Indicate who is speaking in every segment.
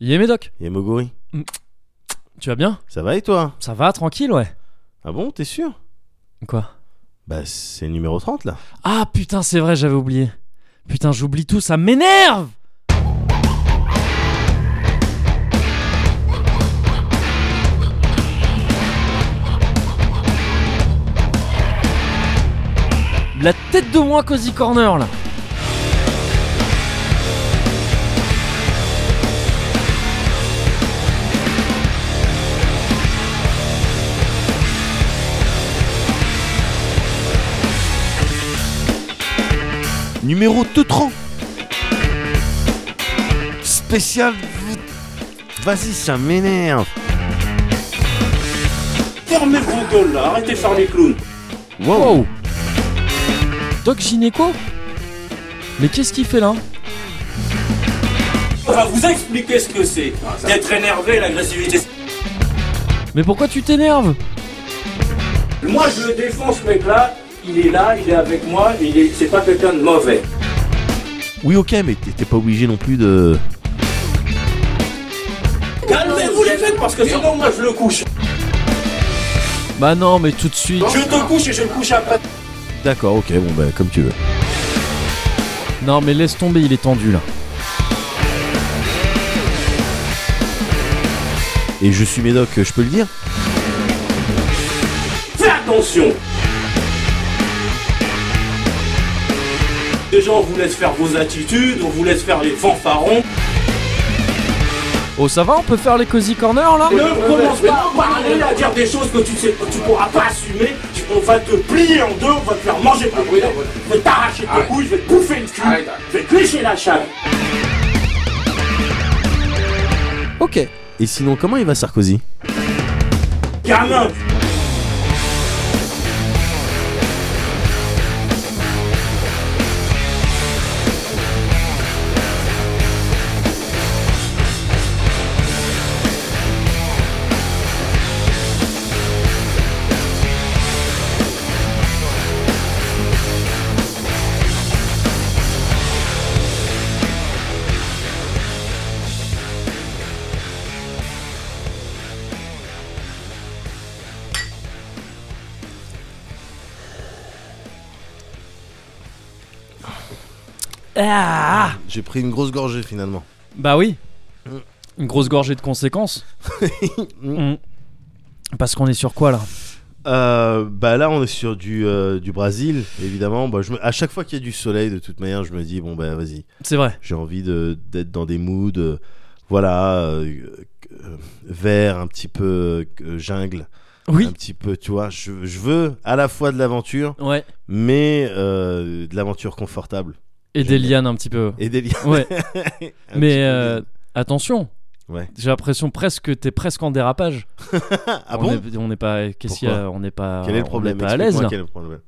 Speaker 1: Yé Médoc,
Speaker 2: Yamoguri,
Speaker 1: tu vas bien
Speaker 2: ça va et toi
Speaker 1: Ça va, tranquille, ouais.
Speaker 2: Ah bon, t'es sûr
Speaker 1: Quoi
Speaker 2: Bah c'est le numéro 30 là.
Speaker 1: Ah putain, c'est vrai, j'avais oublié. Putain, j'oublie tout, ça m'énerve La tête de moi, Cozy Corner, là
Speaker 2: Numéro 30 Spécial... Vas-y, ça m'énerve
Speaker 3: Fermez vos gueules là, arrêtez de faire les clowns.
Speaker 2: Wow,
Speaker 1: Doc Gynéco Mais qu'est-ce qu'il fait là
Speaker 3: On va vous expliquer ce que c'est d'être énervé, l'agressivité.
Speaker 1: Mais pourquoi tu t'énerves
Speaker 3: Moi je le défends ce mec là, il est là, il est avec moi, il est, c'est pas quelqu'un de mauvais.
Speaker 2: Oui ok, mais t'es t'es pas obligé non plus de...
Speaker 3: Calmez-vous les mecs parce que sinon moi je le couche.
Speaker 1: Bah non, mais tout de suite.
Speaker 3: Je te couche et je le couche après.
Speaker 2: D'accord, ok, bon bah comme tu veux.
Speaker 1: Non, mais laisse tomber, il est tendu là.
Speaker 2: Et je suis Médoc, je peux le dire
Speaker 3: Fais attention Déjà on vous laisse faire vos attitudes, on vous laisse faire les fanfarons.
Speaker 1: Oh, ça va, on peut faire les Cozy Corner là
Speaker 3: Ne commence pas à parler, à dire des choses que tu ne sais pas, tu pourras pas assumer. On va te plier en deux, on va te faire manger ta couille, je vais t'arracher ta couille, je vais te bouffer le cul, je vais te lécher la chatte.
Speaker 2: Ok. Et sinon, comment il va Sarkozy
Speaker 3: Gamin,
Speaker 1: Ah
Speaker 2: J'ai pris une grosse gorgée finalement.
Speaker 1: Bah oui.
Speaker 2: Mm.
Speaker 1: Une grosse gorgée de conséquences. Mm. Parce qu'on est sur quoi là
Speaker 2: Euh, bah là on est sur du, euh, du Brésil évidemment. Bah, je me- À chaque fois qu'il y a du soleil de toute manière je me dis bon bah vas-y
Speaker 1: C'est vrai.
Speaker 2: J'ai envie de d'être dans des moods, euh, voilà, euh, euh, vert, un petit peu euh, jungle,
Speaker 1: Oui.
Speaker 2: un petit peu, tu vois. Je, je veux à la fois de l'aventure,
Speaker 1: Ouais.
Speaker 2: mais euh, de l'aventure confortable
Speaker 1: Et des
Speaker 2: J'aime bien.
Speaker 1: lianes un petit peu.
Speaker 2: et des liens.
Speaker 1: Ouais.
Speaker 2: Un petit peu
Speaker 1: Mais
Speaker 2: des-
Speaker 1: euh, attention.
Speaker 2: Ouais.
Speaker 1: J'ai l'impression presque que t'es presque en dérapage.
Speaker 2: ah
Speaker 1: on
Speaker 2: bon
Speaker 1: est- on n'est pas. Qu'est-ce qu'il y a On n'est pas.
Speaker 2: Quel est le
Speaker 1: on
Speaker 2: problème
Speaker 1: n'est pas à l'aise
Speaker 2: Explique-moi
Speaker 1: là.
Speaker 2: quel est le problème.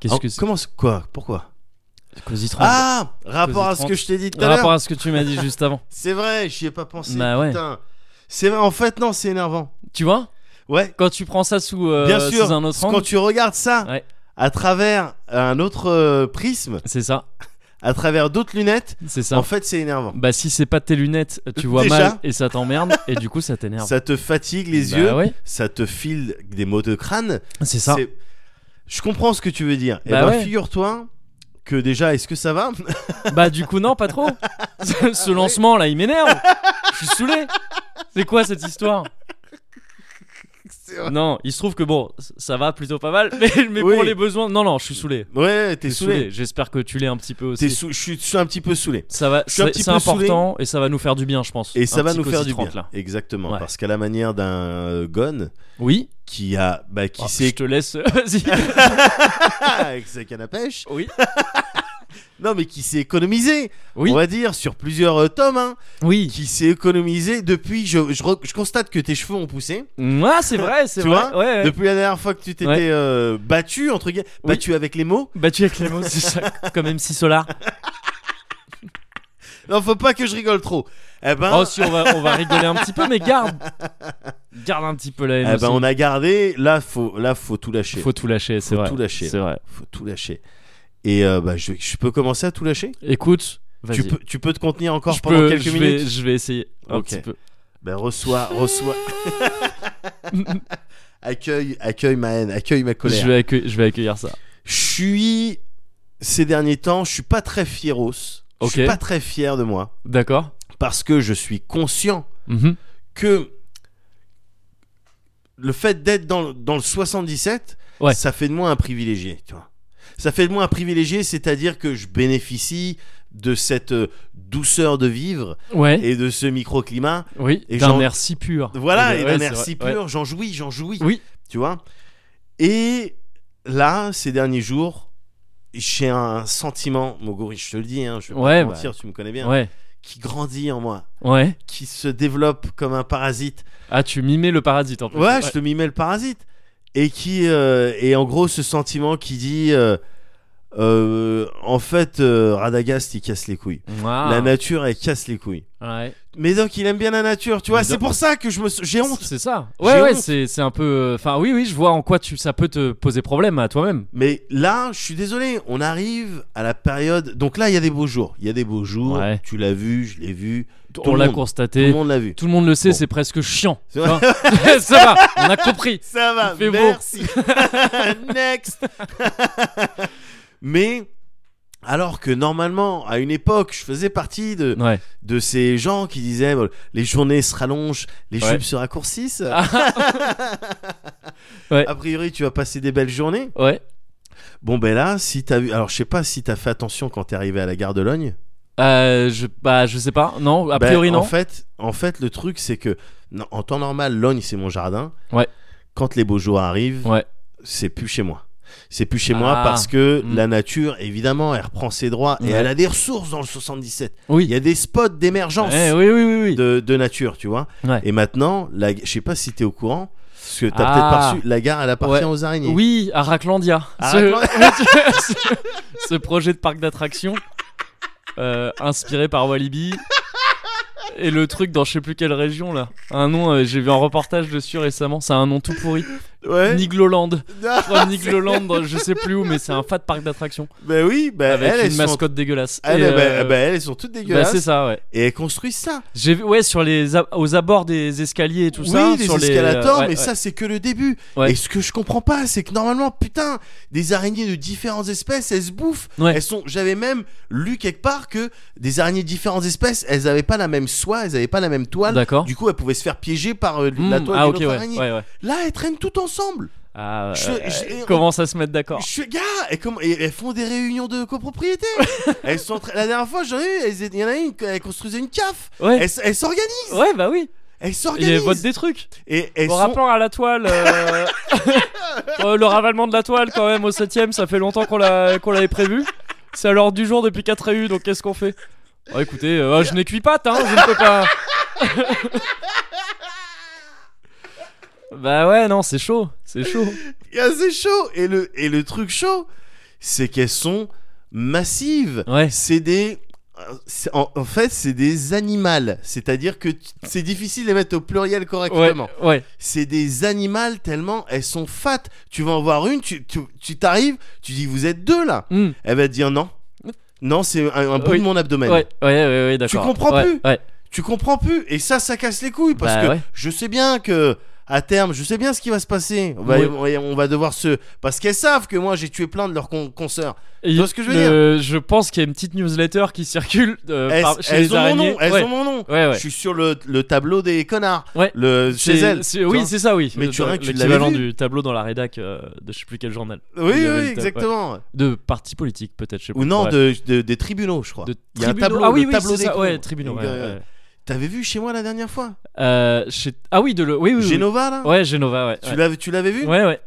Speaker 1: Qu'est-ce
Speaker 2: Ah,
Speaker 1: que c'est
Speaker 2: Comment c'est- quoi Pourquoi
Speaker 1: Cozy 30.
Speaker 2: Ah Rapport à
Speaker 1: Cosy
Speaker 2: ce que je t'ai dit tout
Speaker 1: Par
Speaker 2: à
Speaker 1: rapport à
Speaker 2: l'heure.
Speaker 1: ce que tu m'as dit juste avant.
Speaker 2: C'est vrai, j'y ai pas pensé.
Speaker 1: Bah ouais.
Speaker 2: putain. C'est vrai, en fait non, c'est énervant.
Speaker 1: Tu vois
Speaker 2: Ouais.
Speaker 1: Quand tu prends ça sous, euh,
Speaker 2: Bien sûr,
Speaker 1: sous un autre
Speaker 2: quand
Speaker 1: angle.
Speaker 2: tu regardes ça
Speaker 1: Ouais.
Speaker 2: à travers un autre euh, prisme,
Speaker 1: C'est ça.
Speaker 2: à travers d'autres lunettes,
Speaker 1: C'est ça.
Speaker 2: en fait c'est énervant.
Speaker 1: Bah si c'est pas tes lunettes, tu vois
Speaker 2: Déjà.
Speaker 1: mal et ça t'emmerde et du coup ça t'énerve.
Speaker 2: Ça te fatigue les
Speaker 1: Bah
Speaker 2: yeux,
Speaker 1: ouais,
Speaker 2: ça te file des maux de crâne.
Speaker 1: c'est ça.
Speaker 2: C'est- Je comprends ce que tu veux dire.
Speaker 1: Bah
Speaker 2: et ben
Speaker 1: ouais.
Speaker 2: figure-toi que déjà, est-ce que ça va
Speaker 1: Bah du coup non, pas trop. Ce ce lancement là, il m'énerve. Je suis saoulé. C'est quoi cette histoire
Speaker 2: C'est vrai.
Speaker 1: Non, il se trouve que bon, c- ça va plutôt pas mal, mais, mais
Speaker 2: Oui.
Speaker 1: pour les besoins, non non, je suis saoulé.
Speaker 2: Ouais,
Speaker 1: Je
Speaker 2: t'es
Speaker 1: suis
Speaker 2: saoulé.
Speaker 1: J'espère que tu l'es un petit peu
Speaker 2: T'es
Speaker 1: aussi.
Speaker 2: sou- Je suis- je suis un petit peu saoulé.
Speaker 1: Ça va,
Speaker 2: Je suis un
Speaker 1: c'est
Speaker 2: petit
Speaker 1: c'est
Speaker 2: peu saoulé.
Speaker 1: important et ça va nous faire du bien, je pense.
Speaker 2: Et ça
Speaker 1: Un
Speaker 2: va
Speaker 1: petit
Speaker 2: nous faire
Speaker 1: Cozy
Speaker 2: du bien.
Speaker 1: 30, là.
Speaker 2: Exactement.
Speaker 1: hein. Ouais.
Speaker 2: Parce qu'à la manière d'un euh, gone
Speaker 1: Oui.
Speaker 2: qui a, bah, qui
Speaker 1: Oh, je
Speaker 2: s'est
Speaker 1: te laisse. Vas-y.
Speaker 2: Ah, avec sa canne à pêche.
Speaker 1: Oui.
Speaker 2: Non, mais qui s'est économisé.
Speaker 1: Oui.
Speaker 2: On va dire sur plusieurs euh, tomes. hein.
Speaker 1: Oui.
Speaker 2: qui s'est économisé depuis. Je, je re- je constate que tes cheveux ont poussé
Speaker 1: Ah, c'est vrai, c'est
Speaker 2: Tu
Speaker 1: vrai.
Speaker 2: vois
Speaker 1: ouais, ouais.
Speaker 2: depuis la dernière fois que tu t'étais
Speaker 1: Ouais.
Speaker 2: euh, battu entre guillemets,
Speaker 1: Oui.
Speaker 2: battu avec les mots.
Speaker 1: Battu avec les mots, c'est ça. Comme M6 Solar.
Speaker 2: Non, faut pas que je rigole trop. Eh ben,
Speaker 1: Oh si on va, on va rigoler un petit peu mais garde Garde un petit peu la haine
Speaker 2: eh
Speaker 1: aussi.
Speaker 2: ben, on a gardé. Là, faut, là, faut tout lâcher.
Speaker 1: Faut tout lâcher c'est
Speaker 2: Faut
Speaker 1: vrai
Speaker 2: tout lâcher.
Speaker 1: C'est vrai
Speaker 2: Faut tout lâcher. Et euh, bah, je, je peux commencer à tout lâcher.
Speaker 1: Écoute Vas-y.
Speaker 2: Tu peux, tu peux te contenir encore
Speaker 1: je
Speaker 2: pendant
Speaker 1: peux-
Speaker 2: quelques
Speaker 1: je vais,
Speaker 2: minutes
Speaker 1: Je vais essayer un
Speaker 2: Ok.
Speaker 1: petit peu.
Speaker 2: Ben reçois, reçois. accueille, accueille ma haine, accueille ma colère.
Speaker 1: Je vais, accue- je vais accueillir ça.
Speaker 2: Je suis ces derniers temps, je suis pas très fieros. Je suis
Speaker 1: Ok.
Speaker 2: pas très fier de moi
Speaker 1: D'accord
Speaker 2: parce que je suis conscient
Speaker 1: Mhm.
Speaker 2: que le fait d'être dans, dans le 77,
Speaker 1: Ouais.
Speaker 2: ça fait de moi un privilégié, tu vois. Ça fait de moi un privilégié, c'est-à-dire que je bénéficie de cette euh, douceur de vivre
Speaker 1: Ouais.
Speaker 2: et de ce microclimat.
Speaker 1: Oui,
Speaker 2: Et
Speaker 1: d'un
Speaker 2: genre-
Speaker 1: air si pur.
Speaker 2: Voilà,
Speaker 1: Ouais,
Speaker 2: et
Speaker 1: ouais,
Speaker 2: d'un
Speaker 1: c'est
Speaker 2: air
Speaker 1: vrai,
Speaker 2: si
Speaker 1: ouais.
Speaker 2: pur, j'en jouis, j'en jouis.
Speaker 1: Oui.
Speaker 2: Tu vois Et là, ces derniers jours, j'ai un sentiment, Mogori, je te le dis, hein, je vais
Speaker 1: Ouais, bah.
Speaker 2: pas te mentir, tu me connais bien,
Speaker 1: Ouais,
Speaker 2: qui grandit en moi,
Speaker 1: ouais.
Speaker 2: qui se développe comme un parasite.
Speaker 1: Ah, tu mimais le paradis en plus.
Speaker 2: Ouais, je te mimais le parasite. Et qui euh, et en gros ce sentiment qui dit euh, euh, en fait euh, Radagast il casse les couilles.
Speaker 1: Ouah.
Speaker 2: La nature elle casse les couilles.
Speaker 1: Ouais.
Speaker 2: Mais donc il aime bien la nature, tu vois,
Speaker 1: Médoc-
Speaker 2: c'est pour ça que je me j'ai honte.
Speaker 1: C'est ça.
Speaker 2: J'ai
Speaker 1: Ouais, ouais,
Speaker 2: honte.
Speaker 1: c'est c'est un peu. euh, Enfin, oui, oui, je vois en quoi tu, ça peut te poser problème à toi-même.
Speaker 2: Mais là, je suis désolé, on arrive à la période donc là il y a des beaux jours, il y a des beaux jours,
Speaker 1: Ouais.
Speaker 2: tu l'as vu, je l'ai vu,
Speaker 1: On
Speaker 2: le
Speaker 1: l'a
Speaker 2: monde. tout
Speaker 1: constaté.
Speaker 2: le monde l'a vu.
Speaker 1: Tout le monde le sait,
Speaker 2: Bon.
Speaker 1: c'est presque chiant.
Speaker 2: C'est vrai.
Speaker 1: Enfin, ça va, on a compris.
Speaker 2: Ça va,
Speaker 1: Il fait beau.
Speaker 2: merci. Next. Mais alors que normalement, à une époque, je faisais partie de,
Speaker 1: Ouais.
Speaker 2: de ces gens qui disaient bon, les journées se rallongent, les
Speaker 1: Ouais. Ah.
Speaker 2: jupes se raccourcissent.
Speaker 1: Ouais.
Speaker 2: A priori, tu vas passer des belles journées.
Speaker 1: Ouais.
Speaker 2: Bon, ben là, si t'as vu. Alors, je sais pas si t'as fait attention quand t'es arrivé à la gare de Logne.
Speaker 1: Euh, je, bah, je sais pas. Non, a
Speaker 2: Ben,
Speaker 1: priori, non.
Speaker 2: En fait, en fait, le truc, c'est que non, en temps normal, Logne, c'est mon jardin.
Speaker 1: Ouais.
Speaker 2: Quand les beaux jours arrivent,
Speaker 1: Ouais.
Speaker 2: c'est plus chez moi. C'est plus chez moi
Speaker 1: Ah.
Speaker 2: parce que
Speaker 1: Mm.
Speaker 2: la nature, évidemment, elle reprend ses droits
Speaker 1: Ouais.
Speaker 2: et elle a des ressources dans le 77. Il y
Speaker 1: oui.
Speaker 2: a des spots d'émergence
Speaker 1: Ouais, oui, oui, Eh oui, oui.
Speaker 2: de, de nature, tu vois.
Speaker 1: Ouais.
Speaker 2: Et maintenant, la, je sais pas si t'es au courant, parce que t'as
Speaker 1: Ah.
Speaker 2: peut-être pas reçu, la gare, elle appartient
Speaker 1: Ouais.
Speaker 2: aux araignées.
Speaker 1: Oui, à Raclandia.
Speaker 2: À
Speaker 1: ce...
Speaker 2: Raclandia.
Speaker 1: ce- ce projet de parc d'attractions euh, inspiré par Walibi. Et le truc dans je sais plus quelle région là. Un nom, euh, j'ai vu un reportage dessus récemment, c'est un nom tout pourri.
Speaker 2: Ouais.
Speaker 1: Nigloland.
Speaker 2: Ah,
Speaker 1: Je crois Nigloland, dans- je sais plus où, mais c'est un fat parc d'attractions.
Speaker 2: bah oui, bah
Speaker 1: Avec
Speaker 2: elles, elles
Speaker 1: une
Speaker 2: sont.
Speaker 1: mascotte dégueulasse.
Speaker 2: elles,
Speaker 1: Et,
Speaker 2: bah,
Speaker 1: euh,
Speaker 2: bah, elles sont toutes
Speaker 1: bah,
Speaker 2: dégueulasses
Speaker 1: c'est ça, ouais.
Speaker 2: et elles construisent ça.
Speaker 1: J'ai vu, ouais, sur les, a- aux abords des escaliers et tout
Speaker 2: oui,
Speaker 1: ça.
Speaker 2: des
Speaker 1: sur les, euh,
Speaker 2: escalators,
Speaker 1: ouais,
Speaker 2: mais
Speaker 1: ouais.
Speaker 2: ça c'est que le début.
Speaker 1: Ouais.
Speaker 2: Et ce que je comprends pas, c'est que normalement, putain, des araignées de différentes espèces, elles se bouffent.
Speaker 1: Ouais.
Speaker 2: Elles sont, j'avais même lu quelque part que des araignées de différentes espèces, elles avaient pas la même soie, elles avaient pas la même toile.
Speaker 1: D'accord.
Speaker 2: Du coup, elles pouvaient se faire piéger par euh, la
Speaker 1: Hmm,
Speaker 2: toile
Speaker 1: ah,
Speaker 2: d'une
Speaker 1: ok,
Speaker 2: autre
Speaker 1: ouais,
Speaker 2: araignée.
Speaker 1: ouais, ouais.
Speaker 2: Là, elles traînent toutes ensemble.
Speaker 1: Ah,
Speaker 2: Je-
Speaker 1: euh,
Speaker 2: je-
Speaker 1: euh, commence à se mettre d'accord.
Speaker 2: Je suis gars, et comment et elles font des réunions de copropriété. elles sont en train- la dernière fois, j'en ai eu, elles étaient- il y en a une, elles construisaient une CAF.
Speaker 1: Ouais,
Speaker 2: Elles s- elles s'organisent.
Speaker 1: ouais, bah oui.
Speaker 2: Elles
Speaker 1: Et vote
Speaker 2: s'organisent.
Speaker 1: des trucs.
Speaker 2: Et elles
Speaker 1: Par
Speaker 2: sont
Speaker 1: rapport à la toile, euh, euh, le ravalement de la toile quand même au 7ème, ça fait longtemps qu'on l'a- qu'on l'avait prévu. C'est à l'heure du jour depuis 4 réus, donc qu'est-ce qu'on fait Oh, Écoutez, euh, je n'ai cuit pâte, hein, je ne peux pas. bah ouais, non, c'est chaud, c'est chaud.
Speaker 2: Et ah, c'est chaud. Et le, et le truc chaud, c'est qu'elles sont massives.
Speaker 1: Ouais,
Speaker 2: C'est des. c'est- En, en fait, c'est des animaux. C'est-à-dire que tu- c'est difficile de les mettre au pluriel
Speaker 1: ouais,
Speaker 2: correctement.
Speaker 1: ouais.
Speaker 2: C'est des animaux tellement elles sont fat. Tu vas en voir une, tu tu- tu t'arrives, tu, dis vous êtes deux là.
Speaker 1: hmm,
Speaker 2: Elle va te dire non. Non, c'est un, un bout
Speaker 1: Euh, Oui.
Speaker 2: de mon
Speaker 1: ouais,
Speaker 2: abdomen.
Speaker 1: ouais, ouais, ouais, d'accord.
Speaker 2: comprends
Speaker 1: Ouais,
Speaker 2: plus
Speaker 1: Ouais,
Speaker 2: Tu comprends plus. Et ça, ça casse les couilles parce
Speaker 1: Bah
Speaker 2: que
Speaker 1: ouais.
Speaker 2: je sais bien que. À terme, je sais bien ce qui va se passer. On va, on va devoir se. Parce qu'elles savent que moi j'ai tué plein de leurs con- consoeurs.
Speaker 1: Et
Speaker 2: vois ce que je veux
Speaker 1: le- Je pense qu'il y a une petite newsletter qui circule euh,
Speaker 2: Elles,
Speaker 1: par- chez
Speaker 2: elles
Speaker 1: les
Speaker 2: ont
Speaker 1: araignées.
Speaker 2: mon nom, elles
Speaker 1: ouais.
Speaker 2: ont mon nom.
Speaker 1: ouais, ouais.
Speaker 2: Je suis sur le, le tableau des connards.
Speaker 1: Ouais.
Speaker 2: Le, chez
Speaker 1: C'est-
Speaker 2: elles.
Speaker 1: c'est-
Speaker 2: tu
Speaker 1: oui,
Speaker 2: vois.
Speaker 1: c'est ça, oui.
Speaker 2: Mais
Speaker 1: Le-
Speaker 2: tu rien que tu
Speaker 1: L'équivalent
Speaker 2: l'avais vu.
Speaker 1: du tableau dans la rédac euh, de je sais plus quel journal.
Speaker 2: Oui,
Speaker 1: Il y avait
Speaker 2: oui,
Speaker 1: le tab-
Speaker 2: exactement.
Speaker 1: De parti politique, peut-être, je sais pas.
Speaker 2: Ou non,
Speaker 1: Ouais.
Speaker 2: de, de- des tribunaux, je crois.
Speaker 1: De
Speaker 2: Il y a un
Speaker 1: tribunaux.
Speaker 2: tableau,
Speaker 1: Ah oui,
Speaker 2: le
Speaker 1: oui,
Speaker 2: tableau
Speaker 1: c'est
Speaker 2: des
Speaker 1: ça,
Speaker 2: cons.
Speaker 1: ouais, tribunaux.
Speaker 2: Donc,
Speaker 1: ouais,
Speaker 2: euh,
Speaker 1: ouais.
Speaker 2: T'avais vu chez moi la dernière fois
Speaker 1: Euh, chez- Ah oui, de le. Oui, oui, oui.
Speaker 2: Genova, là
Speaker 1: Ouais, Genova, ouais.
Speaker 2: Tu
Speaker 1: ouais.
Speaker 2: l'avais- Tu l'avais vu
Speaker 1: Ouais, ouais.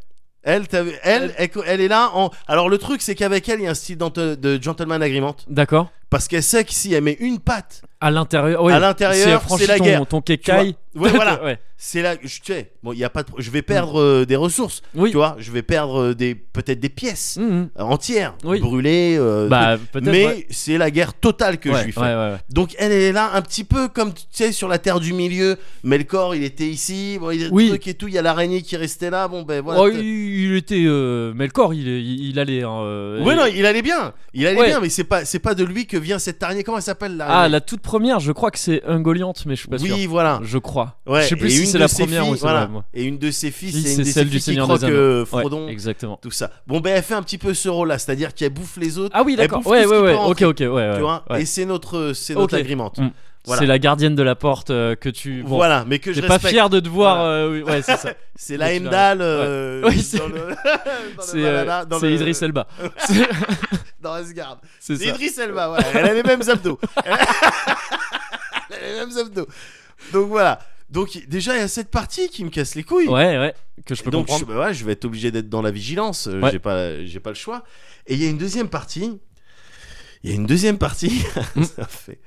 Speaker 2: elle, t'avais- elle, elle, elle est là. En... Alors, le truc, c'est qu'avec elle, il y a un style d'ente- de gentleman agreement.
Speaker 1: D'accord.
Speaker 2: Parce qu'elle sait que si elle met une patte
Speaker 1: À l'intérieur, ouais.
Speaker 2: À l'intérieur,
Speaker 1: Si elle
Speaker 2: c'est
Speaker 1: franchit
Speaker 2: la
Speaker 1: ton-
Speaker 2: guerre.
Speaker 1: Ton kékai.
Speaker 2: Ouais, voilà.
Speaker 1: Ouais.
Speaker 2: C'est là, je tu sais, bon, il y a pas de, pro- je vais perdre euh, des ressources,
Speaker 1: Oui.
Speaker 2: tu vois, je vais perdre euh, des, peut-être des pièces
Speaker 1: Mhm.
Speaker 2: euh, entières,
Speaker 1: Oui.
Speaker 2: brûlées. euh,
Speaker 1: Bah,
Speaker 2: trucs.
Speaker 1: peut-être.
Speaker 2: mais
Speaker 1: ouais.
Speaker 2: c'est la guerre totale que
Speaker 1: Ouais,
Speaker 2: je lui fais.
Speaker 1: ouais, ouais, ouais.
Speaker 2: Donc elle elle est là un petit peu comme tu sais sur la terre du milieu, mais le corps il était ici, bon, il y a des
Speaker 1: Oui.
Speaker 2: trucs et tout, il y a l'araignée qui restait là, bon ben voilà.
Speaker 1: Oh,
Speaker 2: t'as-
Speaker 1: il, il était. euh, mais le corps, il, il, il allait. hein, euh,
Speaker 2: Ouais
Speaker 1: et-
Speaker 2: non, il allait bien, il allait
Speaker 1: Ouais.
Speaker 2: bien, mais c'est pas c'est pas de lui que vient cette araignée. Comment elle s'appelle l'araignée
Speaker 1: Ah, la toute première, je crois que c'est Ungoliant, mais je suis pas sûr.
Speaker 2: Oui voilà.
Speaker 1: Je crois.
Speaker 2: Ouais,
Speaker 1: je sais plus
Speaker 2: et
Speaker 1: si
Speaker 2: une
Speaker 1: c'est
Speaker 2: de
Speaker 1: la
Speaker 2: ses
Speaker 1: première
Speaker 2: filles,
Speaker 1: ou c'est
Speaker 2: voilà.
Speaker 1: vrai, moi.
Speaker 2: Et une de ses filles,
Speaker 1: Si,
Speaker 2: c'est une des
Speaker 1: celle
Speaker 2: ses
Speaker 1: du
Speaker 2: filles qui
Speaker 1: Seigneur
Speaker 2: croque
Speaker 1: des Anneaux.
Speaker 2: euh,
Speaker 1: Ouais,
Speaker 2: Frodon,
Speaker 1: exactement.
Speaker 2: tout ça. Bon ben elle fait un petit peu ce rôle là, c'est-à-dire qu'elle bouffe les autres,
Speaker 1: Ah oui,
Speaker 2: Elle
Speaker 1: d'accord.
Speaker 2: bouffe
Speaker 1: Ouais,
Speaker 2: tout ce
Speaker 1: ouais,
Speaker 2: qui
Speaker 1: ouais.
Speaker 2: peut
Speaker 1: Ok,
Speaker 2: rentrer,
Speaker 1: ok, ouais. ouais,
Speaker 2: tu vois.
Speaker 1: Ah, ouais.
Speaker 2: Et c'est notre c'est notre
Speaker 1: Ok.
Speaker 2: agrimante.
Speaker 1: Mm.
Speaker 2: voilà.
Speaker 1: C'est la gardienne de la porte euh, que tu. Bon,
Speaker 2: Voilà, mais que je
Speaker 1: T'es pas
Speaker 2: respecte.
Speaker 1: fier de te voir.
Speaker 2: Voilà.
Speaker 1: euh, oui, ouais, c'est ça.
Speaker 2: C'est la
Speaker 1: Mais tu l'as-
Speaker 2: Heimdall euh,
Speaker 1: Ouais. Oui, c'est-
Speaker 2: dans le- dans le
Speaker 1: C'est euh,
Speaker 2: Valhalla, dans
Speaker 1: c'est
Speaker 2: le-
Speaker 1: Idriss Elba.
Speaker 2: dans Asgard.
Speaker 1: C'est
Speaker 2: C'est
Speaker 1: ça.
Speaker 2: Idriss Elba, voilà. Elle a les mêmes abdos. Elle a- Elle a les mêmes abdos. Donc voilà. Donc déjà, il y a cette partie qui me casse les couilles.
Speaker 1: Ouais, ouais. Que je peux
Speaker 2: Donc je,
Speaker 1: comprendre.
Speaker 2: bah ouais, je vais être obligé d'être dans la vigilance. Euh,
Speaker 1: Ouais.
Speaker 2: J'ai pas, j'ai pas le choix. Et il y a une deuxième partie. Il y a une deuxième partie.
Speaker 1: Mm.
Speaker 2: ça fait,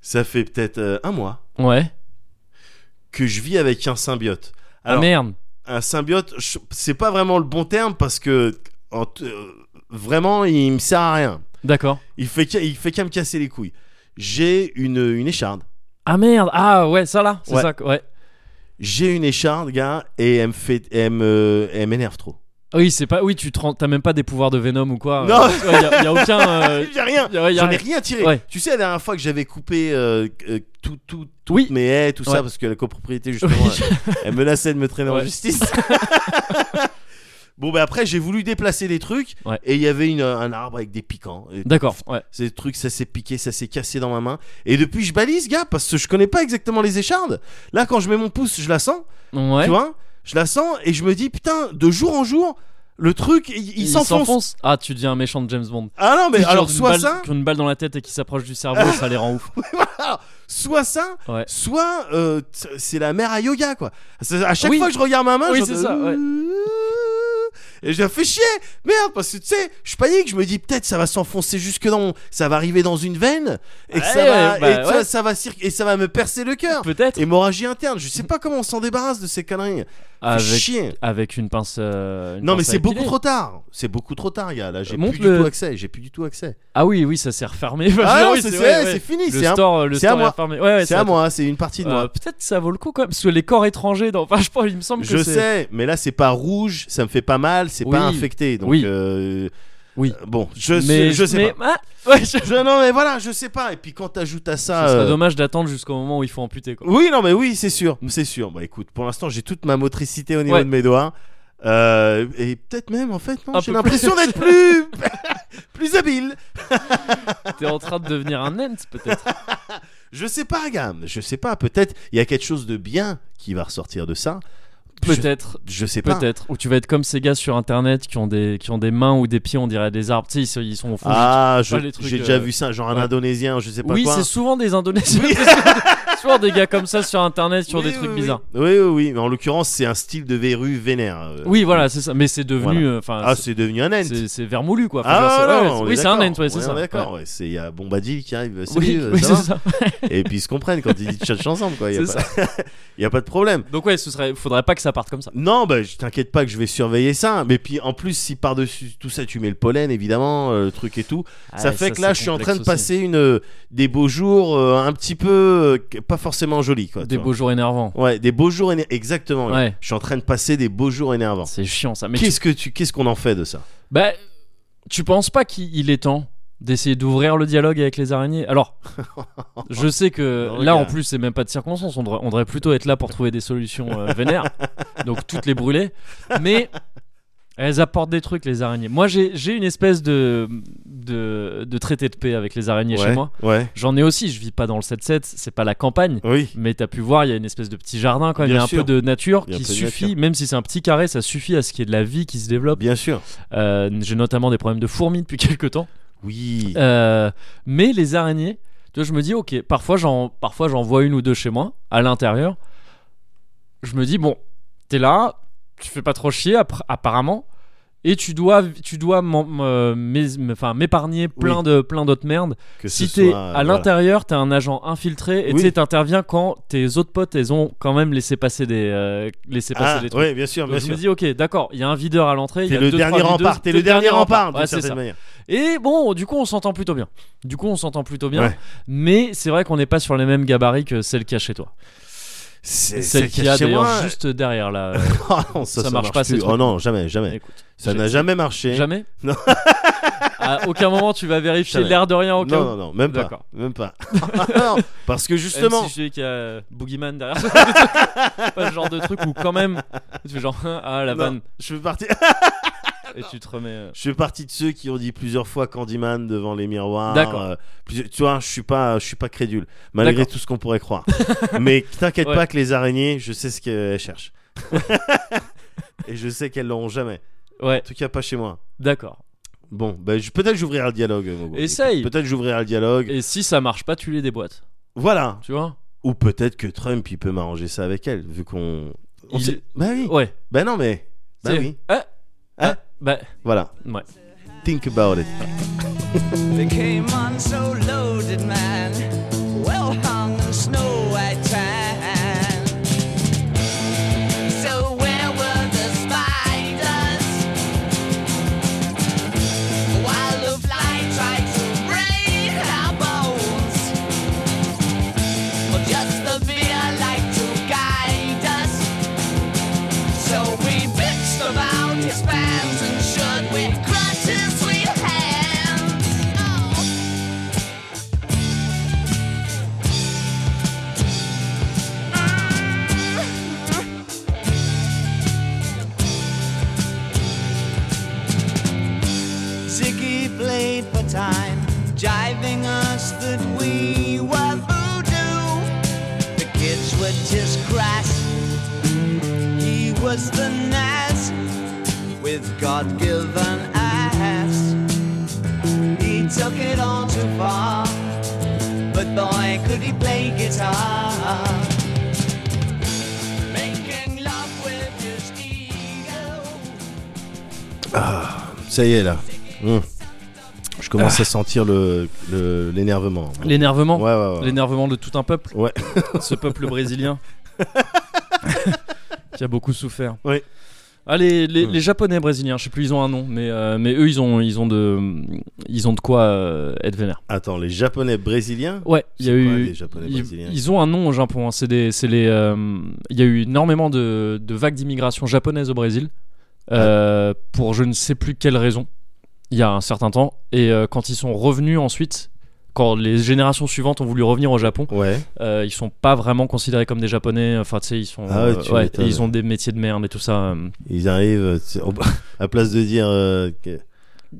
Speaker 2: ça fait peut-être euh, un mois
Speaker 1: Ouais.
Speaker 2: que je vis avec un symbiote.
Speaker 1: Ah
Speaker 2: Alors,
Speaker 1: merde.
Speaker 2: un symbiote, je- c'est pas vraiment le bon terme parce que en t- euh, vraiment, il me sert à rien.
Speaker 1: D'accord.
Speaker 2: Il fait qu'à- il fait qu'à me casser les couilles. J'ai une, une écharde.
Speaker 1: Ah merde. Ah ouais, ça là. C'est
Speaker 2: Ouais.
Speaker 1: ça. quoi. Ouais.
Speaker 2: J'ai une écharde, gars, et elle me fait, elle me- elle m'énerve trop.
Speaker 1: Oui, c'est pas. Oui, tu te rends- t'as même pas des pouvoirs de Venom ou quoi.
Speaker 2: Non.
Speaker 1: Il y, a aucun. euh,
Speaker 2: J'ai rien.
Speaker 1: y a- ouais, y a
Speaker 2: J'en ai
Speaker 1: rien.
Speaker 2: rien tiré.
Speaker 1: Ouais.
Speaker 2: Tu sais, la dernière fois que j'avais coupé euh, euh, tout, tout,
Speaker 1: Oui.
Speaker 2: mes haies, tout
Speaker 1: Ouais.
Speaker 2: ça, parce que la copropriété, justement,
Speaker 1: Oui.
Speaker 2: elle, elle menaçait de me traîner en
Speaker 1: Ouais.
Speaker 2: justice. bon, bah après, j'ai voulu déplacer des trucs,
Speaker 1: Ouais.
Speaker 2: et il y avait une- un arbre avec des piquants. Et
Speaker 1: D'accord. Ouais.
Speaker 2: Ces trucs, ça s'est piqué, ça s'est cassé dans ma main. Et depuis, je balise, gars, parce que je connais pas exactement les échardes. Là, quand je mets mon pouce, je la sens,
Speaker 1: Ouais.
Speaker 2: tu vois. Je la sens et je me dis, putain, de jour en jour, le truc, il, il s'enfonce.
Speaker 1: Ah, tu deviens un méchant de James Bond.
Speaker 2: Ah non, mais
Speaker 1: Genre
Speaker 2: alors,
Speaker 1: une
Speaker 2: soit
Speaker 1: balle-
Speaker 2: ça,
Speaker 1: Une balle dans la tête et qui s'approche du cerveau, ça les rend ouf.
Speaker 2: soit ça,
Speaker 1: Ouais.
Speaker 2: soit euh, t- c'est la mère à yoga, quoi. C'est- À chaque
Speaker 1: Oui.
Speaker 2: fois que je regarde ma main,
Speaker 1: Oui,
Speaker 2: je
Speaker 1: c'est
Speaker 2: fais- euh,
Speaker 1: ça, ouais.
Speaker 2: Et je la fais chier, merde, parce que tu sais, je panique, je me dis peut-être ça va s'enfoncer jusque dans, mon- ça va arriver dans une veine et que ça
Speaker 1: Ouais,
Speaker 2: va,
Speaker 1: bah,
Speaker 2: et ça-
Speaker 1: ouais.
Speaker 2: ça va cir- et ça va me percer le cœur.
Speaker 1: Peut-être.
Speaker 2: Hémorragie interne, je sais pas comment on s'en débarrasse de ces conneries. Fait
Speaker 1: Avec,
Speaker 2: chier.
Speaker 1: avec une pince. euh, une
Speaker 2: Non mais
Speaker 1: pince à
Speaker 2: c'est beaucoup
Speaker 1: épiler.
Speaker 2: trop tard. C'est beaucoup trop tard, gars. Là, j'ai
Speaker 1: Euh, Montre
Speaker 2: plus
Speaker 1: le-
Speaker 2: du tout accès. J'ai plus du tout accès.
Speaker 1: Ah oui, oui, ça s'est refermé.
Speaker 2: Ah non,
Speaker 1: oui, ouais,
Speaker 2: c'est
Speaker 1: ouais.
Speaker 2: c'est fini.
Speaker 1: Le
Speaker 2: C'est à-
Speaker 1: store, le
Speaker 2: c'est à
Speaker 1: store est
Speaker 2: moi.
Speaker 1: refermé. Ouais, ouais,
Speaker 2: c'est
Speaker 1: ça-
Speaker 2: à moi. C'est une partie de
Speaker 1: Euh,
Speaker 2: moi.
Speaker 1: Peut-être que ça vaut le coup quand même, parce que les corps étrangers, dans... enfin, je pense, il me semble que
Speaker 2: Je
Speaker 1: c'est-
Speaker 2: sais, mais là c'est pas rouge, ça me fait pas mal, c'est pas
Speaker 1: Oui.
Speaker 2: infecté. Donc
Speaker 1: Oui.
Speaker 2: euh,
Speaker 1: Oui.
Speaker 2: euh, bon, je
Speaker 1: mais,
Speaker 2: sais, je sais
Speaker 1: mais-
Speaker 2: pas.
Speaker 1: Ah, ouais, je-
Speaker 2: Je, non mais voilà, je sais pas. Et puis quand t'ajoutes à ça,
Speaker 1: Ce serait
Speaker 2: euh,
Speaker 1: dommage d'attendre jusqu'au moment où il faut amputer. Quoi.
Speaker 2: oui non mais oui c'est sûr, c'est sûr. Bah écoute, pour l'instant j'ai toute ma motricité au niveau
Speaker 1: Ouais.
Speaker 2: de mes doigts. Euh, et peut-être même en fait, non,
Speaker 1: Un peu
Speaker 2: j'ai l'impression d'être plus plus habile.
Speaker 1: T'es en train de devenir un Nent, peut-être.
Speaker 2: Je sais pas, gamme. Je sais pas. Peut-être il y a quelque chose de bien qui va ressortir de ça. Je-
Speaker 1: Peut-être.
Speaker 2: Je, sais pas.
Speaker 1: Peut-être. Ou tu vas être comme ces gars sur internet qui ont des, qui ont des mains ou des pieds, on dirait des arbres. Tu sais, ils sont, ils sont au fond.
Speaker 2: Ah, je-
Speaker 1: Pas les trucs,
Speaker 2: j'ai déjà
Speaker 1: euh,
Speaker 2: vu ça, genre un
Speaker 1: ouais.
Speaker 2: Indonésien, je sais pas
Speaker 1: oui,
Speaker 2: quoi.
Speaker 1: c'est souvent des Indonésiens. souvent des gars comme ça sur internet, sur
Speaker 2: Oui,
Speaker 1: des
Speaker 2: oui,
Speaker 1: trucs
Speaker 2: oui.
Speaker 1: bizarres.
Speaker 2: Oui, oui, oui. Mais en l'occurrence, c'est un style de verrue vénère. euh.
Speaker 1: Oui, voilà, c'est ça. Mais c'est devenu. euh, Enfin,
Speaker 2: Ah,
Speaker 1: c'est-
Speaker 2: c'est devenu un ent.
Speaker 1: c'est c'est vermoulu, quoi. Enfin, genre,
Speaker 2: Ah,
Speaker 1: c'est- ouais,
Speaker 2: non,
Speaker 1: c'est-
Speaker 2: on est
Speaker 1: oui, c'est un
Speaker 2: d'accord.
Speaker 1: Nent, ouais, c'est
Speaker 2: On est
Speaker 1: ça.
Speaker 2: D'accord, ouais. c'est il y a Bombadil qui arrive.
Speaker 1: Ouais.
Speaker 2: salut,
Speaker 1: Oui,
Speaker 2: euh,
Speaker 1: oui,
Speaker 2: ça
Speaker 1: c'est
Speaker 2: va
Speaker 1: ça.
Speaker 2: Et puis ils se comprennent quand ils tchatchent ensemble, quoi. Il y a
Speaker 1: C'est
Speaker 2: pas- il y a pas de problème.
Speaker 1: Donc, ouais, ce serait. Faudrait pas que ça parte comme ça.
Speaker 2: Non, bah, je t'inquiète pas que je vais surveiller ça. Mais puis en plus, si par-dessus tout ça, tu mets le pollen, évidemment, euh, le truc et tout, ça
Speaker 1: Ah,
Speaker 2: fait que là,
Speaker 1: c'est
Speaker 2: je suis en train de
Speaker 1: complexe aussi.
Speaker 2: passer une, euh, des beaux jours euh, un petit peu euh, que- pas forcément jolis, quoi. tu
Speaker 1: Des
Speaker 2: vois.
Speaker 1: beaux jours énervants.
Speaker 2: Ouais, des beaux jours éner- exactement.
Speaker 1: Ouais.
Speaker 2: Je suis en train de passer des beaux jours énervants.
Speaker 1: C'est chiant, ça. Mais tu-
Speaker 2: Qu'est-ce que tu, qu'est-ce qu'on en fait de ça
Speaker 1: Bah, tu penses pas qu'il est temps d'essayer d'ouvrir le dialogue avec les araignées Alors, je sais que
Speaker 2: Non,
Speaker 1: là, en
Speaker 2: regarde.
Speaker 1: plus, c'est même pas de circonstance. On devrait, on devrait plutôt être là pour trouver des solutions euh, vénères. Donc, toutes les brûler. Mais elles apportent des trucs, les araignées. Moi, j'ai j'ai une espèce de, de, de traité de paix avec les araignées
Speaker 2: Ouais,
Speaker 1: chez moi.
Speaker 2: Ouais.
Speaker 1: J'en ai aussi. Je vis pas dans le 7-7. C'est pas la campagne.
Speaker 2: Oui.
Speaker 1: Mais t'as pu voir, il y a une espèce de petit jardin quand même, il y
Speaker 2: Bien
Speaker 1: a un
Speaker 2: sûr.
Speaker 1: peu de nature
Speaker 2: Il y a un
Speaker 1: qui
Speaker 2: peu de
Speaker 1: suffit,
Speaker 2: nature.
Speaker 1: même si c'est un petit carré, ça suffit à ce qu'il y ait de la vie qui se développe.
Speaker 2: Bien sûr.
Speaker 1: Euh, J'ai notamment des problèmes de fourmis depuis quelques temps.
Speaker 2: Oui.
Speaker 1: Euh, mais les araignées, tu vois, je me dis, ok, parfois j'en parfois j'en vois une ou deux chez moi, à l'intérieur. Je me dis, bon, t'es là, tu fais pas trop chier appr- apparemment. et tu dois, tu dois m'en- me- m'é- me- enfin, m'épargner plein
Speaker 2: Oui.
Speaker 1: de plein d'autres merdes.
Speaker 2: Que
Speaker 1: Si
Speaker 2: ce
Speaker 1: t'es
Speaker 2: soit, euh,
Speaker 1: à
Speaker 2: voilà.
Speaker 1: l'intérieur, t'es un agent infiltré et
Speaker 2: Oui.
Speaker 1: tu sais, t'interviens quand tes autres potes, elles ont quand même laissé passer des, euh, laissé passer
Speaker 2: Ah,
Speaker 1: des trucs.
Speaker 2: ouais, bien sûr,
Speaker 1: Donc
Speaker 2: bien
Speaker 1: je me
Speaker 2: sûr.
Speaker 1: dis, ok, d'accord, il y a un videur à l'entrée. il y
Speaker 2: T'es
Speaker 1: a
Speaker 2: le
Speaker 1: deux,
Speaker 2: dernier
Speaker 1: trois videuses,
Speaker 2: rempart, t'es
Speaker 1: t'es
Speaker 2: le dernier rempart,
Speaker 1: Ouais,
Speaker 2: d'une
Speaker 1: c'est ça.
Speaker 2: certaine manière.
Speaker 1: Et bon, du coup, on s'entend plutôt bien. Du coup, on s'entend plutôt bien.
Speaker 2: Ouais.
Speaker 1: Mais c'est vrai qu'on n'est pas sur les mêmes gabarits que celle qu'il y a chez toi.
Speaker 2: C'est
Speaker 1: celle
Speaker 2: c'est
Speaker 1: qu'il y a
Speaker 2: chez
Speaker 1: d'ailleurs
Speaker 2: moi.
Speaker 1: juste derrière là. euh,
Speaker 2: Oh non, ça,
Speaker 1: ça marche pas, ces
Speaker 2: plus.
Speaker 1: trucs.
Speaker 2: Oh non, jamais, jamais.
Speaker 1: écoute.
Speaker 2: ça
Speaker 1: j'ai-
Speaker 2: n'a jamais marché.
Speaker 1: Jamais
Speaker 2: Non.
Speaker 1: À aucun moment tu vas vérifier
Speaker 2: Jamais.
Speaker 1: l'air de rien au cas
Speaker 2: non,
Speaker 1: où.
Speaker 2: non, non, même pas.
Speaker 1: D'accord.
Speaker 2: Même pas. Non, parce que justement,
Speaker 1: Même si je dis qu'il y a euh, Boogeyman derrière. pas le genre de truc où quand même tu fais genre ah la
Speaker 2: Non,
Speaker 1: vanne
Speaker 2: je fais partie.
Speaker 1: et tu te remets. euh,
Speaker 2: Je fais partie de ceux qui ont dit plusieurs fois Candyman devant les miroirs.
Speaker 1: D'accord.
Speaker 2: Euh, plusieurs- tu vois, je suis pas, je suis pas crédule, malgré
Speaker 1: D'accord.
Speaker 2: tout ce qu'on pourrait croire. Mais t'inquiète
Speaker 1: Ouais.
Speaker 2: pas que les araignées, je sais ce qu'elles cherchent. Et je sais qu'elles l'auront jamais.
Speaker 1: Ouais,
Speaker 2: En tout cas, pas chez moi.
Speaker 1: d'accord.
Speaker 2: Bon, ben, je- peut-être j'ouvrirai le dialogue. Mogo.
Speaker 1: Essaye.
Speaker 2: Peut-être j'ouvrirai le dialogue.
Speaker 1: Et si ça marche pas, tu les déboîtes.
Speaker 2: Voilà.
Speaker 1: Tu vois
Speaker 2: Ou peut-être que Trump, il peut m'arranger ça avec elle, vu qu'on. on
Speaker 1: Il-
Speaker 2: sait- Bah oui.
Speaker 1: Ouais.
Speaker 2: Bah non, mais. Bah
Speaker 1: C'est-
Speaker 2: oui.
Speaker 1: Ah,
Speaker 2: Hein
Speaker 1: ah, bah
Speaker 2: Voilà.
Speaker 1: ouais.
Speaker 2: Think about it.
Speaker 4: They came on so loaded, man. Well hung in snow white tan. So where were the spiders? While the fly tried to break our bones. Or just the beer like to guide us. So we bitched about his bands and should we crush his sweet hands? Oh. Ziggy played for time, jiving us that we were voodoo. The kids were just crass. He was the nas with God given ass. He took it all too far, but boy, could he play guitar. Making love with his ego.
Speaker 2: Ça y est là.
Speaker 1: Mmh.
Speaker 2: Mm. Je commence à
Speaker 1: Ah.
Speaker 2: sentir le le- l'énervement.
Speaker 1: L'énervement.
Speaker 2: Ouais ouais ouais.
Speaker 1: L'énervement de tout un peuple.
Speaker 2: Ouais.
Speaker 1: Ce peuple brésilien. qui a beaucoup souffert.
Speaker 2: Oui.
Speaker 1: Ah, les, les,
Speaker 2: Mm.
Speaker 1: les japonais brésiliens, je sais plus, ils ont un nom, mais, euh, mais eux, ils ont, ils, ont de, ils ont de quoi euh, être vénères.
Speaker 2: Attends, les japonais brésiliens
Speaker 1: Ouais, il y a
Speaker 2: C'est quoi,
Speaker 1: eu.
Speaker 2: les Japonais
Speaker 1: ils,
Speaker 2: brésiliens
Speaker 1: ils ont un nom au Japon. hein, C'est des, c'est les. euh, Il y a eu énormément de, de vagues d'immigration japonaise au Brésil euh, pour je ne sais plus quelle raison. Il y a un certain temps et euh, quand ils sont revenus ensuite, quand les générations suivantes ont voulu revenir au Japon,
Speaker 2: Ouais.
Speaker 1: euh, ils sont pas vraiment considérés comme des Japonais. Enfin, tu sais, ils sont.
Speaker 2: Ah ouais,
Speaker 1: euh,
Speaker 2: tu
Speaker 1: ouais,
Speaker 2: m'étonnes.
Speaker 1: et ils ont des métiers de merde et tout ça. euh.
Speaker 2: Ils arrivent euh, tu sais, au- à place de dire euh, que-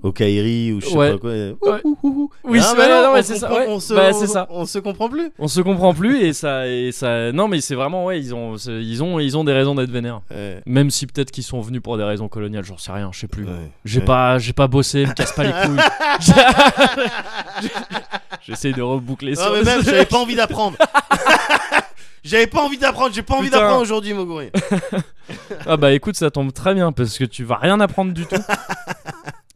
Speaker 2: au Kairi ou je sais
Speaker 1: Ouais.
Speaker 2: pas quoi. euh,
Speaker 1: Ouais.
Speaker 2: ouh, ouh, ouh.
Speaker 1: Oui,
Speaker 2: Ah,
Speaker 1: c'est-
Speaker 2: bah
Speaker 1: ouais,
Speaker 2: non,
Speaker 1: non,
Speaker 2: on
Speaker 1: ouais,
Speaker 2: se
Speaker 1: c'est ça,
Speaker 2: comprend-
Speaker 1: ouais.
Speaker 2: On se,
Speaker 1: Bah,
Speaker 2: on-
Speaker 1: c'est ça.
Speaker 2: on se comprend plus.
Speaker 1: On se comprend plus et ça et ça. Non, mais c'est vraiment ouais, ils ont ils ont ils ont des raisons d'être vénères.
Speaker 2: Ouais.
Speaker 1: Même si peut-être qu'ils sont venus pour des raisons coloniales, j'en sais rien, je sais plus.
Speaker 2: Ouais.
Speaker 1: J'ai
Speaker 2: Ouais.
Speaker 1: pas, j'ai pas bossé, me casse pas les couilles. J'essaye de reboucler
Speaker 2: Ah,
Speaker 1: sur
Speaker 2: mais même, j'avais pas envie d'apprendre. J'avais pas envie d'apprendre, j'ai pas envie
Speaker 1: Putain.
Speaker 2: d'apprendre aujourd'hui, Moguri.
Speaker 1: Ah bah écoute, ça tombe très bien parce que tu vas rien apprendre du tout.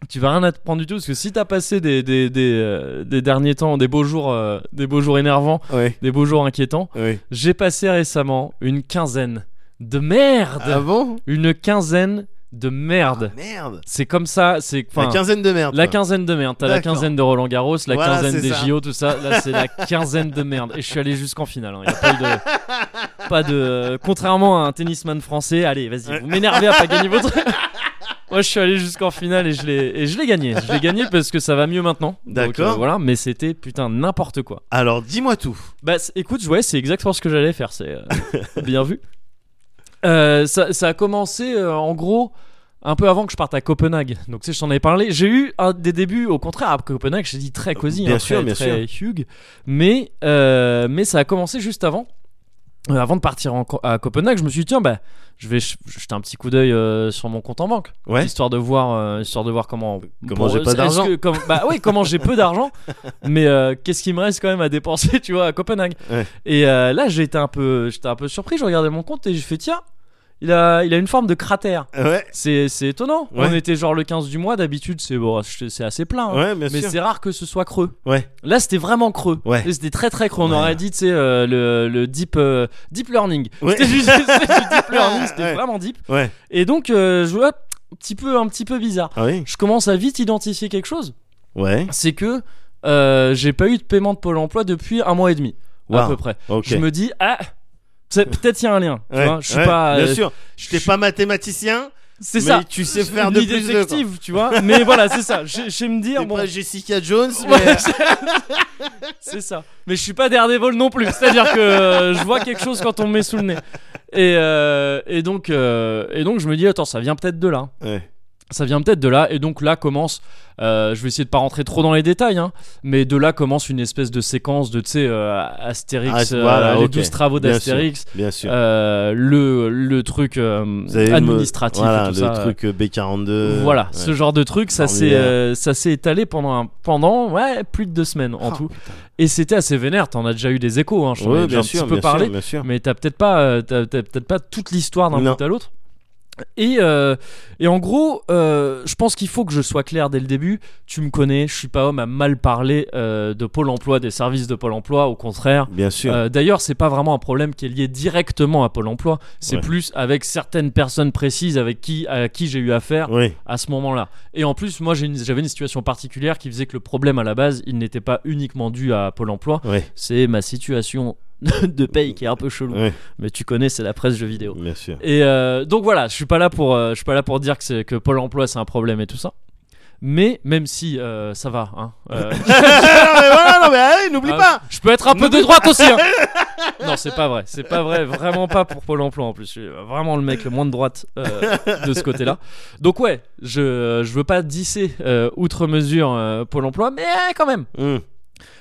Speaker 1: tu vas rien apprendre du tout parce que si t'as passé des des, des, euh, des derniers temps, des beaux jours, euh, des beaux jours énervants,
Speaker 2: Ouais,
Speaker 1: des beaux jours inquiétants,
Speaker 2: ouais.
Speaker 1: j'ai passé récemment une quinzaine de merde,
Speaker 2: Ah bon
Speaker 1: une quinzaine de merde.
Speaker 2: Ah, Merde.
Speaker 1: C'est comme ça, c'est
Speaker 2: La
Speaker 1: enfin.
Speaker 2: quinzaine de merde.
Speaker 1: La
Speaker 2: quoi.
Speaker 1: quinzaine de merde, t'as la
Speaker 2: D'accord.
Speaker 1: quinzaine de Roland Garros, la
Speaker 2: Voilà,
Speaker 1: quinzaine
Speaker 2: c'est
Speaker 1: des
Speaker 2: ça.
Speaker 1: JO, tout ça. Là, c'est la quinzaine de merde. Et je suis allé jusqu'en finale. hein. Y a pas eu de, pas de, contrairement à un tennisman français, allez, vas-y, vous m'énervez à pas gagner votre. Moi, je suis allé jusqu'en finale et je l'ai, et je l'ai gagné. Je l'ai gagné parce que ça va mieux maintenant. Donc,
Speaker 2: D'accord.
Speaker 1: euh, voilà, mais c'était putain n'importe quoi.
Speaker 2: Alors, dis-moi tout.
Speaker 1: Bah c- écoute, ouais, c'est exactement ce que j'allais faire, c'est euh, bien vu. Euh, ça, ça a commencé euh, en gros un peu avant que je parte à Copenhague. Donc tu sais, je t'en avais parlé. J'ai eu un des débuts, au contraire, à Copenhague, j'ai dit très cosy,
Speaker 2: Bien
Speaker 1: hein,
Speaker 2: sûr,
Speaker 1: très,
Speaker 2: bien
Speaker 1: très Hugh. Mais, euh, mais ça a commencé juste avant. Euh, avant de partir en Co- à Copenhague, je me suis dit, tiens, bah, je vais ch- jeter un petit coup d'œil euh, sur mon compte en banque
Speaker 2: Ouais.
Speaker 1: histoire de voir euh, histoire de voir comment
Speaker 2: Comment j'ai pas
Speaker 1: est-ce
Speaker 2: d'argent.
Speaker 1: que- comme- bah oui comment j'ai peu d'argent mais euh, qu'est-ce qui me reste quand même à dépenser tu vois à Copenhague
Speaker 2: Ouais.
Speaker 1: et euh, là j'étais un peu j'étais un peu surpris je regardais mon compte et j'ai fait tiens Il a, il a une forme de cratère.
Speaker 2: Ouais,
Speaker 1: C'est c'est étonnant.
Speaker 2: Ouais.
Speaker 1: On était genre le 15 du mois, d'habitude c'est bon, c'est assez plein. hein.
Speaker 2: ouais, bien
Speaker 1: Mais
Speaker 2: sûr.
Speaker 1: c'est rare que ce soit creux.
Speaker 2: Ouais,
Speaker 1: Là, c'était vraiment creux.
Speaker 2: Ouais.
Speaker 1: Et C'était très très creux. On
Speaker 2: Ouais.
Speaker 1: aurait dit, tu sais, euh, le, le deep, euh, deep learning.
Speaker 2: Ouais.
Speaker 1: C'était juste c'était du deep learning, c'était
Speaker 2: Ouais.
Speaker 1: vraiment deep.
Speaker 2: ouais.
Speaker 1: Et donc, euh, je vois un petit peu, un petit peu bizarre.
Speaker 2: Ah oui
Speaker 1: Je commence à vite identifier quelque chose.
Speaker 2: Ouais.
Speaker 1: C'est que euh, j'ai pas eu de paiement de Pôle emploi depuis un mois et demi, à
Speaker 2: Wow.
Speaker 1: peu près.
Speaker 2: Ok.
Speaker 1: Je me dis, ah, c'est- peut-être il y a un lien. tu
Speaker 2: Ouais,
Speaker 1: vois. je suis
Speaker 2: ouais,
Speaker 1: pas.
Speaker 2: Bien
Speaker 1: euh,
Speaker 2: sûr, je t'ai pas mathématicien,
Speaker 1: C'est
Speaker 2: mais
Speaker 1: ça.
Speaker 2: tu sais faire de
Speaker 1: Ni
Speaker 2: plus de. quoi.
Speaker 1: détective, tu vois. Mais voilà, c'est ça. Je je sais me
Speaker 2: T'es
Speaker 1: dire, bon,
Speaker 2: pas Jessica Jones, mais.
Speaker 1: Ouais, c'est ça. Mais je suis pas Daredevil non plus. C'est-à-dire que euh, je vois quelque chose quand on me met sous le nez. Et, euh, et donc, euh, et donc, je me dis, attends, ça vient peut-être de là.
Speaker 2: Ouais.
Speaker 1: Ça vient peut-être de là. Et donc là commence, euh, je vais essayer de pas rentrer trop dans les détails, hein, mais de là commence une espèce de séquence de, tu sais, euh,
Speaker 2: Ah,
Speaker 1: Astérix,
Speaker 2: voilà,
Speaker 1: euh, les
Speaker 2: ok.
Speaker 1: 12 travaux
Speaker 2: Bien
Speaker 1: d'Astérix,
Speaker 2: Bien sûr.
Speaker 1: euh, le, le truc euh,
Speaker 2: Vous avez le mo-
Speaker 1: administratif
Speaker 2: voilà,
Speaker 1: et tout
Speaker 2: le
Speaker 1: ça.
Speaker 2: truc euh, B42.
Speaker 1: Voilà,
Speaker 2: ouais.
Speaker 1: ce genre de truc, ça s'est,
Speaker 2: Formulaire.
Speaker 1: euh, ça s'est étalé pendant, un- pendant ouais, plus de deux semaines en
Speaker 2: Ah,
Speaker 1: tout. Et c'était assez vénère, t'en as déjà eu des échos, hein, je t'en ai
Speaker 2: Ouais,
Speaker 1: déjà
Speaker 2: bien
Speaker 1: un
Speaker 2: sûr,
Speaker 1: petit peu
Speaker 2: bien
Speaker 1: parlé,
Speaker 2: sûr, bien sûr.
Speaker 1: mais t'as peut-être pas, euh, t'as- t'as peut-être pas toute l'histoire d'un
Speaker 2: Non.
Speaker 1: bout à l'autre. Et, euh, et en gros, euh, je pense qu'il faut que je sois clair dès le début. Tu me connais, je suis pas homme à mal parler euh, de Pôle emploi, des services de Pôle emploi, au contraire.
Speaker 2: Bien sûr.
Speaker 1: Euh, D'ailleurs, c'est pas vraiment un problème qui est lié directement à Pôle emploi, c'est
Speaker 2: Ouais.
Speaker 1: plus avec certaines personnes précises avec qui, à qui j'ai eu affaire
Speaker 2: oui.
Speaker 1: à ce moment-là. Et en plus, moi, j'ai une- j'avais une situation particulière qui faisait que le problème à la base, il n'était pas uniquement dû à Pôle Emploi.
Speaker 2: Oui.
Speaker 1: C'est ma situation de paye qui est un peu chelou.
Speaker 2: Oui.
Speaker 1: Mais tu connais, c'est la presse jeux vidéo.
Speaker 2: Bien sûr.
Speaker 1: Et euh, donc voilà, je suis pas là pour, euh, je suis pas là pour dire que, c'est- que Pôle Emploi c'est un problème et tout ça. Mais même si euh, ça va, hein, euh,
Speaker 2: non, mais voilà, non, mais allez, n'oublie
Speaker 1: Ah,
Speaker 2: pas.
Speaker 1: Je peux être un peu de droite aussi. hein. non, c'est pas vrai. C'est pas vrai. Vraiment pas pour Pôle Emploi en plus. Je suis vraiment le mec le moins de droite euh, de ce côté-là. Donc ouais, je je veux pas disser euh, outre mesure euh, Pôle Emploi, mais euh, quand même.
Speaker 2: Hum.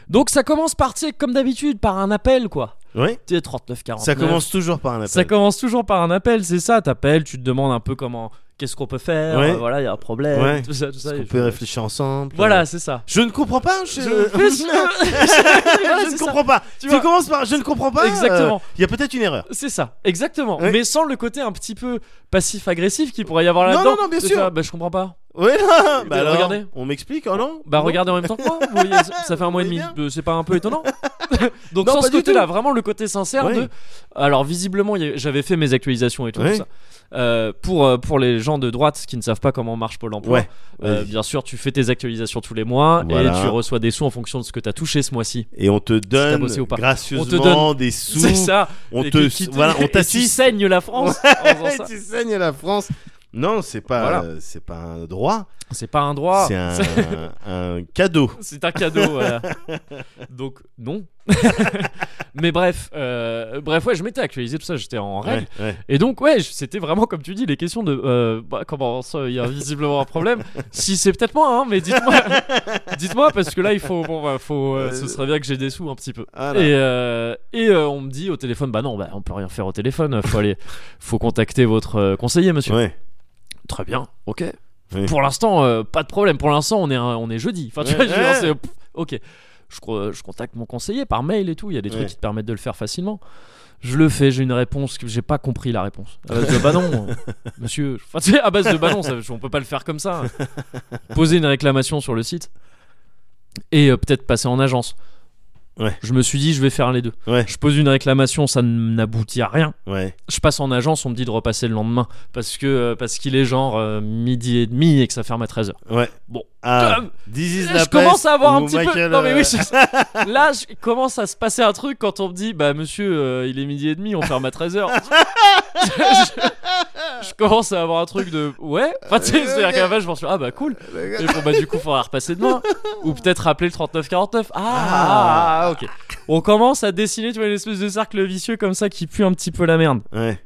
Speaker 1: Donc ça commence par tu sais, comme d'habitude par un appel quoi.
Speaker 2: Oui.
Speaker 1: Tu sais 39 49.
Speaker 2: Ça commence toujours par un appel.
Speaker 1: Ça commence toujours par un appel, c'est ça. T'appelles, tu te demandes un peu comment, qu'est-ce qu'on peut faire.
Speaker 2: Ouais.
Speaker 1: euh, voilà, il y a un problème.
Speaker 2: Ouais.
Speaker 1: Tout ça, tout ça.
Speaker 2: Est-ce
Speaker 1: Et
Speaker 2: qu'on
Speaker 1: je-
Speaker 2: peut réfléchir ensemble.
Speaker 1: Voilà, c'est ça.
Speaker 2: Je ne comprends pas. Je, Voilà, je ne
Speaker 1: C'est ça.
Speaker 2: comprends pas.
Speaker 1: Tu
Speaker 2: Tu,
Speaker 1: vois.
Speaker 2: commences par je ne comprends pas. euh,
Speaker 1: Exactement.
Speaker 2: Il y a peut-être une erreur.
Speaker 1: C'est ça, exactement.
Speaker 2: Ouais.
Speaker 1: Mais sans le côté un petit peu passif-agressif qu'il pourrait y avoir
Speaker 2: Non,
Speaker 1: là-dedans.
Speaker 2: non, non, bien
Speaker 1: C'est
Speaker 2: sûr.
Speaker 1: ça, bah, je comprends pas.
Speaker 2: Oui, non. Bah alors,
Speaker 1: regardez.
Speaker 2: On m'explique, oh non
Speaker 1: Bah,
Speaker 2: Non.
Speaker 1: regardez en même temps que moi. Vous voyez, ça ça fait un mois et
Speaker 2: Vous
Speaker 1: demi.
Speaker 2: voyez
Speaker 1: Euh, C'est pas un peu étonnant Donc,
Speaker 2: Non,
Speaker 1: sans
Speaker 2: pas
Speaker 1: ce
Speaker 2: du
Speaker 1: côté-là,
Speaker 2: tout.
Speaker 1: vraiment le côté sincère
Speaker 2: Ouais.
Speaker 1: de. Alors, visiblement, il y a- j'avais fait mes actualisations et tout,
Speaker 2: Ouais.
Speaker 1: tout ça. Euh, pour, euh, pour les gens de droite qui ne savent pas comment marche Pôle emploi,
Speaker 2: Ouais.
Speaker 1: euh,
Speaker 2: vas-y.
Speaker 1: bien sûr, tu fais tes actualisations tous les mois et
Speaker 2: Voilà.
Speaker 1: tu reçois des sous en fonction de ce que t'as touché ce mois-ci.
Speaker 2: Et on te donne
Speaker 1: bossé ou pas.
Speaker 2: gracieusement
Speaker 1: On te donne-
Speaker 2: des sous.
Speaker 1: C'est ça.
Speaker 2: On
Speaker 1: Et
Speaker 2: te
Speaker 1: que tu-
Speaker 2: voilà,
Speaker 1: et
Speaker 2: on
Speaker 1: tu
Speaker 2: t'assiste.
Speaker 1: saignes la France. en faisant
Speaker 2: Ouais,
Speaker 1: ça.
Speaker 2: tu saignes la France. Non, c'est pas
Speaker 1: Voilà. Ah.
Speaker 2: euh, c'est pas un droit,
Speaker 1: C'est pas un droit.
Speaker 2: c'est un, un cadeau.
Speaker 1: C'est un cadeau, voilà. Donc, non. Mais bref, euh, bref, ouais, je m'étais actualisé, tout ça, j'étais en règle.
Speaker 2: Ouais, ouais.
Speaker 1: Et donc, ouais, je- c'était vraiment, comme tu dis, les questions de euh, bah, comment ça, il y a visiblement un problème. si c'est peut-être moi, hein, mais dites-moi, dites-moi, parce que là, il faut, bon, bah, faut, euh, ce serait bien que j'ai des sous un petit peu.
Speaker 2: Voilà.
Speaker 1: Et, euh, et euh, on me dit au téléphone, bah non, bah, on peut rien faire au téléphone, faut aller, faut contacter votre euh, conseiller, monsieur.
Speaker 2: Ouais.
Speaker 1: Très bien, ok.
Speaker 2: Oui.
Speaker 1: Pour l'instant, euh, pas de problème. Pour l'instant, on est, un- on est jeudi. Enfin, tu
Speaker 2: Ouais.
Speaker 1: vois, je veux dire,
Speaker 2: Ouais.
Speaker 1: c'est- pff, ok. Je, cro- je contacte mon conseiller par mail et tout. Il y a des trucs
Speaker 2: Ouais.
Speaker 1: qui te permettent de le faire facilement. Je le fais, j'ai une réponse que j'ai pas compris la réponse. À base de bah non, monsieur. Enfin, tu sais, à base de bah non, ça- on peut pas le faire comme ça. Poser une réclamation sur le site et euh, peut-être passer en agence.
Speaker 2: Ouais.
Speaker 1: Je me suis dit, je vais faire les deux.
Speaker 2: Ouais.
Speaker 1: Je pose une réclamation, ça n'aboutit à rien
Speaker 2: Ouais.
Speaker 1: je passe en agence, on me dit de repasser le lendemain parce que euh, parce qu'il est genre euh, midi et demi et que ça ferme à 13h.
Speaker 2: Ouais.
Speaker 1: Bon.
Speaker 2: Ah,
Speaker 1: Euh,
Speaker 2: this is
Speaker 1: Je
Speaker 2: la
Speaker 1: commence
Speaker 2: peste
Speaker 1: à avoir un
Speaker 2: ou
Speaker 1: petit peu
Speaker 2: Michael,
Speaker 1: Non mais oui,
Speaker 2: euh,
Speaker 1: je- là je commence à se passer un truc quand on me dit bah monsieur euh, il est midi et demi, on ferme à 13h. je... je commence à avoir un truc de ouais, enfin tu sais, c'est-à-dire qu'à la fin, je me suis ah bah cool. Et bon bah du coup faudra repasser demain ou peut-être rappeler le 3949. Ah, ah, ah, OK. On commence à dessiner tu vois une espèce de cercle vicieux comme ça qui pue un petit peu la merde.
Speaker 2: Ouais.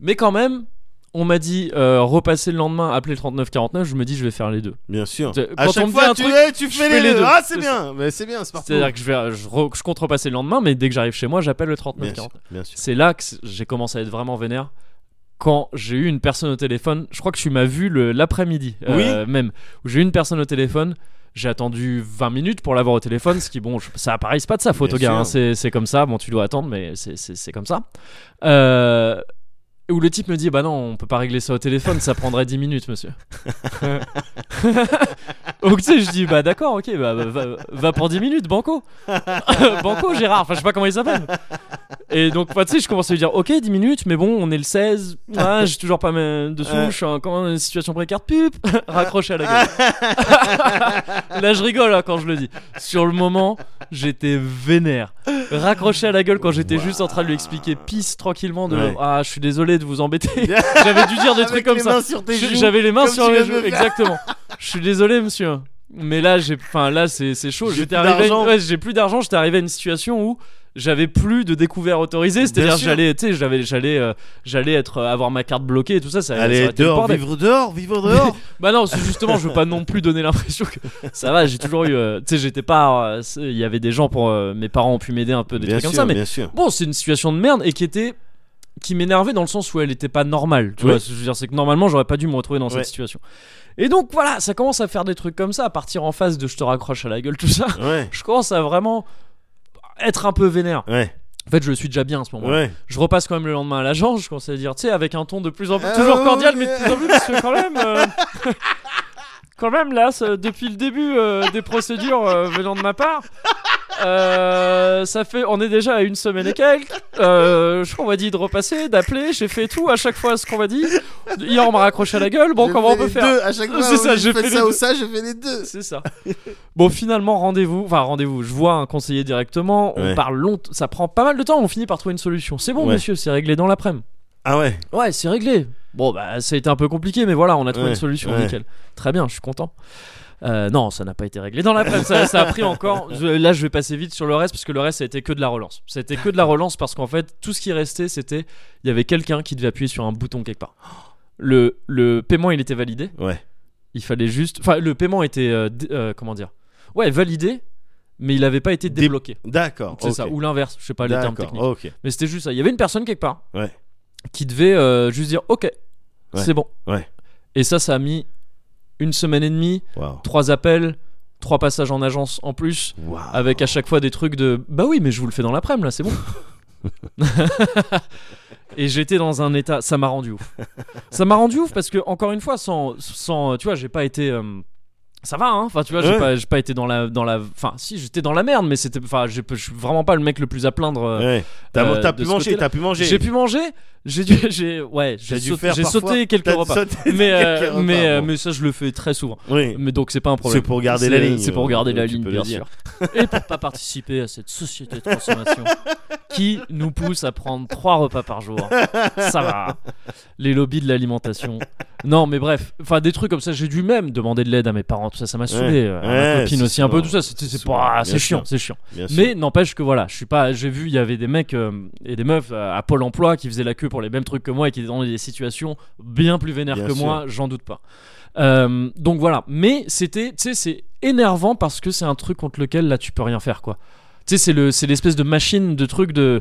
Speaker 1: Mais quand même, on m'a dit euh, repasser le lendemain, appeler le 3949. Je me dis, je vais faire les deux.
Speaker 2: Bien sûr.
Speaker 1: C'est-
Speaker 2: À
Speaker 1: quand on
Speaker 2: chaque
Speaker 1: me
Speaker 2: fois,
Speaker 1: dit
Speaker 2: tu,
Speaker 1: un
Speaker 2: eh, tu
Speaker 1: je
Speaker 2: fais les, deux. Ah, c'est bien. Mais c'est bien, c'est parfait.
Speaker 1: C'est-à-dire que je, vais, je, re- je compte repasser le lendemain, mais dès que j'arrive chez moi, j'appelle le
Speaker 2: Bien sûr.
Speaker 1: 3949.
Speaker 2: Bien sûr.
Speaker 1: C'est là que c- j'ai commencé à être vraiment vénère. Quand j'ai eu une personne au téléphone, je crois que tu m'as vu le- l'après-midi euh, même, où j'ai eu une personne au téléphone. J'ai attendu 20 minutes pour l'avoir au téléphone, ce qui, bon, je- ça appareille, c'est pas de sa faute,
Speaker 2: Bien
Speaker 1: au gars,
Speaker 2: sûr.
Speaker 1: hein, c'est c'est comme ça, bon, tu dois attendre, mais c'est- c'est c'est comme ça. Euh, Où le type me dit Bah non, on peut pas régler ça au téléphone, ça prendrait 10 minutes, monsieur. Donc tu sais, je dis Bah d'accord, ok, bah, bah, va, va pour 10 minutes, Banco. banco, Gérard, enfin je sais pas comment il s'appelle. Et donc, bah, tu sais, je commence à lui dire Ok, 10 minutes, mais bon, on est le 16, ouais, j'ai toujours pas mes dessous,
Speaker 2: Ouais.
Speaker 1: je suis en- hein. quand même dans une situation précaire, pup, raccroché à la gueule. Là, je rigole hein, quand je le dis. Sur le moment, j'étais vénère. Raccroché à la gueule quand j'étais juste en train de lui expliquer pisse tranquillement de
Speaker 2: Ouais.
Speaker 1: ah je suis désolé de vous embêter. J'avais dû dire des trucs
Speaker 2: Avec
Speaker 1: comme
Speaker 2: les
Speaker 1: ça.
Speaker 2: mains sur tes
Speaker 1: Je-
Speaker 2: genoux,
Speaker 1: J'avais les mains
Speaker 2: comme
Speaker 1: sur
Speaker 2: tu
Speaker 1: mes
Speaker 2: viens de le
Speaker 1: genoux
Speaker 2: faire.
Speaker 1: exactement. Je suis désolé monsieur. Mais là j'ai enfin là c'est c'est chaud,
Speaker 2: J'ai
Speaker 1: j'étais
Speaker 2: plus
Speaker 1: arrivé à une-
Speaker 2: d'argent.
Speaker 1: ouais, j'ai plus d'argent, j'étais arrivé à une situation où j'avais plus de découvert autorisé, c'est-à-dire
Speaker 2: Bien
Speaker 1: que
Speaker 2: sûr.
Speaker 1: j'allais tu sais j'avais j'allais euh, j'allais être euh, avoir ma carte bloquée et tout ça ça ça aurait
Speaker 2: Allez,
Speaker 1: été le
Speaker 2: dehors,
Speaker 1: bordel.
Speaker 2: vivre dehors, vivre dehors.
Speaker 1: Bah non, c'est justement, je veux pas non plus donner l'impression que ça va. J'ai toujours eu, euh, tu sais, j'étais pas, euh, c'est- il y avait des gens pour, euh, mes parents ont pu m'aider un peu des
Speaker 2: bien
Speaker 1: trucs
Speaker 2: sûr,
Speaker 1: comme ça, mais
Speaker 2: bien sûr.
Speaker 1: bon, c'est une situation de merde et qui était, qui m'énervait dans le sens où elle était pas normale. Tu
Speaker 2: Oui.
Speaker 1: vois, ce que je veux dire, c'est que normalement, j'aurais pas dû me retrouver dans
Speaker 2: Ouais.
Speaker 1: cette situation. Et donc voilà, ça commence à faire des trucs comme ça, à partir en face de je te raccroche à la gueule, tout ça.
Speaker 2: Ouais,
Speaker 1: Je commence à vraiment être un peu vénère.
Speaker 2: ouais,
Speaker 1: En fait, je le suis déjà bien à ce moment-là
Speaker 2: ouais.
Speaker 1: je repasse quand même le lendemain à l'agence, je commence à dire, tu sais, avec un ton de plus en plus,
Speaker 2: Ah
Speaker 1: toujours
Speaker 2: oui,
Speaker 1: cordial,
Speaker 2: oui.
Speaker 1: mais de plus en plus, parce que quand même, euh, quand même, là, ça- depuis le début euh, des procédures euh, venant de ma part, euh, ça fait, on est déjà à une semaine et quelques, euh, je crois qu'on m'a dit de repasser, d'appeler, j'ai fait tout, à chaque fois ce qu'on m'a dit, hier on m'a raccroché à la gueule, bon,
Speaker 2: J'ai
Speaker 1: comment on
Speaker 2: fait
Speaker 1: peut
Speaker 2: les
Speaker 1: faire
Speaker 2: deux, à chaque fois,
Speaker 1: C'est ça,
Speaker 2: au lieu de
Speaker 1: j'ai
Speaker 2: faire
Speaker 1: fait les
Speaker 2: ça
Speaker 1: deux.
Speaker 2: ou ça, je fais les deux.
Speaker 1: c'est ça. Bon, finalement, rendez-vous. Enfin, rendez-vous. Je vois un conseiller directement. On
Speaker 2: Ouais.
Speaker 1: parle longtemps. Ça prend pas mal de temps. On finit par trouver une solution. C'est bon,
Speaker 2: Ouais.
Speaker 1: monsieur, c'est réglé dans l'après-midi.
Speaker 2: Ah ouais,
Speaker 1: Ouais, c'est réglé. Bon, bah, ça a été un peu compliqué, mais voilà, on a trouvé
Speaker 2: Ouais,
Speaker 1: une solution.
Speaker 2: ouais.
Speaker 1: Nickel. Très bien, je suis content. Euh, non, ça n'a pas été réglé dans l'après-midi. ça, ça a pris encore. Je- là, je vais passer vite sur le reste parce que le reste, ça a été que de la relance. Ça a été que de la relance parce qu'en fait, tout ce qui restait, c'était il y avait quelqu'un qui devait appuyer sur un bouton quelque part. Le, le paiement, il était validé.
Speaker 2: ouais.
Speaker 1: Il fallait juste. Enfin, le paiement était. euh, dé- euh, comment dire Ouais, validé, mais il n'avait pas été
Speaker 2: Dé-
Speaker 1: débloqué.
Speaker 2: D'accord.
Speaker 1: C'est
Speaker 2: ok.
Speaker 1: ça, ou l'inverse, je sais pas les termes
Speaker 2: D'accord,
Speaker 1: techniques.
Speaker 2: ok.
Speaker 1: Mais c'était juste ça. Il y avait une personne quelque part
Speaker 2: Ouais.
Speaker 1: qui devait euh, juste dire Ok, c'est bon.
Speaker 2: ouais.
Speaker 1: Et ça, ça a mis une semaine et demie,
Speaker 2: Waouh.
Speaker 1: trois appels, trois passages en agence en plus,
Speaker 2: Waouh.
Speaker 1: avec à chaque fois des trucs de Bah oui, mais je vous le fais dans l'après-midi, là, c'est bon. Et j'étais dans un état. Ça m'a rendu ouf. Ça m'a rendu ouf parce que, encore une fois, sans. sans tu vois, j'ai pas été. euh, ça va, hein. Enfin, tu vois, j'ai
Speaker 2: Ouais.
Speaker 1: pas, j'ai pas été dans la, dans la. Enfin, si, j'étais dans la merde, mais c'était. Enfin, j'ai- je suis vraiment pas le mec le plus à plaindre. euh,
Speaker 2: Ouais. T'as
Speaker 1: euh,
Speaker 2: t'as
Speaker 1: de
Speaker 2: pu
Speaker 1: ce
Speaker 2: manger,
Speaker 1: côté-là.
Speaker 2: t'as pu manger.
Speaker 1: J'ai pu manger, j'ai dû. J'ai, ouais, j'ai,
Speaker 2: T'as dû
Speaker 1: saut-
Speaker 2: faire
Speaker 1: j'ai
Speaker 2: parfois-
Speaker 1: sauté quelques
Speaker 2: T'as
Speaker 1: repas.
Speaker 2: sauté
Speaker 1: mais, euh,
Speaker 2: quelques repas,
Speaker 1: mais, euh,
Speaker 2: bon.
Speaker 1: mais ça, je le fais très souvent.
Speaker 2: Oui.
Speaker 1: Mais donc, c'est pas un
Speaker 2: C'est
Speaker 1: problème.
Speaker 2: pour garder la
Speaker 1: C'est-
Speaker 2: ligne. euh,
Speaker 1: C'est pour garder la
Speaker 2: tu
Speaker 1: ligne,
Speaker 2: peux le
Speaker 1: bien
Speaker 2: dire.
Speaker 1: sûr. Et pour pas participer à cette société de consommation qui nous pousse à prendre trois repas par jour. Ça va. Les lobbies de l'alimentation. Non, mais bref, enfin des trucs comme ça, j'ai dû même demander de l'aide à mes parents, tout ça, ça m'a saoulé. euh, à ma
Speaker 2: ouais,
Speaker 1: copine
Speaker 2: c'est
Speaker 1: aussi un peu,
Speaker 2: souvent-
Speaker 1: tout ça, c'était- c'est
Speaker 2: souvent,
Speaker 1: pas,
Speaker 2: bien
Speaker 1: c'est chiant,
Speaker 2: sûr.
Speaker 1: c'est chiant.
Speaker 2: Bien sûr.
Speaker 1: Mais n'empêche que voilà, je suis pas, j'ai vu il y avait des mecs euh, et des meufs euh, à Pôle Emploi qui faisaient la queue pour les mêmes trucs que moi et qui étaient dans des situations bien plus vénères
Speaker 2: Bien
Speaker 1: que
Speaker 2: sûr.
Speaker 1: moi, j'en doute pas. Euh, donc voilà, mais c'était, tu sais, c'est énervant parce que c'est un truc contre lequel là tu peux rien faire quoi. Tu sais, c'est le, c'est l'espèce de machine de truc de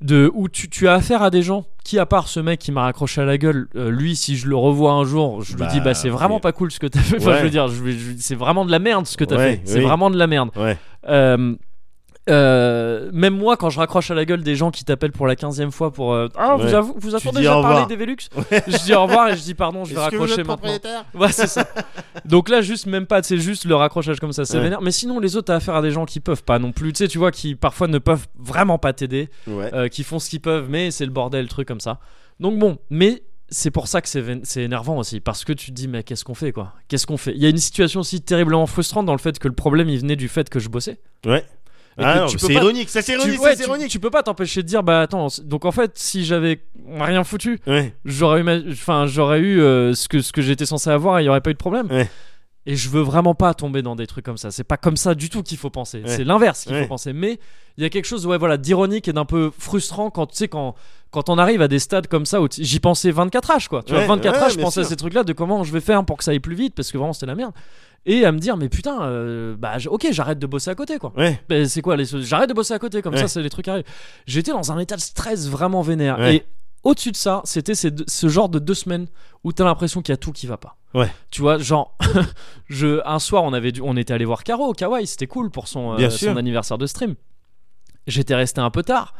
Speaker 1: de où tu, tu as affaire à des gens qui à part ce mec qui m'a raccroché à la gueule euh, lui si je le revois un jour je
Speaker 2: Bah,
Speaker 1: lui dis bah c'est vraiment
Speaker 2: oui.
Speaker 1: pas cool ce que t'as fait Enfin,
Speaker 2: Ouais.
Speaker 1: je veux dire je vais- je- c'est vraiment de la merde ce que t'as
Speaker 2: Ouais,
Speaker 1: fait c'est
Speaker 2: oui.
Speaker 1: vraiment de la merde
Speaker 2: Ouais.
Speaker 1: euh, euh, même moi, quand je raccroche à la gueule des gens qui t'appellent pour la quinzième fois pour euh, ah vous
Speaker 2: Ouais.
Speaker 1: avez vous avez
Speaker 2: Tu dis
Speaker 1: déjà
Speaker 2: au
Speaker 1: parlé
Speaker 2: revoir.
Speaker 1: des Velux, je dis au revoir et je dis pardon, je vais
Speaker 2: Est-ce que vous
Speaker 1: raccrocher
Speaker 2: êtes
Speaker 1: maintenant.
Speaker 2: propriétaire
Speaker 1: Ouais, c'est ça. Donc là, juste même pas, c'est juste le raccrochage comme ça, c'est
Speaker 2: Ouais.
Speaker 1: vénère. Mais sinon, les autres, t'as affaire à des gens qui peuvent pas non plus. Tu sais, tu vois, qui parfois ne peuvent vraiment pas t'aider,
Speaker 2: Ouais.
Speaker 1: euh, qui font ce qu'ils peuvent, mais c'est le bordel, le truc comme ça. Donc bon, mais c'est pour ça que c'est vén- c'est énervant aussi, parce que tu te dis, mais qu'est-ce qu'on fait quoi Qu'est-ce qu'on fait Il y a une situation aussi terriblement frustrante dans le fait que le problème il venait du fait que je bossais.
Speaker 2: Ouais.
Speaker 1: Et
Speaker 2: Ah
Speaker 1: que
Speaker 2: non,
Speaker 1: tu peux
Speaker 2: c'est
Speaker 1: pas-
Speaker 2: ironique, ça c'est
Speaker 1: tu,
Speaker 2: ironique,
Speaker 1: ouais,
Speaker 2: ça c'est
Speaker 1: tu-
Speaker 2: ironique.
Speaker 1: tu peux pas t'empêcher de dire bah attends c'est- donc en fait si j'avais rien foutu
Speaker 2: Ouais.
Speaker 1: j'aurais eu ma- enfin j'aurais eu euh, ce que ce que j'étais censé avoir et il y aurait pas eu de problème
Speaker 2: Ouais.
Speaker 1: et je veux vraiment pas tomber dans des trucs comme ça c'est pas comme ça du tout qu'il faut penser
Speaker 2: Ouais.
Speaker 1: c'est l'inverse qu'il faut
Speaker 2: Ouais.
Speaker 1: penser mais il y a quelque chose ouais voilà d'ironique et d'un peu frustrant quand tu sais quand quand on arrive à des stades comme ça où t- j'y pensais 24 h quoi tu vois
Speaker 2: Ouais,
Speaker 1: 24
Speaker 2: ouais,
Speaker 1: h je
Speaker 2: bien
Speaker 1: pensais à
Speaker 2: sûr.
Speaker 1: ces trucs là de comment je vais faire pour que ça aille plus vite parce que vraiment c'était la merde et à me dire mais putain euh, bah j- ok j'arrête de bosser à côté quoi
Speaker 2: Ouais.
Speaker 1: ben, c'est quoi les solutions J'arrête de bosser à côté, comme
Speaker 2: Ouais.
Speaker 1: ça, c'est les trucs qui arrivent. J'étais dans un état de stress vraiment vénère.
Speaker 2: Ouais.
Speaker 1: Et au-dessus de ça, c'était ces deux- ce genre de deux semaines où t'as l'impression qu'il y a tout qui va pas.
Speaker 2: Ouais.
Speaker 1: Tu vois, genre, je, un soir, on, avait dû- on était allé voir Caro au Kawaii, c'était cool pour son, euh,
Speaker 2: Bien
Speaker 1: son
Speaker 2: sûr.
Speaker 1: anniversaire de stream. J'étais resté un peu tard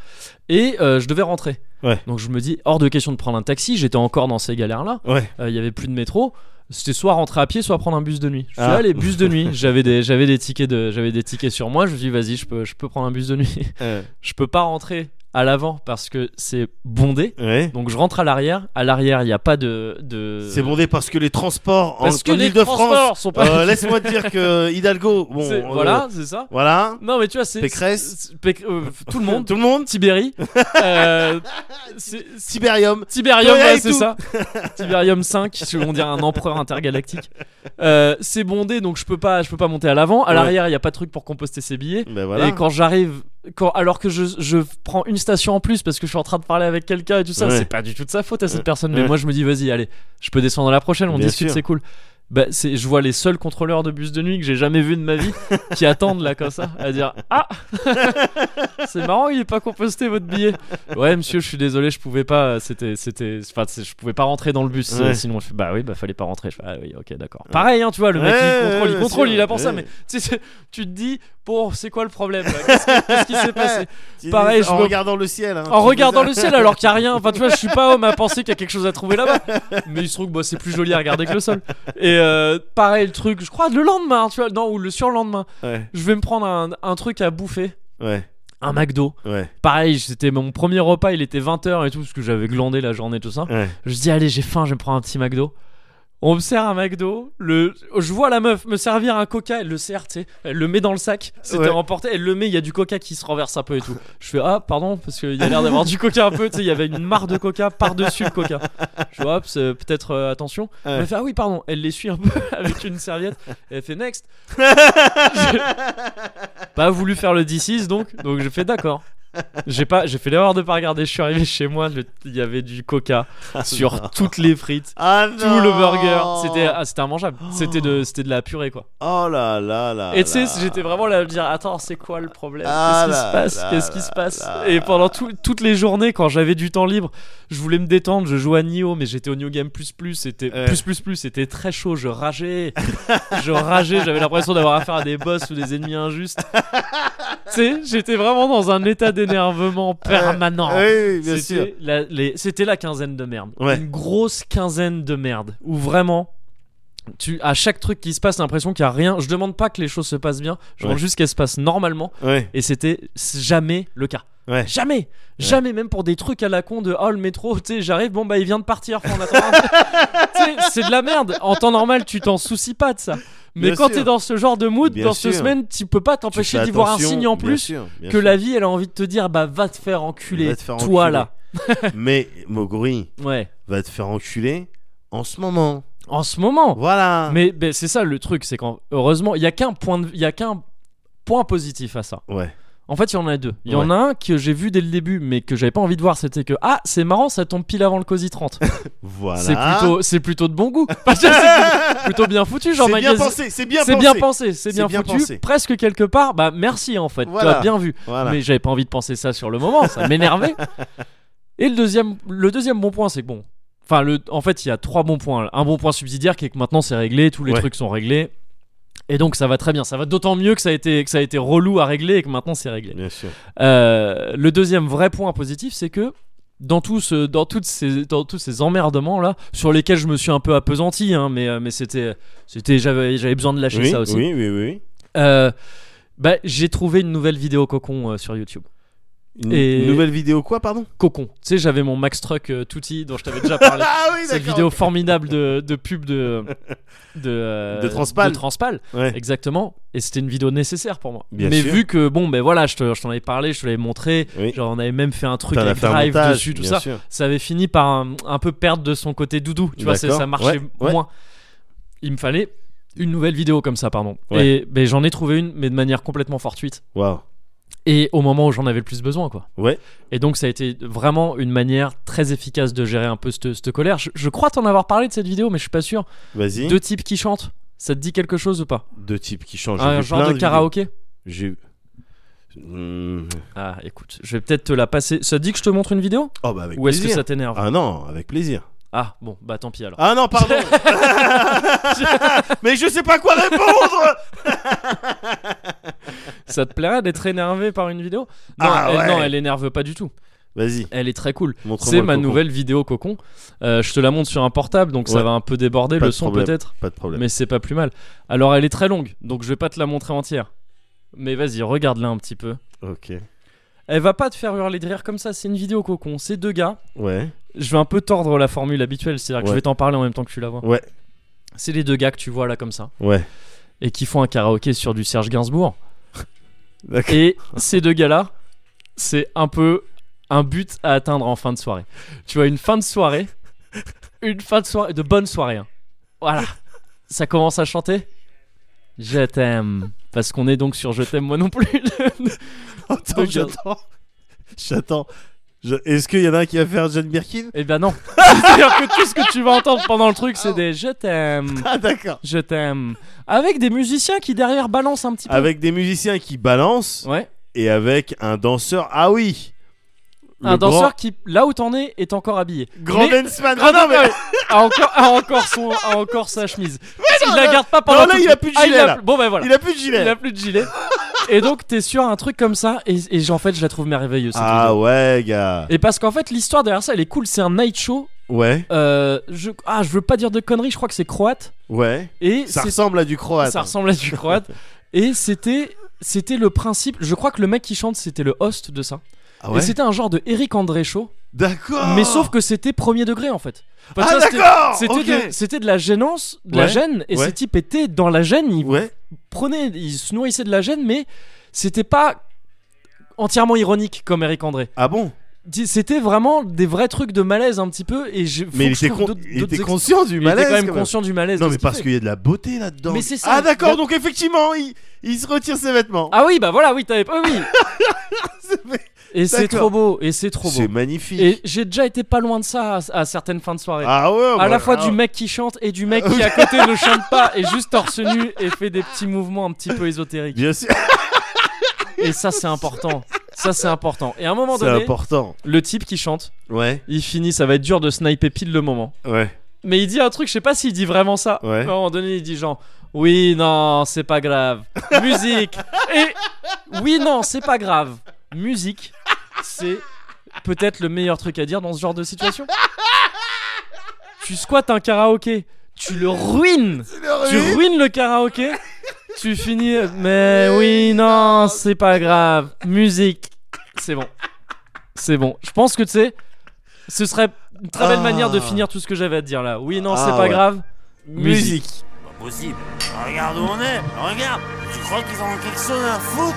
Speaker 1: et euh, je devais rentrer.
Speaker 2: Ouais.
Speaker 1: Donc je me dis, hors de question de prendre un taxi, j'étais encore dans ces galères-là,
Speaker 2: Ouais.
Speaker 1: Euh, il y avait plus de métro. C'était soit rentrer à pied, soit prendre un bus de nuit. Je suis
Speaker 2: Ah.
Speaker 1: allé bus de nuit. J'avais des, j'avais des tickets de, j'avais des tickets sur moi. Je me suis dit, vas-y, je peux, je peux prendre un bus de nuit.
Speaker 2: Euh,
Speaker 1: je peux pas rentrer à l'avant parce que c'est bondé.
Speaker 2: ouais.
Speaker 1: Donc je rentre à l'arrière. À l'arrière, il n'y a pas de, de.
Speaker 2: C'est bondé parce que les transports en,
Speaker 1: Parce que
Speaker 2: en
Speaker 1: les
Speaker 2: Ile-de-France.
Speaker 1: transports sont pas.
Speaker 2: euh, Laisse-moi te dire que Hidalgo. Bon,
Speaker 1: C'est-
Speaker 2: euh,
Speaker 1: voilà, c'est ça.
Speaker 2: Voilà.
Speaker 1: Non, mais tu vois, c'est.
Speaker 2: Pécresse.
Speaker 1: c'est- Péc- euh, tout le monde.
Speaker 2: Tout le monde.
Speaker 1: Tibéri. Euh, c'est- c'est-
Speaker 2: Siberium.
Speaker 1: Tiberium,
Speaker 2: Ouais,
Speaker 1: ouais,
Speaker 2: et
Speaker 1: c'est
Speaker 2: tout.
Speaker 1: ça. Tiberium 5, si on dire un empereur intergalactique. Euh, c'est bondé, donc je peux pas, je peux pas monter à l'avant. À
Speaker 2: Ouais.
Speaker 1: l'arrière, il y a pas de truc pour composter ses billets.
Speaker 2: Ben voilà.
Speaker 1: Et quand j'arrive, quand alors que je, je prends une station en plus parce que je suis en train de parler avec quelqu'un et tout ça,
Speaker 2: Ouais.
Speaker 1: c'est pas du tout de sa faute à cette
Speaker 2: Ouais.
Speaker 1: personne. Mais
Speaker 2: Ouais.
Speaker 1: moi, je me dis, vas-y, allez, je peux descendre à la prochaine, on
Speaker 2: Bien
Speaker 1: discute,
Speaker 2: sûr.
Speaker 1: c'est cool. Bah, c'est, je vois les seuls contrôleurs de bus de nuit que j'ai jamais vus de ma vie qui attendent là comme ça, à dire ah, c'est marrant, il est pas composté votre billet. Ouais, monsieur, je suis désolé, je pouvais pas, c'était, c'était, enfin, c'est- je pouvais pas rentrer dans le bus.
Speaker 2: Ouais.
Speaker 1: euh, Sinon, je fais, bah oui, bah fallait pas rentrer. Je fais, ah oui, ok, d'accord. Pareil, hein, tu vois, le mec
Speaker 2: Ouais,
Speaker 1: il contrôle,
Speaker 2: ouais,
Speaker 1: il
Speaker 2: bien
Speaker 1: contrôle,
Speaker 2: sûr,
Speaker 1: il a pour ça,
Speaker 2: ouais.
Speaker 1: mais tu sais, tu te dis, bon, c'est quoi le problème là Qu'est-ce qui- Qu'est-ce qui s'est passé Pareil, je
Speaker 2: en
Speaker 1: me-
Speaker 2: regardant le ciel. hein.
Speaker 1: En regardant le ciel alors qu'il n'y a rien, enfin tu vois, je suis pas homme à penser qu'il y a quelque chose à trouver là-bas. Mais il se trouve que bah, c'est plus joli à regarder que le sol. Et euh, pareil, le truc, je crois, le lendemain, tu vois, non, ou le surlendemain,
Speaker 2: Ouais,
Speaker 1: je vais me prendre un, un truc à bouffer,
Speaker 2: ouais,
Speaker 1: un McDo.
Speaker 2: ouais,
Speaker 1: Pareil, c'était mon premier repas, il était 20h et tout, parce que j'avais glandé la journée, tout ça.
Speaker 2: ouais.
Speaker 1: Je dis allez j'ai faim, je vais me prendre un petit McDo. On me sert un McDo, le... je vois la meuf me servir un coca, elle le sert, tu sais, elle le met dans le sac, c'était
Speaker 2: Ouais.
Speaker 1: emporté, elle le met, il y a du coca qui se renverse un peu et tout. Je fais ah pardon, parce qu'il y a l'air d'avoir du coca un peu, tu sais, il y avait une mare de coca par-dessus le coca. Je vois hop, c'est peut-être euh, attention.
Speaker 2: Ouais.
Speaker 1: Elle fait ah oui pardon, elle l'essuie un peu avec une serviette, elle fait next. J'ai pas voulu faire le D6 donc, donc j'ai fait d'accord. J'ai pas, j'ai fait l'erreur de pas regarder. Je suis arrivé chez moi, le- il y avait du coca sur toutes les frites,
Speaker 2: Ah non.
Speaker 1: tout le burger. C'était, ah, c'était immangeable. C'était de, c'était de la purée quoi.
Speaker 2: Oh là là là.
Speaker 1: Et tu sais,
Speaker 2: là.
Speaker 1: j'étais vraiment là à me dire, attends, c'est quoi le problème
Speaker 2: Ah
Speaker 1: Qu'est-ce qui se
Speaker 2: là
Speaker 1: passe
Speaker 2: là
Speaker 1: Qu'est-ce qui
Speaker 2: là
Speaker 1: se passe
Speaker 2: là
Speaker 1: Et pendant tout- toutes les journées, quand j'avais du temps libre, je voulais me détendre. Je jouais à Nioh, mais j'étais au New Game plus plus. C'était
Speaker 2: Ouais.
Speaker 1: plus plus plus. C'était très chaud. Je rageais, je rageais. J'avais l'impression d'avoir affaire à des boss ou des ennemis injustes. tu sais, j'étais vraiment dans un état d'énervement permanent.
Speaker 2: Oui, oui, bien sûr.
Speaker 1: C'était la, les- c'était la quinzaine de merde.
Speaker 2: Ouais.
Speaker 1: Une grosse quinzaine de merde. Où vraiment, tu, à chaque truc qui se passe, t'as l'impression qu'il n'y a rien. Je demande pas que les choses se passent bien. Je
Speaker 2: Ouais.
Speaker 1: demande juste qu'elles se passent normalement.
Speaker 2: Ouais,
Speaker 1: Et c'était jamais le cas.
Speaker 2: ouais.
Speaker 1: Jamais, jamais, même pour des trucs à la con de oh le métro, tu sais, j'arrive, bon bah il vient de partir, faut en attendre un peu. Tu sais, c'est de la merde. En temps normal, tu t'en soucies pas de ça. Mais
Speaker 2: Bien
Speaker 1: quand
Speaker 2: sûr.
Speaker 1: t'es dans ce genre de mood,
Speaker 2: Bien
Speaker 1: dans cette
Speaker 2: sûr.
Speaker 1: semaine, tu peux pas
Speaker 2: Tu
Speaker 1: t'empêcher
Speaker 2: fais
Speaker 1: d'y voir un
Speaker 2: attention,
Speaker 1: signe en
Speaker 2: bien
Speaker 1: plus
Speaker 2: sûr, bien
Speaker 1: que
Speaker 2: sûr.
Speaker 1: la vie, elle a envie de te dire bah va te faire enculer,
Speaker 2: Va te faire
Speaker 1: toi
Speaker 2: enculer.
Speaker 1: là.
Speaker 2: Mais Moguri
Speaker 1: Ouais.
Speaker 2: va te faire enculer en ce moment.
Speaker 1: En ce moment.
Speaker 2: Voilà.
Speaker 1: Mais ben, c'est ça le truc, c'est qu'en heureusement, il y a qu'un point de- il y a qu'un point positif à ça.
Speaker 2: Ouais.
Speaker 1: En fait, il y en a deux. Il y en a un que j'ai vu dès le début, mais que j'avais pas envie de voir, c'était que ah, c'est marrant, ça tombe pile avant le COSI 30.
Speaker 2: Voilà.
Speaker 1: C'est plutôt, c'est plutôt de bon goût. Parce que c'est plutôt bien foutu, genre
Speaker 2: C'est bien
Speaker 1: magazine-
Speaker 2: pensé. C'est bien
Speaker 1: C'est
Speaker 2: pensé.
Speaker 1: bien pensé, c'est
Speaker 2: C'est
Speaker 1: bien,
Speaker 2: bien
Speaker 1: foutu.
Speaker 2: pensé.
Speaker 1: Presque quelque part, bah merci en fait,
Speaker 2: Voilà.
Speaker 1: tu as bien vu.
Speaker 2: Voilà.
Speaker 1: Mais j'avais pas envie de penser ça sur le moment, ça m'énervait. Et le deuxième, le deuxième bon point, c'est que bon. Enfin, le, en fait, il y a trois bons points. Un bon point subsidiaire qui est que maintenant c'est réglé, tous les
Speaker 2: Ouais.
Speaker 1: trucs sont réglés. Et donc ça va très bien. Ça va d'autant mieux que ça a été, que ça a été relou à régler et que maintenant c'est réglé.
Speaker 2: Bien sûr.
Speaker 1: Euh, le deuxième vrai point positif, c'est que dans, tout ce- dans, toutes ces, dans tous ces emmerdements là, sur lesquels je me suis un peu appesanti, hein, mais, euh, mais c'était, c'était, j'avais, j'avais besoin de lâcher
Speaker 2: Oui,
Speaker 1: ça aussi.
Speaker 2: oui, oui, oui.
Speaker 1: Euh, bah, j'ai trouvé une nouvelle vidéo cocon euh, sur YouTube.
Speaker 2: Une
Speaker 1: Et-
Speaker 2: une nouvelle vidéo quoi, pardon
Speaker 1: Cocon. Tu sais, j'avais mon Max Truck euh, Tutti dont je t'avais déjà parlé.
Speaker 2: Ah oui,
Speaker 1: Cette vidéo formidable de, de pub de de, euh,
Speaker 2: De Transpal.
Speaker 1: de Transpal,
Speaker 2: Ouais.
Speaker 1: exactement. Et c'était une vidéo nécessaire pour moi.
Speaker 2: Bien
Speaker 1: Mais
Speaker 2: sûr.
Speaker 1: vu que bon, ben voilà, je te- je t'en avais parlé, je te l'avais montré.
Speaker 2: Oui.
Speaker 1: Genre, on avait même fait un truc
Speaker 2: T'en as
Speaker 1: avec
Speaker 2: fait un
Speaker 1: Drive
Speaker 2: montage,
Speaker 1: dessus, tout
Speaker 2: bien
Speaker 1: ça.
Speaker 2: sûr.
Speaker 1: ça avait fini par un, un peu perdre de son côté doudou. Tu vois, c'est-
Speaker 2: D'accord.
Speaker 1: ça marchait
Speaker 2: Ouais, ouais.
Speaker 1: moins. Il me fallait une nouvelle vidéo comme ça, pardon.
Speaker 2: Ouais.
Speaker 1: Et ben, j'en ai trouvé une, mais de manière complètement fortuite.
Speaker 2: Waouh.
Speaker 1: Et au moment où j'en avais le plus besoin, quoi.
Speaker 2: Ouais.
Speaker 1: Et donc, ça a été vraiment une manière très efficace de gérer un peu cette, cette colère. Je, je crois t'en avoir parlé de cette vidéo, mais je suis pas sûr.
Speaker 2: Vas-y.
Speaker 1: Deux types qui chantent, ça te dit quelque chose ou pas
Speaker 2: Deux types qui changent. J'ai
Speaker 1: Un
Speaker 2: vu
Speaker 1: genre
Speaker 2: plein
Speaker 1: de
Speaker 2: vidéos.
Speaker 1: karaoké
Speaker 2: J'ai. Hmm.
Speaker 1: Ah, écoute, je vais peut-être te la passer. Ça te dit que je te montre une vidéo
Speaker 2: Oh bah avec
Speaker 1: Ou est-ce que
Speaker 2: plaisir.
Speaker 1: ça t'énerve ah.
Speaker 2: Ah non, avec plaisir.
Speaker 1: bon, bah tant pis alors.
Speaker 2: Ah non, pardon. Mais je sais pas quoi répondre.
Speaker 1: Ça te plairait d'être énervé par une vidéo non,
Speaker 2: Ah
Speaker 1: elle,
Speaker 2: ouais.
Speaker 1: non, elle énerve pas du tout.
Speaker 2: Vas-y,
Speaker 1: Elle est très cool.
Speaker 2: montre-moi.
Speaker 1: C'est
Speaker 2: le
Speaker 1: ma
Speaker 2: cocon.
Speaker 1: nouvelle vidéo cocon. Euh, je te la montre sur un portable, donc ça
Speaker 2: Ouais.
Speaker 1: va un peu déborder
Speaker 2: Pas
Speaker 1: le
Speaker 2: de
Speaker 1: son
Speaker 2: problème.
Speaker 1: peut-être,
Speaker 2: Pas de problème.
Speaker 1: mais c'est pas plus mal. Alors elle est très longue, donc je vais pas te la montrer entière. Mais vas-y, regarde-la un petit peu.
Speaker 2: Ok.
Speaker 1: Elle va pas te faire hurler de rire comme ça, c'est une vidéo cocon. C'est deux gars.
Speaker 2: Ouais.
Speaker 1: Je vais un peu tordre la formule habituelle, c'est-à-dire que je
Speaker 2: Ouais.
Speaker 1: vais t'en parler en même temps que tu la vois.
Speaker 2: Ouais.
Speaker 1: C'est les deux gars que tu vois là comme ça,
Speaker 2: Ouais.
Speaker 1: et qui font un karaoké sur du Serge Gainsbourg.
Speaker 2: D'accord.
Speaker 1: Et ces deux gars-là, c'est un peu un but à atteindre en fin de soirée. Tu vois, une fin de soirée, une fin de soirée, de bonne soirée. hein. Voilà. Ça commence à chanter. Je t'aime. Parce qu'on est donc sur Je t'aime moi non plus.
Speaker 2: Attends, j'attends. J'attends. Je- Est-ce qu'il y en a un qui va faire John Birkin
Speaker 1: Eh ben non. C'est-à-dire que tout ce que tu vas entendre pendant le truc, c'est des Je t'aime.
Speaker 2: Ah d'accord.
Speaker 1: Je t'aime. Avec des musiciens qui derrière balancent un petit peu.
Speaker 2: Avec des musiciens qui balancent
Speaker 1: Ouais.
Speaker 2: et avec un danseur. Ah oui. Le
Speaker 1: Un danseur
Speaker 2: grand-
Speaker 1: qui, là où t'en es, est encore habillé.
Speaker 2: Grand
Speaker 1: Mais-
Speaker 2: Dansman. Ah non mais.
Speaker 1: a encore, a encore son, a encore sa chemise. il
Speaker 2: non,
Speaker 1: la
Speaker 2: là-
Speaker 1: garde pas pendant
Speaker 2: non, là,
Speaker 1: tout
Speaker 2: il
Speaker 1: le-
Speaker 2: a plus de
Speaker 1: Ah,
Speaker 2: gilet,
Speaker 1: il a
Speaker 2: là.
Speaker 1: plus- Bon ben voilà.
Speaker 2: Il a plus de gilet.
Speaker 1: Il a plus de gilet. Et donc t'es sur un truc comme ça et, et en fait je la trouve merveilleuse. cette vidéo.
Speaker 2: Ah ouais gars.
Speaker 1: Et parce qu'en fait l'histoire derrière ça elle est cool, c'est un night show.
Speaker 2: Ouais.
Speaker 1: Euh, je, ah je veux pas dire de conneries, je crois que c'est croate.
Speaker 2: Ouais.
Speaker 1: Et
Speaker 2: Ça
Speaker 1: c'est-
Speaker 2: ressemble à du croate. hein.
Speaker 1: ça ressemble à du croate. Et c'était c'était le principe. Je crois que le mec qui chante c'était le host de ça.
Speaker 2: Ah ouais.
Speaker 1: Et c'était un genre de Eric André show.
Speaker 2: D'accord.
Speaker 1: Mais sauf que c'était premier degré en fait. Parce
Speaker 2: Ah
Speaker 1: que c'était-
Speaker 2: d'accord.
Speaker 1: C'était
Speaker 2: ok.
Speaker 1: de, c'était de la gênance, de la
Speaker 2: Ouais,
Speaker 1: gêne, et
Speaker 2: ouais.
Speaker 1: ces types étaient dans la gêne, ils
Speaker 2: Ouais.
Speaker 1: prenaient, ils se nourrissaient de la gêne, mais c'était pas entièrement ironique comme Eric André.
Speaker 2: Ah bon.
Speaker 1: Di- C'était vraiment des vrais trucs de malaise un petit peu, et je. faut
Speaker 2: Mais
Speaker 1: que
Speaker 2: il
Speaker 1: je
Speaker 2: était,
Speaker 1: trouve
Speaker 2: con-
Speaker 1: d'autres-
Speaker 2: il
Speaker 1: d'autres
Speaker 2: était
Speaker 1: ex-
Speaker 2: conscient du
Speaker 1: il était
Speaker 2: malaise.
Speaker 1: quand même
Speaker 2: même.
Speaker 1: conscient du malaise.
Speaker 2: Non,
Speaker 1: de
Speaker 2: mais
Speaker 1: ce qu'il
Speaker 2: parce
Speaker 1: fait.
Speaker 2: qu'il y a de la beauté là-dedans.
Speaker 1: Mais c'est ça,
Speaker 2: Ah,
Speaker 1: la-
Speaker 2: d'accord, donc effectivement, il, il se retire ses vêtements.
Speaker 1: Ah oui, bah voilà, oui, t'avais pas. Oui Et c'est
Speaker 2: D'accord.
Speaker 1: trop beau, et c'est trop beau.
Speaker 2: c'est magnifique.
Speaker 1: Et j'ai déjà été pas loin de ça à, à certaines fins de soirée.
Speaker 2: Ah ouais,
Speaker 1: à
Speaker 2: bah,
Speaker 1: la fois
Speaker 2: ah
Speaker 1: du mec qui chante et du mec qui à côté ne chante pas et juste torse nu et fait des petits mouvements un petit peu ésotériques.
Speaker 2: Bien sûr,
Speaker 1: Et ça, c'est important. Ça, c'est important. Et à un moment
Speaker 2: c'est
Speaker 1: donné,
Speaker 2: important.
Speaker 1: le type qui chante,
Speaker 2: Ouais,
Speaker 1: il finit, ça va être dur de sniper pile le moment.
Speaker 2: ouais.
Speaker 1: Mais il dit un truc, je sais pas s'il dit vraiment ça.
Speaker 2: Ouais.
Speaker 1: À un moment donné, il dit genre, oui, non, c'est pas grave. Musique. Et oui, non, c'est pas grave. Musique, c'est peut-être le meilleur truc à dire dans ce genre de situation. Tu squattes un karaoké, tu le ruines tu ruines le karaoké, tu finis. Mais oui, non, c'est pas grave. Musique, c'est bon, c'est bon. Je pense que tu sais, ce serait une très belle
Speaker 2: Ah.
Speaker 1: manière de finir tout ce que j'avais à te dire là. Oui, non, c'est
Speaker 2: Ah,
Speaker 1: pas
Speaker 2: ouais.
Speaker 1: grave.
Speaker 2: Musique.
Speaker 5: Possible. Regarde où on est, regarde. Tu crois qu'ils en ont quelque chose à foutre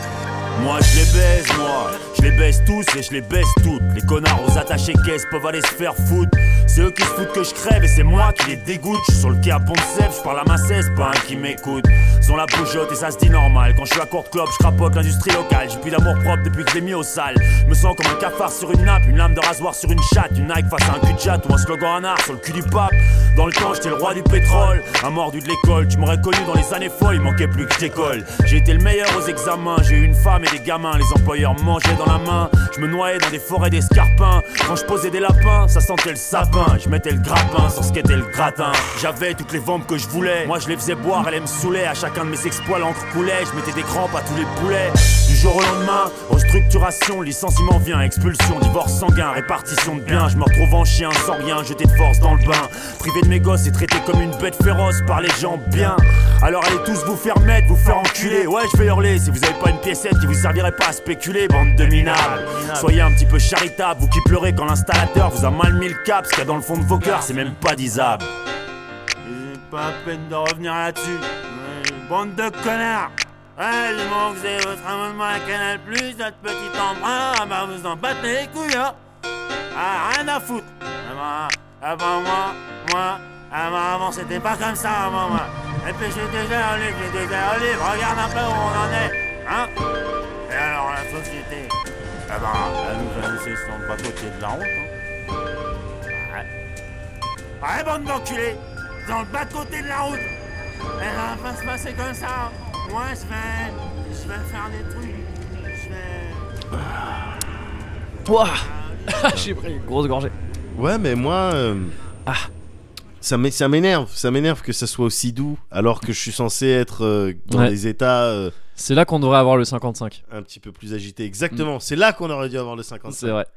Speaker 5: Moi je les baise, moi. Je les baise tous et je les baise toutes. Les connards aux attachés caisses peuvent aller se faire foutre. C'est eux qui se foutent que je crève et c'est moi qui les dégoûte. Je suis sur le quai à Poncef, je parle à ma cesse, pas un qui m'écoute. Ils ont la bougeotte et ça se dit normal. Quand je suis à court club, je crapote l'industrie locale. J'ai plus d'amour propre depuis que j'ai mis au sale. Je me sens comme un cafard sur une nappe, une lame de rasoir sur une chatte, une Nike face à un cul de jatte ou un slogan anard sur le cul du pape. Dans le temps, j'étais le roi du pétrole, un mordu de l'école. Tu m'aurais connu dans les années folles, il manquait plus que je décolle. J'ai été le meilleur aux examens, j'ai eu une femme et des gamins. Les employeurs me mangeaient dans la main, je me noyais dans des forêts d'escarpins. Quand je posais des lapins, ça sentait le sapin. Je mettais le grappin sur ce qu'était le gratin. J'avais toutes les ventes que je voulais, moi je les faisais boire, elles me saoulaient. À chacun de mes exploits, l'encre coulait, je mettais des crampes à tous les poulets. Du jour au lendemain, restructuration, licenciement vient, expulsion, divorce sanguin, répartition de biens. Je me retrouve en chien, sans rien, jeté de force dans le bain. Privé de mes gosses et traité comme une bête féroce par les gens bien. Alors allez tous vous faire mettre, vous faire enculer. Ouais, je vais hurler si vous avez pas une piécette qui vous servirait pas à spéculer, bande de minables. Soyez un petit peu charitable, vous qui pleurez quand l'installateur vous a mal mis le cap. Ce qu'il y a dans le fond de vos cœurs, c'est même pas disable. Et Pas à peine de revenir là-dessus. Ouais, Bande de connards. Ouais, du moment que vous avez votre amendement à Canal+, notre petit embrun, ah bah vous en battez les couilles, hein Ah, rien à foutre Avant, avant moi, moi, avant, avant, c'était pas comme ça, avant moi Et puis je suis déjà en livre, je suis déjà en livre, regarde un peu où on en est, hein Et alors, la société Ah bah, elle nous a laissé sur le bas côté de la route, hein Ouais, ouais Ah, bande d'enculés Dans le bas côté de la route Eh, elle va pas se passer ben, comme ça. Moi, je vais, je vais faire des trucs. Je vais.
Speaker 1: Ouah. J'ai pris une grosse gorgée.
Speaker 2: Ouais, mais moi. euh,
Speaker 1: Ah.
Speaker 2: Ça m'é- ça m'énerve, ça m'énerve que ça soit aussi doux, alors que je suis censé être euh, dans
Speaker 1: Ouais.
Speaker 2: des états euh,
Speaker 1: C'est là qu'on devrait avoir le 55.
Speaker 2: un petit peu plus agités. Exactement, c'est là qu'on aurait dû avoir le 50.
Speaker 1: Mm. C'est vrai.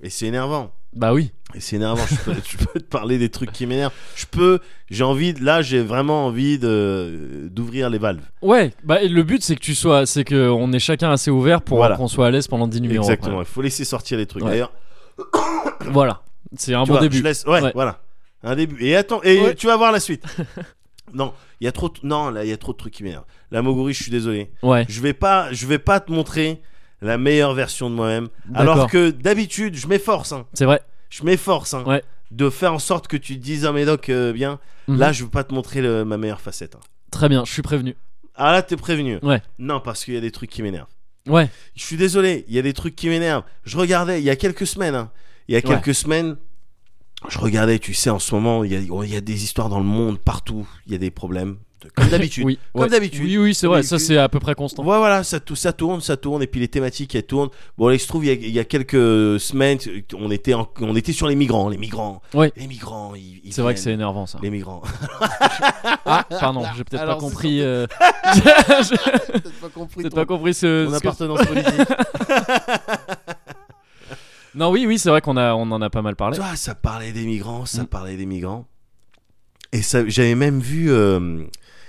Speaker 2: Et c'est énervant.
Speaker 1: Bah oui.
Speaker 2: Et c'est énervant. je, peux, je peux te parler des trucs qui m'énervent. Je peux. J'ai envie. de- Là, j'ai vraiment envie de d'ouvrir les valves.
Speaker 1: Ouais, bah et le but c'est que tu sois, c'est que on est chacun assez ouvert pour
Speaker 2: Voilà.
Speaker 1: qu'on soit à l'aise pendant 10 numéros. quoi.
Speaker 2: Exactement. Il faut laisser sortir les trucs.
Speaker 1: Ouais.
Speaker 2: D'ailleurs,
Speaker 1: Voilà, c'est un
Speaker 2: tu
Speaker 1: bon
Speaker 2: vois,
Speaker 1: début.
Speaker 2: je laisse- ouais,
Speaker 1: Ouais.
Speaker 2: voilà. Un début. Et attends. Et
Speaker 1: Ouais.
Speaker 2: tu vas voir la suite. non, il y a trop. de- Non, là, il y a trop de trucs qui m'énervent. La Moguri, je suis désolé.
Speaker 1: Ouais,
Speaker 2: Je vais pas. Je vais pas te montrer la meilleure version de moi-même.
Speaker 1: D'accord.
Speaker 2: Alors que d'habitude, je m'efforce. hein.
Speaker 1: c'est vrai.
Speaker 2: je m'efforce hein,
Speaker 1: Ouais.
Speaker 2: de faire en sorte que tu te dises un médoc euh, bien.
Speaker 1: Mhm.
Speaker 2: Là, je veux pas te montrer le- ma meilleure facette. hein.
Speaker 1: Très bien, je suis prévenu.
Speaker 2: Ah là, t'es prévenu.
Speaker 1: Ouais.
Speaker 2: Non, parce qu'il y a des trucs qui m'énervent.
Speaker 1: Ouais,
Speaker 2: Je suis désolé, il y a des trucs qui m'énervent. Je regardais il y a quelques semaines. hein. Il y a
Speaker 1: Ouais.
Speaker 2: quelques semaines, je regardais, tu sais, en ce moment, il y, a, oh, il y a des histoires dans le monde, partout. Il y a des problèmes. Comme d'habitude.
Speaker 1: oui.
Speaker 2: Comme
Speaker 1: ouais.
Speaker 2: d'habitude.
Speaker 1: Oui, oui, c'est vrai. Ça
Speaker 2: D'habitude.
Speaker 1: c'est à peu près constant.
Speaker 2: Ouais, voilà, ça, tou- ça tourne, ça tourne, et puis les thématiques, elles tournent. Bon, là, il se trouve, il y a, il y a quelques semaines, on était, en- on était sur les migrants, les migrants.
Speaker 1: Ouais.
Speaker 2: Les migrants, ils, ils
Speaker 1: C'est vrai que c'est
Speaker 2: viennent.
Speaker 1: énervant ça.
Speaker 2: Les migrants.
Speaker 1: Ah, pardon, j'ai peut-être pas
Speaker 2: Alors, c'est
Speaker 1: compris. euh, j'ai
Speaker 2: pas compris
Speaker 1: peut-être pas compris ce.
Speaker 2: mon
Speaker 1: ce que-
Speaker 2: appartenance politique.
Speaker 1: Non, oui, oui, c'est vrai qu'on a, on en a pas mal parlé.
Speaker 2: Tu vois, ça parlait des migrants, ça
Speaker 1: Mm.
Speaker 2: parlait des migrants. Et ça, j'avais même vu euh,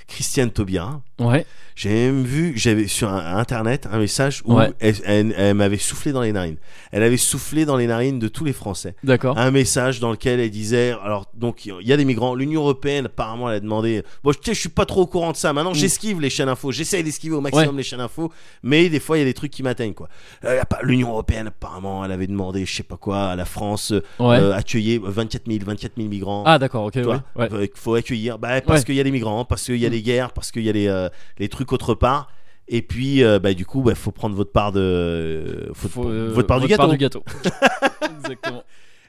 Speaker 2: Christiane Taubira.
Speaker 1: Ouais.
Speaker 2: J'avais même vu, j'avais sur un- Internet un message où
Speaker 1: Ouais.
Speaker 2: elle, elle- elle m'avait soufflé dans les narines. Elle avait soufflé dans les narines de tous les Français.
Speaker 1: D'accord.
Speaker 2: Un message dans lequel elle disait, alors donc il y a des migrants, l'Union européenne apparemment elle a demandé. Bon, je- tu sais, je suis pas trop au courant de ça.
Speaker 1: Mm.
Speaker 2: Maintenant, j'esquive les chaînes infos, j'essaye d'esquiver au maximum les chaînes infos, mais des fois il y a des trucs qui m'atteignent quoi. Euh, y a pas- L'Union européenne apparemment elle avait demandé, je sais pas quoi, à la France
Speaker 1: Ouais.
Speaker 2: euh, accueillir 24 000, 24 000 migrants.
Speaker 1: Ah, d'accord. Ok.
Speaker 2: Tu
Speaker 1: oui,
Speaker 2: vois,
Speaker 1: Ouais.
Speaker 2: euh, qu'il faut accueillir bah, parce
Speaker 1: Ouais. Mm.
Speaker 2: qu'il y a les migrants, parce qu'il y a les guerres, parce qu'il y a les, euh, les trucs autre part. Et puis, euh, bah, du coup, il faut prendre votre part, de... faut-
Speaker 1: Faut, euh,
Speaker 2: votre part du
Speaker 1: votre
Speaker 2: gâteau.
Speaker 1: Exactement.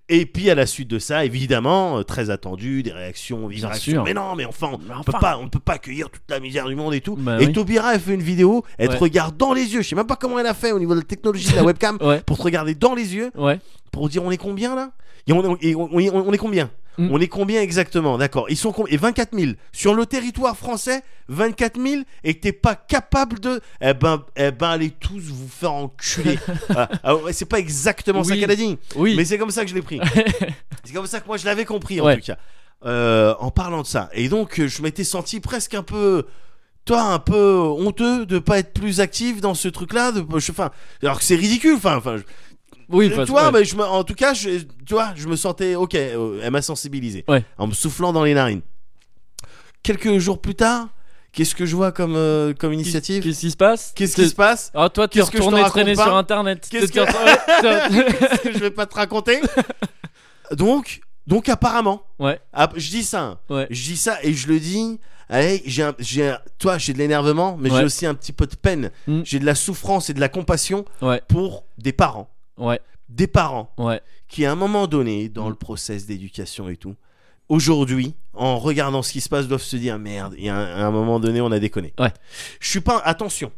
Speaker 2: Et puis, à la suite de ça, évidemment, euh, très attendu, des réactions, vives
Speaker 1: Bien
Speaker 2: réactions.
Speaker 1: sûr.
Speaker 2: Mais non, mais enfin, on
Speaker 1: enfin.
Speaker 2: peut pas, on peut pas accueillir toute la misère du monde et tout.
Speaker 1: Bah
Speaker 2: et
Speaker 1: oui.
Speaker 2: Taubira, elle fait une vidéo, elle
Speaker 1: Ouais.
Speaker 2: te regarde dans les yeux. Je sais même pas comment elle a fait au niveau de la technologie de la webcam
Speaker 1: Ouais.
Speaker 2: pour te regarder dans les yeux.
Speaker 1: Ouais.
Speaker 2: pour dire on est combien là et on, et on- et on- on est combien
Speaker 1: Mm.
Speaker 2: On est combien exactement D'accord. Ils sont com- et 24 000 sur le territoire français, 24 000 et que t'es pas capable de, eh ben, eh ben, allez tous vous faire enculer. Voilà. Ah ouais, c'est pas exactement ça
Speaker 1: Oui.
Speaker 2: qu'elle a dit,
Speaker 1: Oui.
Speaker 2: mais c'est comme ça que je l'ai pris. c'est comme ça que moi je l'avais compris en
Speaker 1: Ouais.
Speaker 2: tout cas. Euh, en parlant de ça, et donc euh, je m'étais senti presque un peu, toi, un peu honteux de pas être plus actif dans ce truc-là. de- je- Enfin, alors que c'est ridicule. Enfin, enfin, je-
Speaker 1: Oui.
Speaker 2: euh,
Speaker 1: parce-
Speaker 2: tu vois,
Speaker 1: ouais.
Speaker 2: mais je me- en tout cas, je, tu vois, je me sentais ok. euh, elle m'a sensibilisé
Speaker 1: Ouais.
Speaker 2: en me soufflant dans les narines. Quelques jours plus tard, qu'est-ce que je vois comme euh, comme initiative
Speaker 1: Qu'est-ce qui se passe
Speaker 2: Qu'est-ce qui se passe
Speaker 1: Ah, toi, tu es
Speaker 2: Qu'est-ce que je te
Speaker 1: retourné
Speaker 2: raconte
Speaker 1: traîner
Speaker 2: pas
Speaker 1: sur internet.
Speaker 2: Qu'est-ce
Speaker 1: T'es- Ouais, t'as-
Speaker 2: Que Je vais pas te raconter. donc, donc apparemment,
Speaker 1: Ouais.
Speaker 2: app- je dis ça, hein.
Speaker 1: Ouais.
Speaker 2: je dis ça et je le dis. Allez, j'ai un- j'ai un- toi, j'ai de l'énervement, mais
Speaker 1: Ouais.
Speaker 2: j'ai aussi un petit peu de peine.
Speaker 1: Mm.
Speaker 2: J'ai de la souffrance et de la compassion
Speaker 1: Ouais.
Speaker 2: pour des parents,
Speaker 1: Ouais.
Speaker 2: des parents
Speaker 1: Ouais.
Speaker 2: qui à un moment donné dans
Speaker 1: Mm.
Speaker 2: le process d'éducation et tout aujourd'hui en regardant ce qui se passe doivent se dire merde il y a un, à un moment donné on a déconné
Speaker 1: Ouais.
Speaker 2: je suis pas attention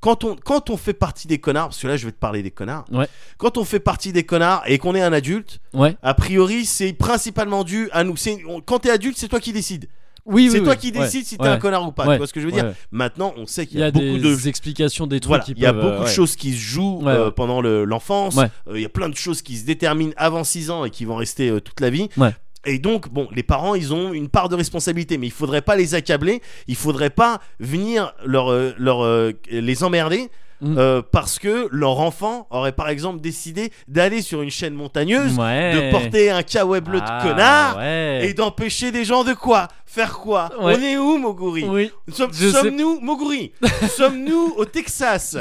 Speaker 2: quand on, quand on fait partie des connards, parce que là je vais te parler des connards,
Speaker 1: Ouais.
Speaker 2: quand on fait partie des connards et qu'on est un adulte,
Speaker 1: Ouais.
Speaker 2: a priori c'est principalement dû à nous. C'est- on- quand t'es adulte, c'est toi qui décides.
Speaker 1: Oui, oui.
Speaker 2: c'est
Speaker 1: oui,
Speaker 2: toi qui
Speaker 1: ouais,
Speaker 2: décides si t'es
Speaker 1: ouais,
Speaker 2: un connard ou pas.
Speaker 1: ouais,
Speaker 2: Tu vois ce que je veux dire
Speaker 1: ouais.
Speaker 2: Maintenant, on sait
Speaker 1: Il y a,
Speaker 2: beaucoup
Speaker 1: des
Speaker 2: de
Speaker 1: explications des trucs
Speaker 2: voilà,
Speaker 1: qui
Speaker 2: il y a
Speaker 1: peuvent,
Speaker 2: beaucoup
Speaker 1: euh,
Speaker 2: de
Speaker 1: ouais.
Speaker 2: choses qui se jouent
Speaker 1: Ouais,
Speaker 2: euh,
Speaker 1: ouais.
Speaker 2: pendant le- l'enfance. Euh,
Speaker 1: Ouais.
Speaker 2: Il y a plein de choses qui se déterminent avant 6 ans et qui vont rester euh, toute la vie.
Speaker 1: Ouais.
Speaker 2: Et donc, bon, les parents, ils ont une part de responsabilité, mais il faudrait pas les accabler, il faudrait pas venir leur, euh, leur, euh, les emmerder
Speaker 1: Mm.
Speaker 2: euh, parce que leur enfant aurait par exemple décidé d'aller sur une chaîne montagneuse,
Speaker 1: Ouais.
Speaker 2: de porter un kawaii bleu
Speaker 1: Ah,
Speaker 2: de connard
Speaker 1: ouais.
Speaker 2: et d'empêcher des gens de quoi Faire quoi
Speaker 1: Ouais.
Speaker 2: On est où, Moguri
Speaker 1: Oui,
Speaker 2: Som-
Speaker 1: Je sais-
Speaker 2: Sommes-nous Moguri Sommes-nous au Texas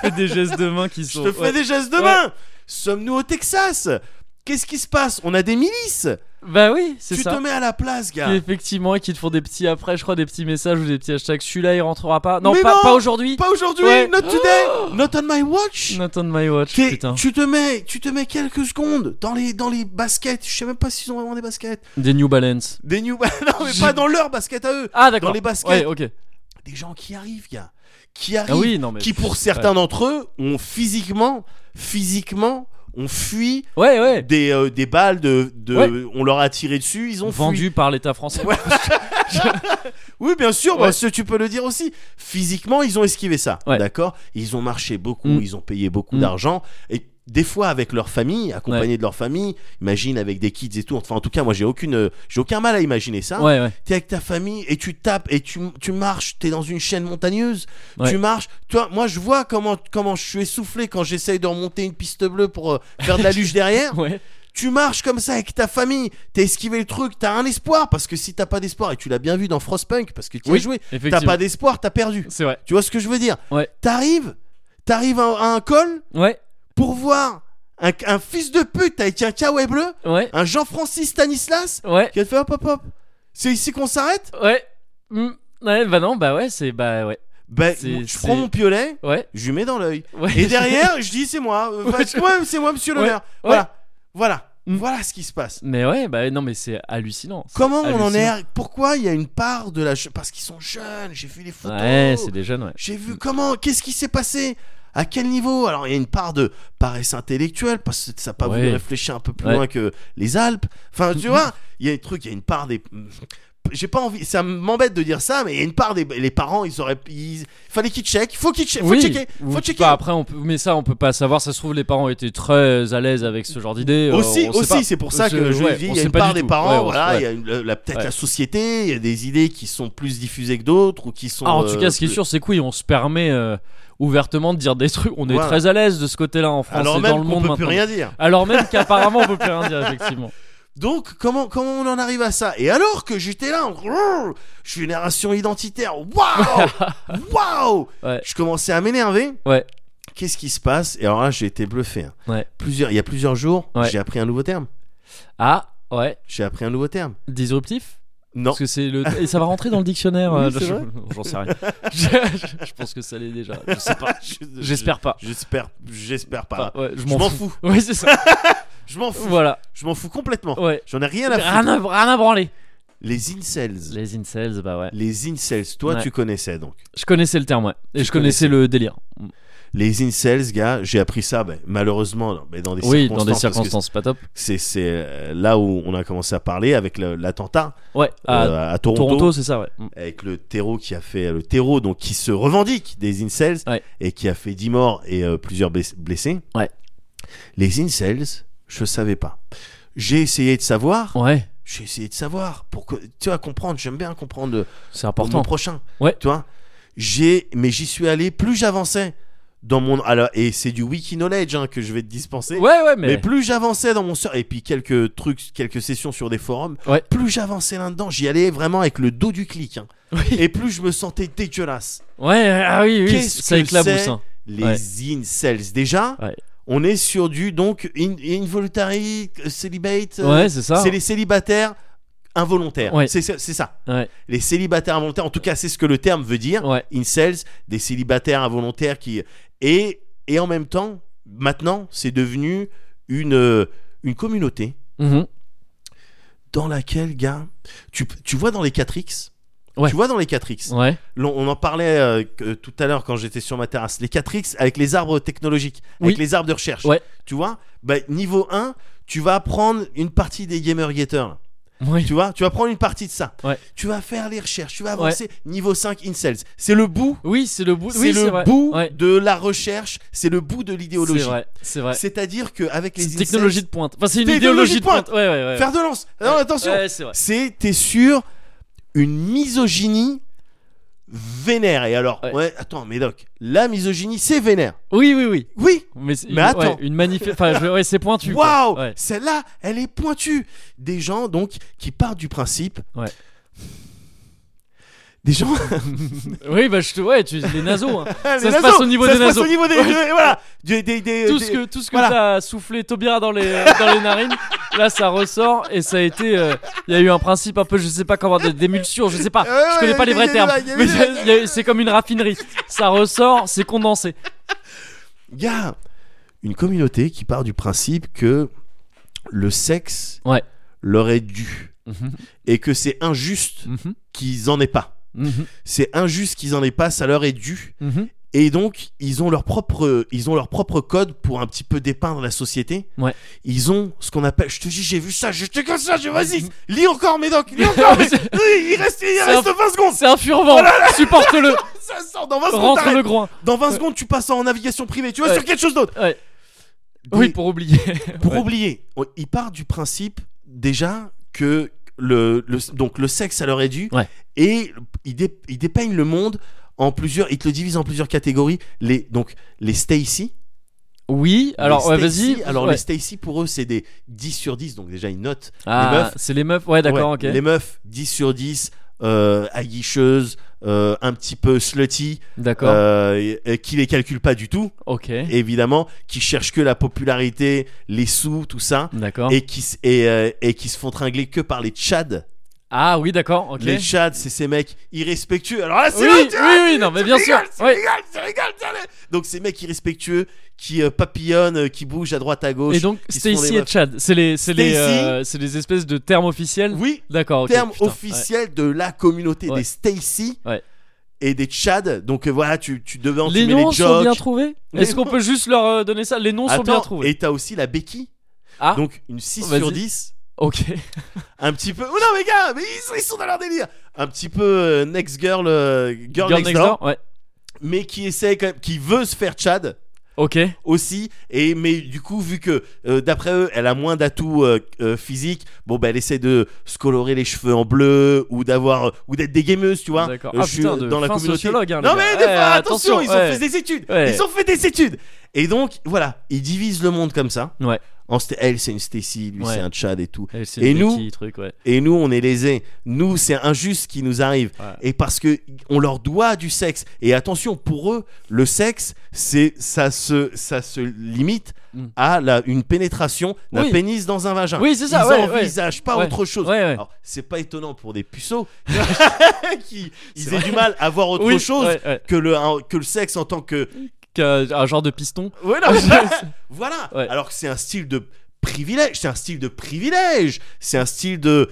Speaker 1: fais des gestes de main qui
Speaker 2: Je
Speaker 1: sont.
Speaker 2: te fais
Speaker 1: ouais.
Speaker 2: des gestes de
Speaker 1: Ouais.
Speaker 2: main Sommes-nous au Texas Qu'est-ce qui se passe On a des milices
Speaker 1: Bah oui, c'est
Speaker 2: Tu
Speaker 1: ça.
Speaker 2: te mets à la place,
Speaker 1: Qui,
Speaker 2: gars
Speaker 1: effectivement, et qui te font des petits après, je crois, des petits messages ou des petits hashtags. Celui-là, il rentrera pas. Non,
Speaker 2: Mais
Speaker 1: pas,
Speaker 2: non
Speaker 1: pas aujourd'hui.
Speaker 2: Pas aujourd'hui
Speaker 1: Ouais.
Speaker 2: Not today Not on my watch
Speaker 1: Not on my watch,
Speaker 2: T'es-
Speaker 1: putain.
Speaker 2: tu te mets, tu te mets quelques secondes dans les dans les baskets. Je sais même pas s'ils ont vraiment des baskets.
Speaker 1: Des New Balance.
Speaker 2: Des new, non mais
Speaker 1: Je-
Speaker 2: pas dans leurs baskets à eux.
Speaker 1: Ah, d'accord.
Speaker 2: Dans les baskets.
Speaker 1: Ouais, ok.
Speaker 2: Des gens qui arrivent, gars, qui arrivent,
Speaker 1: Ah oui, non, mais.
Speaker 2: qui pour certains d'entre eux ont physiquement, physiquement, ont fui
Speaker 1: Ouais, ouais.
Speaker 2: des euh, des balles de, de on leur a tiré dessus, ils ont fui.
Speaker 1: Vendu par l'État français.
Speaker 2: Oui, bien sûr,
Speaker 1: Ouais.
Speaker 2: parce que tu peux le dire aussi. Physiquement, ils ont esquivé ça,
Speaker 1: Ouais.
Speaker 2: d'accord Ils ont marché beaucoup,
Speaker 1: Mm.
Speaker 2: ils ont payé beaucoup
Speaker 1: Mm.
Speaker 2: d'argent, et des fois avec leur famille, accompagnés de leur famille, imagine avec des kids et tout. Enfin, en tout cas, moi, j'ai aucune, euh, j'ai aucun mal à imaginer ça.
Speaker 1: Ouais, ouais.
Speaker 2: T'es avec ta famille et tu tapes et tu, tu marches, t'es dans une chaîne montagneuse,
Speaker 1: Ouais.
Speaker 2: tu marches. Toi, moi, je vois comment, comment je suis essoufflé quand j'essaye de remonter une piste bleue pour euh, faire de la luge derrière.
Speaker 1: Ouais.
Speaker 2: Tu marches comme ça avec ta famille, t'as esquivé le truc, t'as un espoir parce que si t'as pas d'espoir et tu l'as bien vu dans Frostpunk parce que tu as
Speaker 1: Oui,
Speaker 2: joué, t'as
Speaker 1: effectivement.
Speaker 2: pas d'espoir, t'as perdu.
Speaker 1: C'est vrai.
Speaker 2: Tu vois ce que je veux dire
Speaker 1: Ouais.
Speaker 2: T'arrives, t'arrives à, à un col
Speaker 1: Ouais,
Speaker 2: pour voir un, un fils de pute avec un kawaii bleu,
Speaker 1: ouais,
Speaker 2: un Jean-Francis Stanislas
Speaker 1: ouais,
Speaker 2: qui va te faire hop hop hop. C'est ici qu'on s'arrête
Speaker 1: ouais. Hmm. Ouais, bah non, bah ouais, c'est. Bah ouais.
Speaker 2: Ben,
Speaker 1: C'est-
Speaker 2: je
Speaker 1: c'est-
Speaker 2: prends mon piolet,
Speaker 1: Ouais.
Speaker 2: je lui mets dans l'œil.
Speaker 1: ouais.
Speaker 2: Et derrière, je dis c'est moi. Euh,
Speaker 1: Ouais,
Speaker 2: enfin, ouais, c'est moi, monsieur le
Speaker 1: Ouais,
Speaker 2: maire.
Speaker 1: ouais.
Speaker 2: Voilà, voilà,
Speaker 1: Mm.
Speaker 2: voilà ce qui se passe.
Speaker 1: Mais ouais, bah non, mais c'est hallucinant. C'est
Speaker 2: Comment on en est
Speaker 1: hallucinant.
Speaker 2: à- Pourquoi il y a une part de la je- parce qu'ils sont jeunes. J'ai vu les photos.
Speaker 1: Ouais, c'est des jeunes, ouais.
Speaker 2: J'ai vu comment Qu'est-ce qui s'est passé À quel niveau Alors il y a une part de paresse intellectuelle parce que ça n'a pas voulu
Speaker 1: Ouais.
Speaker 2: réfléchir un peu plus
Speaker 1: Ouais.
Speaker 2: loin que les Alpes. Enfin, tu
Speaker 1: Mhm.
Speaker 2: vois, il y a des trucs, il y a une part des j'ai pas envie, ça m'embête de dire ça, mais il y a une part des les parents, ils auraient, ils- fallait qu'ils checkent, faut qu'ils checkent, faut
Speaker 1: oui, bah,
Speaker 2: checker,
Speaker 1: ou
Speaker 2: faut
Speaker 1: tu
Speaker 2: checker.
Speaker 1: vois, après, on peut, mais ça, on peut pas savoir. Ça se trouve, les parents étaient très à l'aise avec ce genre d'idée. euh,
Speaker 2: Aussi,
Speaker 1: on sait pas.
Speaker 2: aussi, c'est pour ça que
Speaker 1: Euh,
Speaker 2: je
Speaker 1: ouais,
Speaker 2: le dis,
Speaker 1: on
Speaker 2: il y a
Speaker 1: sait
Speaker 2: une
Speaker 1: pas
Speaker 2: part
Speaker 1: du
Speaker 2: des
Speaker 1: tout.
Speaker 2: parents,
Speaker 1: Ouais, on-
Speaker 2: voilà,
Speaker 1: ouais.
Speaker 2: il y a une- la- peut-être
Speaker 1: Ouais.
Speaker 2: la société, il y a des idées qui sont plus diffusées que d'autres ou qui sont.
Speaker 1: Ah, en tout
Speaker 2: euh,
Speaker 1: cas, ce qui est
Speaker 2: plus-
Speaker 1: sûr, c'est que oui, on se permet euh, ouvertement de dire des trucs. On est
Speaker 2: Voilà.
Speaker 1: très à l'aise de ce côté-là en France
Speaker 2: alors
Speaker 1: et
Speaker 2: même
Speaker 1: dans le
Speaker 2: qu'on
Speaker 1: monde
Speaker 2: peut
Speaker 1: maintenant.
Speaker 2: plus rien dire.
Speaker 1: Alors même qu'apparemment, on peut plus rien dire, effectivement.
Speaker 2: Donc, comment, comment on en arrive à ça Et alors que j'étais là, grrr, génération identitaire, waouh Waouh
Speaker 1: Ouais.
Speaker 2: Je commençais à m'énerver.
Speaker 1: Ouais.
Speaker 2: Qu'est-ce qui se passe Et alors là, j'ai été bluffé. hein.
Speaker 1: Ouais.
Speaker 2: Plusieurs, il y a plusieurs jours,
Speaker 1: Ouais.
Speaker 2: j'ai appris un nouveau terme.
Speaker 1: Ah, ouais,
Speaker 2: J'ai appris un nouveau terme.
Speaker 1: disruptif
Speaker 2: Non.
Speaker 1: Parce que c'est le et ça va rentrer dans le dictionnaire.
Speaker 2: Oui,
Speaker 1: euh,
Speaker 2: c'est
Speaker 1: je-
Speaker 2: vrai.
Speaker 1: J'en sais rien. je, je- je pense que ça l'est déjà. Je sais pas.
Speaker 2: Je-
Speaker 1: J'espère pas.
Speaker 2: je- J'espère, j'espère pas.
Speaker 1: Enfin, ouais, je
Speaker 2: Je
Speaker 1: m'en
Speaker 2: m'en
Speaker 1: fous.
Speaker 2: fous.
Speaker 1: Ouais, c'est ça.
Speaker 2: Je m'en fous.
Speaker 1: voilà.
Speaker 2: Je m'en fous complètement.
Speaker 1: Ouais.
Speaker 2: J'en ai rien à foutre.
Speaker 1: Rien à, rien à branler.
Speaker 2: Les incels.
Speaker 1: Les incels, bah ouais.
Speaker 2: Les incels, toi
Speaker 1: Ouais.
Speaker 2: tu connaissais donc.
Speaker 1: Je connaissais le terme, ouais. Et
Speaker 2: Tu
Speaker 1: je connaissais
Speaker 2: connaissais.
Speaker 1: le délire.
Speaker 2: Les incels, gars, j'ai appris ça, ben, malheureusement, mais dans des
Speaker 1: Oui,
Speaker 2: circonstances.
Speaker 1: dans des
Speaker 2: parce que
Speaker 1: circonstances pas top.
Speaker 2: c'est c'est, euh, là où on a commencé à parler avec le- l'attentat
Speaker 1: Ouais, à
Speaker 2: euh, à Toronto,
Speaker 1: Toronto, c'est ça, ouais. Mm.
Speaker 2: avec le terreau qui a fait le terreau donc qui se revendique des incels
Speaker 1: Ouais.
Speaker 2: et qui a fait 10 morts et euh, plusieurs bless- blessés.
Speaker 1: Ouais.
Speaker 2: Les incels, je savais pas. J'ai essayé de savoir,
Speaker 1: Ouais,
Speaker 2: j'ai essayé de savoir pour que tu vois comprendre, j'aime bien comprendre euh, le-
Speaker 1: c'est
Speaker 2: pour
Speaker 1: important.
Speaker 2: mon prochain.
Speaker 1: Ouais.
Speaker 2: Tu vois, j'ai mais j'y suis allé plus j'avançais dans mon alors et c'est du wiki knowledge hein, que je vais te dispenser.
Speaker 1: Ouais, ouais, mais.
Speaker 2: Mais plus j'avançais dans mon sur et puis quelques trucs, quelques sessions sur des forums,
Speaker 1: Ouais.
Speaker 2: plus j'avançais là-dedans, j'y allais vraiment avec le dos du clic. hein.
Speaker 1: Oui.
Speaker 2: Et plus je me sentais dégueulasse.
Speaker 1: Ouais, ah oui, oui,
Speaker 2: Qu'est-ce
Speaker 1: ça
Speaker 2: que
Speaker 1: éclabousse.
Speaker 2: c'est
Speaker 1: hein.
Speaker 2: Les
Speaker 1: Ouais.
Speaker 2: incels, déjà,
Speaker 1: Ouais.
Speaker 2: on est sur du donc in- involuntary euh, celibate. euh,
Speaker 1: Ouais, c'est ça.
Speaker 2: c'est les célibataires involontaires.
Speaker 1: Ouais.
Speaker 2: C'est ça- c'est ça.
Speaker 1: Ouais,
Speaker 2: Les célibataires involontaires, en tout cas, c'est ce que le terme veut dire.
Speaker 1: ouais,
Speaker 2: Incels, des célibataires involontaires qui. Et, et en même temps, maintenant, c'est devenu une, euh, une communauté
Speaker 1: Mhm.
Speaker 2: dans laquelle, gars, tu, tu vois dans les 4X
Speaker 1: Ouais.
Speaker 2: Tu vois dans les 4X
Speaker 1: ouais.
Speaker 2: L'on- On en parlait euh, que- tout à l'heure quand j'étais sur ma terrasse. Les 4X avec les arbres technologiques,
Speaker 1: Oui.
Speaker 2: avec les arbres de recherche.
Speaker 1: Ouais.
Speaker 2: Tu vois Bah, Niveau 1, tu vas prendre une partie des gamer getters.
Speaker 1: Oui.
Speaker 2: Tu vois Tu vas prendre une partie de ça.
Speaker 1: Ouais.
Speaker 2: Tu vas faire les recherches, tu vas avancer. Niveau 5, incels. C'est le bout.
Speaker 1: Oui, c'est le bout.
Speaker 2: C'est
Speaker 1: oui,
Speaker 2: le
Speaker 1: vrai.
Speaker 2: bout
Speaker 1: Ouais.
Speaker 2: de la recherche, c'est le bout de
Speaker 1: C'est
Speaker 2: l'idéologie.
Speaker 1: vrai, c'est vrai.
Speaker 2: C'est-à-dire qu'avec les
Speaker 1: C'est une
Speaker 2: incels,
Speaker 1: technologie de pointe. Enfin, c'est une idéologie
Speaker 2: Technologie
Speaker 1: de pointe. Ouais, ouais, ouais.
Speaker 2: faire de lance. Alors attention,
Speaker 1: Ouais, c'est vrai.
Speaker 2: c'est t'es sur une misogynie vénère. Et alors,
Speaker 1: Ouais.
Speaker 2: ouais. attends, Médoc, la misogynie, c'est vénère.
Speaker 1: Oui, oui, oui.
Speaker 2: Oui,
Speaker 1: Mais, c'est-
Speaker 2: Mais attends.
Speaker 1: ouais, une magnifique. Enfin, je- ouais, c'est pointu. quoi.
Speaker 2: waouh,
Speaker 1: Ouais.
Speaker 2: celle-là, elle est pointue. Des gens donc qui partent du principe.
Speaker 1: Ouais.
Speaker 2: Des gens.
Speaker 1: Oui, bah, je te. Ouais, tu les naseaux. hein.
Speaker 2: ça
Speaker 1: se passe au niveau
Speaker 2: ça
Speaker 1: des
Speaker 2: se passe
Speaker 1: naseaux.
Speaker 2: au niveau des.
Speaker 1: Ouais.
Speaker 2: Voilà. Des, des- des-
Speaker 1: tout
Speaker 2: des-
Speaker 1: ce que tout ce que
Speaker 2: voilà.
Speaker 1: t'as soufflé Taubira dans les dans les narines là ça ressort et ça a été euh, il y a eu un principe un peu je sais pas comment de- d'émulsion je sais pas
Speaker 2: Ouais,
Speaker 1: je connais
Speaker 2: Ah ouais,
Speaker 1: pas les
Speaker 2: il y
Speaker 1: vrais
Speaker 2: a eu
Speaker 1: termes
Speaker 2: là, il y a eu
Speaker 1: mais
Speaker 2: là.
Speaker 1: il y a eu- c'est comme une raffinerie ça ressort c'est condensé
Speaker 2: Gars, une communauté qui part du principe que le sexe
Speaker 1: Ouais.
Speaker 2: leur est dû
Speaker 1: Mhm,
Speaker 2: et que c'est injuste
Speaker 1: mhm,
Speaker 2: qu'ils en aient pas.
Speaker 1: mhm,
Speaker 2: c'est injuste qu'ils en aient pas, ça leur est dû.
Speaker 1: mhm.
Speaker 2: Et donc, ils ont leur propre, ils ont leur propre code pour un petit peu dépeindre la société.
Speaker 1: Ouais.
Speaker 2: Ils ont ce qu'on appelle, je te dis, j'ai vu ça, je te comme ça, je vas-y, lis encore, Médoc, lis encore, mais- Oui, il reste, il
Speaker 1: Mhm. C'est
Speaker 2: reste
Speaker 1: un-
Speaker 2: 20 secondes,
Speaker 1: c'est un
Speaker 2: Oh
Speaker 1: furvent supporte-le
Speaker 2: ça sort dans 20 secondes,
Speaker 1: rentre
Speaker 2: t'arrêtes.
Speaker 1: le groin
Speaker 2: Dans 20 secondes, tu passes en navigation privée, tu vas
Speaker 1: Ouais.
Speaker 2: sur quelque chose d'autre.
Speaker 1: Ouais. Oui, pour oublier.
Speaker 2: Pour
Speaker 1: Ouais.
Speaker 2: oublier, on- il part du principe déjà que le, le- donc le sexe ça leur est dû
Speaker 1: Ouais.
Speaker 2: et il, dé- il dépeigne le monde en plusieurs, il te le divise en plusieurs catégories. Les donc les Stacy.
Speaker 1: Oui, alors
Speaker 2: les
Speaker 1: ouais,
Speaker 2: Stacy,
Speaker 1: vas-y.
Speaker 2: Alors
Speaker 1: Ouais.
Speaker 2: les Stacy pour eux c'est des 10 sur 10 donc déjà une note.
Speaker 1: Ah,
Speaker 2: les meufs.
Speaker 1: c'est les meufs. Ouais, d'accord,
Speaker 2: Ouais,
Speaker 1: ok.
Speaker 2: Les meufs 10 sur 10 euh, aguicheuses, euh, un petit peu slutty,
Speaker 1: D'accord,
Speaker 2: euh, et- et qui les calcule pas du tout
Speaker 1: ok.
Speaker 2: évidemment, qui cherchent que la popularité, les sous, tout ça.
Speaker 1: D'accord.
Speaker 2: et qui, s- et, euh, et qui se font tringler que par les Tchads.
Speaker 1: Ah oui, d'accord, ok.
Speaker 2: Les Tchads, c'est ces mecs irrespectueux. Alors là,
Speaker 1: Oui,
Speaker 2: c'est
Speaker 1: oui,
Speaker 2: eux, tu vois,
Speaker 1: oui, non, mais bien sûr.
Speaker 2: rigoles, tu
Speaker 1: Ouais.
Speaker 2: rigoles, tu rigoles, tu rigoles. Donc ces mecs irrespectueux qui euh, papillonnent, euh, qui bougent à droite, à gauche.
Speaker 1: Et donc,
Speaker 2: qui se font des
Speaker 1: Stacy et
Speaker 2: meufs.
Speaker 1: Chad, c'est les, c'est les,
Speaker 2: Stacy-
Speaker 1: euh, c'est les espèces de termes officiels.
Speaker 2: Oui,
Speaker 1: D'accord, ok.
Speaker 2: terme
Speaker 1: putain, ouais.
Speaker 2: officiel de la communauté
Speaker 1: Ouais.
Speaker 2: des Stacy
Speaker 1: Ouais.
Speaker 2: et des Tchads. Donc euh, voilà, tu, tu devais en
Speaker 1: Les
Speaker 2: tu mets
Speaker 1: noms
Speaker 2: les
Speaker 1: sont bien
Speaker 2: jokes.
Speaker 1: trouvés
Speaker 2: Les
Speaker 1: Est-ce qu'on
Speaker 2: noms-
Speaker 1: peut juste leur euh, donner ça Les noms sont bien
Speaker 2: Attends,
Speaker 1: trouvés.
Speaker 2: et t'as aussi la Becky.
Speaker 1: Ah.
Speaker 2: Donc une 6
Speaker 1: Vas-y.
Speaker 2: sur 10.
Speaker 1: Ok.
Speaker 2: un petit peu. Oh non, mais gars, mais ils, ils sont dans leur délire. Un petit peu euh, next girl, euh, girl, next, door,
Speaker 1: ouais.
Speaker 2: mais qui essaie quand même, qui veut se faire Chad
Speaker 1: Ok.
Speaker 2: aussi. Et mais du coup, vu que euh, d'après eux, elle a moins d'atouts euh, euh, physiques, bon bah elle essaie de se colorer les cheveux en bleu ou d'avoir euh, ou d'être des gameuses, tu vois.
Speaker 1: D'accord.
Speaker 2: Euh,
Speaker 1: Ah,
Speaker 2: je suis
Speaker 1: putain, de
Speaker 2: dans la
Speaker 1: fin
Speaker 2: communauté.
Speaker 1: sociologue, hein, les
Speaker 2: non
Speaker 1: gars.
Speaker 2: mais des
Speaker 1: Ouais,
Speaker 2: fois, attention,
Speaker 1: attention,
Speaker 2: ils
Speaker 1: ouais.
Speaker 2: ont fait des études.
Speaker 1: Ouais.
Speaker 2: Ils ont fait des études. Et donc voilà, ils divisent le monde comme ça.
Speaker 1: Ouais.
Speaker 2: En sta- elle c'est une Stacy, lui
Speaker 1: Ouais.
Speaker 2: c'est un Chad et tout.
Speaker 1: Et, c'est
Speaker 2: Et
Speaker 1: des
Speaker 2: nous-
Speaker 1: petits trucs, ouais.
Speaker 2: Et nous, on est lésés. Nous, c'est injuste qui nous arrive.
Speaker 1: Ouais.
Speaker 2: Et parce que on leur doit du sexe. Et attention, pour eux, le sexe, c'est ça se ça se limite
Speaker 1: Mm.
Speaker 2: à la, une pénétration d'un
Speaker 1: Oui.
Speaker 2: pénis dans un vagin.
Speaker 1: Oui, c'est ça,
Speaker 2: Ils
Speaker 1: ouais,
Speaker 2: envisagent pas
Speaker 1: Ouais.
Speaker 2: autre chose.
Speaker 1: Ouais, ouais.
Speaker 2: Alors, c'est pas étonnant pour des puceaux qui ils aient du mal à voir autre
Speaker 1: Oui,
Speaker 2: chose
Speaker 1: ouais, ouais.
Speaker 2: que le un- que le sexe en tant que
Speaker 1: Qu'un- un genre de piston.
Speaker 2: Ouais, non, mais- voilà.
Speaker 1: Ouais.
Speaker 2: Alors que c'est un style de privilège, c'est un style de privilège, c'est un style de,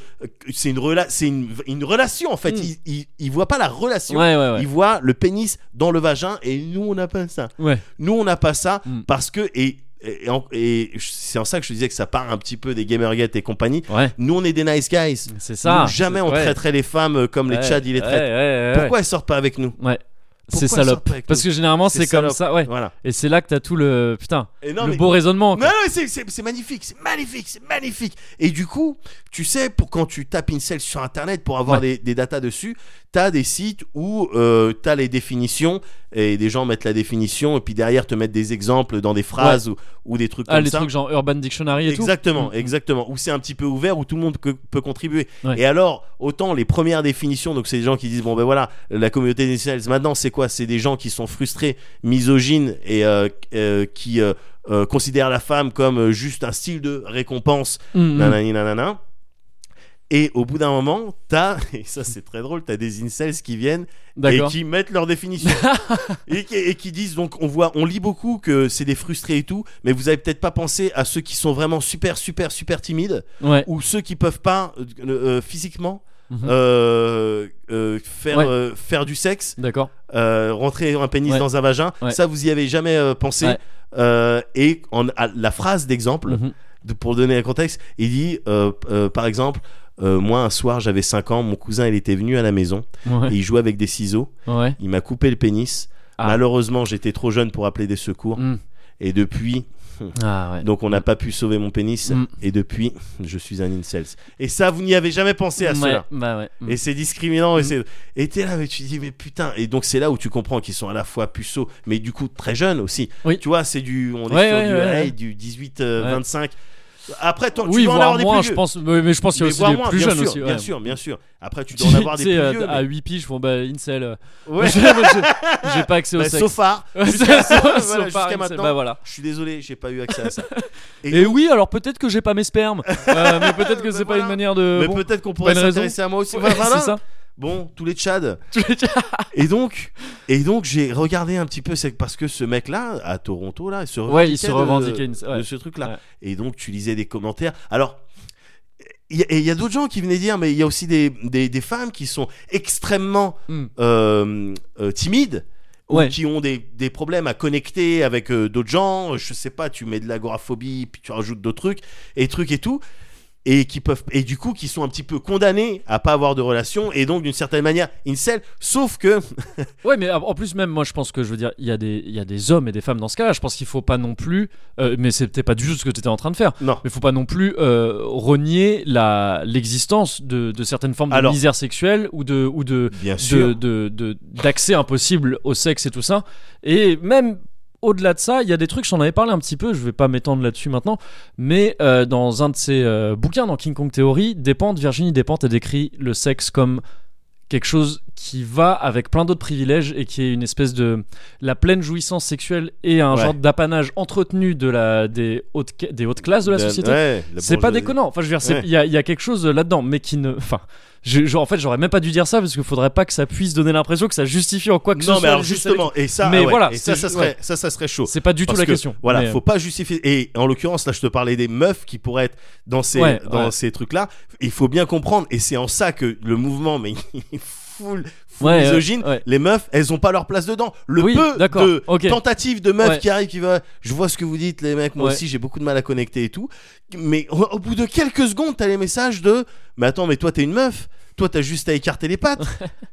Speaker 2: c'est une rela- c'est une, une relation en fait.
Speaker 1: Mm.
Speaker 2: Ils Il, il, il voit pas la relation.
Speaker 1: Ouais, ouais, ouais.
Speaker 2: Il voit le pénis dans le vagin et nous on n'a pas ça.
Speaker 1: Ouais.
Speaker 2: Nous on n'a pas ça
Speaker 1: Mm.
Speaker 2: parce que et, et, en- et c'est en ça que je disais que ça part un petit peu des gamergate et compagnie.
Speaker 1: Ouais.
Speaker 2: Nous on est des nice guys.
Speaker 1: C'est ça.
Speaker 2: Nous, jamais
Speaker 1: C'est-
Speaker 2: on
Speaker 1: ouais.
Speaker 2: traiterait les femmes comme les
Speaker 1: Ouais,
Speaker 2: Tchad ils les
Speaker 1: ouais,
Speaker 2: traitent.
Speaker 1: ouais, ouais,
Speaker 2: Pourquoi elles sortent pas avec nous
Speaker 1: Ouais. C'est
Speaker 2: Pourquoi elles
Speaker 1: salope.
Speaker 2: sortent pas avec
Speaker 1: Parce
Speaker 2: nous
Speaker 1: que généralement,
Speaker 2: C'est
Speaker 1: c'est comme
Speaker 2: salope.
Speaker 1: ça, ouais.
Speaker 2: Voilà.
Speaker 1: Et c'est là que t'as tout le. Putain.
Speaker 2: Et non,
Speaker 1: le
Speaker 2: mais-
Speaker 1: beau raisonnement.
Speaker 2: Non,
Speaker 1: quoi.
Speaker 2: non, mais c'est- c'est c'est magnifique, c'est magnifique, c'est magnifique. Et du coup, tu sais, pour quand tu tapes une selle sur internet pour avoir des, des datas dessus, t'as des sites où euh, t'as les définitions et des gens mettent la définition et puis derrière te mettent des exemples dans des phrases ou, ou des trucs
Speaker 1: Ah,
Speaker 2: comme
Speaker 1: les
Speaker 2: ça.
Speaker 1: trucs genre Urban Dictionary et
Speaker 2: Exactement,
Speaker 1: tout. Mm.
Speaker 2: exactement. Où c'est un petit peu ouvert, où tout le monde que- peut contribuer.
Speaker 1: Ouais.
Speaker 2: Et alors, autant les premières définitions, donc c'est des gens qui disent bon ben voilà, la communauté des incels, maintenant c'est quoi C'est des gens qui sont frustrés, misogynes et euh, euh, qui euh, euh, considèrent la femme comme euh, juste un style de récompense.
Speaker 1: Mm, mm.
Speaker 2: Nanani, nanana. Et au bout d'un moment, t'as, et ça c'est très drôle, t'as des incels qui viennent et
Speaker 1: D'accord.
Speaker 2: qui mettent leur définition et, qui, et qui disent donc on voit on lit beaucoup que c'est des frustrés et tout mais vous avez peut-être pas pensé à ceux qui sont vraiment super super super timides
Speaker 1: Ouais.
Speaker 2: ou ceux qui peuvent pas euh, euh, physiquement
Speaker 1: Mhm.
Speaker 2: euh, euh, faire
Speaker 1: Ouais.
Speaker 2: euh, faire du sexe
Speaker 1: D'accord.
Speaker 2: euh, rentrer un pénis
Speaker 1: Ouais.
Speaker 2: dans un vagin
Speaker 1: Ouais.
Speaker 2: ça vous y avez jamais euh, pensé
Speaker 1: Ouais.
Speaker 2: Euh, et en, à la phrase d'exemple
Speaker 1: Mhm.
Speaker 2: de- pour donner un contexte, il dit euh, euh, par exemple, euh, moi un soir j'avais 5 ans, mon cousin il était venu à la maison et
Speaker 1: mm. Ouais.
Speaker 2: il jouait avec des ciseaux,
Speaker 1: Ouais.
Speaker 2: il m'a coupé le pénis.
Speaker 1: Ah.
Speaker 2: Malheureusement, j'étais trop jeune pour appeler des secours
Speaker 1: Mm.
Speaker 2: et depuis,
Speaker 1: Ah ouais.
Speaker 2: donc on n'a pas pu sauver mon pénis
Speaker 1: Mm.
Speaker 2: et depuis, je suis un incels. Et ça vous n'y avez jamais pensé à
Speaker 1: ouais.
Speaker 2: cela.
Speaker 1: Bah ouais. Mm.
Speaker 2: Et c'est discriminant et
Speaker 1: Mm.
Speaker 2: c'est et t'es là mais tu dis mais putain et donc c'est là où tu comprends qu'ils sont à la fois puceaux mais du coup très jeunes aussi.
Speaker 1: Oui.
Speaker 2: Tu vois, c'est du on est
Speaker 1: Ouais,
Speaker 2: sur
Speaker 1: ouais,
Speaker 2: du,
Speaker 1: ouais,
Speaker 2: hey,
Speaker 1: ouais.
Speaker 2: du 18 euh,
Speaker 1: Ouais.
Speaker 2: 25 après toi,
Speaker 1: oui,
Speaker 2: tu vas en
Speaker 1: voire
Speaker 2: avoir
Speaker 1: moins,
Speaker 2: des plus
Speaker 1: je
Speaker 2: vieux.
Speaker 1: pense. Mais, mais je pense qu'il y a
Speaker 2: Mais
Speaker 1: aussi
Speaker 2: voire
Speaker 1: des
Speaker 2: moins,
Speaker 1: plus
Speaker 2: bien
Speaker 1: jeunes
Speaker 2: sûr,
Speaker 1: aussi.
Speaker 2: bien
Speaker 1: ouais.
Speaker 2: sûr, bien sûr. Après, tu dois en avoir des
Speaker 1: Tu
Speaker 2: plus
Speaker 1: sais, euh,
Speaker 2: vieux.
Speaker 1: à, à
Speaker 2: mais-
Speaker 1: 8 piges, je font bah incel. euh.
Speaker 2: Ouais.
Speaker 1: J'ai moi, j'ai- j'ai pas accès au
Speaker 2: Bah,
Speaker 1: sexe.
Speaker 2: so far,
Speaker 1: Ouais,
Speaker 2: jusqu'à
Speaker 1: so-
Speaker 2: voilà,
Speaker 1: so far,
Speaker 2: jusqu'à
Speaker 1: incel.
Speaker 2: maintenant,
Speaker 1: Bah voilà.
Speaker 2: je suis désolé, j'ai pas eu accès à ça. Et
Speaker 1: Et oui, alors peut-être que j'ai pas mes spermes, Euh, mais peut-être que
Speaker 2: Bah,
Speaker 1: c'est pas
Speaker 2: voilà.
Speaker 1: une manière de.
Speaker 2: mais
Speaker 1: Euh, bon,
Speaker 2: peut-être qu'on pourrait
Speaker 1: bonne raison.
Speaker 2: s'intéresser à moi aussi.
Speaker 1: ouais,
Speaker 2: Voilà.
Speaker 1: c'est ça.
Speaker 2: Bon, tous les tchads.
Speaker 1: Tu les tiens.
Speaker 2: Et donc, et donc j'ai regardé un petit peu, c'est parce que ce mec-là, à Toronto, là, il se revendiquait,
Speaker 1: Ouais, il se
Speaker 2: de-
Speaker 1: revendiquait une-
Speaker 2: de,
Speaker 1: ouais.
Speaker 2: ce truc-là.
Speaker 1: Ouais.
Speaker 2: Et donc, tu lisais des commentaires. Alors, il y a, et il y a d'autres gens qui venaient dire, mais il y a aussi des, des, des femmes qui sont extrêmement
Speaker 1: Mm.
Speaker 2: euh, euh, timides. ou
Speaker 1: Ouais.
Speaker 2: qui ont des, des problèmes à connecter avec euh, d'autres gens, je sais pas, tu mets de l'agoraphobie, puis tu rajoutes d'autres trucs, et trucs et tout. et qui peuvent et du coup qui sont un petit peu condamnés à pas avoir de relation et donc d'une certaine manière incel sauf que
Speaker 1: Ouais, mais en plus, même moi, je pense que je veux dire, il y, a des- il y a des hommes et des femmes dans ce cas-là. Je pense qu'il faut pas non plus. euh, mais c'est peut-être pas du tout ce que tu étais en train de faire.
Speaker 2: non
Speaker 1: Mais faut pas non plus euh, renier la- l'existence de, de certaines formes de
Speaker 2: Alors.
Speaker 1: misère sexuelle ou de ou de
Speaker 2: bien
Speaker 1: de- de- de- d'accès impossible au sexe et tout ça. Et même au-delà de ça, il y a des trucs, j'en avais parlé un petit peu, je vais pas m'étendre là-dessus maintenant, mais euh, dans un de ses euh, bouquins, dans King Kong Theory, Despentes, Virginie Despentes a décrit le sexe comme quelque chose qui va avec plein d'autres privilèges et qui est une espèce de la pleine jouissance sexuelle et un
Speaker 2: Ouais.
Speaker 1: genre d'apanage entretenu de la des hautes ca- des hautes classes de la
Speaker 2: Ben,
Speaker 1: société
Speaker 2: ouais, la
Speaker 1: c'est pas
Speaker 2: bourgeoisie.
Speaker 1: déconnant. Enfin, je veux dire, c'est-
Speaker 2: Ouais.
Speaker 1: il y, a, il y a quelque chose euh, là-dedans, mais qui ne. Enfin, je- je- en fait, j'aurais même pas dû dire ça parce qu'il faudrait pas que ça puisse donner l'impression que ça justifie en quoi que ce
Speaker 2: non mais
Speaker 1: soit.
Speaker 2: alors
Speaker 1: les gestes
Speaker 2: justement et ça
Speaker 1: Mais
Speaker 2: ah ouais,
Speaker 1: voilà,
Speaker 2: et ça
Speaker 1: c'est-
Speaker 2: ça serait ça ça serait chaud
Speaker 1: avec- C'est pas du tout
Speaker 2: Parce
Speaker 1: la
Speaker 2: que,
Speaker 1: question.
Speaker 2: Voilà,
Speaker 1: mais, euh,
Speaker 2: faut pas justifier. Et en l'occurrence, là, je te parlais des meufs qui pourraient être dans ces,
Speaker 1: Ouais,
Speaker 2: dans
Speaker 1: ouais.
Speaker 2: ces trucs-là. Il faut bien comprendre, et c'est en ça que le mouvement, mais il est full, full
Speaker 1: Ouais,
Speaker 2: misogyne.
Speaker 1: ouais, ouais.
Speaker 2: Les meufs, elles ont pas leur place dedans. Le
Speaker 1: Oui,
Speaker 2: peu
Speaker 1: d'accord,
Speaker 2: de
Speaker 1: ok.
Speaker 2: tentatives de meufs
Speaker 1: Ouais.
Speaker 2: qui arrivent, qui vont, je vois ce que vous dites, les mecs, moi
Speaker 1: Ouais.
Speaker 2: aussi, j'ai beaucoup de mal à connecter et tout. Mais au, au bout de quelques secondes, t'as les messages de, mais attends, mais toi, t'es une meuf. Toi, t'as juste à écarter les pattes.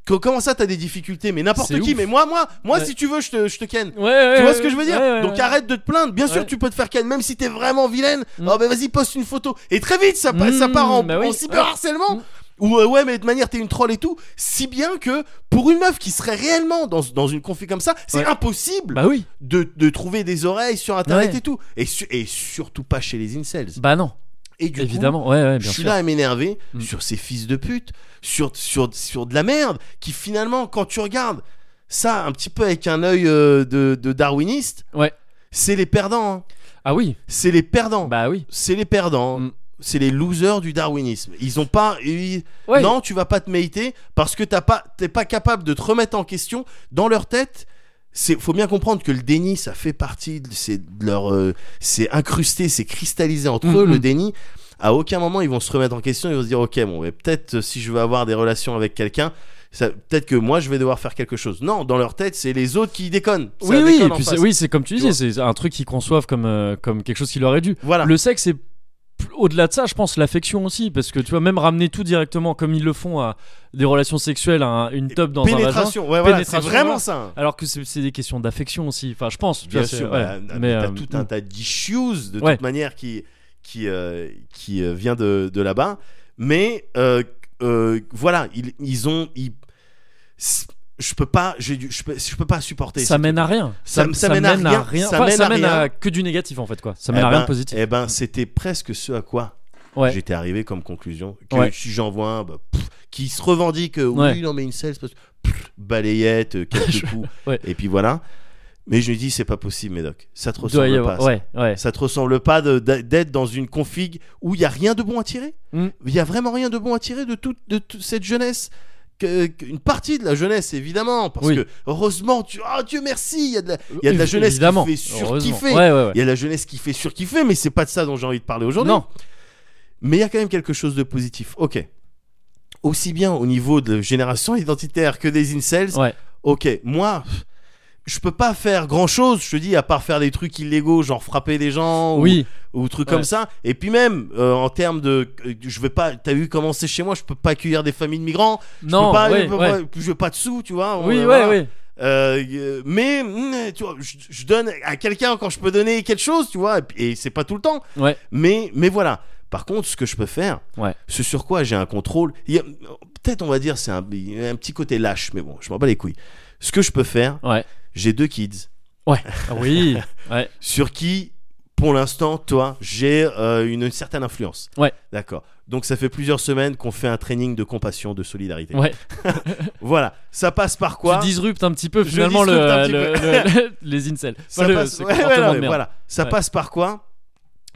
Speaker 2: Co- Comment ça, t'as des difficultés Mais n'importe
Speaker 1: C'est
Speaker 2: qui.
Speaker 1: ouf.
Speaker 2: Mais moi, moi, moi,
Speaker 1: Ouais.
Speaker 2: si tu veux, je te, je te ken.
Speaker 1: euh, Ouais, ouais,
Speaker 2: Tu
Speaker 1: ouais,
Speaker 2: vois ce que je veux dire
Speaker 1: ouais, ouais,
Speaker 2: Donc
Speaker 1: ouais.
Speaker 2: arrête de te plaindre. Bien sûr,
Speaker 1: Ouais.
Speaker 2: tu peux te faire ken, même si t'es vraiment vilaine.
Speaker 1: Mm.
Speaker 2: Oh, bah vas-y, poste une photo. Et très vite, ça, pa-
Speaker 1: Mm,
Speaker 2: ça part en,
Speaker 1: bah oui.
Speaker 2: en cyberharcèlement.
Speaker 1: Mm.
Speaker 2: Ou euh, ouais, mais de manière, t'es une troll et tout. Si bien que pour une meuf qui serait réellement dans, dans une conflit comme ça, c'est
Speaker 1: Ouais.
Speaker 2: impossible
Speaker 1: Bah oui.
Speaker 2: de, de trouver des oreilles sur internet
Speaker 1: Ouais.
Speaker 2: et tout. Et, su- et surtout pas chez les incels.
Speaker 1: Bah non.
Speaker 2: Et du coup,
Speaker 1: Évidemment. ouais, ouais, bien
Speaker 2: je suis
Speaker 1: sûr.
Speaker 2: là à m'énerver
Speaker 1: Mm.
Speaker 2: sur ces fils de pute, sur, sur, sur de la merde, qui finalement, quand tu regardes ça un petit peu avec un œil euh, de, de darwiniste,
Speaker 1: Ouais.
Speaker 2: c'est les perdants. hein.
Speaker 1: Ah oui.
Speaker 2: C'est les perdants.
Speaker 1: Bah oui.
Speaker 2: C'est les perdants.
Speaker 1: Mm.
Speaker 2: C'est les losers du darwinisme. Ils ont pas. ils-
Speaker 1: Ouais.
Speaker 2: Non, tu vas pas te mater parce que t'as pas, t'es pas capable de te remettre en question dans leur tête. C'est, faut bien comprendre que le déni, ça fait partie de, c'est de leur, euh, c'est incrusté, c'est cristallisé entre
Speaker 1: Mm,
Speaker 2: eux le
Speaker 1: mm.
Speaker 2: déni. À aucun moment ils vont se remettre en question, ils vont se dire ok bon, mais peut-être euh, si je veux avoir des relations avec quelqu'un, ça, peut-être que moi je vais devoir faire quelque chose. Non, dans leur tête c'est les autres qui déconnent. Ça
Speaker 1: Oui, oui.
Speaker 2: déconne
Speaker 1: Et
Speaker 2: en
Speaker 1: puis c'est-
Speaker 2: face.
Speaker 1: oui, c'est comme tu
Speaker 2: Tu
Speaker 1: disais, c'est un truc qu'ils conçoivent comme euh, comme quelque chose qui leur est dû.
Speaker 2: Voilà.
Speaker 1: Le sexe c'est au-delà de ça, je pense l'affection aussi, parce que tu vois, même ramener tout directement, comme ils le font à des relations sexuelles, à un- une top dans un vagin,
Speaker 2: pénétration, ouais, voilà, c'est
Speaker 1: Pénétration,
Speaker 2: vraiment
Speaker 1: ouais.
Speaker 2: ça.
Speaker 1: Alors que c'est c'est des questions d'affection aussi. Enfin, je pense. tu
Speaker 2: Bien
Speaker 1: vois, c'est-
Speaker 2: sûr,
Speaker 1: ouais.
Speaker 2: bah, t'as
Speaker 1: mais
Speaker 2: t'as
Speaker 1: euh,
Speaker 2: tout un tas d'issues de
Speaker 1: Ouais.
Speaker 2: toute manière qui qui euh, qui euh, vient de, de là-bas, mais euh, euh, voilà, ils, ils ont, ils- c'est- je peux pas, j'ai du- je peux, je peux pas supporter.
Speaker 1: ça mène à rien.
Speaker 2: Ça- ça mène à rien. Ça
Speaker 1: Enfin,
Speaker 2: mène
Speaker 1: ça
Speaker 2: à
Speaker 1: mène à
Speaker 2: rien.
Speaker 1: que du négatif en fait quoi. Ça
Speaker 2: Eh
Speaker 1: mène à rien
Speaker 2: ben-
Speaker 1: de positif.
Speaker 2: Eh ben, c'était presque ce à quoi
Speaker 1: Ouais.
Speaker 2: j'étais arrivé comme conclusion. Que
Speaker 1: Ouais.
Speaker 2: si j'en vois un bah, pff, qui se revendique, euh, oui,
Speaker 1: Ouais.
Speaker 2: non mais une selle, c'est parce que- pff, balayette, euh, quelques coups,
Speaker 1: ouais.
Speaker 2: et puis voilà. Mais je lui dis, c'est pas possible, Médoc. Ça te
Speaker 1: Il doit y
Speaker 2: ressemble pas.
Speaker 1: avoir-
Speaker 2: ça.
Speaker 1: Ouais, ouais.
Speaker 2: Ça te ressemble pas de- d'a- d'être dans une config où il y a rien de bon à tirer Il
Speaker 1: Mm.
Speaker 2: y a vraiment rien de bon à tirer de toute de toute cette jeunesse. Que- Une partie de la jeunesse, évidemment, parce
Speaker 1: Oui.
Speaker 2: que heureusement, tu... ah, Dieu merci, il y a de la, il y a de la jeunesse
Speaker 1: Évidemment.
Speaker 2: qui fait surkiffer.
Speaker 1: Heureusement. Ouais, ouais, ouais.
Speaker 2: Il y a de la jeunesse qui fait surkiffer, mais c'est pas de ça dont j'ai envie de parler aujourd'hui.
Speaker 1: Non.
Speaker 2: Mais il y a quand même quelque chose de positif. Ok. Aussi bien au niveau de génération identitaire que des incels.
Speaker 1: Ouais.
Speaker 2: Ok. Moi, je peux pas faire grand chose, je te dis, à part faire des trucs illégaux, genre frapper des gens. ou-
Speaker 1: Oui.
Speaker 2: ou trucs
Speaker 1: Ouais.
Speaker 2: comme ça. Et puis même euh, en termes de, euh, je vais pas, t'as vu comment c'est chez moi, je peux pas accueillir des familles de migrants, je
Speaker 1: Non.
Speaker 2: peux pas,
Speaker 1: ouais,
Speaker 2: je, peux
Speaker 1: ouais.
Speaker 2: pas- je veux pas de sous, tu vois.
Speaker 1: Oui,
Speaker 2: euh,
Speaker 1: ouais,
Speaker 2: voilà.
Speaker 1: ouais.
Speaker 2: Euh, euh, mais mm, tu vois, je, je donne à quelqu'un quand je peux donner quelque chose, tu vois, et puis- et, c'est pas tout le temps.
Speaker 1: Ouais.
Speaker 2: Mais mais voilà. Par contre, ce que je peux faire,
Speaker 1: Ouais.
Speaker 2: ce sur quoi j'ai un contrôle, il y a- peut-être on va dire c'est un, il y a un petit côté lâche, mais bon, je m'en bats les couilles. Ce que je peux faire,
Speaker 1: Ouais.
Speaker 2: j'ai deux kids
Speaker 1: Ouais. Ah Oui. Ouais.
Speaker 2: sur qui, pour l'instant, toi, j'ai euh, une certaine influence.
Speaker 1: Ouais.
Speaker 2: D'accord. Donc ça fait plusieurs semaines qu'on fait un training de compassion, de solidarité.
Speaker 1: Ouais.
Speaker 2: Voilà. Ça passe par quoi
Speaker 1: tu disruptes un petit peu
Speaker 2: Je
Speaker 1: finalement le,
Speaker 2: disrupte un petit
Speaker 1: le-
Speaker 2: peu.
Speaker 1: le- les incels.
Speaker 2: Ça
Speaker 1: Enfin, le-
Speaker 2: passe.
Speaker 1: ce
Speaker 2: ouais, ouais,
Speaker 1: comportement
Speaker 2: ouais,
Speaker 1: de merde.
Speaker 2: voilà. Ça
Speaker 1: Ouais.
Speaker 2: passe par quoi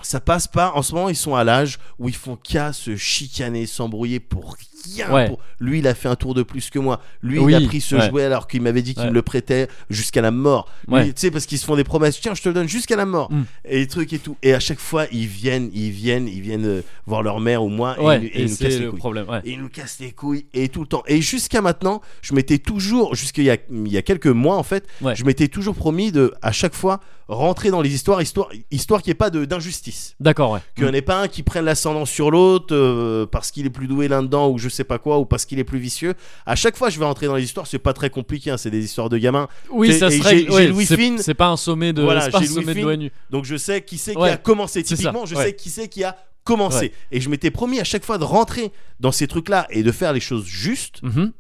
Speaker 2: ça passe par. En ce moment, ils sont à l'âge où ils font qu'à se chicaner, s'embrouiller pour rien.
Speaker 1: Ouais.
Speaker 2: pour- Lui, il a fait un tour de plus que moi. Lui,
Speaker 1: Oui,
Speaker 2: il a pris ce
Speaker 1: ouais.
Speaker 2: jouet alors qu'il m'avait dit qu'il
Speaker 1: Ouais.
Speaker 2: me le prêtait jusqu'à la mort. Lui,
Speaker 1: Ouais.
Speaker 2: Tu sais, parce qu'ils se font des promesses. Tiens, je te le donne jusqu'à la mort.
Speaker 1: Mm.
Speaker 2: Et les trucs et tout. Et à chaque fois, ils viennent, ils viennent, ils viennent euh, voir leur mère ou moi. et
Speaker 1: Ouais.
Speaker 2: ils- et
Speaker 1: Et
Speaker 2: ils nous cassent
Speaker 1: c'est
Speaker 2: les
Speaker 1: le
Speaker 2: couilles.
Speaker 1: problème. Ouais.
Speaker 2: Et il nous casse les couilles et tout le temps. Et jusqu'à maintenant, je m'étais toujours, jusqu'il y a, il y a quelques mois en fait,
Speaker 1: Ouais.
Speaker 2: je m'étais toujours promis de, à chaque fois, rentrer dans les histoires, histoire, histoire qu'il n'y ait pas de- d'injustice.
Speaker 1: D'accord, ouais.
Speaker 2: Qu'il n'y en ait pas un qui prenne l'ascendant sur l'autre euh, parce qu'il est plus doué l'un-dedans ou je sais pas quoi ou parce qu'il est plus vicieux. À chaque fois, je vais rentrer dans les histoires, c'est pas très compliqué, hein, c'est des histoires de gamins.
Speaker 1: Oui,
Speaker 2: C'est-
Speaker 1: ça
Speaker 2: et
Speaker 1: serait.
Speaker 2: j'ai-
Speaker 1: ouais,
Speaker 2: j'ai Louis
Speaker 1: c'est-
Speaker 2: Fine.
Speaker 1: C'est pas un sommet de.
Speaker 2: Voilà,
Speaker 1: c'est pas un
Speaker 2: j'ai Louis
Speaker 1: sommet de
Speaker 2: Fine.
Speaker 1: l'ONU.
Speaker 2: Donc je sais qui c'est qui
Speaker 1: Ouais.
Speaker 2: a commencé.
Speaker 1: C'est ça,
Speaker 2: Typiquement, je
Speaker 1: ouais.
Speaker 2: sais qui c'est qui a commencé.
Speaker 1: Ouais.
Speaker 2: Et je m'étais promis à chaque fois de rentrer dans ces trucs-là et de faire les choses justes,
Speaker 1: Mhm.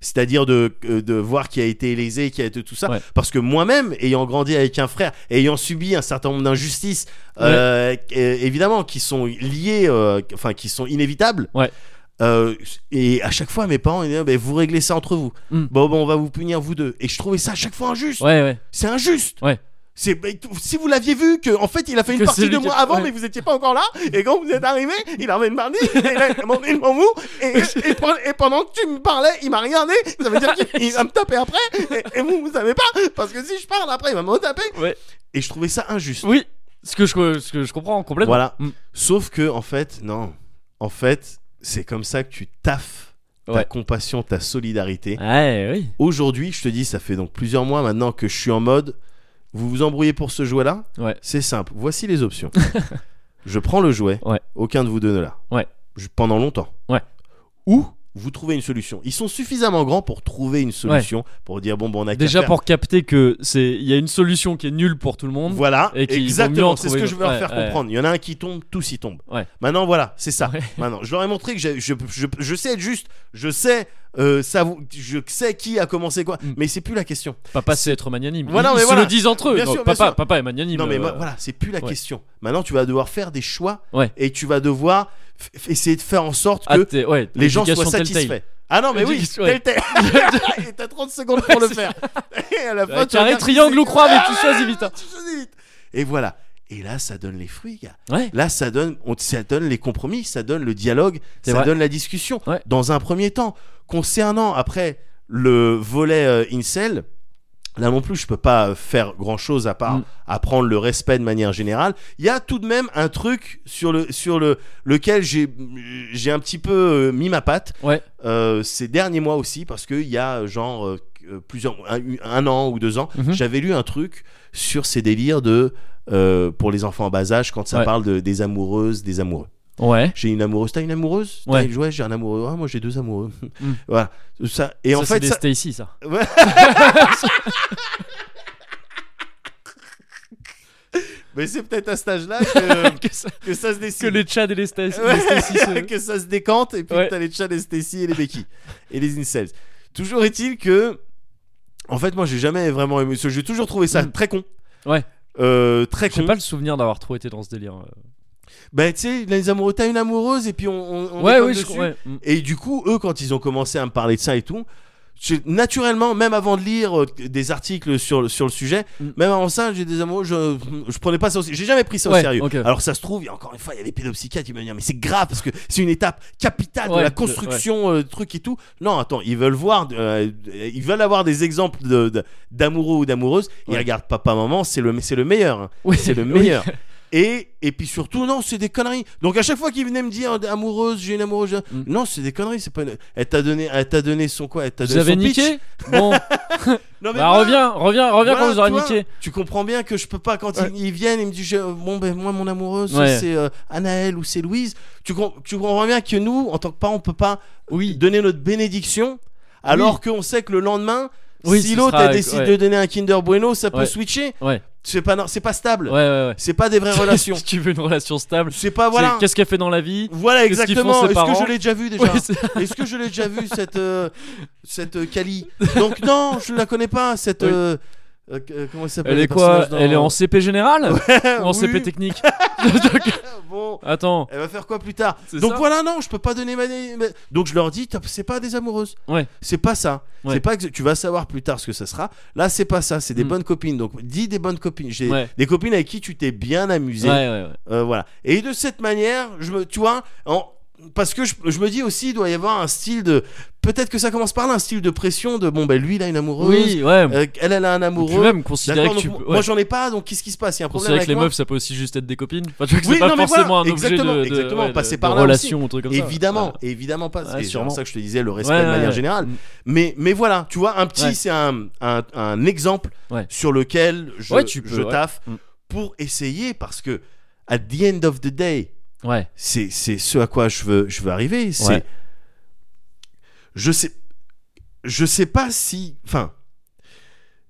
Speaker 2: c'est-à-dire de, euh, de voir qui a été lésé, qui a été tout ça.
Speaker 1: Ouais.
Speaker 2: Parce que moi-même, ayant grandi avec un frère, ayant subi un certain nombre d'injustices, euh, euh, évidemment, qui sont liées, euh, enfin, qui sont inévitables.
Speaker 1: Ouais.
Speaker 2: euh, et à chaque fois, mes parents ils disaient Bah, Vous réglez ça entre vous.
Speaker 1: Mm.
Speaker 2: Bon, bon, on va vous punir, vous deux. Et je trouvais ça à chaque fois injuste.
Speaker 1: Ouais, ouais.
Speaker 2: C'est injuste.
Speaker 1: Ouais.
Speaker 2: C'est bah, tout- si vous l'aviez vu que en fait il a fait une
Speaker 1: Que
Speaker 2: partie
Speaker 1: c'est
Speaker 2: de
Speaker 1: lui
Speaker 2: moi
Speaker 1: qui a-
Speaker 2: avant
Speaker 1: ouais.
Speaker 2: mais vous étiez pas encore là et quand vous êtes arrivé il avait une mardi il a demandé le bambou et, et, pe- et pendant que tu me parlais il m'a regardé ça veut dire qu'il il va me taper après et, et vous vous savez pas parce que si je parle après il va me taper
Speaker 1: Ouais.
Speaker 2: et je trouvais ça injuste
Speaker 1: Oui. Ce que je, ce que je comprends complètement.
Speaker 2: voilà
Speaker 1: Mm.
Speaker 2: sauf que en fait non en fait c'est comme ça que tu taffes ta
Speaker 1: Ouais.
Speaker 2: compassion ta solidarité
Speaker 1: Ouais, oui.
Speaker 2: aujourd'hui, je te dis, ça fait donc plusieurs mois maintenant que je suis en mode, vous vous embrouillez pour ce jouet-là
Speaker 1: Ouais.
Speaker 2: C'est simple, voici les options. je prends le jouet,
Speaker 1: Ouais.
Speaker 2: aucun de vous deux ne l'a.
Speaker 1: Ouais.
Speaker 2: Je- Pendant longtemps.
Speaker 1: Ouais.
Speaker 2: Ou vous trouvez une solution. Ils sont suffisamment grands pour trouver une solution, pour dire, bon, bon, on a qu'à
Speaker 1: Déjà
Speaker 2: faire.
Speaker 1: pour capter que c'est il y a une solution qui est nulle pour tout le monde.
Speaker 2: Voilà,
Speaker 1: et qu'ils vont mieux
Speaker 2: exactement,
Speaker 1: en
Speaker 2: c'est ce
Speaker 1: trouver
Speaker 2: que
Speaker 1: une
Speaker 2: je veux leur
Speaker 1: autre.
Speaker 2: faire
Speaker 1: Ouais, ouais.
Speaker 2: comprendre. Il y en a un qui tombe, tous y tombent.
Speaker 1: Ouais.
Speaker 2: Maintenant, voilà, c'est ça.
Speaker 1: Ouais.
Speaker 2: Maintenant, je leur ai montré que j'ai- je, je- je sais être juste, je sais, euh, savou- je sais qui a commencé quoi,
Speaker 1: Mm.
Speaker 2: mais c'est plus la question.
Speaker 1: Papa c'est être magnanime.
Speaker 2: Voilà,
Speaker 1: ils
Speaker 2: mais
Speaker 1: ils
Speaker 2: voilà.
Speaker 1: se le disent entre eux.
Speaker 2: Bien
Speaker 1: Donc,
Speaker 2: sûr, bien
Speaker 1: papa,
Speaker 2: sûr.
Speaker 1: papa est magnanime.
Speaker 2: Non mais
Speaker 1: euh,
Speaker 2: moi, voilà, c'est plus la
Speaker 1: ouais.
Speaker 2: question. Maintenant, tu vas devoir faire des choix
Speaker 1: Ouais.
Speaker 2: et tu vas devoir f- f- essayer de faire en sorte
Speaker 1: ah,
Speaker 2: que
Speaker 1: t'es- ouais,
Speaker 2: les gens soient
Speaker 1: l'éducation telltale.
Speaker 2: satisfaits. Ah non mais oui,
Speaker 1: L'éducation, ouais.
Speaker 2: tel, tel. et t'as 30 secondes pour le faire. Et à la fin,
Speaker 1: Ouais,
Speaker 2: tu regardes
Speaker 1: carré,
Speaker 2: qui
Speaker 1: triangle
Speaker 2: c'est.
Speaker 1: ou croix, mais tu
Speaker 2: Ah,
Speaker 1: choisis vite. hein.
Speaker 2: tu choisis vite. Et voilà. Et là, ça donne les fruits, gars.
Speaker 1: Ouais.
Speaker 2: Là, ça donne, on, ça donne les compromis, ça donne le dialogue,
Speaker 1: C'est
Speaker 2: ça
Speaker 1: vrai.
Speaker 2: donne la discussion.
Speaker 1: Ouais.
Speaker 2: Dans un premier temps, concernant après le volet euh, incel, là non plus, je peux pas euh, faire grand chose à part
Speaker 1: Mm.
Speaker 2: apprendre le respect de manière générale. Il y a tout de même un truc sur le sur le lequel j'ai j'ai un petit peu euh, mis ma patte
Speaker 1: Ouais.
Speaker 2: euh, ces derniers mois aussi parce que il y a euh, genre euh, euh, plusieurs un, un an ou deux ans,
Speaker 1: Mhm.
Speaker 2: j'avais lu un truc sur ces délires de euh, pour les enfants en bas âge quand ça
Speaker 1: Ouais.
Speaker 2: parle de- des amoureuses, des amoureux.
Speaker 1: Ouais.
Speaker 2: J'ai une amoureuse, t'as une amoureuse T'as
Speaker 1: Ouais.
Speaker 2: une- j'ai un amoureux. Ah, moi j'ai deux amoureux.
Speaker 1: Mm.
Speaker 2: Voilà. Ça. Et en
Speaker 1: Ça, c'est
Speaker 2: fait,
Speaker 1: des
Speaker 2: ça-
Speaker 1: Stacy ça.
Speaker 2: mais c'est peut-être à cet âge-là que,
Speaker 1: que, ça-
Speaker 2: que ça se
Speaker 1: que
Speaker 2: décide.
Speaker 1: les Chad et les Stacy.
Speaker 2: Ouais,
Speaker 1: les Stacy, c'est-
Speaker 2: que ça se décante et puis
Speaker 1: Ouais.
Speaker 2: t'as les Chad et Stacy et les Becky et les incels. Toujours est-il que, en fait, moi j'ai jamais vraiment aimé. ce- J'ai toujours trouvé ça
Speaker 1: Mm.
Speaker 2: très con.
Speaker 1: Ouais.
Speaker 2: Euh, très con.
Speaker 1: J'ai pas le souvenir d'avoir trop été dans ce délire. euh.
Speaker 2: Bah tu sais, les amoureux, t'as une amoureuse et puis on. on, on
Speaker 1: ouais,
Speaker 2: déconne
Speaker 1: oui, je
Speaker 2: dessus.
Speaker 1: crois. ouais. Mm.
Speaker 2: Et du coup, eux, quand ils ont commencé à me parler de ça et tout, j'ai- naturellement, même avant de lire euh, des articles sur le, sur le sujet,
Speaker 1: Mm.
Speaker 2: même avant ça, j'ai des amoureux, je, je prenais pas ça au sérieux. J'ai jamais pris ça au
Speaker 1: Ouais,
Speaker 2: sérieux.
Speaker 1: ok.
Speaker 2: Alors ça se trouve, il y a encore une fois, il y a des pédopsychiatres qui me dire, mais c'est grave parce que c'est une étape capitale de
Speaker 1: Ouais,
Speaker 2: la
Speaker 1: de-
Speaker 2: construction, euh, truc et tout. Non, attends, ils veulent voir, euh, ils veulent avoir des exemples de- de- d'amoureux ou d'amoureuses. Ils
Speaker 1: Ouais.
Speaker 2: regardent papa, maman, c'est le, c'est le meilleur. hein.
Speaker 1: Oui,
Speaker 2: C'est le
Speaker 1: oui.
Speaker 2: meilleur. Et, et puis surtout, non, c'est des conneries. Donc à chaque fois qu'il venait me dire euh, amoureuse, j'ai une amoureuse, j'ai-
Speaker 1: Mm.
Speaker 2: non, c'est des conneries. C'est pas. une- Elle t'a donné, elle t'a donné son quoi Elle t'a
Speaker 1: Vous
Speaker 2: donné
Speaker 1: avez
Speaker 2: son pitch.
Speaker 1: niqué Bon,
Speaker 2: Non mais
Speaker 1: bah
Speaker 2: voilà,
Speaker 1: reviens, reviens, reviens
Speaker 2: voilà,
Speaker 1: quand vous aurez
Speaker 2: tu vois,
Speaker 1: niqué.
Speaker 2: Tu comprends bien que je peux pas quand
Speaker 1: Ouais.
Speaker 2: ils, ils viennent, ils me disent je- bon ben moi mon amoureuse
Speaker 1: Ouais.
Speaker 2: c'est euh, Anaël ou c'est Louise. Tu, com- tu comprends bien que nous en tant que parents on peut pas
Speaker 1: Oui.
Speaker 2: donner notre bénédiction alors qu'on sait que le lendemain
Speaker 1: Oui,
Speaker 2: si
Speaker 1: ce
Speaker 2: l'autre
Speaker 1: sera-
Speaker 2: elle décide
Speaker 1: ouais.
Speaker 2: de donner un Kinder Bueno ça peut
Speaker 1: Ouais.
Speaker 2: switcher.
Speaker 1: Ouais.
Speaker 2: C'est pas non- c'est pas stable.
Speaker 1: Ouais, ouais, ouais.
Speaker 2: C'est pas des vraies relations.
Speaker 1: si tu veux une relation stable,
Speaker 2: C'est pas
Speaker 1: c'est
Speaker 2: voilà.
Speaker 1: qu'est-ce qu'elle fait dans la vie
Speaker 2: Voilà
Speaker 1: Qu'est-ce qu'ils
Speaker 2: exactement.
Speaker 1: font, ses
Speaker 2: Est-ce
Speaker 1: parents
Speaker 2: que je l'ai déjà vu déjà
Speaker 1: Ouais, c'est-
Speaker 2: Est-ce que je l'ai déjà vu cette euh, cette euh, Kali Donc non, je la connais pas cette.
Speaker 1: Oui.
Speaker 2: euh, euh, euh, comment ça s'appelle
Speaker 1: Elle
Speaker 2: le
Speaker 1: est quoi
Speaker 2: personnage dans-
Speaker 1: Elle est en CP général ou en
Speaker 2: Oui. ah,
Speaker 1: CP technique
Speaker 2: Bon,
Speaker 1: Attends.
Speaker 2: elle va faire quoi plus tard
Speaker 1: C'est
Speaker 2: Donc
Speaker 1: ça.
Speaker 2: voilà, non, je peux pas donner ma. ma- Donc je leur dis, Top, c'est pas des amoureuses.
Speaker 1: Ouais.
Speaker 2: C'est pas ça.
Speaker 1: Ouais.
Speaker 2: C'est pas que tu vas savoir plus tard ce que ça sera. Là, c'est pas ça. C'est des
Speaker 1: Mm.
Speaker 2: bonnes copines. Donc dis des bonnes copines. J'ai
Speaker 1: Ouais.
Speaker 2: des copines avec qui tu t'es bien amusé.
Speaker 1: Ouais, ouais, ouais.
Speaker 2: Euh, voilà. Et de cette manière, je me, tu vois, en- parce que je, je me dis aussi, il doit y avoir un style de. Peut-être que ça commence par là, un style de pression de bon, ben lui, il a une amoureuse.
Speaker 1: Oui, ouais.
Speaker 2: euh, elle, elle a un
Speaker 1: Puis
Speaker 2: amoureux.
Speaker 1: même considérer
Speaker 2: D'accord,
Speaker 1: que
Speaker 2: donc
Speaker 1: tu
Speaker 2: moi-
Speaker 1: peux-
Speaker 2: moi
Speaker 1: ouais.
Speaker 2: j'en ai pas, donc qu'est-ce qui se passe Il y a un problème
Speaker 1: Considérer
Speaker 2: avec
Speaker 1: que les
Speaker 2: moi
Speaker 1: meufs, ça peut aussi juste être des copines. Enfin, tu vois que
Speaker 2: Oui,
Speaker 1: c'est pas
Speaker 2: non, mais
Speaker 1: forcément
Speaker 2: voilà,
Speaker 1: un objet
Speaker 2: exactement,
Speaker 1: de, de-
Speaker 2: exactement,
Speaker 1: ouais,
Speaker 2: passer
Speaker 1: de-
Speaker 2: par
Speaker 1: de
Speaker 2: là
Speaker 1: relation ou un truc comme ça.
Speaker 2: Évidemment,
Speaker 1: Voilà.
Speaker 2: évidemment pas.
Speaker 1: Ouais,
Speaker 2: c'est
Speaker 1: sûrement.
Speaker 2: pour ça que je te disais le respect
Speaker 1: Ouais,
Speaker 2: de manière
Speaker 1: ouais. Mm.
Speaker 2: générale. Mais, mais voilà, tu vois, un petit,
Speaker 1: Ouais.
Speaker 2: c'est un, un, un exemple
Speaker 1: Ouais.
Speaker 2: sur lequel je,
Speaker 1: Ouais, tu peux,
Speaker 2: je
Speaker 1: ouais.
Speaker 2: taffe
Speaker 1: Mm.
Speaker 2: pour essayer parce que, at the end of the day,
Speaker 1: Ouais.
Speaker 2: c'est c'est ce à quoi je veux, je veux arriver. C'est.
Speaker 1: Ouais.
Speaker 2: Je sais. Je sais pas si. Enfin.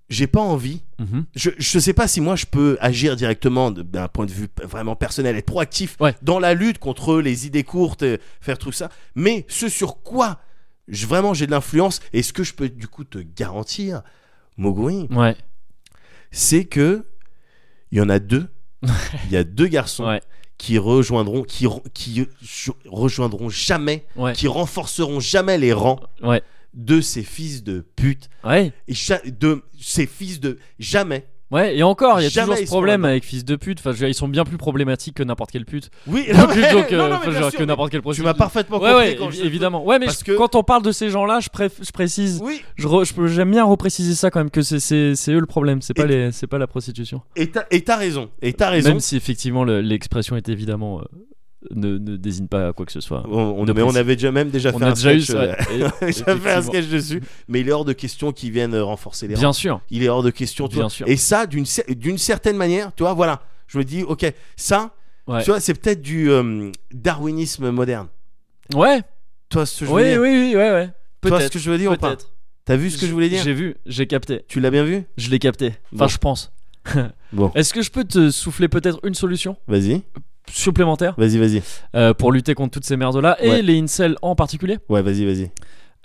Speaker 2: J'ai pas envie
Speaker 1: Mhm.
Speaker 2: je, je sais pas si moi je peux agir directement de- d'un point de vue p- vraiment personnel, être proactif
Speaker 1: Ouais.
Speaker 2: dans la lutte contre les idées courtes, euh, faire tout ça. Mais ce sur quoi je, vraiment j'ai de l'influence et ce que je peux du coup te garantir, Moguri,
Speaker 1: Ouais.
Speaker 2: c'est que il y en a deux. Il y a deux garçons
Speaker 1: Ouais.
Speaker 2: qui rejoindront, qui, re- qui jo- rejoindront jamais,
Speaker 1: Ouais.
Speaker 2: qui renforceront jamais les rangs
Speaker 1: Ouais.
Speaker 2: de ces fils de pute
Speaker 1: Ouais.
Speaker 2: et cha- de ces fils de jamais.
Speaker 1: Ouais, et encore, il y a
Speaker 2: Jamais
Speaker 1: toujours ce
Speaker 2: ils sont
Speaker 1: problème
Speaker 2: là-dedans.
Speaker 1: avec fils de pute. Enfin, je veux dire, ils sont bien plus problématiques que n'importe quelle pute.
Speaker 2: Oui,
Speaker 1: Donc, donc, euh,
Speaker 2: non, non, mais
Speaker 1: enfin, je veux
Speaker 2: bien
Speaker 1: dire,
Speaker 2: sûr,
Speaker 1: que
Speaker 2: mais-
Speaker 1: n'importe quelle
Speaker 2: Tu
Speaker 1: prostituée.
Speaker 2: m'as parfaitement
Speaker 1: Ouais,
Speaker 2: compris.
Speaker 1: ouais,
Speaker 2: quand je-
Speaker 1: évidemment. Ouais, mais
Speaker 2: Parce
Speaker 1: je-
Speaker 2: que-
Speaker 1: quand on parle de ces gens-là, je, préf- je précise.
Speaker 2: Oui,
Speaker 1: Je re- je peux- J'aime bien repréciser ça quand même que c'est- c'est c'est eux le problème, c'est pas
Speaker 2: Et- Ah,
Speaker 1: les c'est pas la prostitution.
Speaker 2: et t'as et t'as raison. Et t'as raison.
Speaker 1: Même si effectivement le- l'expression est évidemment euh, ne, ne désigne pas quoi que ce soit.
Speaker 2: On, on-
Speaker 1: de
Speaker 2: mais on
Speaker 1: préciser.
Speaker 2: avait déjà même déjà
Speaker 1: On
Speaker 2: fait
Speaker 1: a
Speaker 2: un
Speaker 1: déjà eu
Speaker 2: sketch,
Speaker 1: ça.
Speaker 2: euh,
Speaker 1: Et-
Speaker 2: J'avais fait un
Speaker 1: effectivement.
Speaker 2: sketch dessus, mais il est hors de question qu'ils viennent euh, renforcer les rangs.
Speaker 1: Bien sûr.
Speaker 2: Il est hors de question, tu
Speaker 1: Bien
Speaker 2: vois.
Speaker 1: sûr.
Speaker 2: Et ça, d'une cer- d'une certaine manière, tu vois, voilà. Je me dis, ok, ça,
Speaker 1: Ouais.
Speaker 2: tu vois, c'est peut-être du euh, darwinisme moderne.
Speaker 1: Ouais.
Speaker 2: Toi, ce que je veux
Speaker 1: Oui, oui,
Speaker 2: dire.
Speaker 1: oui, ouais, ouais.
Speaker 2: Tu vois ce que
Speaker 1: Peut-être.
Speaker 2: je veux dire ou pas
Speaker 1: Peut-être.
Speaker 2: T'as vu ce que je voulais dire
Speaker 1: J'ai vu, j'ai capté,
Speaker 2: Tu l'as bien vu
Speaker 1: je l'ai capté. Enfin,
Speaker 2: Bon.
Speaker 1: je pense.
Speaker 2: Bon,
Speaker 1: Est-ce que je peux te souffler peut-être une solution
Speaker 2: vas-y,
Speaker 1: supplémentaire
Speaker 2: vas-y, vas-y.
Speaker 1: euh, pour lutter contre toutes ces merdes-là et
Speaker 2: Ouais.
Speaker 1: les incels en particulier
Speaker 2: Ouais, vas-y, vas-y.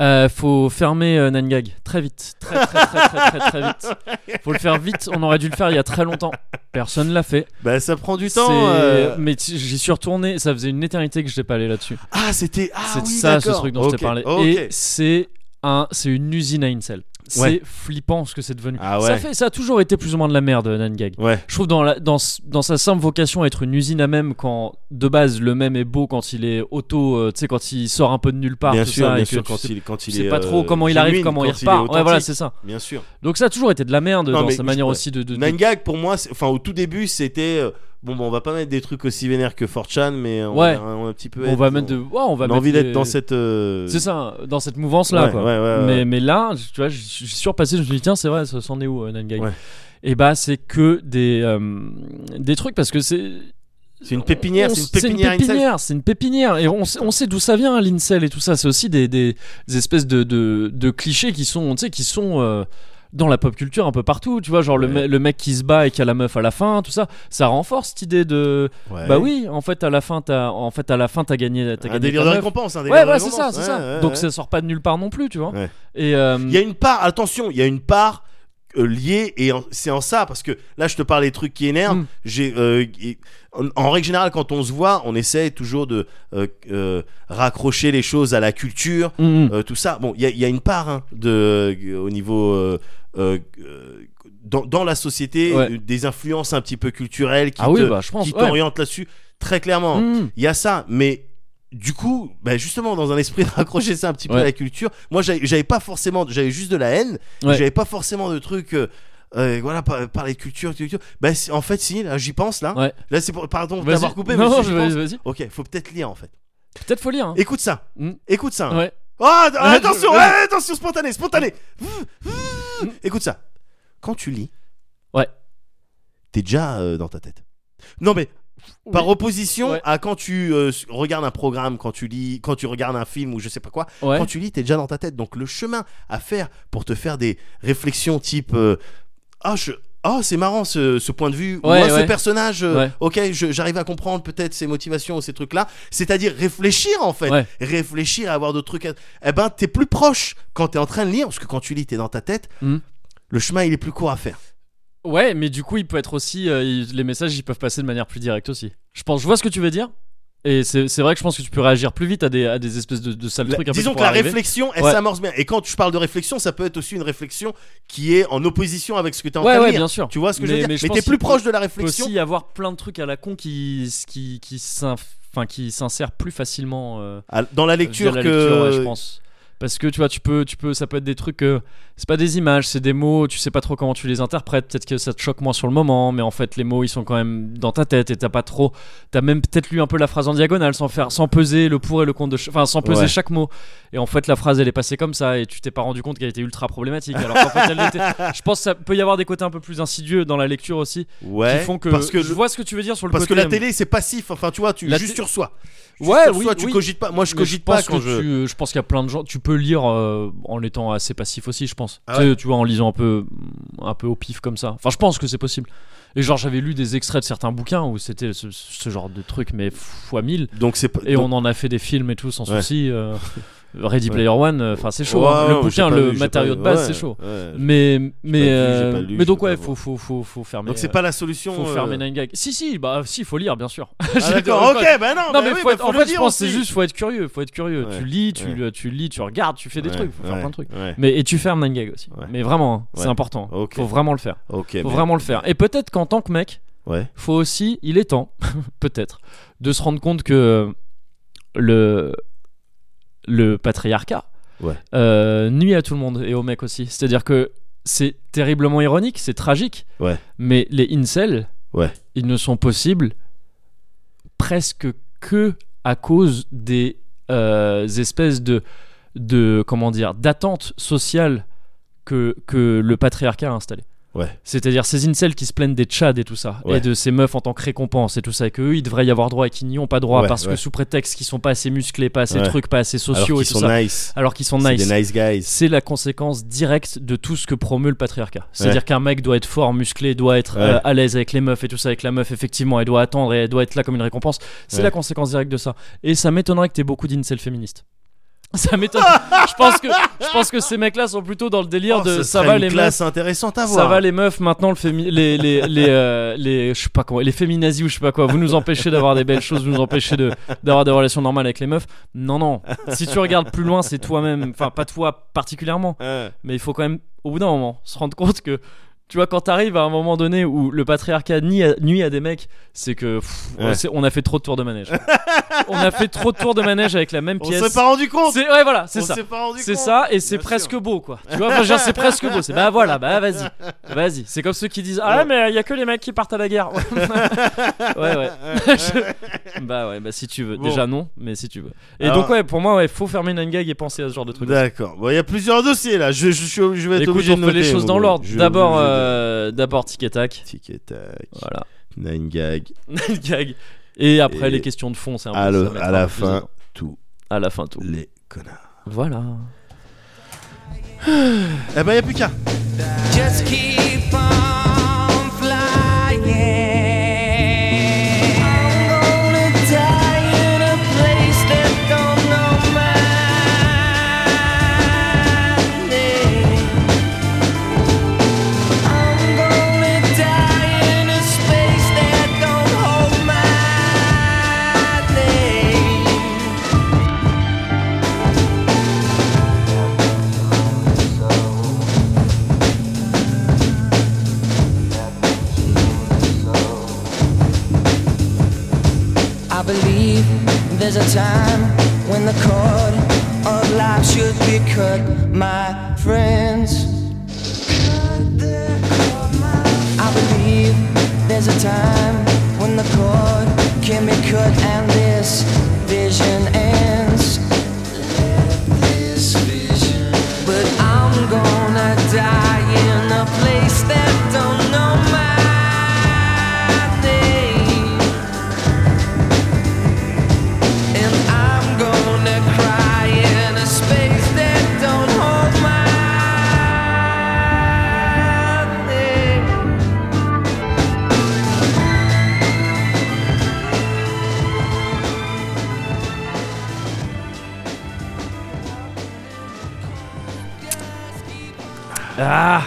Speaker 1: Euh, faut fermer euh, Nangag très vite, très très très très très très vite. Faut le faire vite. On aurait dû le faire il y a très longtemps. Personne l'a fait.
Speaker 2: Bah, ça prend du
Speaker 1: C'est-
Speaker 2: temps. euh.
Speaker 1: Mais t- j'y suis retourné. Ça faisait une éternité que je n'étais pas allé là-dessus.
Speaker 2: Ah, c'était. Ah,
Speaker 1: c'est
Speaker 2: oui,
Speaker 1: ça ce
Speaker 2: d'accord.
Speaker 1: truc dont je
Speaker 2: Ok,
Speaker 1: t'ai parlé.
Speaker 2: ok.
Speaker 1: Et c'est un, c'est une usine à incel. C'est
Speaker 2: Ouais.
Speaker 1: flippant ce que c'est devenu.
Speaker 2: Ah ouais.
Speaker 1: Ça fait, ça a toujours été plus ou moins de la merde Nangag.
Speaker 2: Ouais,
Speaker 1: Je trouve dans, la- dans, s- dans sa simple vocation être une usine à même quand de base le même est beau quand il est auto, euh, tu sais quand il sort un peu de nulle part,
Speaker 2: bien
Speaker 1: tout
Speaker 2: sûr,
Speaker 1: ça, et
Speaker 2: bien
Speaker 1: que
Speaker 2: sûr.
Speaker 1: tu
Speaker 2: Quand
Speaker 1: sais
Speaker 2: il, quand
Speaker 1: tu
Speaker 2: il
Speaker 1: sais
Speaker 2: est,
Speaker 1: pas trop
Speaker 2: euh,
Speaker 1: comment il arrive,
Speaker 2: genuine,
Speaker 1: comment il
Speaker 2: quand est
Speaker 1: repart. ouais, voilà,
Speaker 2: authentique.
Speaker 1: c'est ça.
Speaker 2: Bien sûr.
Speaker 1: Donc ça a toujours été de la merde
Speaker 2: Non,
Speaker 1: dans
Speaker 2: mais
Speaker 1: sa manière
Speaker 2: je- ouais.
Speaker 1: aussi de. de- de-
Speaker 2: Nangak, pour moi, c'est- enfin, au tout début, c'était euh, bon, bon, on va pas mettre des trucs aussi vénères que 4chan, mais on,
Speaker 1: Ouais.
Speaker 2: va, on va un petit peu.
Speaker 1: on
Speaker 2: être-
Speaker 1: va mettre de. ouais, on
Speaker 2: On
Speaker 1: va
Speaker 2: a
Speaker 1: mettre
Speaker 2: envie
Speaker 1: des-
Speaker 2: d'être dans cette. euh,
Speaker 1: C'est ça, dans cette mouvance là
Speaker 2: Ouais,
Speaker 1: quoi.
Speaker 2: ouais, ouais, ouais.
Speaker 1: Mais, mais là, je- tu vois, je je suis surpassé, je me dis tiens, c'est vrai, ça s'en est où, euh, Nine Gag
Speaker 2: Ouais.
Speaker 1: Et bah, c'est que des, euh, des trucs parce que c'est.
Speaker 2: C'est une pépinière,
Speaker 1: on-
Speaker 2: c'est une pépinière
Speaker 1: C'est une
Speaker 2: incel.
Speaker 1: pépinière, c'est une pépinière. Et on, sait- on sait d'où ça vient, hein, l'incel et tout ça. C'est aussi des, des, des espèces de, de, de clichés qui sont, tu sais, qui sont euh, dans la pop culture un peu partout. Tu vois, genre le,
Speaker 2: Ouais.
Speaker 1: me- le mec qui se bat et qui a la meuf à la fin, tout ça. Ça renforce cette idée de.
Speaker 2: Ouais.
Speaker 1: Bah oui, en fait, à la fin, t'as en fait, à la fin, t'as gagné, t'as
Speaker 2: un
Speaker 1: gagné
Speaker 2: délire
Speaker 1: ta
Speaker 2: de
Speaker 1: meuf.
Speaker 2: récompense. Un délire
Speaker 1: Ouais,
Speaker 2: de
Speaker 1: voilà, c'est ça,
Speaker 2: récompense.
Speaker 1: c'est
Speaker 2: Ouais,
Speaker 1: ça.
Speaker 2: ouais,
Speaker 1: Donc
Speaker 2: ouais.
Speaker 1: ça sort pas de nulle part non plus, tu vois.
Speaker 2: Ouais.
Speaker 1: Et euh,
Speaker 2: Il y a une part, attention, il y a une part euh, liée et en- c'est en ça parce que là je te parle des trucs qui énervent.
Speaker 1: Mm.
Speaker 2: J'ai euh, et- en, en règle générale quand on se voit, on essaie toujours de euh, euh, raccrocher les choses à la culture,
Speaker 1: mm, mm.
Speaker 2: euh, tout ça. Bon, il y, a- il y a une part hein, de euh, au niveau euh, euh, euh, dans, dans la société
Speaker 1: Ouais.
Speaker 2: euh, des influences un petit peu culturelles qui
Speaker 1: ah oui,
Speaker 2: te-
Speaker 1: bah je pense.
Speaker 2: qui hein.
Speaker 1: ouais.
Speaker 2: t'orientent là-dessus très clairement.
Speaker 1: Mm.
Speaker 2: Il y a ça, mais du coup, bah justement, dans un esprit de raccrocher ça un petit peu
Speaker 1: Ouais.
Speaker 2: à la culture, moi j'avais j'avais pas forcément, j'avais juste de la haine, et
Speaker 1: Ouais.
Speaker 2: j'avais pas forcément de trucs. euh, euh, voilà, par- parler de culture, culture. Bah, c'est- en fait, si, là, j'y pense, là.
Speaker 1: Ouais.
Speaker 2: Là, c'est pour. Pardon de
Speaker 1: Vas-y.
Speaker 2: t'avoir coupé,
Speaker 1: Non,
Speaker 2: mais
Speaker 1: non,
Speaker 2: j'y
Speaker 1: je-
Speaker 2: pense.
Speaker 1: vas-y.
Speaker 2: Ok, faut peut-être lire, en fait.
Speaker 1: Peut-être faut lire. hein.
Speaker 2: Écoute ça.
Speaker 1: Mm.
Speaker 2: Écoute ça.
Speaker 1: Ouais.
Speaker 2: Ah, d-
Speaker 1: Ouais, je-
Speaker 2: attention,
Speaker 1: je-
Speaker 2: ouais, attention, spontané, spontané. Mmh. Écoute ça. Quand tu lis.
Speaker 1: Ouais.
Speaker 2: T'es déjà euh, dans ta tête. Non mais. Par opposition
Speaker 1: Ouais.
Speaker 2: à quand tu euh, s- regardes un programme, quand tu lis, quand tu regardes un film ou je sais pas quoi,
Speaker 1: Ouais.
Speaker 2: quand tu lis, t'es déjà dans ta tête. Donc le chemin à faire pour te faire des réflexions type euh, ah je ah, c'est marrant ce, ce point de vue, ou
Speaker 1: Ouais,
Speaker 2: ah,
Speaker 1: ouais.
Speaker 2: ce personnage, euh,
Speaker 1: Ouais.
Speaker 2: ok, je- j'arrive à comprendre peut-être ses motivations ou ces trucs-là. C'est-à-dire réfléchir en fait,
Speaker 1: Ouais.
Speaker 2: réfléchir à avoir d'autres trucs. à- Eh ben, t'es plus proche quand t'es en train de lire, parce que quand tu lis, t'es dans ta tête.
Speaker 1: Mhm.
Speaker 2: Le chemin, il est plus court à faire.
Speaker 1: Ouais, mais du coup, il peut être aussi. euh, il- les messages, ils peuvent passer de manière plus directe aussi. Je pense, je vois ce que tu veux dire. Et c'est c'est vrai que je pense que tu peux réagir plus vite à des, à des espèces de, de sales
Speaker 2: La-
Speaker 1: trucs un peu
Speaker 2: disons
Speaker 1: qui
Speaker 2: que la
Speaker 1: pourraient arriver.
Speaker 2: réflexion, elle
Speaker 1: Ouais.
Speaker 2: s'amorce bien. Et quand je parle de réflexion, ça peut être aussi une réflexion qui est en opposition avec ce que t'es en
Speaker 1: Ouais,
Speaker 2: train
Speaker 1: ouais,
Speaker 2: de lire.
Speaker 1: bien sûr.
Speaker 2: Tu vois ce que
Speaker 1: Mais-
Speaker 2: je veux
Speaker 1: mais
Speaker 2: dire
Speaker 1: je
Speaker 2: Mais
Speaker 1: pense
Speaker 2: t'es
Speaker 1: qu'il
Speaker 2: plus
Speaker 1: peut-
Speaker 2: proche de la
Speaker 1: Il peut
Speaker 2: réflexion.
Speaker 1: aussi y avoir plein de trucs à la con qui, qui, qui s'inf- enfin qui s'insèrent plus facilement euh,
Speaker 2: Ah, Dans la lecture
Speaker 1: via la
Speaker 2: que.
Speaker 1: lecture, ouais, je pense. Parce que tu vois, tu peux, tu peux, ça peut être des trucs. euh, c'est pas des images, c'est des mots. Tu sais pas trop comment tu les interprètes. Peut-être que ça te choque moins sur le moment, mais en fait, les mots ils sont quand même dans ta tête et t'as pas trop. T'as même peut-être lu un peu la phrase en diagonale sans faire, sans peser le pour et le contre de, ch- enfin sans peser
Speaker 2: Ouais.
Speaker 1: chaque mot. Et en fait, la phrase elle est passée comme ça et tu t'es pas rendu compte qu'elle était ultra problématique. Alors qu'en fait, elle l'était. Je pense que ça peut y avoir des côtés un peu plus insidieux dans la lecture aussi,
Speaker 2: Ouais,
Speaker 1: qui font que.
Speaker 2: parce que,
Speaker 1: je
Speaker 2: le-
Speaker 1: vois ce que tu veux dire sur le
Speaker 2: parce que
Speaker 1: côté.
Speaker 2: la télé, c'est passif. Enfin, tu vois, tu
Speaker 1: La
Speaker 2: juste
Speaker 1: té-
Speaker 2: sur soi. Juste
Speaker 1: Ouais,
Speaker 2: sur
Speaker 1: oui,
Speaker 2: soi, tu
Speaker 1: oui.
Speaker 2: cogites pas. Moi, je
Speaker 1: Mais
Speaker 2: cogite pas
Speaker 1: pense
Speaker 2: quand
Speaker 1: que
Speaker 2: je.
Speaker 1: tu- euh, je pense qu'il y a plein de gens. Tu peux lire euh, en étant assez passif aussi, je pense.
Speaker 2: Ah
Speaker 1: tu, sais,
Speaker 2: ouais.
Speaker 1: tu vois, en lisant un peu, un peu au pif comme ça. Enfin, je pense que c'est possible. Et genre, j'avais lu des extraits de certains bouquins où c'était ce, ce genre de truc, mais fois mille.
Speaker 2: Donc c'est pas-
Speaker 1: Et
Speaker 2: donc-
Speaker 1: on en a fait des films et tout, sans
Speaker 2: Ouais.
Speaker 1: souci. euh, Ready
Speaker 2: Ouais.
Speaker 1: Player One, euh, enfin, c'est chaud.
Speaker 2: Ouais,
Speaker 1: hein. Le
Speaker 2: ouais, j'ai
Speaker 1: bouquin,
Speaker 2: pas
Speaker 1: le
Speaker 2: lu, j'ai
Speaker 1: matériau
Speaker 2: pas
Speaker 1: de
Speaker 2: lu.
Speaker 1: base,
Speaker 2: Ouais,
Speaker 1: c'est chaud.
Speaker 2: ouais.
Speaker 1: Mais, mais,
Speaker 2: lu, j'ai
Speaker 1: euh,
Speaker 2: pas lu,
Speaker 1: mais
Speaker 2: je
Speaker 1: donc
Speaker 2: peux
Speaker 1: ouais,
Speaker 2: pas
Speaker 1: faut, faut, faut, faut fermer.
Speaker 2: Donc c'est
Speaker 1: euh,
Speaker 2: pas la solution.
Speaker 1: faut
Speaker 2: euh,
Speaker 1: fermer Nine Gag. Si, si, bah, si, faut lire, bien sûr.
Speaker 2: Ah, d'accord, ok, ben non,
Speaker 1: Non
Speaker 2: bah
Speaker 1: mais
Speaker 2: oui,
Speaker 1: faut
Speaker 2: bah,
Speaker 1: être-
Speaker 2: faut
Speaker 1: en
Speaker 2: le
Speaker 1: fait je
Speaker 2: dire
Speaker 1: pense que c'est
Speaker 2: aussi.
Speaker 1: juste faut être curieux, faut être curieux.
Speaker 2: Ouais,
Speaker 1: Tu lis, tu,
Speaker 2: ouais.
Speaker 1: le- tu lis, tu regardes, tu fais des
Speaker 2: Ouais,
Speaker 1: trucs, faut faire
Speaker 2: ouais,
Speaker 1: plein de trucs.
Speaker 2: ouais.
Speaker 1: Mais et tu fermes Nine Gag aussi.
Speaker 2: Ouais.
Speaker 1: Mais vraiment, hein, c'est
Speaker 2: Ouais.
Speaker 1: important.
Speaker 2: Ok.
Speaker 1: Faut vraiment le faire.
Speaker 2: Ok.
Speaker 1: Faut
Speaker 2: mais-
Speaker 1: vraiment le faire. Et peut-être qu'en tant que mec,
Speaker 2: Ouais.
Speaker 1: faut aussi, il est temps, peut-être, de se rendre compte que le le patriarcat
Speaker 2: Ouais.
Speaker 1: euh, nuit à tout le monde et aux mecs aussi. C'est-à-dire que c'est terriblement ironique, c'est tragique.
Speaker 2: Ouais.
Speaker 1: Mais les incels,
Speaker 2: Ouais.
Speaker 1: ils ne sont possibles presque que à cause des euh, espèces de de comment dire d'attentes sociales que que le patriarcat a installées.
Speaker 2: Ouais.
Speaker 1: C'est-à-dire ces incels qui se plaignent des tchads et tout ça,
Speaker 2: Ouais.
Speaker 1: et de ces meufs en tant que récompense et tout ça, et qu'eux ils devraient y avoir droit et qu'ils n'y ont pas droit
Speaker 2: Ouais,
Speaker 1: parce
Speaker 2: ouais.
Speaker 1: que sous prétexte qu'ils sont pas assez musclés, pas assez
Speaker 2: Ouais.
Speaker 1: trucs, pas assez
Speaker 2: Alors
Speaker 1: sociaux
Speaker 2: qu'ils
Speaker 1: et tout
Speaker 2: sont
Speaker 1: ça,
Speaker 2: nice.
Speaker 1: alors qu'ils sont
Speaker 2: C'est
Speaker 1: nice.
Speaker 2: des nice guys.
Speaker 1: C'est la conséquence directe de tout ce que promeut le patriarcat. C'est-à-dire qu'un mec doit être fort, musclé, doit être euh,
Speaker 2: Ouais.
Speaker 1: à l'aise avec les meufs et tout ça, avec la meuf, effectivement, elle doit attendre et elle doit être là comme une récompense. C'est
Speaker 2: Ouais.
Speaker 1: la conséquence directe de ça. Et ça m'étonnerait que t'aies beaucoup d'incels féministes. Ça m'étonne. je pense que je pense que ces mecs-là sont plutôt dans le délire
Speaker 2: Oh,
Speaker 1: de
Speaker 2: ce
Speaker 1: ça
Speaker 2: serait
Speaker 1: va
Speaker 2: une
Speaker 1: les meufs.
Speaker 2: classe intéressante à voir.
Speaker 1: Ça va les meufs maintenant le fémi- les les les euh, les je sais pas quoi les féminazis ou je sais pas quoi vous nous empêchez d'avoir des belles choses vous nous empêchez de d'avoir des relations normales avec les meufs non non si tu regardes plus loin c'est toi-même enfin pas toi particulièrement
Speaker 2: Ouais.
Speaker 1: mais il faut quand même au bout d'un moment se rendre compte que tu vois quand t'arrives à un moment donné où le patriarcat nuit à, nuit à des mecs c'est que pff,
Speaker 2: Ouais.
Speaker 1: c'est- on a fait trop de tours de manège on a fait trop de tours de manège avec la même
Speaker 2: On
Speaker 1: pièce
Speaker 2: s'est pas rendu compte.
Speaker 1: c'est ouais voilà c'est
Speaker 2: On
Speaker 1: ça
Speaker 2: s'est pas rendu
Speaker 1: c'est
Speaker 2: compte.
Speaker 1: ça, et c'est
Speaker 2: Bien
Speaker 1: presque
Speaker 2: sûr.
Speaker 1: beau, quoi. Tu vois, enfin, genre, c'est presque beau. C'est bah voilà, bah vas-y, vas-y. C'est comme ceux qui disent ah ouais, mais il y a que les mecs qui partent à la guerre. ouais, ouais. Je- Bah ouais, bah si tu veux.
Speaker 2: Bon.
Speaker 1: Déjà non, mais si tu veux. Et
Speaker 2: Alors-
Speaker 1: donc ouais, pour moi ouais, faut fermer une gag et penser à ce genre de truc.
Speaker 2: D'accord. Bon, il y a plusieurs dossiers là. Je, je, suis- je vais être
Speaker 1: Écoute,
Speaker 2: obligé
Speaker 1: on
Speaker 2: de
Speaker 1: fait
Speaker 2: noter.
Speaker 1: les choses
Speaker 2: mon
Speaker 1: dans
Speaker 2: gars.
Speaker 1: l'ordre.
Speaker 2: Je vais-
Speaker 1: D'abord,
Speaker 2: je vais-
Speaker 1: euh, d'abord tic et tac.
Speaker 2: Tic et tac.
Speaker 1: Voilà,
Speaker 2: Nine gag.
Speaker 1: une gag. Et après
Speaker 2: Et
Speaker 1: les questions de fond, c'est un peu
Speaker 2: À,
Speaker 1: ça
Speaker 2: le-
Speaker 1: mettra
Speaker 2: à
Speaker 1: un
Speaker 2: la
Speaker 1: peu plus de
Speaker 2: fin,
Speaker 1: temps.
Speaker 2: tous
Speaker 1: À la fin tout.
Speaker 2: les connards.
Speaker 1: Voilà.
Speaker 2: Eh ben, il y a plus qu'un.
Speaker 4: Just keep on flying. I'm gonna die in a place that don't know my name. I'm gonna die in a space that don't hold my name. I believe there's a time when the cord of life should be cut, my friends. I believe there's a time when the cord can be cut and this vision ends. But I'm gonna die in a place that don't know my name. And I'm gonna cry in a space that don't hold my name.
Speaker 1: Ah.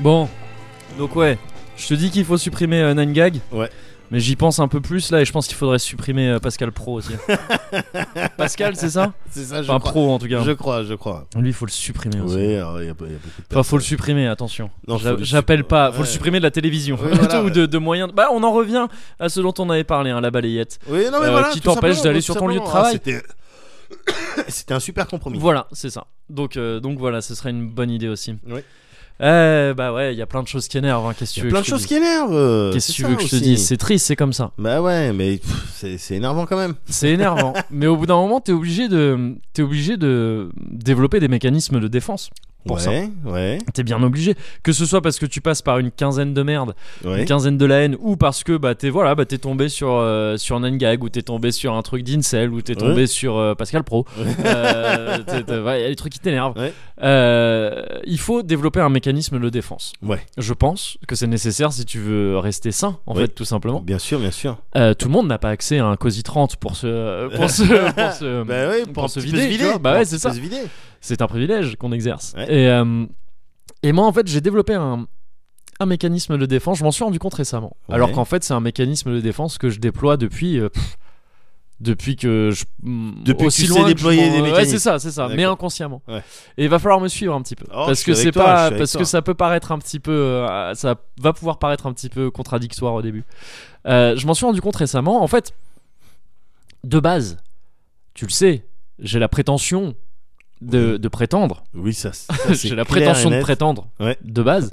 Speaker 1: Bon. Donc ouais, je te dis qu'il faut supprimer euh, Nine Gag.
Speaker 2: Ouais.
Speaker 1: Mais j'y pense un peu plus là et je pense qu'il faudrait supprimer euh, Pascal Pro aussi. Pascal, c'est ça
Speaker 2: C'est ça, je
Speaker 1: Enfin,
Speaker 2: crois.
Speaker 1: Pro en tout cas.
Speaker 2: Je crois, je crois.
Speaker 1: Lui, il faut le supprimer aussi.
Speaker 2: hein. Oui, alors, il y a, il y a beaucoup de
Speaker 1: Enfin, faut
Speaker 2: personnes.
Speaker 1: le supprimer, attention.
Speaker 2: Non,
Speaker 1: J'a-
Speaker 2: faut le
Speaker 1: J'appelle
Speaker 2: supprimer.
Speaker 1: pas, faut
Speaker 2: Ouais.
Speaker 1: le supprimer de la télévision
Speaker 2: Oui, voilà,
Speaker 1: ou
Speaker 2: ouais.
Speaker 1: de, de moyens. Bah, on en revient à ce dont on avait parlé, hein, la balayette.
Speaker 2: Oui, non, mais
Speaker 1: Euh,
Speaker 2: voilà,
Speaker 1: qui
Speaker 2: tout
Speaker 1: t'empêche
Speaker 2: simplement,
Speaker 1: d'aller
Speaker 2: tout
Speaker 1: sur ton lieu de
Speaker 2: simplement.
Speaker 1: travail.
Speaker 2: Ah, C'était... C'était un super compromis.
Speaker 1: Voilà, c'est ça. Donc, euh, donc voilà, ce serait une bonne idée aussi.
Speaker 2: Oui.
Speaker 1: Euh, bah ouais, il y a plein de choses qui énervent. hein, Qu'est-ce que tu
Speaker 2: Il y a
Speaker 1: veux
Speaker 2: plein
Speaker 1: que
Speaker 2: de
Speaker 1: je te dise
Speaker 2: choses qui énervent. euh,
Speaker 1: Qu'est-ce que
Speaker 2: c'est
Speaker 1: tu
Speaker 2: ça
Speaker 1: veux que je te
Speaker 2: aussi.
Speaker 1: dise C'est triste, c'est comme ça.
Speaker 2: Bah ouais, mais pff, c'est, c'est énervant quand même.
Speaker 1: C'est énervant. Mais au bout d'un moment, t'es obligé de, t'es obligé de développer des mécanismes de défense. Pour
Speaker 2: ouais,
Speaker 1: ça.
Speaker 2: ouais,
Speaker 1: T'es bien obligé. Que ce soit parce que tu passes par une quinzaine de merde,
Speaker 2: ouais.
Speaker 1: une quinzaine de la haine, ou parce que bah t'es voilà, bah t'es tombé sur euh, sur un gag, ou t'es tombé sur un truc d'incel, ou t'es tombé sur euh, Pascal Pro. Euh, t'es- t'es- ouais, Il y a des trucs qui t'énervent.
Speaker 2: Ouais.
Speaker 1: Euh, il faut développer un mécanisme de défense.
Speaker 2: Ouais.
Speaker 1: Je pense que c'est nécessaire si tu veux rester sain, en
Speaker 2: Oui.
Speaker 1: fait, tout simplement.
Speaker 2: Bien sûr, bien sûr.
Speaker 1: Euh, tout le monde n'a pas accès à un cosy 30 pour se pour se pour se-
Speaker 2: Bah ouais, pour,
Speaker 1: pour
Speaker 2: un
Speaker 1: se
Speaker 2: petit peu
Speaker 1: vider,
Speaker 2: se
Speaker 1: tu vois. Bah
Speaker 2: pour
Speaker 1: ouais,
Speaker 2: un
Speaker 1: c'est
Speaker 2: petit
Speaker 1: ça.
Speaker 2: peu se vider.
Speaker 1: c'est un privilège qu'on exerce.
Speaker 2: Ouais.
Speaker 1: Et, euh, et moi, en fait, j'ai développé un, un mécanisme de défense. Je m'en suis rendu compte récemment.
Speaker 2: Ouais.
Speaker 1: Alors qu'en fait, c'est un mécanisme de défense que je déploie depuis. euh, pff, depuis que je. mm,
Speaker 2: Depuis que
Speaker 1: aussi
Speaker 2: tu sais
Speaker 1: loin je
Speaker 2: déployer
Speaker 1: m'en-
Speaker 2: des
Speaker 1: Ouais,
Speaker 2: mécanismes.
Speaker 1: c'est ça, c'est ça. Mais
Speaker 2: D'accord.
Speaker 1: inconsciemment.
Speaker 2: Ouais.
Speaker 1: Et il va falloir me suivre un petit peu.
Speaker 2: Oh, je
Speaker 1: parce
Speaker 2: suis
Speaker 1: que
Speaker 2: avec
Speaker 1: c'est
Speaker 2: toi, je suis
Speaker 1: pas.
Speaker 2: avec
Speaker 1: Parce
Speaker 2: toi.
Speaker 1: que ça peut paraître un petit peu. euh, ça va pouvoir paraître un petit peu contradictoire au début. Euh, je m'en suis rendu compte récemment. En fait, de base, tu le sais, j'ai la prétention de- de prétendre
Speaker 2: Oui, ça. ça,
Speaker 1: j'ai
Speaker 2: c'est
Speaker 1: la
Speaker 2: clair
Speaker 1: prétention
Speaker 2: et
Speaker 1: de
Speaker 2: net.
Speaker 1: prétendre
Speaker 2: Ouais.
Speaker 1: de base,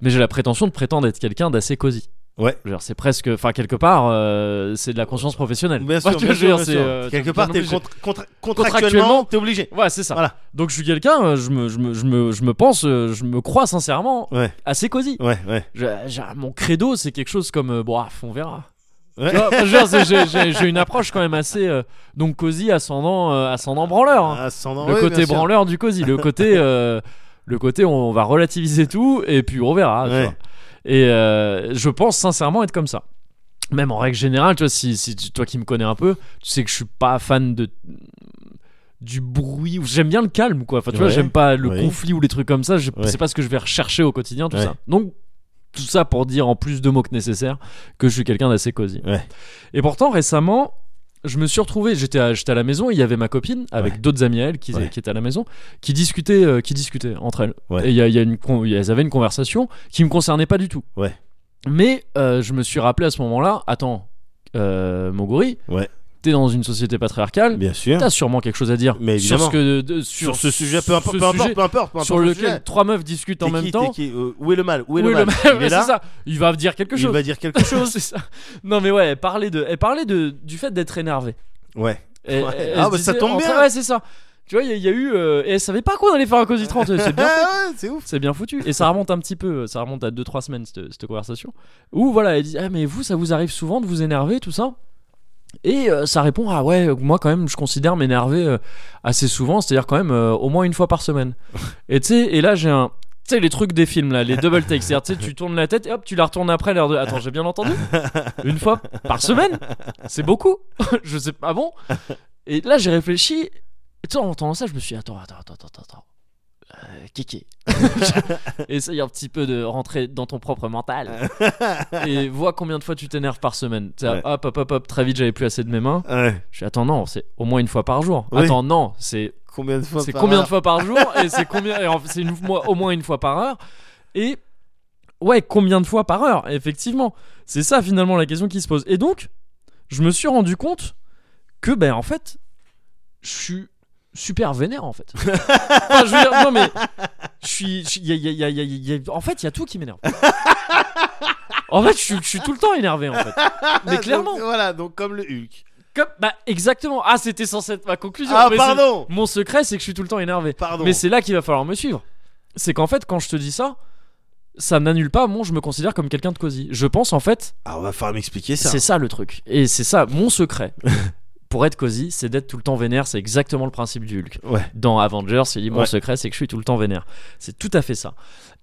Speaker 1: mais j'ai la prétention de prétendre être quelqu'un d'assez cosy.
Speaker 2: Ouais.
Speaker 1: Je veux dire, C'est presque, enfin quelque part, euh, c'est de la conscience professionnelle.
Speaker 2: Bien
Speaker 1: Enfin,
Speaker 2: sûr,
Speaker 1: tu
Speaker 2: bien
Speaker 1: vois, je veux dire,
Speaker 2: sûr, bien
Speaker 1: c'est,
Speaker 2: sûr.
Speaker 1: euh,
Speaker 2: Quelque
Speaker 1: t'es
Speaker 2: part,
Speaker 1: bien
Speaker 2: t'es
Speaker 1: obligé.
Speaker 2: contra- contra-
Speaker 1: Contractuellement,
Speaker 2: contractuellement, t'es obligé.
Speaker 1: Ouais, c'est ça.
Speaker 2: Voilà.
Speaker 1: Donc je suis quelqu'un, euh, je me, je me, je me, je me pense, euh, je me crois sincèrement
Speaker 2: Ouais.
Speaker 1: assez cosy.
Speaker 2: Ouais, ouais.
Speaker 1: Je- j'ai- mon credo, c'est quelque chose comme, euh, bon, ah, on verra.
Speaker 2: Ouais.
Speaker 1: Tu vois, enfin, je veux dire, c'est- j'ai- j'ai j'ai une approche quand même assez euh, donc cosy, ascendant, euh, ascendant branleur. hein.
Speaker 2: Ah, sans en-
Speaker 1: Le
Speaker 2: ouais,
Speaker 1: côté
Speaker 2: bien sûr.
Speaker 1: branleur du cosy, le côté, euh, le côté on va relativiser tout et puis on verra. tu
Speaker 2: Ouais.
Speaker 1: vois. Et euh, je pense sincèrement être comme ça. Même en règle générale, tu vois, si, si tu- toi qui me connais un peu, tu sais que je suis pas fan de du bruit. ou J'aime bien le calme, quoi. Enfin, tu vois,
Speaker 2: Ouais.
Speaker 1: j'aime pas le
Speaker 2: Oui.
Speaker 1: conflit ou les trucs comme ça. Je
Speaker 2: Ouais.
Speaker 1: sais pas ce que je vais rechercher au quotidien, tout
Speaker 2: Ouais.
Speaker 1: ça. Donc tout ça pour dire en plus de mots que nécessaire que je suis quelqu'un d'assez cosy.
Speaker 2: Ouais.
Speaker 1: Et pourtant récemment, je me suis retrouvé, j'étais à, j'étais à la maison, et il y avait ma copine avec d'autres amis à elle qui,
Speaker 2: Ouais.
Speaker 1: qui étaient à la maison, qui discutaient, euh, qui discutaient entre elles.
Speaker 2: Ouais.
Speaker 1: Et il y a, il y a une, con- elles avaient une conversation qui me concernait pas du tout.
Speaker 2: Ouais.
Speaker 1: Mais euh, je me suis rappelé à ce moment-là, attends, euh, Moguri,
Speaker 2: Ouais.
Speaker 1: t'es dans une société patriarcale,
Speaker 2: Bien sûr.
Speaker 1: t'as sûrement quelque chose à dire
Speaker 2: Mais
Speaker 1: sur ce
Speaker 2: évidemment.
Speaker 1: que, de-
Speaker 2: Sur ce sujet,
Speaker 1: ce
Speaker 2: peu importe, peu importe,
Speaker 1: sujet
Speaker 2: peu importe. peu
Speaker 1: sur
Speaker 2: importe le
Speaker 1: lequel
Speaker 2: sujet.
Speaker 1: trois meufs discutent en
Speaker 2: T'es
Speaker 1: même
Speaker 2: qui,
Speaker 1: temps.
Speaker 2: t'es qui, euh, Où est le mal Où est le
Speaker 1: Oui,
Speaker 2: mal
Speaker 1: mal,
Speaker 2: Il est
Speaker 1: c'est
Speaker 2: là.
Speaker 1: ça. Il va dire quelque
Speaker 2: Il
Speaker 1: chose.
Speaker 2: va dire quelque chose.
Speaker 1: C'est ça. Non mais ouais, elle parlait de, elle parlait de, du fait d'être énervée.
Speaker 2: Ouais.
Speaker 1: Et-
Speaker 2: Ouais.
Speaker 1: et- elle
Speaker 2: Ah,
Speaker 1: se
Speaker 2: bah, ça
Speaker 1: disait,
Speaker 2: tombe
Speaker 1: en
Speaker 2: bien.
Speaker 1: train- Ouais, c'est ça. Tu vois, il y, a- il y a eu. euh, et elle savait pas qu'on allait faire un Cosy 30. C'est bien,
Speaker 2: Ah ouais, c'est ouf.
Speaker 1: c'est bien foutu. Et ça remonte un petit peu. Ça remonte à 2-3 semaines, cette, cette conversation. Où voilà, elle dit Ah, mais vous, ça vous arrive souvent de vous énerver, tout ça Et euh, ça répond Ah, ouais, euh, moi, quand même, je considère m'énerver euh, assez souvent. C'est-à-dire, quand même, euh, au moins une fois par semaine. et tu sais, et là, j'ai un. Tu sais, les trucs des films, là, les double takes. C'est-à-dire, tu sais, tu tournes la tête et hop, tu la retournes après l'heure de. Attends, j'ai bien entendu Une fois par semaine C'est beaucoup Je sais pas, ah bon Et là, j'ai réfléchi. Et tu sais, en entendant ça, je me suis dit, Attends, attends, attends, attends, attends. Euh, kéké. Essaye un petit peu de rentrer dans ton propre mental. et vois combien de fois tu t'énerves par semaine. Tu sais,
Speaker 2: Ouais.
Speaker 1: Hop, hop, hop, hop, très vite, j'avais plus assez de mes mains.
Speaker 2: Ouais.
Speaker 1: Je suis Attends, non, c'est au moins une fois par jour.
Speaker 2: Oui.
Speaker 1: Attends, non, c'est
Speaker 2: Combien de fois
Speaker 1: c'est
Speaker 2: par
Speaker 1: combien
Speaker 2: heure
Speaker 1: de fois par jour et c'est combien et en- c'est une fois- au moins une fois par heure et ouais combien de fois par heure effectivement c'est ça finalement la question qui se pose et donc je me suis rendu compte que ben en fait je suis super vénère en fait Enfin, je veux dire, non mais je suis je- y a- y a- y a- y a- y a- en fait il y a tout qui m'énerve en fait je suis- je suis tout le temps énervé en fait mais
Speaker 2: Ah,
Speaker 1: clairement
Speaker 2: donc, voilà, donc comme le Hulk.
Speaker 1: comme- bah exactement ah c'était censé être ma conclusion
Speaker 2: Ah,
Speaker 1: mais c'est-
Speaker 2: pardon
Speaker 1: mon secret, c'est que je suis tout le temps énervé.
Speaker 2: Pardon.
Speaker 1: Mais c'est là qu'il va falloir me suivre. C'est qu'en fait, quand je te dis ça, ça n'annule pas mon je me considère comme quelqu'un de cosy. Je pense en fait,
Speaker 2: Ah, on va falloir m'expliquer ça.
Speaker 1: c'est ça le truc. Et c'est ça mon secret pour être cosy, c'est d'être tout le temps vénère, c'est exactement le principe du Hulk.
Speaker 2: Ouais.
Speaker 1: Dans Avengers, il dit mon
Speaker 2: Ouais.
Speaker 1: secret, c'est que je suis tout le temps vénère. C'est tout à fait ça.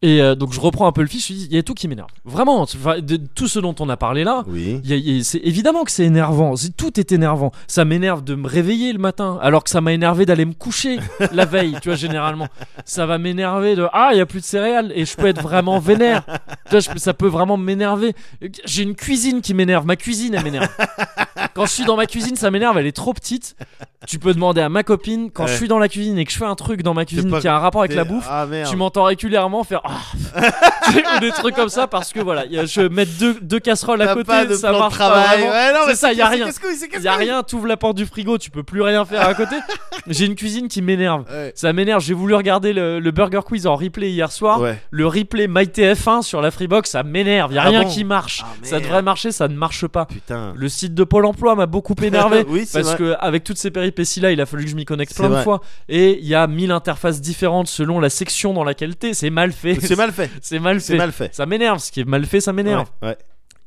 Speaker 1: Et euh, donc je reprends un peu le fil, je me suis dit, il y a tout qui m'énerve. Vraiment, enfin, de, tout ce dont on a parlé là,
Speaker 2: Oui.
Speaker 1: il y a- il y a- c'est évidemment que c'est énervant, c'est- tout est énervant. Ça m'énerve de me réveiller le matin, alors que ça m'a énervé d'aller me coucher la veille, tu vois, généralement. Ça va m'énerver de Ah, il n'y a plus de céréales, et je peux être vraiment vénère. Tu vois, je peux- ça peut vraiment m'énerver. J'ai une cuisine qui m'énerve, ma cuisine, elle m'énerve. Quand je suis dans ma cuisine, ça m'énerve, elle est trop petite. Tu peux demander à ma copine, quand
Speaker 2: Ouais.
Speaker 1: je suis dans la cuisine et que je fais un truc dans ma cuisine
Speaker 2: pas-
Speaker 1: qui a un rapport avec la
Speaker 2: T'es-
Speaker 1: bouffe,
Speaker 2: Ah merde.
Speaker 1: tu m'entends régulièrement faire Ah ou des trucs comme ça parce que voilà, y a- je mets deux, deux casseroles à
Speaker 2: T'as
Speaker 1: côté,
Speaker 2: pas de
Speaker 1: ça
Speaker 2: plan de
Speaker 1: marche pas
Speaker 2: travail.
Speaker 1: vraiment.
Speaker 2: Ouais, non, mais
Speaker 1: c'est ça,
Speaker 2: c'est-
Speaker 1: y a
Speaker 2: c'est
Speaker 1: rien.
Speaker 2: casse-couille, c'est
Speaker 1: Y a
Speaker 2: casse-couille.
Speaker 1: rien, t'ouvres la porte du frigo, tu peux plus rien faire à côté. J'ai une cuisine qui m'énerve.
Speaker 2: Ouais.
Speaker 1: Ça m'énerve, j'ai voulu regarder le, le Burger Quiz en replay hier soir.
Speaker 2: Ouais.
Speaker 1: Le replay MyTF1 sur la Freebox, ça m'énerve, y a
Speaker 2: Ah
Speaker 1: rien
Speaker 2: bon
Speaker 1: qui marche.
Speaker 2: Ah,
Speaker 1: ça
Speaker 2: merde.
Speaker 1: devrait marcher, ça ne marche pas.
Speaker 2: Putain.
Speaker 1: Le site de Pôle emploi m'a beaucoup énervé.
Speaker 2: Oui, c'est
Speaker 1: parce
Speaker 2: vrai.
Speaker 1: que avec toutes ces péripéties là, il a fallu que je m'y connecte plein
Speaker 2: C'est
Speaker 1: de
Speaker 2: vrai.
Speaker 1: fois. Et il y a mille interfaces différentes selon la section dans laquelle t'es. C'est mal fait.
Speaker 2: C'est mal fait.
Speaker 1: C'est mal
Speaker 2: C'est
Speaker 1: fait.
Speaker 2: mal fait.
Speaker 1: Ça m'énerve. Ce qui est mal fait, ça m'énerve.
Speaker 2: Ouais. ouais.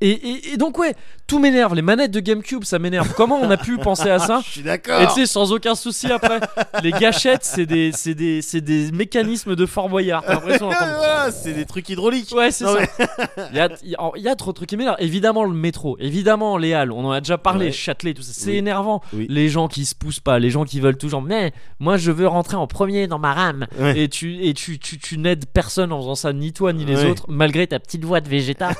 Speaker 1: Et, et- et donc ouais, tout m'énerve. Les manettes de GameCube, ça m'énerve. Comment on a pu penser à ça
Speaker 2: Je suis
Speaker 1: et
Speaker 2: d'accord.
Speaker 1: tu sais, sans aucun souci après, les gâchettes, c'est des, c'est des, c'est des mécanismes de Fort Boyard. T'as l'impression d'entendre-
Speaker 2: Voilà, c'est des trucs hydrauliques.
Speaker 1: Ouais, c'est
Speaker 2: Non,
Speaker 1: ça. Il y, a, il y a- il y a trop de trucs qui m'énervent. Évidemment, le métro, évidemment, les Halles, on en a déjà parlé,
Speaker 2: Ouais.
Speaker 1: Châtelet, tout ça, c'est
Speaker 2: Oui.
Speaker 1: énervant.
Speaker 2: Oui.
Speaker 1: Les gens qui se poussent pas, les gens qui veulent toujours, mais moi je veux rentrer en premier dans ma rame.
Speaker 2: Ouais.
Speaker 1: Et tu, et tu, tu, tu n'aides personne en faisant ça, ni toi ni les
Speaker 2: Ouais.
Speaker 1: autres, malgré ta petite voix de Vegeta.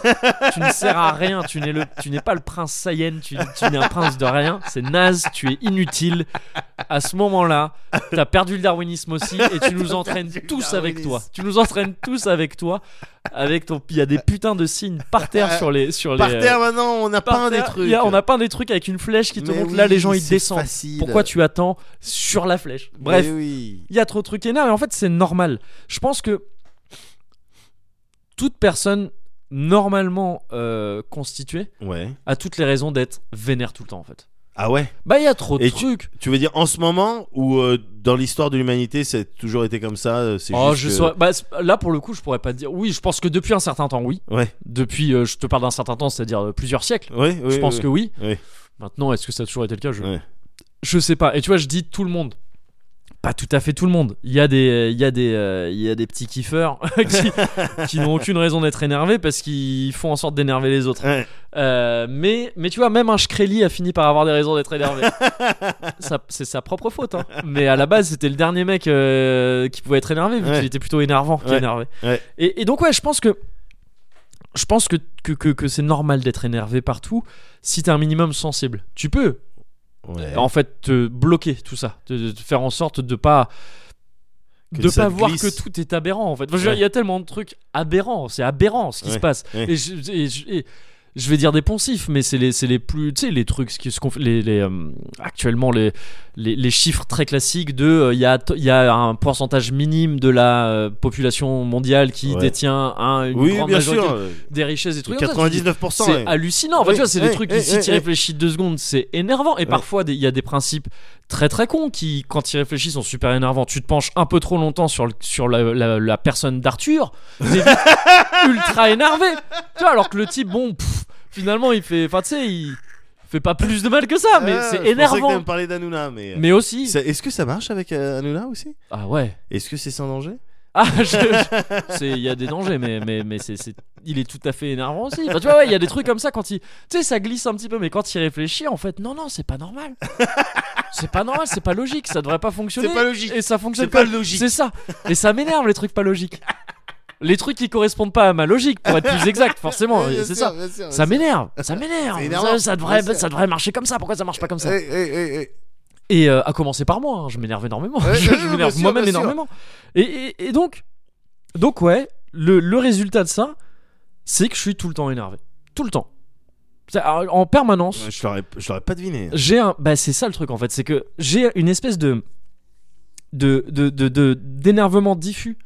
Speaker 1: tu ne sers à rien, tu n'es, le, tu n'es pas le prince Saiyan, tu, tu n'es un prince de rien, c'est naze, tu es inutile. À ce moment-là, t'as perdu le darwinisme aussi et tu nous entraînes
Speaker 2: perdu le
Speaker 1: tous avec
Speaker 2: darwinisme.
Speaker 1: toi. Tu nous entraînes tous avec toi avec ton il y a des putains de signes par terre sur les sur les
Speaker 2: Par
Speaker 1: euh,
Speaker 2: terre maintenant, on a
Speaker 1: par
Speaker 2: peint des
Speaker 1: terre.
Speaker 2: trucs.
Speaker 1: Il y a- on a peint des trucs avec une flèche qui te
Speaker 2: Mais
Speaker 1: montre là
Speaker 2: oui,
Speaker 1: les gens ils
Speaker 2: c'est
Speaker 1: descendent
Speaker 2: facile.
Speaker 1: pourquoi tu attends sur la flèche bref
Speaker 2: Mais oui.
Speaker 1: il y a trop de trucs énervants et en fait c'est normal je pense que toute personne normalement euh, constituée
Speaker 2: Ouais.
Speaker 1: a toutes les raisons d'être vénère tout le temps en fait
Speaker 2: Ah ouais.
Speaker 1: bah il y a trop de
Speaker 2: Et
Speaker 1: trucs
Speaker 2: Tu veux dire en ce moment ou euh, dans l'histoire de l'humanité, ça a toujours été comme ça euh, C'est
Speaker 1: Oh,
Speaker 2: juste
Speaker 1: je
Speaker 2: que-
Speaker 1: saurais- bah, c'est- là pour le coup je pourrais pas te dire oui je pense que depuis un certain temps oui
Speaker 2: Ouais.
Speaker 1: depuis euh, je te parle d'un certain temps c'est-à-dire euh, plusieurs siècles
Speaker 2: Ouais.
Speaker 1: je pense que oui.
Speaker 2: Oui.
Speaker 1: Maintenant, est-ce que ça a toujours été le cas je...
Speaker 2: Ouais.
Speaker 1: je sais pas. Et tu vois, je dis tout le monde. Pas tout à fait tout le monde. Il y a des, il y a des, euh, il y a des petits kiffeurs qui, qui n'ont aucune raison d'être énervés parce qu'ils font en sorte d'énerver les autres.
Speaker 2: Ouais.
Speaker 1: Euh, mais, mais tu vois, même un Shkreli a fini par avoir des raisons d'être énervé. Ça- c'est sa propre faute. hein. Mais à la base, c'était le dernier mec euh, qui pouvait être énervé, vu
Speaker 2: Ouais.
Speaker 1: qu'il était plutôt énervant
Speaker 2: Ouais.
Speaker 1: qu'énervé.
Speaker 2: Ouais.
Speaker 1: Et, et donc, ouais, je pense que. Je pense que, que, que, que c'est normal d'être énervé partout si t'es un minimum sensible. Tu peux,
Speaker 2: Ouais.
Speaker 1: en fait, te bloquer tout ça, te, te faire en sorte de pas.
Speaker 2: Que
Speaker 1: de
Speaker 2: ça
Speaker 1: pas
Speaker 2: te
Speaker 1: voir
Speaker 2: glisse.
Speaker 1: que tout est aberrant en fait. Enfin, je veux dire,
Speaker 2: Ouais.
Speaker 1: Il y a tellement de trucs aberrants, c'est aberrant ce qui
Speaker 2: Ouais.
Speaker 1: se passe.
Speaker 2: Ouais.
Speaker 1: Et, je, et je- et je vais dire des poncifs, mais c'est les, c'est les plus. Tu sais, les trucs, ce qui- ce qu'on fait- les, les, euh, actuellement, les, les, les chiffres très classiques de. euh, Il y, a, t- il y a un pourcentage minime de la euh, population mondiale qui
Speaker 2: Ouais.
Speaker 1: détient un, une
Speaker 2: Oui,
Speaker 1: grande
Speaker 2: bien
Speaker 1: majorité
Speaker 2: sûr.
Speaker 1: des richesses, des trucs. comme ça. Tu te dis,
Speaker 2: 99%.
Speaker 1: c'est
Speaker 2: ouais.
Speaker 1: hallucinant. Enfin,
Speaker 2: Oui,
Speaker 1: tu vois, c'est des
Speaker 2: oui,
Speaker 1: trucs
Speaker 2: oui,
Speaker 1: qui, si
Speaker 2: oui,
Speaker 1: tu
Speaker 2: oui.
Speaker 1: réfléchis deux secondes, c'est énervant. Et parfois, des- il y a des principes très très cons qui, quand ils réfléchissent, sont super énervants. Tu te penches un peu trop longtemps sur, le- sur la, la- la personne d'Arthur, t'es vite ultra énervé. Tu vois, alors que le type, bon, pff, finalement, il fait. Enfin, tu sais, il fait pas plus de mal que ça, mais
Speaker 2: Ah, je
Speaker 1: c'est
Speaker 2: pensais que t'allais
Speaker 1: énervant.
Speaker 2: me parler d'Anouna, mais. euh,
Speaker 1: Mais aussi.
Speaker 2: Ça- Est-ce que ça marche avec euh, Hanouna aussi
Speaker 1: Ah ouais.
Speaker 2: Est-ce que c'est sans danger
Speaker 1: Ah, je- je- c'est- il y a des dangers, mais, mais, mais c'est, c'est- il est tout à fait énervant aussi. Enfin, tu vois, ouais, il y a des trucs comme ça quand il. Tu sais, ça glisse un petit peu, mais quand il réfléchit, en fait, non, non, c'est pas normal. C'est pas normal, c'est pas logique, ça devrait pas fonctionner.
Speaker 2: C'est pas logique.
Speaker 1: Et ça fonctionne
Speaker 2: C'est pas
Speaker 1: pas.
Speaker 2: logique.
Speaker 1: C'est ça. Et ça m'énerve, les trucs pas logiques. Les trucs qui correspondent pas à ma logique, pour être plus exact, forcément.
Speaker 2: Ouais, bien
Speaker 1: c'est
Speaker 2: sûr,
Speaker 1: ça.
Speaker 2: bien sûr,
Speaker 1: Ça
Speaker 2: bien
Speaker 1: m'énerve, ça m'énerve.
Speaker 2: C'est énervant,
Speaker 1: Ça, ça devrait,
Speaker 2: bien sûr.
Speaker 1: ça devrait marcher comme ça. Pourquoi ça marche pas comme ça
Speaker 2: sûr. Eh, eh, eh, eh.
Speaker 1: et euh, à commencer par moi, hein, je m'énerve énormément.
Speaker 2: Ouais,
Speaker 1: je je
Speaker 2: ouais, ouais, bien
Speaker 1: m'énerve
Speaker 2: sûr,
Speaker 1: moi-même
Speaker 2: bien sûr.
Speaker 1: énormément. Et, et- et donc, donc ouais, le, le résultat de ça, c'est que je suis tout le temps énervé. Tout le temps. C'est- alors, En permanence,
Speaker 2: Ouais, Je l'aurais- je l'aurais pas deviné.
Speaker 1: j'ai un. Bah, c'est ça le truc en fait, c'est que j'ai une espèce de. de de- de- de- d'énervement diffus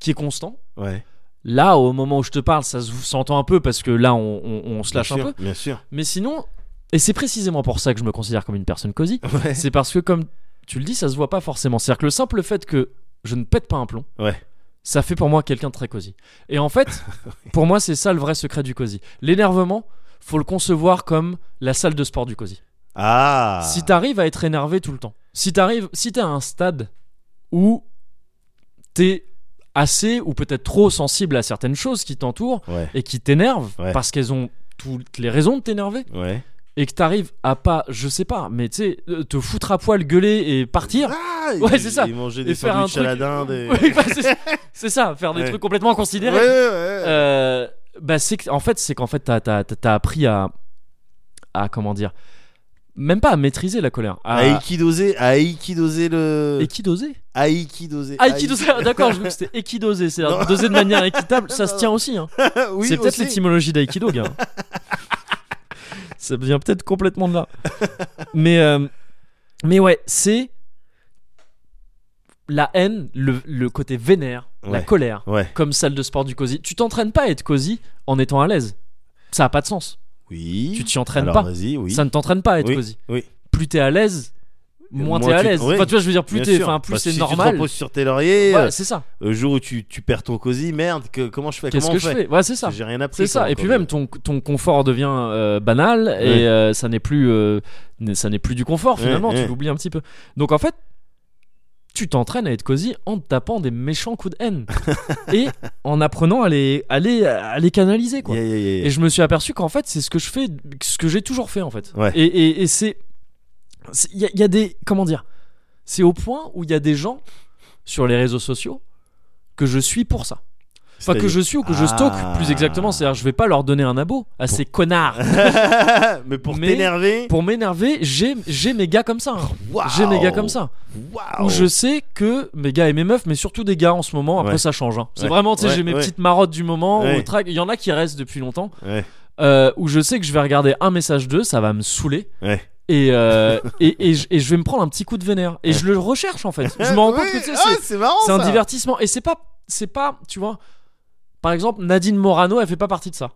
Speaker 1: qui est constant.
Speaker 2: Ouais.
Speaker 1: Là, au moment où je te parle, ça se s'entend un peu parce que là, on, on- on se
Speaker 2: Bien
Speaker 1: lâche un
Speaker 2: sûr,
Speaker 1: peu.
Speaker 2: Bien sûr.
Speaker 1: Mais sinon, et c'est précisément pour ça que je me considère comme une personne cosy,
Speaker 2: Ouais.
Speaker 1: c'est parce que comme tu le dis, ça se voit pas forcément. C'est-à-dire que le simple fait que je ne pète pas un plomb,
Speaker 2: Ouais.
Speaker 1: ça fait pour moi quelqu'un de très cosy. Et en fait, pour moi, c'est ça le vrai secret du cosy. L'énervement, faut le concevoir comme la salle de sport du cosy.
Speaker 2: Ah.
Speaker 1: Si t'arrives à être énervé tout le temps, si t'arrives, si t'es à un stade où t'es assez ou peut-être trop sensible à certaines choses qui t'entourent
Speaker 2: Ouais.
Speaker 1: et qui t'énervent
Speaker 2: Ouais.
Speaker 1: parce qu'elles ont toutes les raisons de t'énerver
Speaker 2: Ouais.
Speaker 1: et que t'arrives à pas, je sais pas, mais tu sais, euh, te foutre à poil, gueuler et partir.
Speaker 2: Ah,
Speaker 1: Ouais,
Speaker 2: il-
Speaker 1: c'est ça.
Speaker 2: Il mangeait
Speaker 1: Et
Speaker 2: des
Speaker 1: faire un
Speaker 2: sandwichs à la dinde. Et...
Speaker 1: Ouais, bah, c'est- c'est ça, faire des
Speaker 2: Ouais.
Speaker 1: trucs complètement
Speaker 2: Ouais,
Speaker 1: inconsidérés.
Speaker 2: ouais, ouais.
Speaker 1: Euh, bah c'est que- en fait c'est qu'en fait t'as t'as- t'as- t'as appris à à comment dire même pas à maîtriser la colère à
Speaker 2: À équidoser, à équidoser le.
Speaker 1: équidoser
Speaker 2: À équidoser.
Speaker 1: ah équidoser ah, d'accord je me que c'était équidoser c'est à doser de manière équitable ça se tient aussi hein.
Speaker 2: Ah Oui,
Speaker 1: c'est peut-être
Speaker 2: aussi.
Speaker 1: l'étymologie d'aïkido gars ça vient peut-être complètement de là mais euh, mais ouais c'est la haine le, le côté vénère la
Speaker 2: Ouais.
Speaker 1: colère
Speaker 2: Ouais.
Speaker 1: comme salle de sport du cosy tu t'entraînes pas à être cosy en étant à l'aise ça a pas de sens
Speaker 2: Oui.
Speaker 1: tu t'y entraînes
Speaker 2: Alors,
Speaker 1: pas.
Speaker 2: Vas-y, oui.
Speaker 1: Ça ne t'entraîne pas à être
Speaker 2: Oui,
Speaker 1: cosy.
Speaker 2: oui. Euh,
Speaker 1: Plus t'es à l'aise, moins,
Speaker 2: Moins
Speaker 1: t'es à
Speaker 2: tu-
Speaker 1: l'aise.
Speaker 2: oui.
Speaker 1: Enfin, tu vois, je veux dire, plus
Speaker 2: Bien
Speaker 1: t'es,
Speaker 2: sûr.
Speaker 1: enfin, plus
Speaker 2: Parce que
Speaker 1: c'est
Speaker 2: si Tu te
Speaker 1: normal.
Speaker 2: reposes sur tes lauriers.
Speaker 1: Voilà,
Speaker 2: euh,
Speaker 1: c'est ça.
Speaker 2: le jour où tu, tu perds ton cosy, merde, que, comment je fais
Speaker 1: Qu'est-ce que
Speaker 2: Comment on
Speaker 1: je
Speaker 2: fait
Speaker 1: fais Ouais, c'est ça.
Speaker 2: Parce que J'ai rien appris.
Speaker 1: C'est ça.
Speaker 2: quoi,
Speaker 1: Et puis
Speaker 2: encore.
Speaker 1: même ton, ton confort devient euh, banal
Speaker 2: Ouais.
Speaker 1: et euh, ça n'est plus euh, n- ça n'est plus du confort
Speaker 2: Ouais,
Speaker 1: finalement.
Speaker 2: ouais.
Speaker 1: Tu l'oublies un petit peu. Donc en fait, tu t'entraînes à être cosy en te tapant des méchants coups de haine et en apprenant à les à les, à les canaliser quoi.
Speaker 2: Yeah, yeah, yeah, yeah.
Speaker 1: Et je me suis aperçu qu'en fait, c'est ce que je fais, ce que j'ai toujours fait en fait.
Speaker 2: Ouais.
Speaker 1: Et, et- et c'est. c'est- Il y, a- il y a des. Comment dire C'est au point où il y a des gens sur les réseaux sociaux que je suis pour ça. Enfin, que je suis ou que je stocke,
Speaker 2: Ah.
Speaker 1: plus exactement. C'est-à-dire, je vais pas leur donner un abo à ces connards.
Speaker 2: C'est-à-dire- Mais pour
Speaker 1: Mais-
Speaker 2: t'énerver.
Speaker 1: Pour m'énerver, j'ai j'ai mes gars comme ça. hein.
Speaker 2: Waouh.
Speaker 1: J'ai mes gars comme ça.
Speaker 2: Waouh.
Speaker 1: Où je sais que mes gars et mes meufs, mais surtout des gars en ce moment, après
Speaker 2: oh. Ouais.
Speaker 1: ça change. hein. C'est
Speaker 2: Ouais.
Speaker 1: vraiment, tu sais,
Speaker 2: Ouais,
Speaker 1: j'ai mes
Speaker 2: ouais.
Speaker 1: petites marottes du moment.
Speaker 2: Ouais.
Speaker 1: au track. Il y en a qui restent depuis longtemps.
Speaker 2: Ouais.
Speaker 1: euh, où je sais que je vais regarder un message d'eux, ça va me saouler.
Speaker 2: Ouais.
Speaker 1: Et, euh, et, et je- et je vais me prendre un petit coup de vénère. Et je le recherche en fait. Je me rends
Speaker 2: Oui,
Speaker 1: compte que tu sais,
Speaker 2: ah,
Speaker 1: c'est
Speaker 2: c'est marrant.
Speaker 1: c'est un
Speaker 2: ça.
Speaker 1: divertissement. Et c'est pas, c'est pas, tu vois, par exemple, Nadine Morano, elle fait pas partie de ça.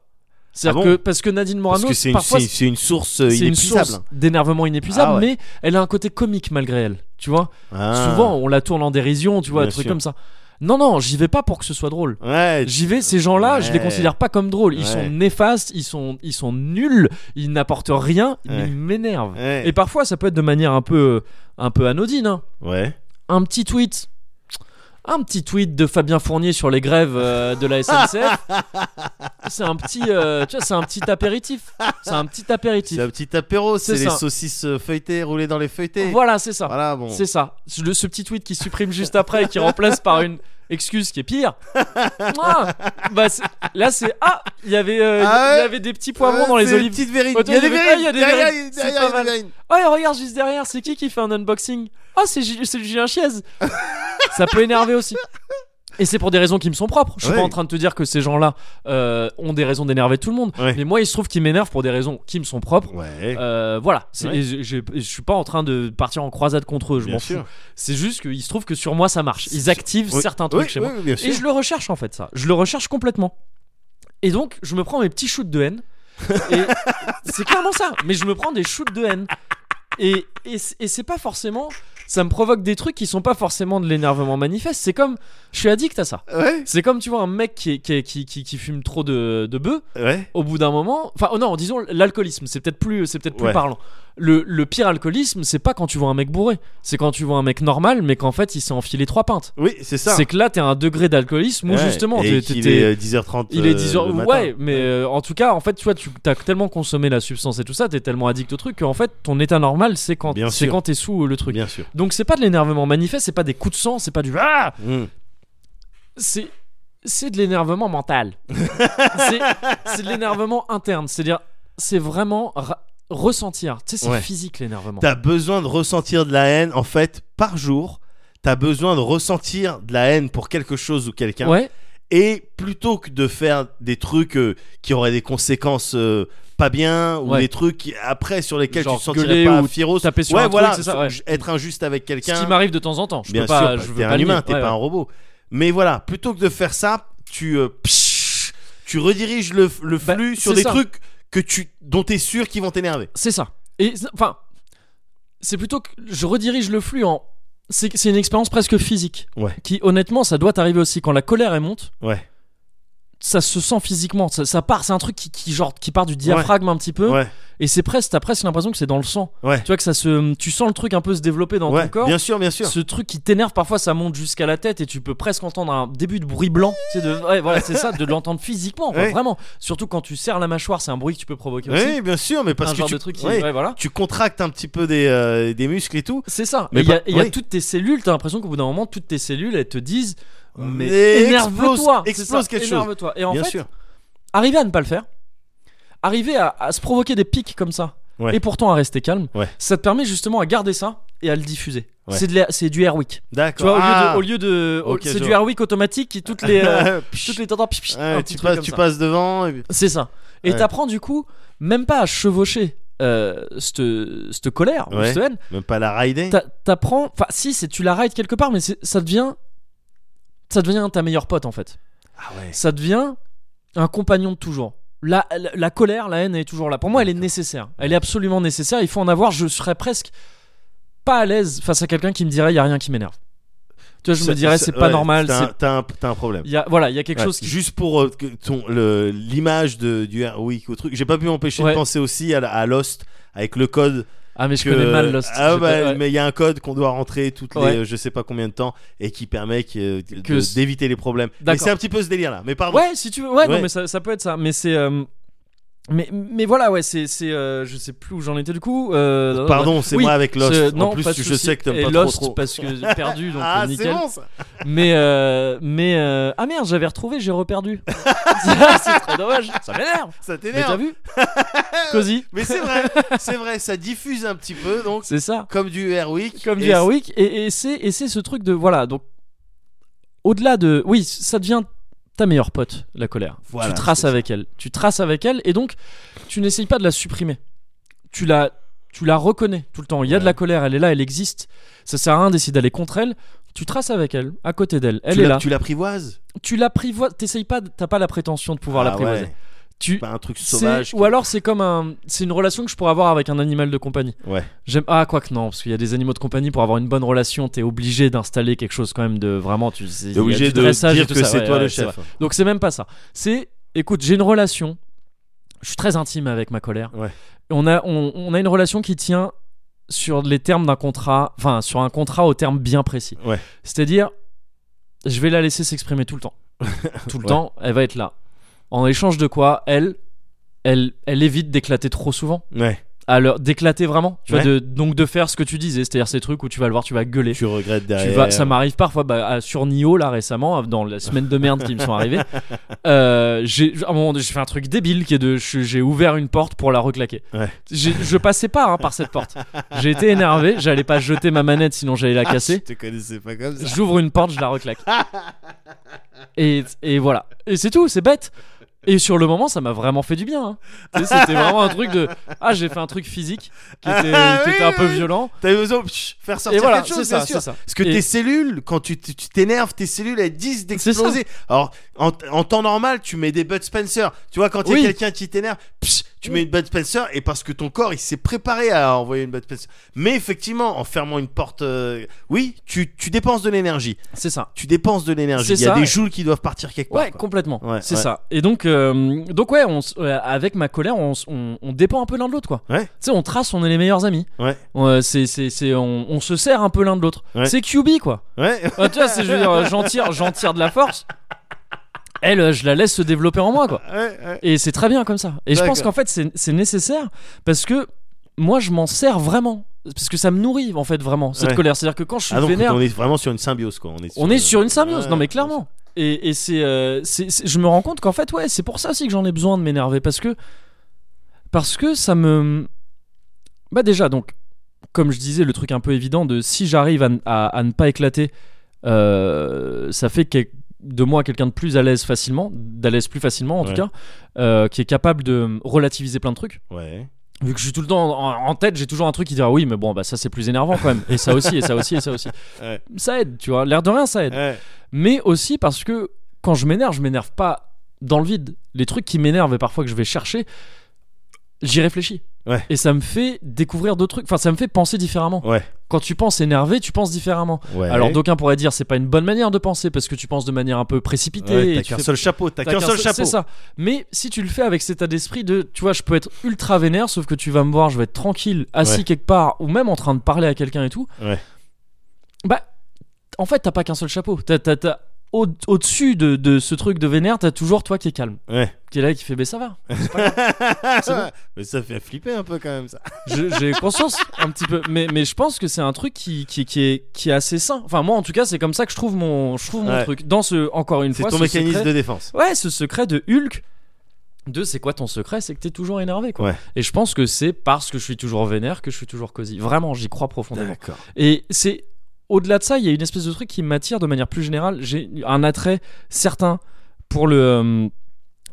Speaker 1: C'est-à-dire
Speaker 2: Ah bon
Speaker 1: que, parce que Nadine
Speaker 2: Parce
Speaker 1: Morano,
Speaker 2: que c'est une,
Speaker 1: parfois,
Speaker 2: c'est- c'est une source euh,
Speaker 1: c'est une
Speaker 2: inépuisable.
Speaker 1: source d'énervement inépuisable,
Speaker 2: Ah ouais.
Speaker 1: mais elle a un côté comique malgré elle. Tu vois,
Speaker 2: Ah.
Speaker 1: souvent on la tourne en dérision, tu vois,
Speaker 2: Bien
Speaker 1: un truc
Speaker 2: sûr.
Speaker 1: comme ça. Non, non, j'y vais pas pour que ce soit drôle.
Speaker 2: Ouais.
Speaker 1: J'y vais, ces gens-là, je les
Speaker 2: Ouais.
Speaker 1: considère pas comme drôles. Ils
Speaker 2: Ouais.
Speaker 1: sont néfastes, ils sont, ils sont nuls, ils n'apportent rien, mais
Speaker 2: Ouais.
Speaker 1: ils m'énervent.
Speaker 2: Ouais.
Speaker 1: Et parfois, ça peut être de manière un peu, un peu anodine. hein.
Speaker 2: Ouais.
Speaker 1: Un petit tweet. Un petit tweet de Fabien Fournier sur les grèves euh, de la SNCF. c'est un petit, euh, tu vois, c'est un petit apéritif. C'est un petit apéritif.
Speaker 2: C'est un petit apéro, c'est
Speaker 1: C'est
Speaker 2: les
Speaker 1: ça.
Speaker 2: saucisses euh, feuilletées roulées dans les feuilletés.
Speaker 1: Voilà, c'est ça.
Speaker 2: Voilà, bon.
Speaker 1: C'est ça. Ce- Le, ce petit tweet qui supprime juste après et qui remplace par une excuse qui est pire. Mouah Bah, c'est- là, c'est. Ah Il y avait, euh,
Speaker 2: Ah
Speaker 1: il y
Speaker 2: ouais
Speaker 1: avait des petits poivrons dans les
Speaker 2: C'est
Speaker 1: olives.
Speaker 2: Petites verrines.
Speaker 1: Autour,
Speaker 2: Il y a des
Speaker 1: il y avait- ah, il y a des
Speaker 2: verrines. Derrière,
Speaker 1: verrines.
Speaker 2: il-
Speaker 1: C'est
Speaker 2: derrière,
Speaker 1: pas
Speaker 2: il y a
Speaker 1: mal.
Speaker 2: des verrines.
Speaker 1: Oh, et regarde juste derrière, c'est qui qui fait un unboxing Ah, c'est Ju- c'est Julien Chiez Ça peut énerver aussi. Et c'est pour des raisons qui me sont propres. Je suis
Speaker 2: Ouais.
Speaker 1: pas en train de te dire que ces gens-là euh, ont des raisons d'énerver tout le monde.
Speaker 2: Ouais.
Speaker 1: Mais moi, il se trouve qu'ils m'énervent pour des raisons qui me sont propres.
Speaker 2: Ouais.
Speaker 1: Euh, voilà, C'est-
Speaker 2: Ouais.
Speaker 1: et je- je je suis pas en train de partir en croisade contre eux, je
Speaker 2: Bien
Speaker 1: m'en fous.
Speaker 2: sûr.
Speaker 1: C'est juste qu'il se trouve que sur moi ça marche. Ils activent
Speaker 2: Oui,
Speaker 1: certains trucs
Speaker 2: oui,
Speaker 1: chez
Speaker 2: oui,
Speaker 1: moi.
Speaker 2: bien sûr.
Speaker 1: Et je le recherche en fait ça. Je le recherche complètement. Et donc je me prends mes petits shoots de haine. Et c'est clairement ça. Mais je me prends des shoots de haine. Et, et, c- et c'est pas forcément. Ça me provoque des trucs qui sont pas forcément de l'énervement manifeste. C'est comme. Je suis addict à ça.
Speaker 2: Ouais.
Speaker 1: C'est comme tu vois un mec qui, est- qui, est- qui, qui, qui fume trop de, de bœufs
Speaker 2: Ouais.
Speaker 1: au bout d'un moment, enfin oh non, disons l'alcoolisme, c'est peut-être plus, c'est peut-être plus
Speaker 2: Ouais.
Speaker 1: parlant. Le, le pire alcoolisme, c'est pas quand tu vois un mec bourré, c'est quand tu vois un mec normal, mais qu'en fait il s'est enfilé trois pintes.
Speaker 2: Oui, c'est ça.
Speaker 1: C'est que là t'es à un degré d'alcoolisme où
Speaker 2: Ouais,
Speaker 1: justement t'es-
Speaker 2: et qu'il
Speaker 1: t'es-
Speaker 2: est euh, 10h30.
Speaker 1: il est
Speaker 2: euh,
Speaker 1: 10
Speaker 2: le
Speaker 1: heures.
Speaker 2: matin.
Speaker 1: Ouais, mais euh, en tout cas, en fait, tu vois, tu as tellement consommé la substance et tout ça, t'es tellement addict au truc qu'en fait, ton état normal, c'est quand,
Speaker 2: Bien
Speaker 1: c'est
Speaker 2: sûr.
Speaker 1: quand t'es sous euh, le truc.
Speaker 2: Bien sûr.
Speaker 1: Donc c'est pas de l'énervement manifeste, c'est pas des coups de sang, c'est pas du ah,
Speaker 2: Mm.
Speaker 1: c'est c'est de l'énervement mental. c'est c'est de l'énervement interne. C'est-à-dire, c'est vraiment ra- ressentir. Tu sais, c'est
Speaker 2: Ouais.
Speaker 1: physique l'énervement.
Speaker 2: T'as besoin de ressentir de la haine, en fait, par jour. T'as besoin de ressentir de la haine pour quelque chose ou quelqu'un.
Speaker 1: Ouais,
Speaker 2: Et plutôt que de faire des trucs euh, qui auraient des conséquences euh, pas bien ou
Speaker 1: Ouais.
Speaker 2: des trucs qui- après sur lesquels
Speaker 1: Genre
Speaker 2: tu te sentirais
Speaker 1: gueuler
Speaker 2: pas
Speaker 1: ou
Speaker 2: fier
Speaker 1: taper sur
Speaker 2: ouais,
Speaker 1: un truc,
Speaker 2: voilà,
Speaker 1: c'est ça, ouais.
Speaker 2: j- être injuste avec
Speaker 1: ce
Speaker 2: quelqu'un.
Speaker 1: qui m'arrive de temps en temps. Je
Speaker 2: Bien
Speaker 1: peux pas,
Speaker 2: sûr,
Speaker 1: je
Speaker 2: bah,
Speaker 1: veux
Speaker 2: t'es
Speaker 1: pas
Speaker 2: un
Speaker 1: le
Speaker 2: humain,
Speaker 1: nier.
Speaker 2: t'es
Speaker 1: Ouais,
Speaker 2: pas un
Speaker 1: ouais.
Speaker 2: robot. Mais voilà, plutôt que de faire ça, tu euh, psh, tu rediriges le, le
Speaker 1: Bah,
Speaker 2: flux sur
Speaker 1: c'est
Speaker 2: des
Speaker 1: ça.
Speaker 2: trucs que tu dont t'es sûr qu'ils vont t'énerver.
Speaker 1: C'est ça. Et c'est- enfin, c'est plutôt que je redirige le flux en. C'est c'est une expérience presque physique.
Speaker 2: Ouais.
Speaker 1: Qui, honnêtement, ça doit t'arriver aussi. Quand la colère, elle monte,
Speaker 2: Ouais.
Speaker 1: ça se sent physiquement, ça, ça part, c'est un truc qui, qui, genre, qui part du diaphragme un petit peu,
Speaker 2: Ouais,
Speaker 1: et c'est presque, t'as presque l'impression que c'est dans le sang.
Speaker 2: ouais.
Speaker 1: Tu vois que ça se, tu sens le truc un peu se développer dans
Speaker 2: ouais,
Speaker 1: ton corps.
Speaker 2: Bien sûr, bien sûr.
Speaker 1: Ce truc qui t'énerve parfois, ça monte jusqu'à la tête et tu peux presque entendre un début de bruit blanc. C'est de, ouais, voilà, c'est ça, de l'entendre physiquement, quoi,
Speaker 2: Ouais.
Speaker 1: vraiment. Surtout quand tu serres la mâchoire, c'est un bruit que tu peux provoquer aussi.
Speaker 2: Oui, bien sûr, mais parce
Speaker 1: un
Speaker 2: que
Speaker 1: genre
Speaker 2: tu,
Speaker 1: de truc qui,
Speaker 2: ouais,
Speaker 1: ouais, voilà.
Speaker 2: tu contractes un petit peu des, euh, des muscles et tout.
Speaker 1: C'est ça.
Speaker 2: Mais
Speaker 1: Mais
Speaker 2: bah,
Speaker 1: il y, a-
Speaker 2: pas-
Speaker 1: il y a
Speaker 2: oui.
Speaker 1: toutes tes cellules, t'as l'impression qu'au bout d'un moment, toutes tes cellules, elles te disent, mais,
Speaker 2: Mais
Speaker 1: énerve-toi,
Speaker 2: explose-
Speaker 1: C'est ça,
Speaker 2: explose quelque chose.
Speaker 1: énerve-toi. Et en
Speaker 2: bien
Speaker 1: fait,
Speaker 2: sûr.
Speaker 1: arriver à ne pas le faire, arriver à, à se provoquer des pics comme ça,
Speaker 2: Ouais.
Speaker 1: et pourtant à rester calme,
Speaker 2: Ouais.
Speaker 1: ça te permet justement à garder ça et à le diffuser.
Speaker 2: Ouais.
Speaker 1: C'est de la- c'est du Airwick. Tu
Speaker 2: D'accord.
Speaker 1: vois,
Speaker 2: Ah.
Speaker 1: au lieu de, au lieu de, au-
Speaker 2: Ok, je
Speaker 1: c'est du
Speaker 2: vois.
Speaker 1: Airwick automatique qui toutes les, euh, toutes les tendances, pch, pch,
Speaker 2: Ouais,
Speaker 1: un petit
Speaker 2: tu
Speaker 1: truc
Speaker 2: passes,
Speaker 1: comme
Speaker 2: tu
Speaker 1: ça.
Speaker 2: passes devant. et-
Speaker 1: C'est ça. Et
Speaker 2: Ouais.
Speaker 1: t'apprends du coup même pas à chevaucher euh, cette cette colère, ou
Speaker 2: Ouais.
Speaker 1: cette haine.
Speaker 2: Même pas la rider.
Speaker 1: T'a- T'apprends, enfin si, c'est tu la rides quelque part, mais c'est- ça devient, ça devient ta meilleure pote en fait.
Speaker 2: Ah ouais.
Speaker 1: ça devient un compagnon de toujours. La, la, la colère, la haine elle est toujours là. Pour moi, elle est nécessaire. Elle est absolument nécessaire. Il faut en avoir. Je serais presque pas à l'aise face à quelqu'un qui me dirait il y a rien qui m'énerve. Tu vois, je me
Speaker 2: Ça-
Speaker 1: dirais
Speaker 2: ça-
Speaker 1: c'est pas
Speaker 2: ouais,
Speaker 1: normal.
Speaker 2: T'as un,
Speaker 1: c'est-
Speaker 2: t'as un- t'as un problème.
Speaker 1: Il y a, voilà, il y a quelque
Speaker 2: Ouais,
Speaker 1: chose qui.
Speaker 2: Juste pour euh, que ton- le- l'image de- du Airwick au truc, j'ai pas pu m'empêcher
Speaker 1: Ouais.
Speaker 2: de penser aussi à, la- à Lost avec le code.
Speaker 1: Ah mais je
Speaker 2: que-
Speaker 1: connais mal Lost.
Speaker 2: Ah,
Speaker 1: J'étais-
Speaker 2: bah,
Speaker 1: ouais.
Speaker 2: Mais il y a un code qu'on doit rentrer toutes les
Speaker 1: Ouais.
Speaker 2: euh, je sais pas combien de temps et qui permet que- de-
Speaker 1: Que c-
Speaker 2: d'éviter les problèmes. Mais
Speaker 1: D'accord.
Speaker 2: c'est un petit peu ce délire là. Mais pardon.
Speaker 1: Ouais, si tu veux. Ouais, non,
Speaker 2: Ouais.
Speaker 1: mais ça, ça peut être ça. Mais c'est. euh, Mais, mais voilà, ouais, c'est. c'est, euh, je sais plus où j'en étais du coup. euh,
Speaker 2: Pardon, c'est
Speaker 1: oui,
Speaker 2: moi avec Lost.
Speaker 1: ce-
Speaker 2: en
Speaker 1: non,
Speaker 2: plus,
Speaker 1: pas de
Speaker 2: tu- je
Speaker 1: souci.
Speaker 2: sais que t'aimes
Speaker 1: Et
Speaker 2: pas trop,
Speaker 1: Lost,
Speaker 2: trop.
Speaker 1: parce que j'ai perdu, donc
Speaker 2: ah,
Speaker 1: euh,
Speaker 2: c'est
Speaker 1: nickel.
Speaker 2: bon ça.
Speaker 1: Mais euh, mais euh, ah merde, j'avais retrouvé, j'ai reperdu. c'est très dommage. Ça m'énerve.
Speaker 2: Ça
Speaker 1: Mais t'as
Speaker 2: t'énerve.
Speaker 1: vu Cosy,
Speaker 2: Mais c'est vrai, c'est vrai, ça diffuse un petit peu donc
Speaker 1: c'est ça.
Speaker 2: comme du Airwick.
Speaker 1: Comme
Speaker 2: Et
Speaker 1: du Harwick et, et c'est et c'est ce truc de voilà, donc au-delà de oui, ça devient ta meilleure pote, la colère.
Speaker 2: Voilà,
Speaker 1: tu traces
Speaker 2: c'est ça.
Speaker 1: avec elle, tu traces avec elle et donc tu n'essayes pas de la supprimer. Tu la tu la reconnais tout le temps. Il y a de
Speaker 2: Ouais.
Speaker 1: la colère, elle est là, elle existe. Ça sert à rien d'essayer d'aller contre elle. Tu traces avec elle, à côté d'elle. Elle
Speaker 2: tu
Speaker 1: est
Speaker 2: l'a-
Speaker 1: là.
Speaker 2: Tu l'apprivoises.
Speaker 1: Tu l'apprivoises. T'essayes pas. de- T'as pas la prétention de pouvoir
Speaker 2: Ah
Speaker 1: l'apprivoiser.
Speaker 2: ouais.
Speaker 1: Tu,
Speaker 2: Pas un truc
Speaker 1: C'est-
Speaker 2: sauvage.
Speaker 1: Ou alors c'est comme un, c'est une relation que je pourrais avoir avec un animal de compagnie.
Speaker 2: Ouais.
Speaker 1: J'aime ah quoi que non parce qu'il y a des animaux de compagnie pour avoir une bonne relation t'es obligé d'installer quelque chose quand même de vraiment tu c'est- il y
Speaker 2: T'es
Speaker 1: a
Speaker 2: obligé
Speaker 1: du
Speaker 2: de
Speaker 1: dressage et
Speaker 2: dire
Speaker 1: tout
Speaker 2: que
Speaker 1: ça,
Speaker 2: c'est
Speaker 1: ouais,
Speaker 2: toi
Speaker 1: ouais,
Speaker 2: le
Speaker 1: c'est
Speaker 2: chef.
Speaker 1: vrai. Donc c'est même pas ça. C'est écoute j'ai une relation, je suis très intime avec ma colère.
Speaker 2: Ouais.
Speaker 1: Et on a on, on a une relation qui tient sur les termes d'un contrat, enfin sur un contrat aux termes bien précis.
Speaker 2: Ouais.
Speaker 1: C'est-à-dire je vais la laisser s'exprimer tout le temps, tout le
Speaker 2: Ouais.
Speaker 1: temps elle va être là. En échange de quoi elle elle, elle évite d'éclater trop souvent.
Speaker 2: Ouais.
Speaker 1: Alors, d'éclater vraiment. Tu vois,
Speaker 2: Ouais.
Speaker 1: de, donc de faire ce que tu disais, c'est-à-dire ces trucs où tu vas le voir, tu vas gueuler.
Speaker 2: Tu regrettes
Speaker 1: Tu
Speaker 2: derrière.
Speaker 1: vas, ça m'arrive parfois bah, à- sur Nio là récemment dans la semaine de merde qui me sont arrivées euh, j'ai à un moment donné, j'ai fait un truc débile qui est de je- j'ai ouvert une porte pour la reclaquer
Speaker 2: Ouais.
Speaker 1: J'ai- je passais pas hein, par cette porte j'ai été énervé j'allais pas jeter ma manette sinon j'allais la
Speaker 2: Je
Speaker 1: casser
Speaker 2: te connaissais pas comme Ah, ça.
Speaker 1: j'ouvre une porte je la reclaque et, et voilà et c'est tout c'est bête et sur le moment ça m'a vraiment fait du bien hein. Tu sais, c'était vraiment un truc de ah j'ai fait un truc physique qui était,
Speaker 2: Ah,
Speaker 1: qui
Speaker 2: oui,
Speaker 1: était un peu
Speaker 2: oui.
Speaker 1: violent
Speaker 2: T'avais besoin de psh, faire
Speaker 1: et
Speaker 2: sortir
Speaker 1: voilà
Speaker 2: quelque
Speaker 1: c'est
Speaker 2: chose,
Speaker 1: ça
Speaker 2: bien sûr.
Speaker 1: c'est ça
Speaker 2: Parce que
Speaker 1: Et-
Speaker 2: tes cellules, quand tu tu- tu t'énerves, tes cellules elles disent
Speaker 1: C'est ça.
Speaker 2: d'exploser. Alors en, en temps normal, tu mets des Bud Spencer. Tu vois, quand il y a
Speaker 1: Oui.
Speaker 2: quelqu'un qui t'énerve, psh, tu
Speaker 1: Oui.
Speaker 2: mets une Bud Spencer et parce que ton corps il s'est préparé à envoyer une Bud Spencer. Mais effectivement, en fermant une porte, euh, oui, tu, tu dépenses de l'énergie.
Speaker 1: c'est ça
Speaker 2: Tu dépenses de l'énergie.
Speaker 1: C'est
Speaker 2: Il y a
Speaker 1: ça,
Speaker 2: des
Speaker 1: ouais.
Speaker 2: joules qui doivent partir quelque part.
Speaker 1: Ouais,
Speaker 2: quoi.
Speaker 1: complètement.
Speaker 2: Ouais,
Speaker 1: c'est
Speaker 2: ouais.
Speaker 1: ça. Et donc, euh, donc ouais, on, s- euh, avec ma colère, on, s- on, on dépend un peu l'un de l'autre, quoi.
Speaker 2: Ouais.
Speaker 1: Tu sais, on trace, on est les meilleurs amis.
Speaker 2: Ouais.
Speaker 1: On, euh, c'est, c'est, c'est, on, on se sert un peu l'un de l'autre.
Speaker 2: Ouais.
Speaker 1: C'est QB, quoi.
Speaker 2: Ouais.
Speaker 1: Euh, tu vois, c'est, je veux dire, euh, j'en tire, j'en tire de la force. Elle, euh, je la laisse se développer en moi, quoi.
Speaker 2: Ouais, ouais.
Speaker 1: Et c'est très bien comme ça. Et je pense
Speaker 2: D'accord.
Speaker 1: qu'en fait, c'est c'est nécessaire parce que moi, je m'en sers vraiment. Parce que ça me nourrit, en fait, vraiment, cette
Speaker 2: Ouais.
Speaker 1: colère. C'est-à-dire que quand je suis
Speaker 2: Ah donc
Speaker 1: vénère,
Speaker 2: on est vraiment sur une symbiose quoi. On est sur,
Speaker 1: on est
Speaker 2: euh,
Speaker 1: sur une symbiose,
Speaker 2: ouais,
Speaker 1: non mais
Speaker 2: ouais.
Speaker 1: clairement. Et, et c'est, euh, c'est- c'est- je me rends compte qu'en fait, ouais, c'est pour ça aussi que j'en ai besoin de m'énerver parce que, parce que ça me, bah déjà donc, comme je disais, le truc un peu évident de si j'arrive à, n- à- à ne pas éclater, euh, ça fait quel- de moi quelqu'un de plus à l'aise facilement, d'à l'aise plus facilement en
Speaker 2: Ouais.
Speaker 1: tout cas, euh, qui est capable de relativiser plein de trucs
Speaker 2: euh, Ouais.
Speaker 1: vu que je suis tout le temps en, en tête, j'ai toujours un truc qui dira oui, mais bon, bah ça c'est plus énervant quand même. Et ça aussi, et ça aussi, et ça aussi.
Speaker 2: Ouais.
Speaker 1: Ça aide, tu vois. L'air de rien, ça aide.
Speaker 2: Ouais.
Speaker 1: Mais aussi parce que quand je m'énerve, je m'énerve pas dans le vide. Les trucs qui m'énervent et parfois que je vais chercher, j'y réfléchis.
Speaker 2: Ouais.
Speaker 1: Et ça me fait découvrir d'autres trucs. Enfin, ça me fait penser différemment.
Speaker 2: Ouais.
Speaker 1: Quand tu penses énervé, tu penses différemment.
Speaker 2: Ouais.
Speaker 1: Alors d'aucuns pourraient dire c'est pas une bonne manière de penser parce que tu penses de manière un peu précipitée.
Speaker 2: Ouais,
Speaker 1: et
Speaker 2: t'as
Speaker 1: tu
Speaker 2: qu'un
Speaker 1: fais-
Speaker 2: seul chapeau, t'as
Speaker 1: t'as
Speaker 2: qu'un seul chapeau.
Speaker 1: C'est ça. Mais si tu le fais avec cet état d'esprit de, tu vois, je peux être ultra vénère, sauf que tu vas me voir, je vais être tranquille, assis
Speaker 2: Ouais.
Speaker 1: quelque part, ou même en train de parler à quelqu'un et tout.
Speaker 2: Ouais.
Speaker 1: Bah, en fait, t'as pas qu'un seul chapeau. T'as, t'as- t'as- au, au-dessus de, de ce truc de vénère, t'as toujours toi qui est calme,
Speaker 2: Ouais.
Speaker 1: qui est là, et qui fait, ben ça va.
Speaker 2: Mais ça fait flipper un peu quand même ça.
Speaker 1: Je- j'ai conscience un petit peu, mais, mais je pense que c'est un truc qui, qui, qui est, qui est assez sain. Enfin, moi en tout cas, c'est comme ça que je trouve mon, je trouve mon
Speaker 2: Ouais.
Speaker 1: truc. Dans ce, encore une
Speaker 2: C'est
Speaker 1: fois,
Speaker 2: ton
Speaker 1: ce
Speaker 2: mécanisme
Speaker 1: secret-
Speaker 2: de défense.
Speaker 1: Ouais, ce secret de Hulk. De c'est quoi ton secret C'est que t'es toujours énervé quoi.
Speaker 2: Ouais.
Speaker 1: Et je pense que c'est parce que je suis toujours vénère que je suis toujours cosy. Vraiment, j'y crois profondément.
Speaker 2: D'accord.
Speaker 1: Et c'est au-delà de ça, il y a une espèce de truc qui m'attire de manière plus générale. J'ai un attrait certain pour le euh,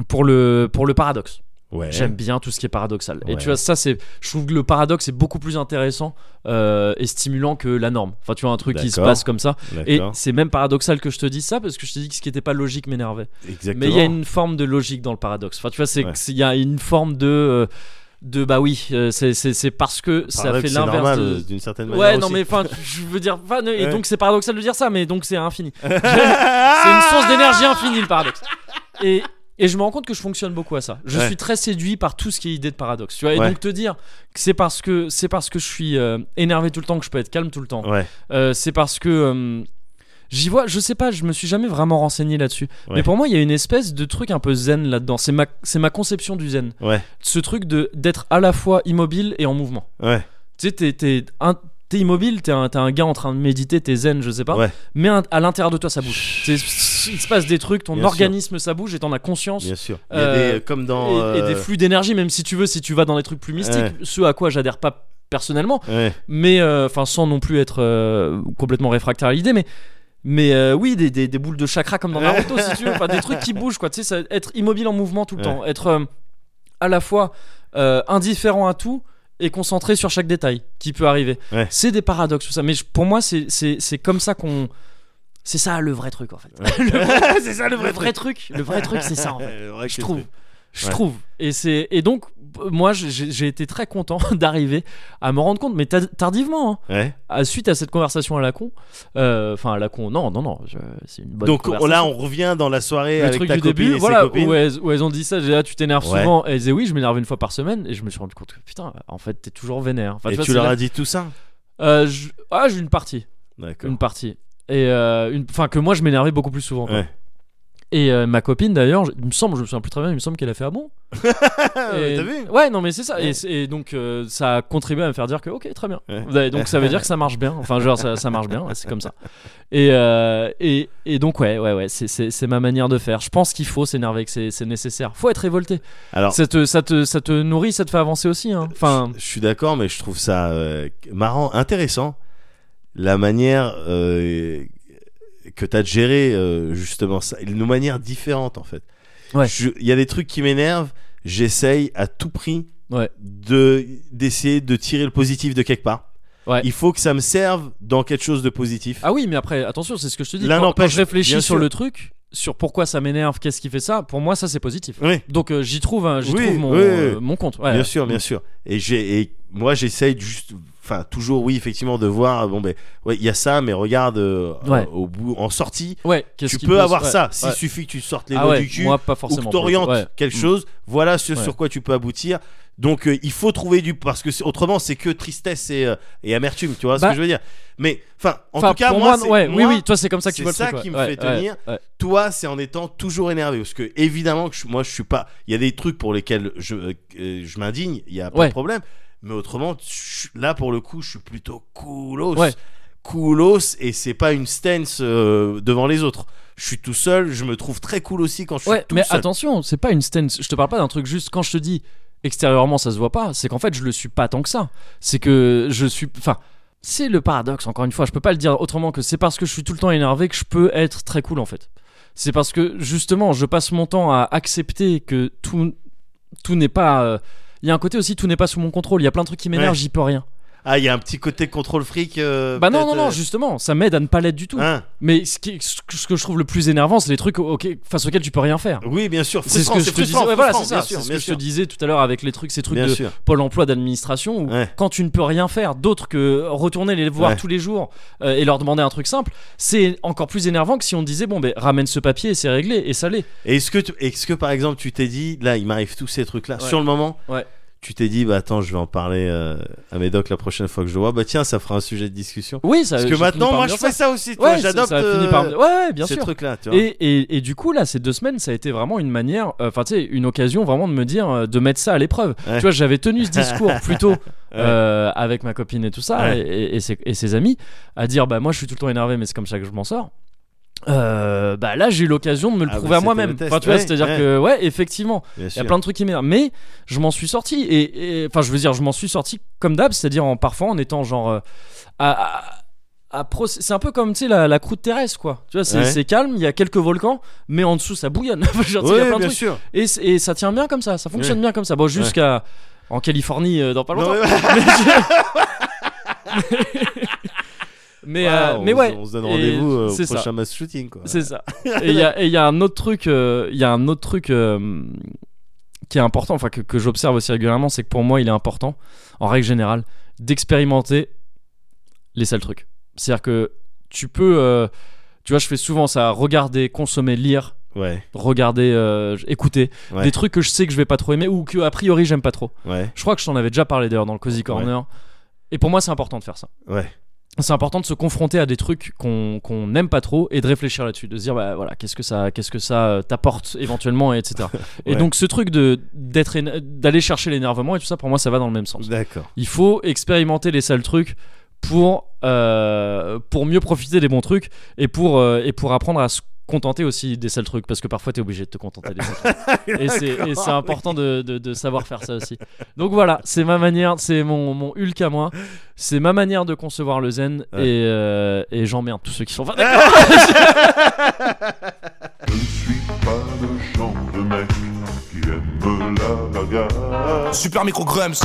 Speaker 1: pour le pour le paradoxe.
Speaker 2: Ouais.
Speaker 1: J'aime bien tout ce qui est paradoxal. Et
Speaker 2: Ouais.
Speaker 1: tu vois, ça, c'est. Je trouve que le paradoxe est beaucoup plus intéressant euh, et stimulant que la norme. Enfin, tu vois, un truc qui se
Speaker 2: D'accord.
Speaker 1: passe comme ça. Et
Speaker 2: D'accord.
Speaker 1: c'est même paradoxal que je te dise ça parce que je te dis que ce qui n'était pas logique m'énervait.
Speaker 2: Exactement.
Speaker 1: Mais il y a une forme de logique dans le paradoxe. Enfin, tu vois, c'est
Speaker 2: Ouais.
Speaker 1: c'est- il y a une forme de. euh, de bah oui, euh, c'est- c'est c'est parce que ça
Speaker 2: Paradoxe,
Speaker 1: fait
Speaker 2: c'est
Speaker 1: l'inverse.
Speaker 2: normal,
Speaker 1: de-
Speaker 2: euh, d'une certaine manière.
Speaker 1: Ouais, non,
Speaker 2: aussi.
Speaker 1: mais enfin, je veux dire. enfin, ne- Et
Speaker 2: Ouais. Ah
Speaker 1: donc, c'est paradoxal de dire ça, mais donc c'est infini. C'est une source d'énergie infinie, le paradoxe. Et, et je me rends compte que je fonctionne beaucoup à ça. Je
Speaker 2: Ouais.
Speaker 1: suis très séduit par tout ce qui est idée de paradoxe. Tu vois, et
Speaker 2: Ouais.
Speaker 1: donc te dire que c'est parce que c'est parce que je suis euh, énervé tout le temps que je peux être calme tout le temps.
Speaker 2: Ouais.
Speaker 1: Euh, c'est parce que euh, j'y vois. Je sais pas. Je me suis jamais vraiment renseigné là-dessus.
Speaker 2: Ouais.
Speaker 1: Mais pour moi, il y a une espèce de truc un peu zen là-dedans. C'est ma c'est ma conception du zen.
Speaker 2: Ouais.
Speaker 1: Ce truc de d'être à la fois immobile et en mouvement.
Speaker 2: Ouais.
Speaker 1: Tu sais, t'es, t'es, un- t'es immobile, t'es un, t'es un gars en train de méditer, t'es zen, je sais pas.
Speaker 2: Ouais.
Speaker 1: Mais un- à l'intérieur de toi, ça bouge. C'est- il se passe des trucs, ton
Speaker 2: Bien sûr.
Speaker 1: organisme, ça bouge et t'en as conscience.
Speaker 2: Bien sûr. Il y a
Speaker 1: Euh,
Speaker 2: des, comme
Speaker 1: Et,
Speaker 2: dans.
Speaker 1: et des
Speaker 2: euh,
Speaker 1: flux d'énergie, même si tu veux, si tu vas dans des trucs plus mystiques,
Speaker 2: Ouais.
Speaker 1: ce à quoi j'adhère pas personnellement,
Speaker 2: ouais.
Speaker 1: mais enfin sans non plus être euh, complètement réfractaire à l'idée, mais. Mais euh, oui, des, des, des boules de chakra comme dans Naruto, si tu veux, enfin des trucs qui bougent, quoi. Tu sais, ça- être immobile en mouvement tout le
Speaker 2: Ouais.
Speaker 1: temps, être euh, à la fois euh, indifférent à tout et concentré sur chaque détail qui peut arriver.
Speaker 2: Ouais.
Speaker 1: C'est des paradoxes, tout ça. Mais je- pour moi, c'est- c'est c'est comme ça qu'on. C'est ça le vrai truc, en fait.
Speaker 2: c'est ça le
Speaker 1: Le
Speaker 2: vrai
Speaker 1: vrai
Speaker 2: truc.
Speaker 1: truc, le vrai truc, c'est ça, en fait.
Speaker 2: Le vrai
Speaker 1: Je
Speaker 2: truc.
Speaker 1: trouve. Je
Speaker 2: Ouais.
Speaker 1: trouve. Et, c'est- et donc, euh, moi, j'ai j'ai été très content d'arriver à me rendre compte, mais ta- tardivement, hein,
Speaker 2: Ouais.
Speaker 1: à- suite à cette conversation à la con, euh, enfin à la con, non, non, non, je- c'est une bonne
Speaker 2: Donc on-
Speaker 1: conversation.
Speaker 2: là, on revient dans la soirée
Speaker 1: le
Speaker 2: avec
Speaker 1: truc
Speaker 2: ta
Speaker 1: du
Speaker 2: copine
Speaker 1: début,
Speaker 2: et
Speaker 1: voilà,
Speaker 2: ses copines.
Speaker 1: où elles, où elles ont dit ça, j'ai dit, ah, tu t'énerves
Speaker 2: Ouais.
Speaker 1: souvent, et elles disaient oui, je m'énerve une fois par semaine, et je me suis rendu compte que putain, en fait, t'es toujours vénère. Enfin,
Speaker 2: et
Speaker 1: vois,
Speaker 2: tu
Speaker 1: c'est
Speaker 2: leur
Speaker 1: là-
Speaker 2: as dit tout ça.
Speaker 1: Euh, je- Ah, j'ai une partie,
Speaker 2: D'accord.
Speaker 1: une partie, et euh, une, enfin que moi je m'énervais beaucoup plus souvent. quoi.
Speaker 2: Ouais.
Speaker 1: Et euh, ma copine d'ailleurs, je- il me semble, je me souviens plus très bien, il me semble qu'elle a fait ah bon. Et-
Speaker 2: T'as vu
Speaker 1: Ouais, non mais c'est ça. Et
Speaker 2: Ouais.
Speaker 1: c'est- Et, donc euh, ça a contribué à me faire dire que ok, très bien.
Speaker 2: Ouais.
Speaker 1: Ouais, donc ça veut dire que ça marche bien. Enfin, genre ça, ça marche bien, ouais, c'est comme ça. Et, euh, et, et donc ouais, ouais, ouais, c'est- c'est c'est ma manière de faire. Je pense qu'il faut s'énerver, que c'est c'est nécessaire. Faut être révolté.
Speaker 2: Alors,
Speaker 1: Ça te, ça te, ça te nourrit, ça te fait avancer aussi. hein. Enfin,
Speaker 2: je suis d'accord, mais je trouve ça euh, marrant, intéressant, la manière euh, que t'as de gérer euh, justement ça, une manière différente en fait.
Speaker 1: Ouais.
Speaker 2: Je- Il y a des trucs qui m'énervent, j'essaye à tout prix
Speaker 1: Ouais.
Speaker 2: de d'essayer de tirer le positif de quelque part.
Speaker 1: Ouais.
Speaker 2: Il faut que ça me serve dans quelque chose de positif.
Speaker 1: ah oui, mais après, attention, c'est ce que je te dis.
Speaker 2: L'un
Speaker 1: Quand, quand
Speaker 2: n'empêche,
Speaker 1: je réfléchis
Speaker 2: bien
Speaker 1: sur
Speaker 2: sûr.
Speaker 1: le truc, sur pourquoi ça m'énerve, qu'est-ce qui fait ça, pour moi, ça c'est positif.
Speaker 2: Oui.
Speaker 1: Donc euh, j'y trouve, hein, j'y
Speaker 2: Oui,
Speaker 1: trouve mon,
Speaker 2: oui.
Speaker 1: euh, mon compte. Ouais.
Speaker 2: Bien sûr, bien sûr. Et j'ai, et moi j'essaye juste, enfin toujours, oui effectivement, de voir. Bon ben, ouais, il y a ça, mais regarde euh,
Speaker 1: Ouais.
Speaker 2: au bout, en sortie,
Speaker 1: Ouais. qu'est-ce
Speaker 2: tu
Speaker 1: qui
Speaker 2: peux
Speaker 1: pose-
Speaker 2: avoir
Speaker 1: ouais,
Speaker 2: ça. S'il
Speaker 1: ouais.
Speaker 2: suffit que tu sortes les
Speaker 1: Ah
Speaker 2: doigts
Speaker 1: ouais,
Speaker 2: du cul
Speaker 1: moi pas
Speaker 2: ou
Speaker 1: forcément.
Speaker 2: que
Speaker 1: pour
Speaker 2: tu
Speaker 1: le coup. Ouais.
Speaker 2: orientes quelque
Speaker 1: Mm.
Speaker 2: chose, voilà ce
Speaker 1: Ouais.
Speaker 2: sur quoi tu peux aboutir. Donc euh, il faut trouver du parce que c'est- autrement c'est que tristesse et, euh, et amertume, tu vois ce
Speaker 1: Bah-
Speaker 2: que je veux dire. Mais enfin, en
Speaker 1: Enfin,
Speaker 2: tout cas
Speaker 1: pour moi,
Speaker 2: moi, c'est-
Speaker 1: ouais, oui,
Speaker 2: moi,
Speaker 1: oui, toi c'est comme ça que tu
Speaker 2: c'est
Speaker 1: vois le
Speaker 2: ça
Speaker 1: truc,
Speaker 2: qui
Speaker 1: ouais.
Speaker 2: me
Speaker 1: Ouais,
Speaker 2: fait
Speaker 1: ouais,
Speaker 2: tenir.
Speaker 1: ouais.
Speaker 2: toi c'est en étant toujours énervé parce que évidemment que je- moi je suis pas il y a des trucs pour lesquels je euh, je m'indigne il y a pas
Speaker 1: Ouais.
Speaker 2: de problème mais autrement je- là pour le coup je suis plutôt coolos
Speaker 1: Ouais.
Speaker 2: coolos et c'est pas une stance euh, devant les autres je suis tout seul je me trouve très cool aussi quand je suis
Speaker 1: Ouais,
Speaker 2: tout
Speaker 1: mais
Speaker 2: seul
Speaker 1: attention, c'est pas une stance. Je te parle pas d'un truc juste quand je te dis extérieurement ça se voit pas, c'est qu'en fait je le suis pas tant que ça. C'est que je suis. Enfin, c'est le paradoxe, encore une fois. Je peux pas le dire autrement que c'est parce que je suis tout le temps énervé que je peux être très cool en fait. C'est parce que justement je passe mon temps à accepter que tout, tout n'est pas. euh, Il y a un côté aussi, tout n'est pas sous mon contrôle. Il y a plein de trucs qui m'énervent,
Speaker 2: Ouais.
Speaker 1: j'y peux rien.
Speaker 2: Ah, il y a un petit côté contrôle fric. euh,
Speaker 1: Bah non,
Speaker 2: peut-être,
Speaker 1: non, non,
Speaker 2: euh,
Speaker 1: justement, ça m'aide à ne pas l'être du tout.
Speaker 2: hein.
Speaker 1: Mais ce, qui- ce que- ce que je trouve le plus énervant, c'est les trucs auxquels- face auxquels tu peux rien faire.
Speaker 2: Oui, bien sûr.
Speaker 1: C'est ce
Speaker 2: frustrant,
Speaker 1: que je te disais.
Speaker 2: frustrant,
Speaker 1: Ouais, voilà, c'est
Speaker 2: frustrant,
Speaker 1: ça.
Speaker 2: bien sûr,
Speaker 1: C'est ce
Speaker 2: bien
Speaker 1: que je te
Speaker 2: sûr.
Speaker 1: disais tout à l'heure avec les trucs, ces trucs
Speaker 2: Bien
Speaker 1: de
Speaker 2: sûr.
Speaker 1: pôle emploi d'administration où
Speaker 2: Ouais.
Speaker 1: quand tu ne peux rien faire d'autre que retourner les voir
Speaker 2: Ouais.
Speaker 1: tous les jours euh, et leur demander un truc simple, c'est encore plus énervant que si on te disait bon ben ramène ce papier et c'est réglé et ça l'est.
Speaker 2: Et Est-ce que, tu- est-ce que par exemple tu t'es dit là il m'arrive tous ces trucs là
Speaker 1: Ouais.
Speaker 2: sur le moment
Speaker 1: Ouais.
Speaker 2: Tu t'es dit bah attends je vais en parler euh, à Médoc la prochaine fois que je le vois bah tiens ça fera un sujet de discussion.
Speaker 1: Oui, ça.
Speaker 2: Parce
Speaker 1: j'ai
Speaker 2: que
Speaker 1: fini
Speaker 2: maintenant
Speaker 1: par
Speaker 2: moi
Speaker 1: me
Speaker 2: je
Speaker 1: dire
Speaker 2: fais
Speaker 1: ça.
Speaker 2: ça aussi tu
Speaker 1: Ouais,
Speaker 2: vois
Speaker 1: ça-
Speaker 2: j'adopte
Speaker 1: ça a fini
Speaker 2: euh,
Speaker 1: par me- Ouais, ouais, bien
Speaker 2: ces
Speaker 1: sûr.
Speaker 2: trucs là tu vois.
Speaker 1: Et, et- et du coup, là, ces deux semaines, ça a été vraiment une manière, euh, enfin, tu sais, une occasion vraiment de me dire, euh, de mettre ça à l'épreuve.
Speaker 2: Ouais.
Speaker 1: Tu vois, j'avais tenu ce discours plutôt euh, avec ma copine et tout ça,
Speaker 2: Ouais.
Speaker 1: et, et ses, et ses amis, à dire, bah, moi, je suis tout le temps énervé, mais c'est comme ça que je m'en sors. Euh, bah là j'ai eu l'occasion de me le
Speaker 2: Ah, bah,
Speaker 1: prouver à
Speaker 2: c'était
Speaker 1: moi-même.
Speaker 2: le test.
Speaker 1: Enfin tu vois,
Speaker 2: Ouais,
Speaker 1: c'est-à-dire
Speaker 2: ouais.
Speaker 1: que ouais, effectivement, il y
Speaker 2: Bien
Speaker 1: a
Speaker 2: sûr.
Speaker 1: plein de trucs qui m'énervent, mais je m'en suis sorti. Et et- enfin, je veux dire, je m'en suis sorti comme d'hab, c'est-à-dire en parfois en étant genre euh, à. à- à procé- c'est un peu comme tu sais la, la croûte terrestre quoi tu vois c'est
Speaker 2: Ouais.
Speaker 1: c'est calme il y a quelques volcans mais en dessous ça bouillonne Enfin, genre, tu sais, il y a
Speaker 2: Ouais,
Speaker 1: plein de
Speaker 2: bien
Speaker 1: trucs.
Speaker 2: sûr.
Speaker 1: Et, c'est- et ça tient bien comme ça ça fonctionne bien comme ça bon jusqu'à en Californie euh, dans pas longtemps
Speaker 2: Non, mais-
Speaker 1: mais
Speaker 2: Voilà,
Speaker 1: euh,
Speaker 2: on
Speaker 1: mais
Speaker 2: se-
Speaker 1: ouais
Speaker 2: On se donne
Speaker 1: Et
Speaker 2: rendez-vous euh,
Speaker 1: c'est
Speaker 2: au
Speaker 1: ça.
Speaker 2: prochain mass shooting quoi.
Speaker 1: c'est ça. Et il y a, et il y a un autre truc, euh, il y a un autre truc euh, qui est important, enfin que, que j'observe aussi régulièrement, c'est que pour moi, il est important, en règle générale, d'expérimenter les sales trucs. C'est-à-dire que tu peux, euh, tu vois, je fais souvent ça, regarder, consommer, lire,
Speaker 2: Ouais
Speaker 1: regarder, euh, écouter,
Speaker 2: Ouais.
Speaker 1: des trucs que je sais que je vais pas trop aimer ou que a priori j'aime pas trop.
Speaker 2: ouais
Speaker 1: Je crois que je t'en avais déjà parlé d'ailleurs dans le cozy corner. Et pour moi, c'est important de faire ça
Speaker 2: ouais.
Speaker 1: c'est important de se confronter à des trucs qu'on qu'on n'aime pas trop et de réfléchir là-dessus, de se dire bah voilà qu'est-ce que ça qu'est-ce que ça euh, t'apporte éventuellement et etc. Et
Speaker 2: Ouais.
Speaker 1: donc ce truc de d'être éner- d'aller chercher l'énervement et tout ça pour moi ça va dans le même sens.
Speaker 2: D'accord.
Speaker 1: Il faut expérimenter les sales trucs pour euh, pour mieux profiter des bons trucs et pour euh, et pour apprendre à se contenter aussi des sales trucs parce que parfois t'es obligé de te contenter des sales trucs. et c'est et c'est important de, de- de savoir faire ça aussi donc voilà c'est ma manière c'est mon, mon Hulk à moi c'est ma manière de concevoir le zen
Speaker 2: Ouais.
Speaker 1: et, euh, et j'emmerde tous ceux qui sont pas d'accord.
Speaker 6: Je suis pas le genre de mec qui aime la bagarre.
Speaker 7: Super micro grumps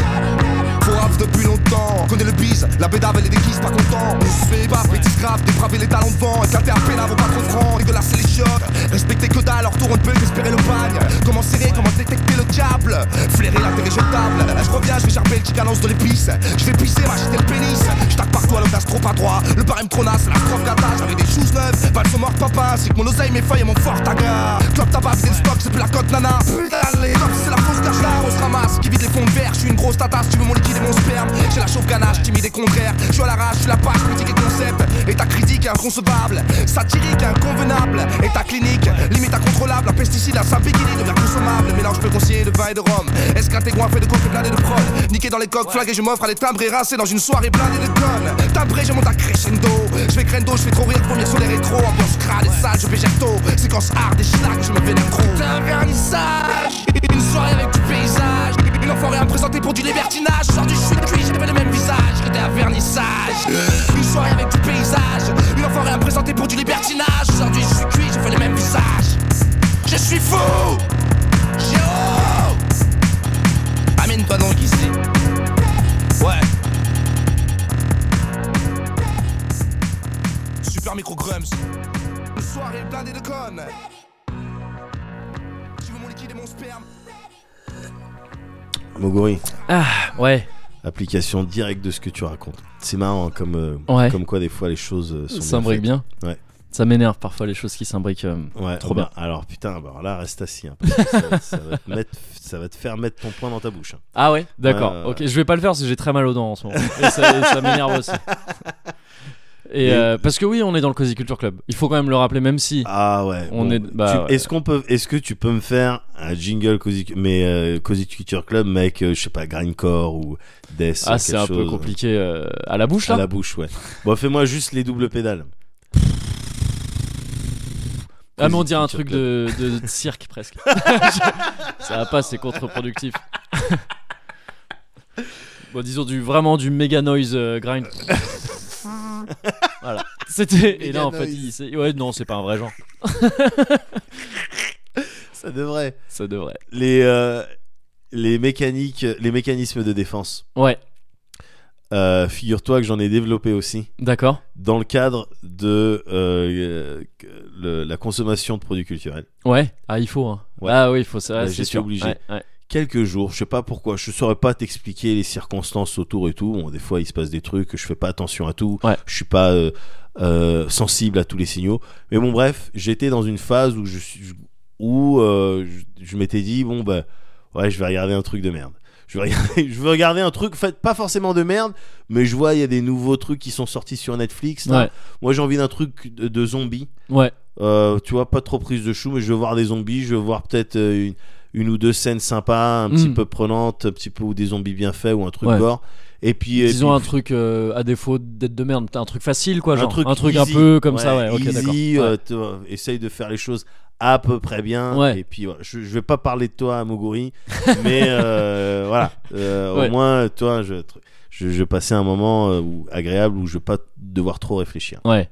Speaker 7: Pour rap depuis longtemps Connais le bise, la bédave elle est déguise pas content On se fait pas, bêtise grave, dépraver les talons de vent Éclater à peine avant pas trop franc, dégueulasse c'est les chocs Respecter que dalle, leur tour on ne peut qu'espérer le bagne Comment serrer, comment détecter le diable Flairer l'intérêt jetable Je reviens, je vais gerber le chicanance de l'épice Je vais pisser, m'acheter le pénis Je tape partout à l'audace trop à droit Le barème trop naze, la strophe gata J'avais des choses neuves, pas de mort papa C'est que mon oseille, mes feuilles et mon fort taga Club tabac, c'est le stock, c'est plus la cote nana Putain les tops, c'est la fausse cache là, on se ramasse Qui vit des fonds de verre, je suis une grosse tata Si tu veux mon liquide et mon sperme, j'ai la chauffe ganache Timide et contraire, je suis à l'arrache, je suis la page Critique et concept, et ta critique est inconcevable Satirique, inconvenable, et ta clinique Limite incontrôlable, un pesticide, un saint bikini devient consommable Mélange peu concilié de vin et de rhum Esclaté, goin, fait de coke, plein de prod Niqué dans les coques, flagué, je m'offre à les timbrer Rincé dans une soirée blindée de connes Timbré, je monte à crescendo Je fais crendo, je fais trop rire, première sur les rétros Ambiance crade et sale, je vais tôt Séquence hard et schlag, je me vénère trop C'est un vernissage, une soirée avec du paysage Une enfant rien présentée pour du libertinage Aujourd'hui je suis cuit, j'ai pas le même visage J'étais un vernissage, une soirée avec du paysage Une enfant rien présentée pour du libertinage Aujourd'hui je suis cuit, j'ai fait le même visage Je suis fou Géo Amène-toi donc ici Ouais Super micro grumps Une soirée blindée de connes Tu veux mon liquide et mon sperme
Speaker 2: Mogori.
Speaker 1: ouais
Speaker 2: Application directe de ce que tu racontes. C'est marrant hein, comme euh,
Speaker 1: Ouais.
Speaker 2: comme quoi des fois les choses euh, sont
Speaker 1: ça
Speaker 2: bien
Speaker 1: s'imbrique
Speaker 2: faites.
Speaker 1: bien
Speaker 2: Ouais.
Speaker 1: ça m'énerve parfois les choses qui s'imbriquent euh.
Speaker 2: Ouais,
Speaker 1: Trop
Speaker 2: bah, Alors putain, bah, alors là reste assis hein, parce que ça, ça va te mettre, ça va te faire mettre ton poing dans ta bouche. hein.
Speaker 1: ah ouais d'accord
Speaker 2: Ouais, ouais,
Speaker 1: ok je vais pas le faire parce que j'ai très mal aux dents en ce moment et ça, et ça m'énerve aussi et
Speaker 2: Mais-
Speaker 1: euh, parce que oui on est dans le cozy culture club il faut quand même le rappeler même si
Speaker 2: Ah ouais.
Speaker 1: On est- bah,
Speaker 2: tu-
Speaker 1: ouais.
Speaker 2: Est-ce qu'on peut, est-ce que tu peux me faire un jingle Cozy, mais euh, Cozy Culture Club, mec, euh, je sais pas, grindcore ou death.
Speaker 1: Ah, c'est un peu compliqué euh, à la bouche
Speaker 2: À
Speaker 1: là.
Speaker 2: la bouche, ouais. Bon, fais-moi juste les doubles pédales.
Speaker 1: Ah, mais on dirait un
Speaker 2: Culture
Speaker 1: truc de, de- de cirque presque. ça va pas, c'est contre-productif. bon, disons du vraiment du méga noise euh, grind. voilà. C'était. Et là, en fait, il s'est- ouais, non, c'est pas un vrai genre.
Speaker 2: Ça devrait.
Speaker 1: Ça devrait.
Speaker 2: Les euh, les mécaniques, les mécanismes de défense.
Speaker 1: Ouais.
Speaker 2: euh, figure-toi que j'en ai développé aussi
Speaker 1: D'accord.
Speaker 2: dans le cadre de euh, euh, le- la consommation de produits culturels.
Speaker 1: Ouais. Ah, il faut. hein.
Speaker 2: Ouais.
Speaker 1: Ah oui, il faut ça.
Speaker 2: Ouais,
Speaker 1: c'est
Speaker 2: j'étais
Speaker 1: sûr.
Speaker 2: obligé.
Speaker 1: Ouais, ouais.
Speaker 2: Quelques jours, je sais pas pourquoi, je saurais pas t'expliquer les circonstances autour et tout. Bon, des fois, il se passe des trucs, je fais pas attention à tout,
Speaker 1: Ouais.
Speaker 2: je suis pas euh, euh, sensible à tous les signaux. Mais bon, bref, j'étais dans une phase où je suis- où euh, je, je m'étais dit bon bah ouais, je vais regarder un truc de merde. Je vais regarder, je vais regarder un truc, en fait, pas forcément de merde, mais je vois il y a des nouveaux trucs qui sont sortis sur Netflix. là.
Speaker 1: Ouais.
Speaker 2: Moi, j'ai envie d'un truc de, de zombies.
Speaker 1: Ouais.
Speaker 2: Euh, tu vois, pas trop prise de chou, mais je veux voir des zombies, je veux voir peut-être euh, une, une ou deux scènes sympas, un petit
Speaker 1: Mm.
Speaker 2: peu prenantes, un petit peu ou des zombies bien faits ou un truc
Speaker 1: Ouais.
Speaker 2: gore. Et puis, et
Speaker 1: Disons
Speaker 2: puis-
Speaker 1: un truc euh, à défaut d'être de merde, un truc facile quoi,
Speaker 2: un
Speaker 1: genre
Speaker 2: truc,
Speaker 1: un truc
Speaker 2: easy.
Speaker 1: un peu comme ça, ouais. Ok, d'accord.
Speaker 2: easy,
Speaker 1: Ouais.
Speaker 2: euh, tu vois, essaye de faire les choses à peu près bien.
Speaker 1: Ouais.
Speaker 2: Et puis, voilà. je, je vais pas parler de toi à Moguri, mais euh, voilà, Euh,
Speaker 1: Ouais.
Speaker 2: au moins, toi, je, je, je passais un moment euh, où- agréable où je vais pas devoir trop réfléchir.
Speaker 1: Ouais.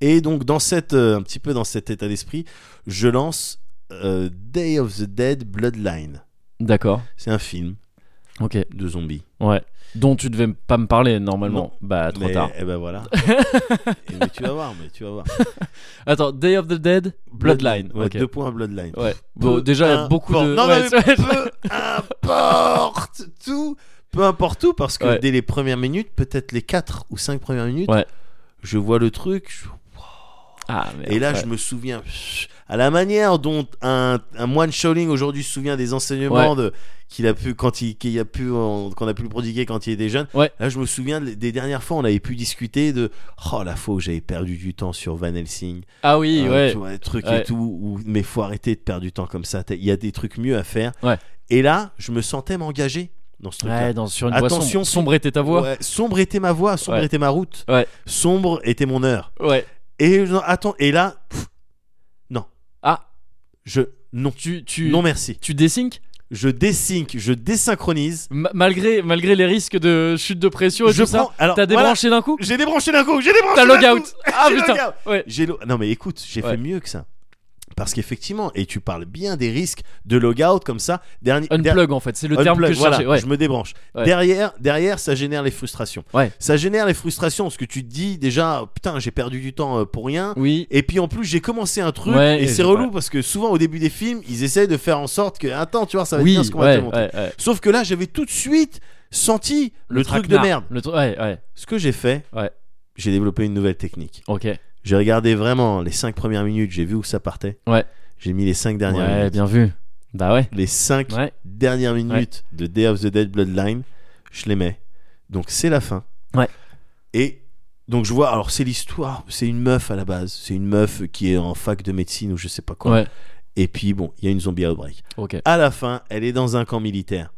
Speaker 2: Et donc dans cette euh, un petit peu dans cet état d'esprit, je lance euh, Day of the Dead Bloodline.
Speaker 1: D'accord.
Speaker 2: C'est un film
Speaker 1: Ok.
Speaker 2: de zombies.
Speaker 1: Ouais. Dont tu devais m- pas me parler normalement. Bah trop
Speaker 2: mais,
Speaker 1: tard.
Speaker 2: Eh ben voilà. Et mais tu vas voir, mais tu vas voir.
Speaker 1: Attends, Day of the Dead, Bloodline.
Speaker 2: Ouais,
Speaker 1: ok.
Speaker 2: Deux points Bloodline.
Speaker 1: Ouais. Bon, déjà il y a beaucoup
Speaker 2: importe-
Speaker 1: de.
Speaker 2: Non,
Speaker 1: ouais,
Speaker 2: non,
Speaker 1: c'est-
Speaker 2: mais peu importe tout, peu importe tout, parce que
Speaker 1: Ouais.
Speaker 2: dès les premières minutes, peut-être les 4 ou 5 premières minutes,
Speaker 1: Ouais.
Speaker 2: je vois le truc, je-
Speaker 1: Ah, merde,
Speaker 2: Et là,
Speaker 1: ouais.
Speaker 2: je me souviens, à la manière dont un, un moine Shaolin aujourd'hui se souvient des enseignements
Speaker 1: Ouais.
Speaker 2: de, qu'il a pu, quand il, qu'il a pu, en- qu'on a pu le prodiguer quand il était jeune.
Speaker 1: Ouais.
Speaker 2: Là, je me souviens de- des dernières fois, on avait pu discuter de, oh, la fois où j'avais perdu du temps sur Van Helsing.
Speaker 1: Ah oui,
Speaker 2: euh,
Speaker 1: ouais.
Speaker 2: Tu vois, des trucs
Speaker 1: Ouais.
Speaker 2: et tout, où, mais faut arrêter de perdre du temps comme ça. T'as- Il y a des trucs mieux à faire.
Speaker 1: Ouais.
Speaker 2: Et là, je me sentais m'engager dans ce truc-là.
Speaker 1: Ouais, dans, sur une voie
Speaker 2: Attention,
Speaker 1: sombre. Sombre était ta voix.
Speaker 2: Ouais, sombre était ma voie, sombre
Speaker 1: Ouais.
Speaker 2: était ma route,
Speaker 1: Ouais.
Speaker 2: sombre était mon heure.
Speaker 1: Ouais.
Speaker 2: Et je- attends, et là, pff, non.
Speaker 1: Ah.
Speaker 2: Je non.
Speaker 1: Tu, tu,
Speaker 2: Non merci.
Speaker 1: tu désync
Speaker 2: Je désync, je désynchronise.
Speaker 1: Ma- malgré, malgré les risques de chute de pression et
Speaker 2: je
Speaker 1: tout ça.
Speaker 2: Alors
Speaker 1: T'as
Speaker 2: voilà,
Speaker 1: débranché d'un coup
Speaker 2: j'ai débranché d'un coup, j'ai débranché.
Speaker 1: T'as
Speaker 2: d'un
Speaker 1: log
Speaker 2: coup,
Speaker 1: out Ah
Speaker 2: j'ai log
Speaker 1: putain
Speaker 2: out.
Speaker 1: Ouais.
Speaker 2: J'ai lo- Non mais écoute, j'ai
Speaker 1: Ouais.
Speaker 2: fait mieux que ça. Parce qu'effectivement, et tu parles bien des risques de logout comme ça, dernier der-
Speaker 1: Unplug en fait, c'est le terme
Speaker 2: Unplug,
Speaker 1: que je
Speaker 2: voilà,
Speaker 1: cherchais. Ouais.
Speaker 2: je me débranche.
Speaker 1: Ouais.
Speaker 2: Derrière, derrière, ça génère les frustrations.
Speaker 1: Ouais.
Speaker 2: Ça génère les frustrations parce que tu te dis déjà, putain, j'ai perdu du temps euh, pour rien.
Speaker 1: Oui.
Speaker 2: Et puis en plus, j'ai commencé un truc
Speaker 1: Ouais,
Speaker 2: et
Speaker 1: et j'ai-
Speaker 2: c'est relou
Speaker 1: ouais.
Speaker 2: parce que souvent au début des films, ils essayent de faire en sorte que attends, tu vois, ça va
Speaker 1: oui,
Speaker 2: être bien ce qu'on va
Speaker 1: ouais,
Speaker 2: te montrer.
Speaker 1: ouais, ouais.
Speaker 2: Sauf que là, j'avais tout de suite senti le, truc de
Speaker 1: traquenard,
Speaker 2: merde.
Speaker 1: Le truc, ouais, ouais.
Speaker 2: Ce que j'ai fait,
Speaker 1: Ouais.
Speaker 2: j'ai développé une nouvelle technique.
Speaker 1: Ok.
Speaker 2: J'ai regardé vraiment les cinq premières minutes, j'ai vu où ça partait.
Speaker 1: Ouais.
Speaker 2: J'ai mis les cinq dernières
Speaker 1: ouais,
Speaker 2: minutes.
Speaker 1: bien vu. Bah ouais.
Speaker 2: Les cinq
Speaker 1: Ouais.
Speaker 2: dernières minutes de Day of the Dead Bloodline, je les mets. Donc c'est la fin.
Speaker 1: Ouais.
Speaker 2: Et donc je vois, alors c'est l'histoire, c'est une meuf à la base, c'est une meuf qui est en fac de médecine ou je sais pas quoi.
Speaker 1: Ouais.
Speaker 2: Et puis bon, il y a une zombie outbreak.
Speaker 1: Ok.
Speaker 2: À la fin, elle est dans un camp militaire.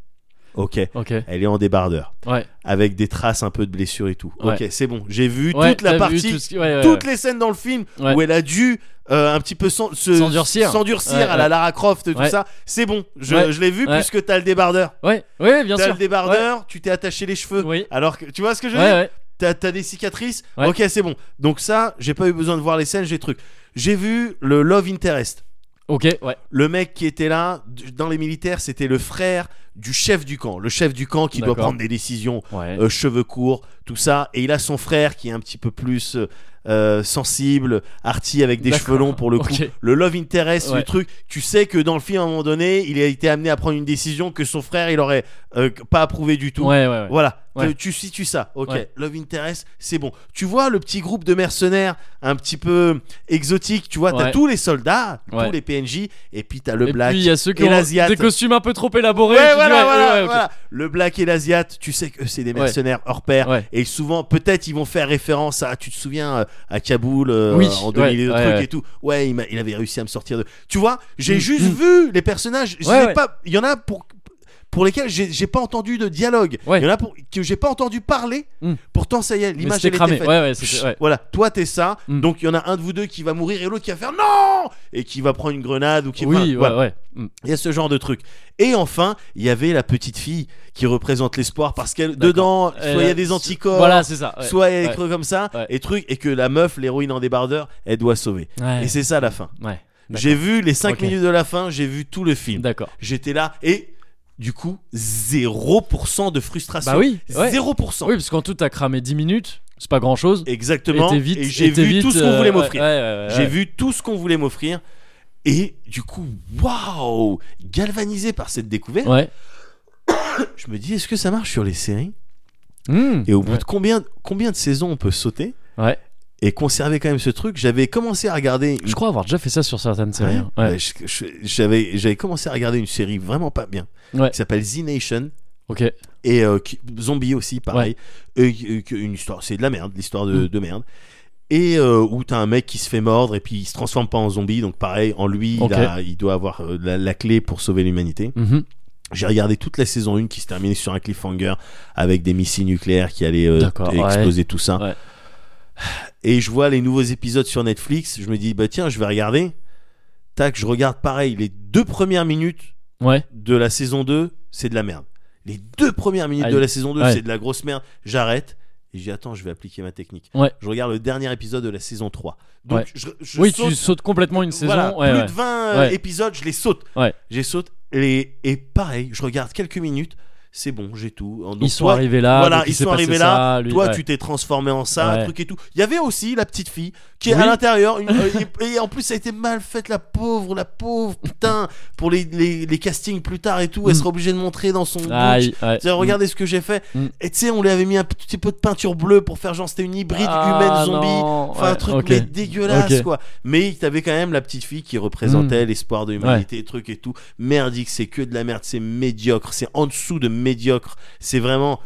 Speaker 2: Ok.
Speaker 1: Ok.
Speaker 2: Elle est en débardeur,
Speaker 1: Ouais.
Speaker 2: avec des traces un peu de blessures et tout.
Speaker 1: Ouais.
Speaker 2: Ok, c'est bon. J'ai vu
Speaker 1: Ouais,
Speaker 2: toute la
Speaker 1: t'as vu
Speaker 2: partie,
Speaker 1: tout ce qui- ouais, ouais,
Speaker 2: toutes
Speaker 1: ouais.
Speaker 2: les scènes dans le film
Speaker 1: Ouais.
Speaker 2: où elle a dû euh, un petit peu s'en- se-
Speaker 1: S'endurcir.
Speaker 2: s'endurcir
Speaker 1: Ouais,
Speaker 2: à la
Speaker 1: ouais.
Speaker 2: Lara Croft, tout
Speaker 1: Ouais.
Speaker 2: ça. C'est bon. Je,
Speaker 1: Ouais.
Speaker 2: je l'ai vu
Speaker 1: Ouais.
Speaker 2: puisque t'as le débardeur.
Speaker 1: Ouais, ouais, bien
Speaker 2: T'as
Speaker 1: sûr.
Speaker 2: le débardeur, tu t'es attaché les cheveux.
Speaker 1: Oui.
Speaker 2: Alors que tu vois ce que je
Speaker 1: Ouais,
Speaker 2: veux dire
Speaker 1: ouais.
Speaker 2: T'as, t'as des cicatrices
Speaker 1: Ouais.
Speaker 2: Ok, c'est bon. Donc ça, j'ai pas eu besoin de voir les scènes, j'ai truc. J'ai vu le Love Interest.
Speaker 1: Ok, ouais.
Speaker 2: Le mec qui était là, d- dans les militaires, c'était le frère du chef du camp. Le chef du camp qui doit
Speaker 1: D'accord.
Speaker 2: prendre des décisions,
Speaker 1: Ouais.
Speaker 2: euh, cheveux courts, tout ça. Et il a son frère qui est un petit peu plus euh, euh, sensible, arty, avec des
Speaker 1: D'accord.
Speaker 2: cheveux longs pour le coup.
Speaker 1: Ok.
Speaker 2: Le love interest,
Speaker 1: Ouais.
Speaker 2: le truc. Tu sais que dans le film, à un moment donné, il a été amené à prendre une décision que son frère, il aurait euh, pas approuvé du tout.
Speaker 1: Ouais, ouais, ouais.
Speaker 2: Voilà,
Speaker 1: Ouais.
Speaker 2: Tu, tu situes ça, ok.
Speaker 1: Ouais.
Speaker 2: Love Interest, c'est bon. Tu vois le petit groupe de mercenaires un petit peu exotique, tu vois, t'as
Speaker 1: Ouais.
Speaker 2: tous les soldats,
Speaker 1: Ouais,
Speaker 2: tous les PNJ, et puis t'as le
Speaker 1: et
Speaker 2: black
Speaker 1: puis il y a ceux qui
Speaker 2: et
Speaker 1: ont
Speaker 2: l'asiat.
Speaker 1: des costumes un peu trop élaborés. tu
Speaker 2: Ouais,
Speaker 1: dis,
Speaker 2: voilà, voilà,
Speaker 1: ouais, ok.
Speaker 2: voilà. Le black et l'asiat, tu sais que c'est des
Speaker 1: Ouais.
Speaker 2: mercenaires hors pair.
Speaker 1: Ouais.
Speaker 2: Et souvent, peut-être, ils vont faire référence à, tu te souviens, euh, à Kaboul euh,
Speaker 1: Oui,
Speaker 2: en 2000
Speaker 1: ouais,
Speaker 2: et le
Speaker 1: ouais,
Speaker 2: truc
Speaker 1: ouais.
Speaker 2: et tout. Ouais, il, m'a- il avait réussi à me sortir de. Tu vois, j'ai
Speaker 1: Mm,
Speaker 2: juste
Speaker 1: mm.
Speaker 2: vu les personnages. Je
Speaker 1: Ouais,
Speaker 2: sais
Speaker 1: ouais.
Speaker 2: pas. Il y en a pour pour lesquels j'ai j'ai pas entendu de dialogue. Il
Speaker 1: Ouais.
Speaker 2: y en a pour que j'ai pas entendu parler.
Speaker 1: Mm.
Speaker 2: Pourtant, ça y est,
Speaker 1: Mais
Speaker 2: l'image
Speaker 1: c'était
Speaker 2: elle était
Speaker 1: cramé.
Speaker 2: faite.
Speaker 1: Ouais, ouais,
Speaker 2: Chut,
Speaker 1: c'était. Ouais.
Speaker 2: Voilà, toi t'es ça,
Speaker 1: Mm.
Speaker 2: donc il y en a un de vous deux qui va mourir et l'autre qui va faire non et qui va prendre une grenade ou qui
Speaker 1: Oui,
Speaker 2: enfin,
Speaker 1: ouais,
Speaker 2: voilà.
Speaker 1: ouais. Mm.
Speaker 2: Il y a ce genre de truc. Et enfin, il y avait la petite fille qui représente l'espoir parce qu'elle dedans,
Speaker 1: D'accord.
Speaker 2: soit
Speaker 1: Euh,
Speaker 2: il y a des anticorps,
Speaker 1: Voilà, c'est ça. ouais.
Speaker 2: soit elle est
Speaker 1: Ouais.
Speaker 2: creux comme ça
Speaker 1: Ouais.
Speaker 2: et truc et que la meuf, l'héroïne en débardeur, elle doit sauver.
Speaker 1: Ouais.
Speaker 2: Et c'est ça la fin.
Speaker 1: Ouais. D'accord.
Speaker 2: J'ai vu les 5
Speaker 1: Ok.
Speaker 2: minutes de la fin, j'ai vu tout le film.
Speaker 1: D'accord.
Speaker 2: J'étais là et Du coup, 0% de frustration.
Speaker 1: Bah oui, ouais.
Speaker 2: 0%.
Speaker 1: Oui, parce qu'en tout, t'as cramé 10 minutes, c'est pas grand chose.
Speaker 2: Exactement.
Speaker 1: Et t'es vite.
Speaker 2: Et j'ai
Speaker 1: et t'es
Speaker 2: vu tout
Speaker 1: vite,
Speaker 2: ce qu'on
Speaker 1: euh,
Speaker 2: voulait m'offrir.
Speaker 1: ouais, ouais, ouais,
Speaker 2: J'ai
Speaker 1: ouais.
Speaker 2: vu tout ce qu'on voulait m'offrir. Et du coup, waouh Galvanisé par cette découverte,
Speaker 1: Ouais.
Speaker 2: je me dis, est-ce que ça marche sur les séries
Speaker 1: Mmh.
Speaker 2: Et au bout
Speaker 1: Ouais.
Speaker 2: de combien, combien de saisons on peut sauter
Speaker 1: Ouais.
Speaker 2: et conserver quand même ce truc J'avais commencé à regarder... une-
Speaker 1: Je crois avoir déjà fait ça sur certaines
Speaker 2: Ouais,
Speaker 1: séries. hein. Ouais.
Speaker 2: bah, je- je- J'avais j'avais commencé à regarder une série vraiment pas bien
Speaker 1: Ouais.
Speaker 2: qui s'appelle Z Nation
Speaker 1: Ok.
Speaker 2: et euh, qui- Zombie aussi pareil Et, euh, que- une histoire c'est de la merde l'histoire de,
Speaker 1: Mm.
Speaker 2: de merde et euh, où t'as un mec qui se fait mordre et puis il se transforme pas en zombie donc pareil en lui il
Speaker 1: Ok.
Speaker 2: a- il, doit avoir euh, la, la clé pour sauver l'humanité
Speaker 1: Mhm.
Speaker 2: j'ai regardé toute la saison 1 qui se terminait sur un cliffhanger avec des missiles nucléaires qui allaient euh,
Speaker 1: D'accord, ouais.
Speaker 2: exploser tout ça
Speaker 1: Ouais.
Speaker 2: et je vois les nouveaux épisodes sur Netflix je me dis bah tiens je vais regarder tac je regarde pareil les deux premières minutes
Speaker 1: Ouais.
Speaker 2: de la saison 2, c'est de la merde. Les deux premières minutes
Speaker 1: Allez.
Speaker 2: de la saison 2,
Speaker 1: Ouais.
Speaker 2: c'est de la grosse merde. J'arrête. Et je dis, attends, je vais appliquer ma technique.
Speaker 1: Ouais.
Speaker 2: Je regarde le dernier épisode de la saison 3. Donc,
Speaker 1: Ouais.
Speaker 2: je, je
Speaker 1: Oui,
Speaker 2: saute,
Speaker 1: tu sautes complètement une saison.
Speaker 2: voilà,
Speaker 1: ouais,
Speaker 2: plus
Speaker 1: ouais.
Speaker 2: de 20 euh,
Speaker 1: Ouais.
Speaker 2: épisodes, je les saute.
Speaker 1: Ouais.
Speaker 2: Je les saute. Et, et pareil, je regarde quelques minutes. C'est bon, j'ai tout. hein. Donc,
Speaker 1: ils sont
Speaker 2: toi,
Speaker 1: arrivés là.
Speaker 2: voilà,
Speaker 1: donc il
Speaker 2: ils
Speaker 1: s'est
Speaker 2: sont
Speaker 1: passé
Speaker 2: arrivés
Speaker 1: ça,
Speaker 2: là.
Speaker 1: lui,
Speaker 2: toi,
Speaker 1: ouais.
Speaker 2: tu t'es transformé en ça, un
Speaker 1: Ouais.
Speaker 2: truc et tout. Il y avait aussi la petite fille qui est à
Speaker 1: Oui.
Speaker 2: l'intérieur. une- euh, et, et en plus, ça a été mal faite, la pauvre, la pauvre, putain. Pour les, les, les castings plus tard et tout, elle
Speaker 1: Mm.
Speaker 2: sera obligée de montrer dans son.
Speaker 1: Aïe,
Speaker 2: bouc.
Speaker 1: ouais.
Speaker 2: C'est-à-dire, regardez ce que j'ai fait.
Speaker 1: Mm.
Speaker 2: Et tu sais, on lui avait mis un petit peu de peinture bleue pour faire genre c'était une hybride
Speaker 1: Ah,
Speaker 2: humaine zombie.
Speaker 1: non,
Speaker 2: Enfin, un
Speaker 1: ouais,
Speaker 2: truc
Speaker 1: ok.
Speaker 2: mais dégueulasse
Speaker 1: Ok. Hmm.
Speaker 2: quoi. Mais t'avais quand même la petite fille qui représentait l'espoir de l'humanité, truc et tout. Merdique, c'est que de la merde, c'est médiocre, c'est en dessous de médiocre. C'est vraiment.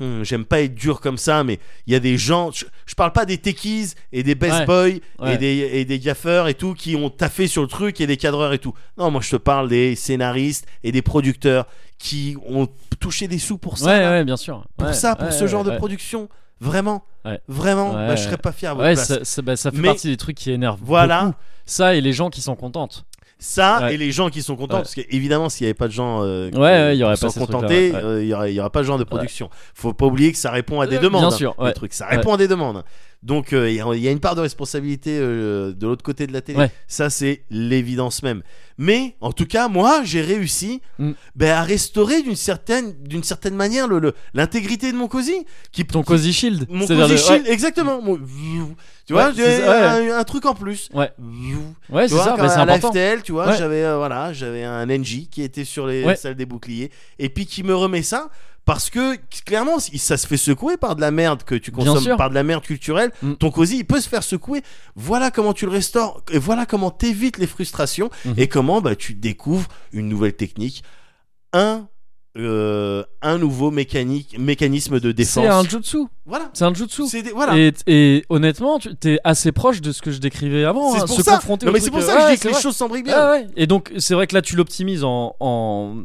Speaker 2: Hmm, J'aime pas être dur comme ça, mais il y a des gens. Je, je parle pas des techies et des best
Speaker 1: Ouais.
Speaker 2: boys et
Speaker 1: Ouais.
Speaker 2: des, et des gaffeurs et tout qui ont taffé sur le truc et des cadreurs et tout. Non, moi je te parle des scénaristes et des producteurs qui ont touché des sous pour ça.
Speaker 1: Ouais,
Speaker 2: là.
Speaker 1: ouais, bien sûr.
Speaker 2: pour
Speaker 1: Ouais,
Speaker 2: ça, pour
Speaker 1: ouais,
Speaker 2: ce genre de
Speaker 1: ouais.
Speaker 2: production. Vraiment,
Speaker 1: Ouais.
Speaker 2: vraiment,
Speaker 1: Ouais,
Speaker 2: bah, je
Speaker 1: ouais.
Speaker 2: serais pas fier à votre
Speaker 1: Ouais,
Speaker 2: place.
Speaker 1: ça, ça- bah, ça fait
Speaker 2: Mais-
Speaker 1: partie des trucs qui énervent.
Speaker 2: Voilà.
Speaker 1: beaucoup. Ça et les gens qui sont contentes.
Speaker 2: Ça
Speaker 1: Ouais.
Speaker 2: et les gens qui sont contents,
Speaker 1: Ouais.
Speaker 2: parce qu'évidemment, s'il n'y avait pas de gens euh, qui
Speaker 1: Ouais, ouais, il y aurait
Speaker 2: qui s'en
Speaker 1: pas ces trucs-là,
Speaker 2: contentaient,
Speaker 1: ouais.
Speaker 2: euh, il n'y aurait, il y aurait pas ce genre de production. faut pas oublier que ça répond à des
Speaker 1: Euh,
Speaker 2: demandes.
Speaker 1: bien
Speaker 2: hein,
Speaker 1: sûr,
Speaker 2: le
Speaker 1: ouais.
Speaker 2: truc. Ça répond à des demandes. Donc, euh, il y a- il y a une part de responsabilité euh, de l'autre côté de la télé.
Speaker 1: Ouais.
Speaker 2: Ça, c'est l'évidence même. Mais, en tout cas, moi, j'ai réussi
Speaker 1: Mm.
Speaker 2: ben, à restaurer d'une certaine, d'une certaine manière le- le- l'intégrité de mon cosy. Qui,
Speaker 1: Ton
Speaker 2: qui-
Speaker 1: cosy shield.
Speaker 2: mon
Speaker 1: c'est-à-dire
Speaker 2: cosy
Speaker 1: le-
Speaker 2: shield, exactement. Mon- Tu vois,
Speaker 1: Ouais,
Speaker 2: j'ai
Speaker 1: c'est ça,
Speaker 2: un, un truc en plus.
Speaker 1: Ouais. Ouais, ouais
Speaker 2: Tu
Speaker 1: c'est
Speaker 2: vois,
Speaker 1: ça,
Speaker 2: quand
Speaker 1: mais c'est
Speaker 2: à la
Speaker 1: important.
Speaker 2: FTL, tu vois,
Speaker 1: Ouais.
Speaker 2: j'avais euh, voilà, j'avais un NJ qui était sur les
Speaker 1: Ouais.
Speaker 2: salles des boucliers et puis qui me remet ça parce que clairement il- ça se fait secouer par de la merde que tu
Speaker 1: Bien
Speaker 2: consommes,
Speaker 1: sûr.
Speaker 2: par de la merde culturelle.
Speaker 1: Mm.
Speaker 2: Ton cosy, il peut se faire secouer. Voilà comment tu le restaures et voilà comment t'évites les frustrations
Speaker 1: Mhm.
Speaker 2: et comment bah tu découvres une nouvelle technique, un euh, un nouveau mécanique mécanisme de défense.
Speaker 1: C'est un jutsu.
Speaker 2: Voilà.
Speaker 1: C'est un jutsu.
Speaker 2: C'est des- voilà.
Speaker 1: Et, et honnêtement, tu t'es assez proche de ce que je décrivais avant.
Speaker 2: C'est
Speaker 1: hein,
Speaker 2: pour
Speaker 1: se
Speaker 2: ça.
Speaker 1: confronter
Speaker 2: Non,
Speaker 1: au
Speaker 2: mais
Speaker 1: truc,
Speaker 2: c'est pour
Speaker 1: euh,
Speaker 2: ça que
Speaker 1: ouais,
Speaker 2: je dis
Speaker 1: c'est
Speaker 2: que les
Speaker 1: vrai.
Speaker 2: choses s'embriquent bien.
Speaker 1: Ah ouais. Et donc, c'est vrai que là, tu l'optimises en, en,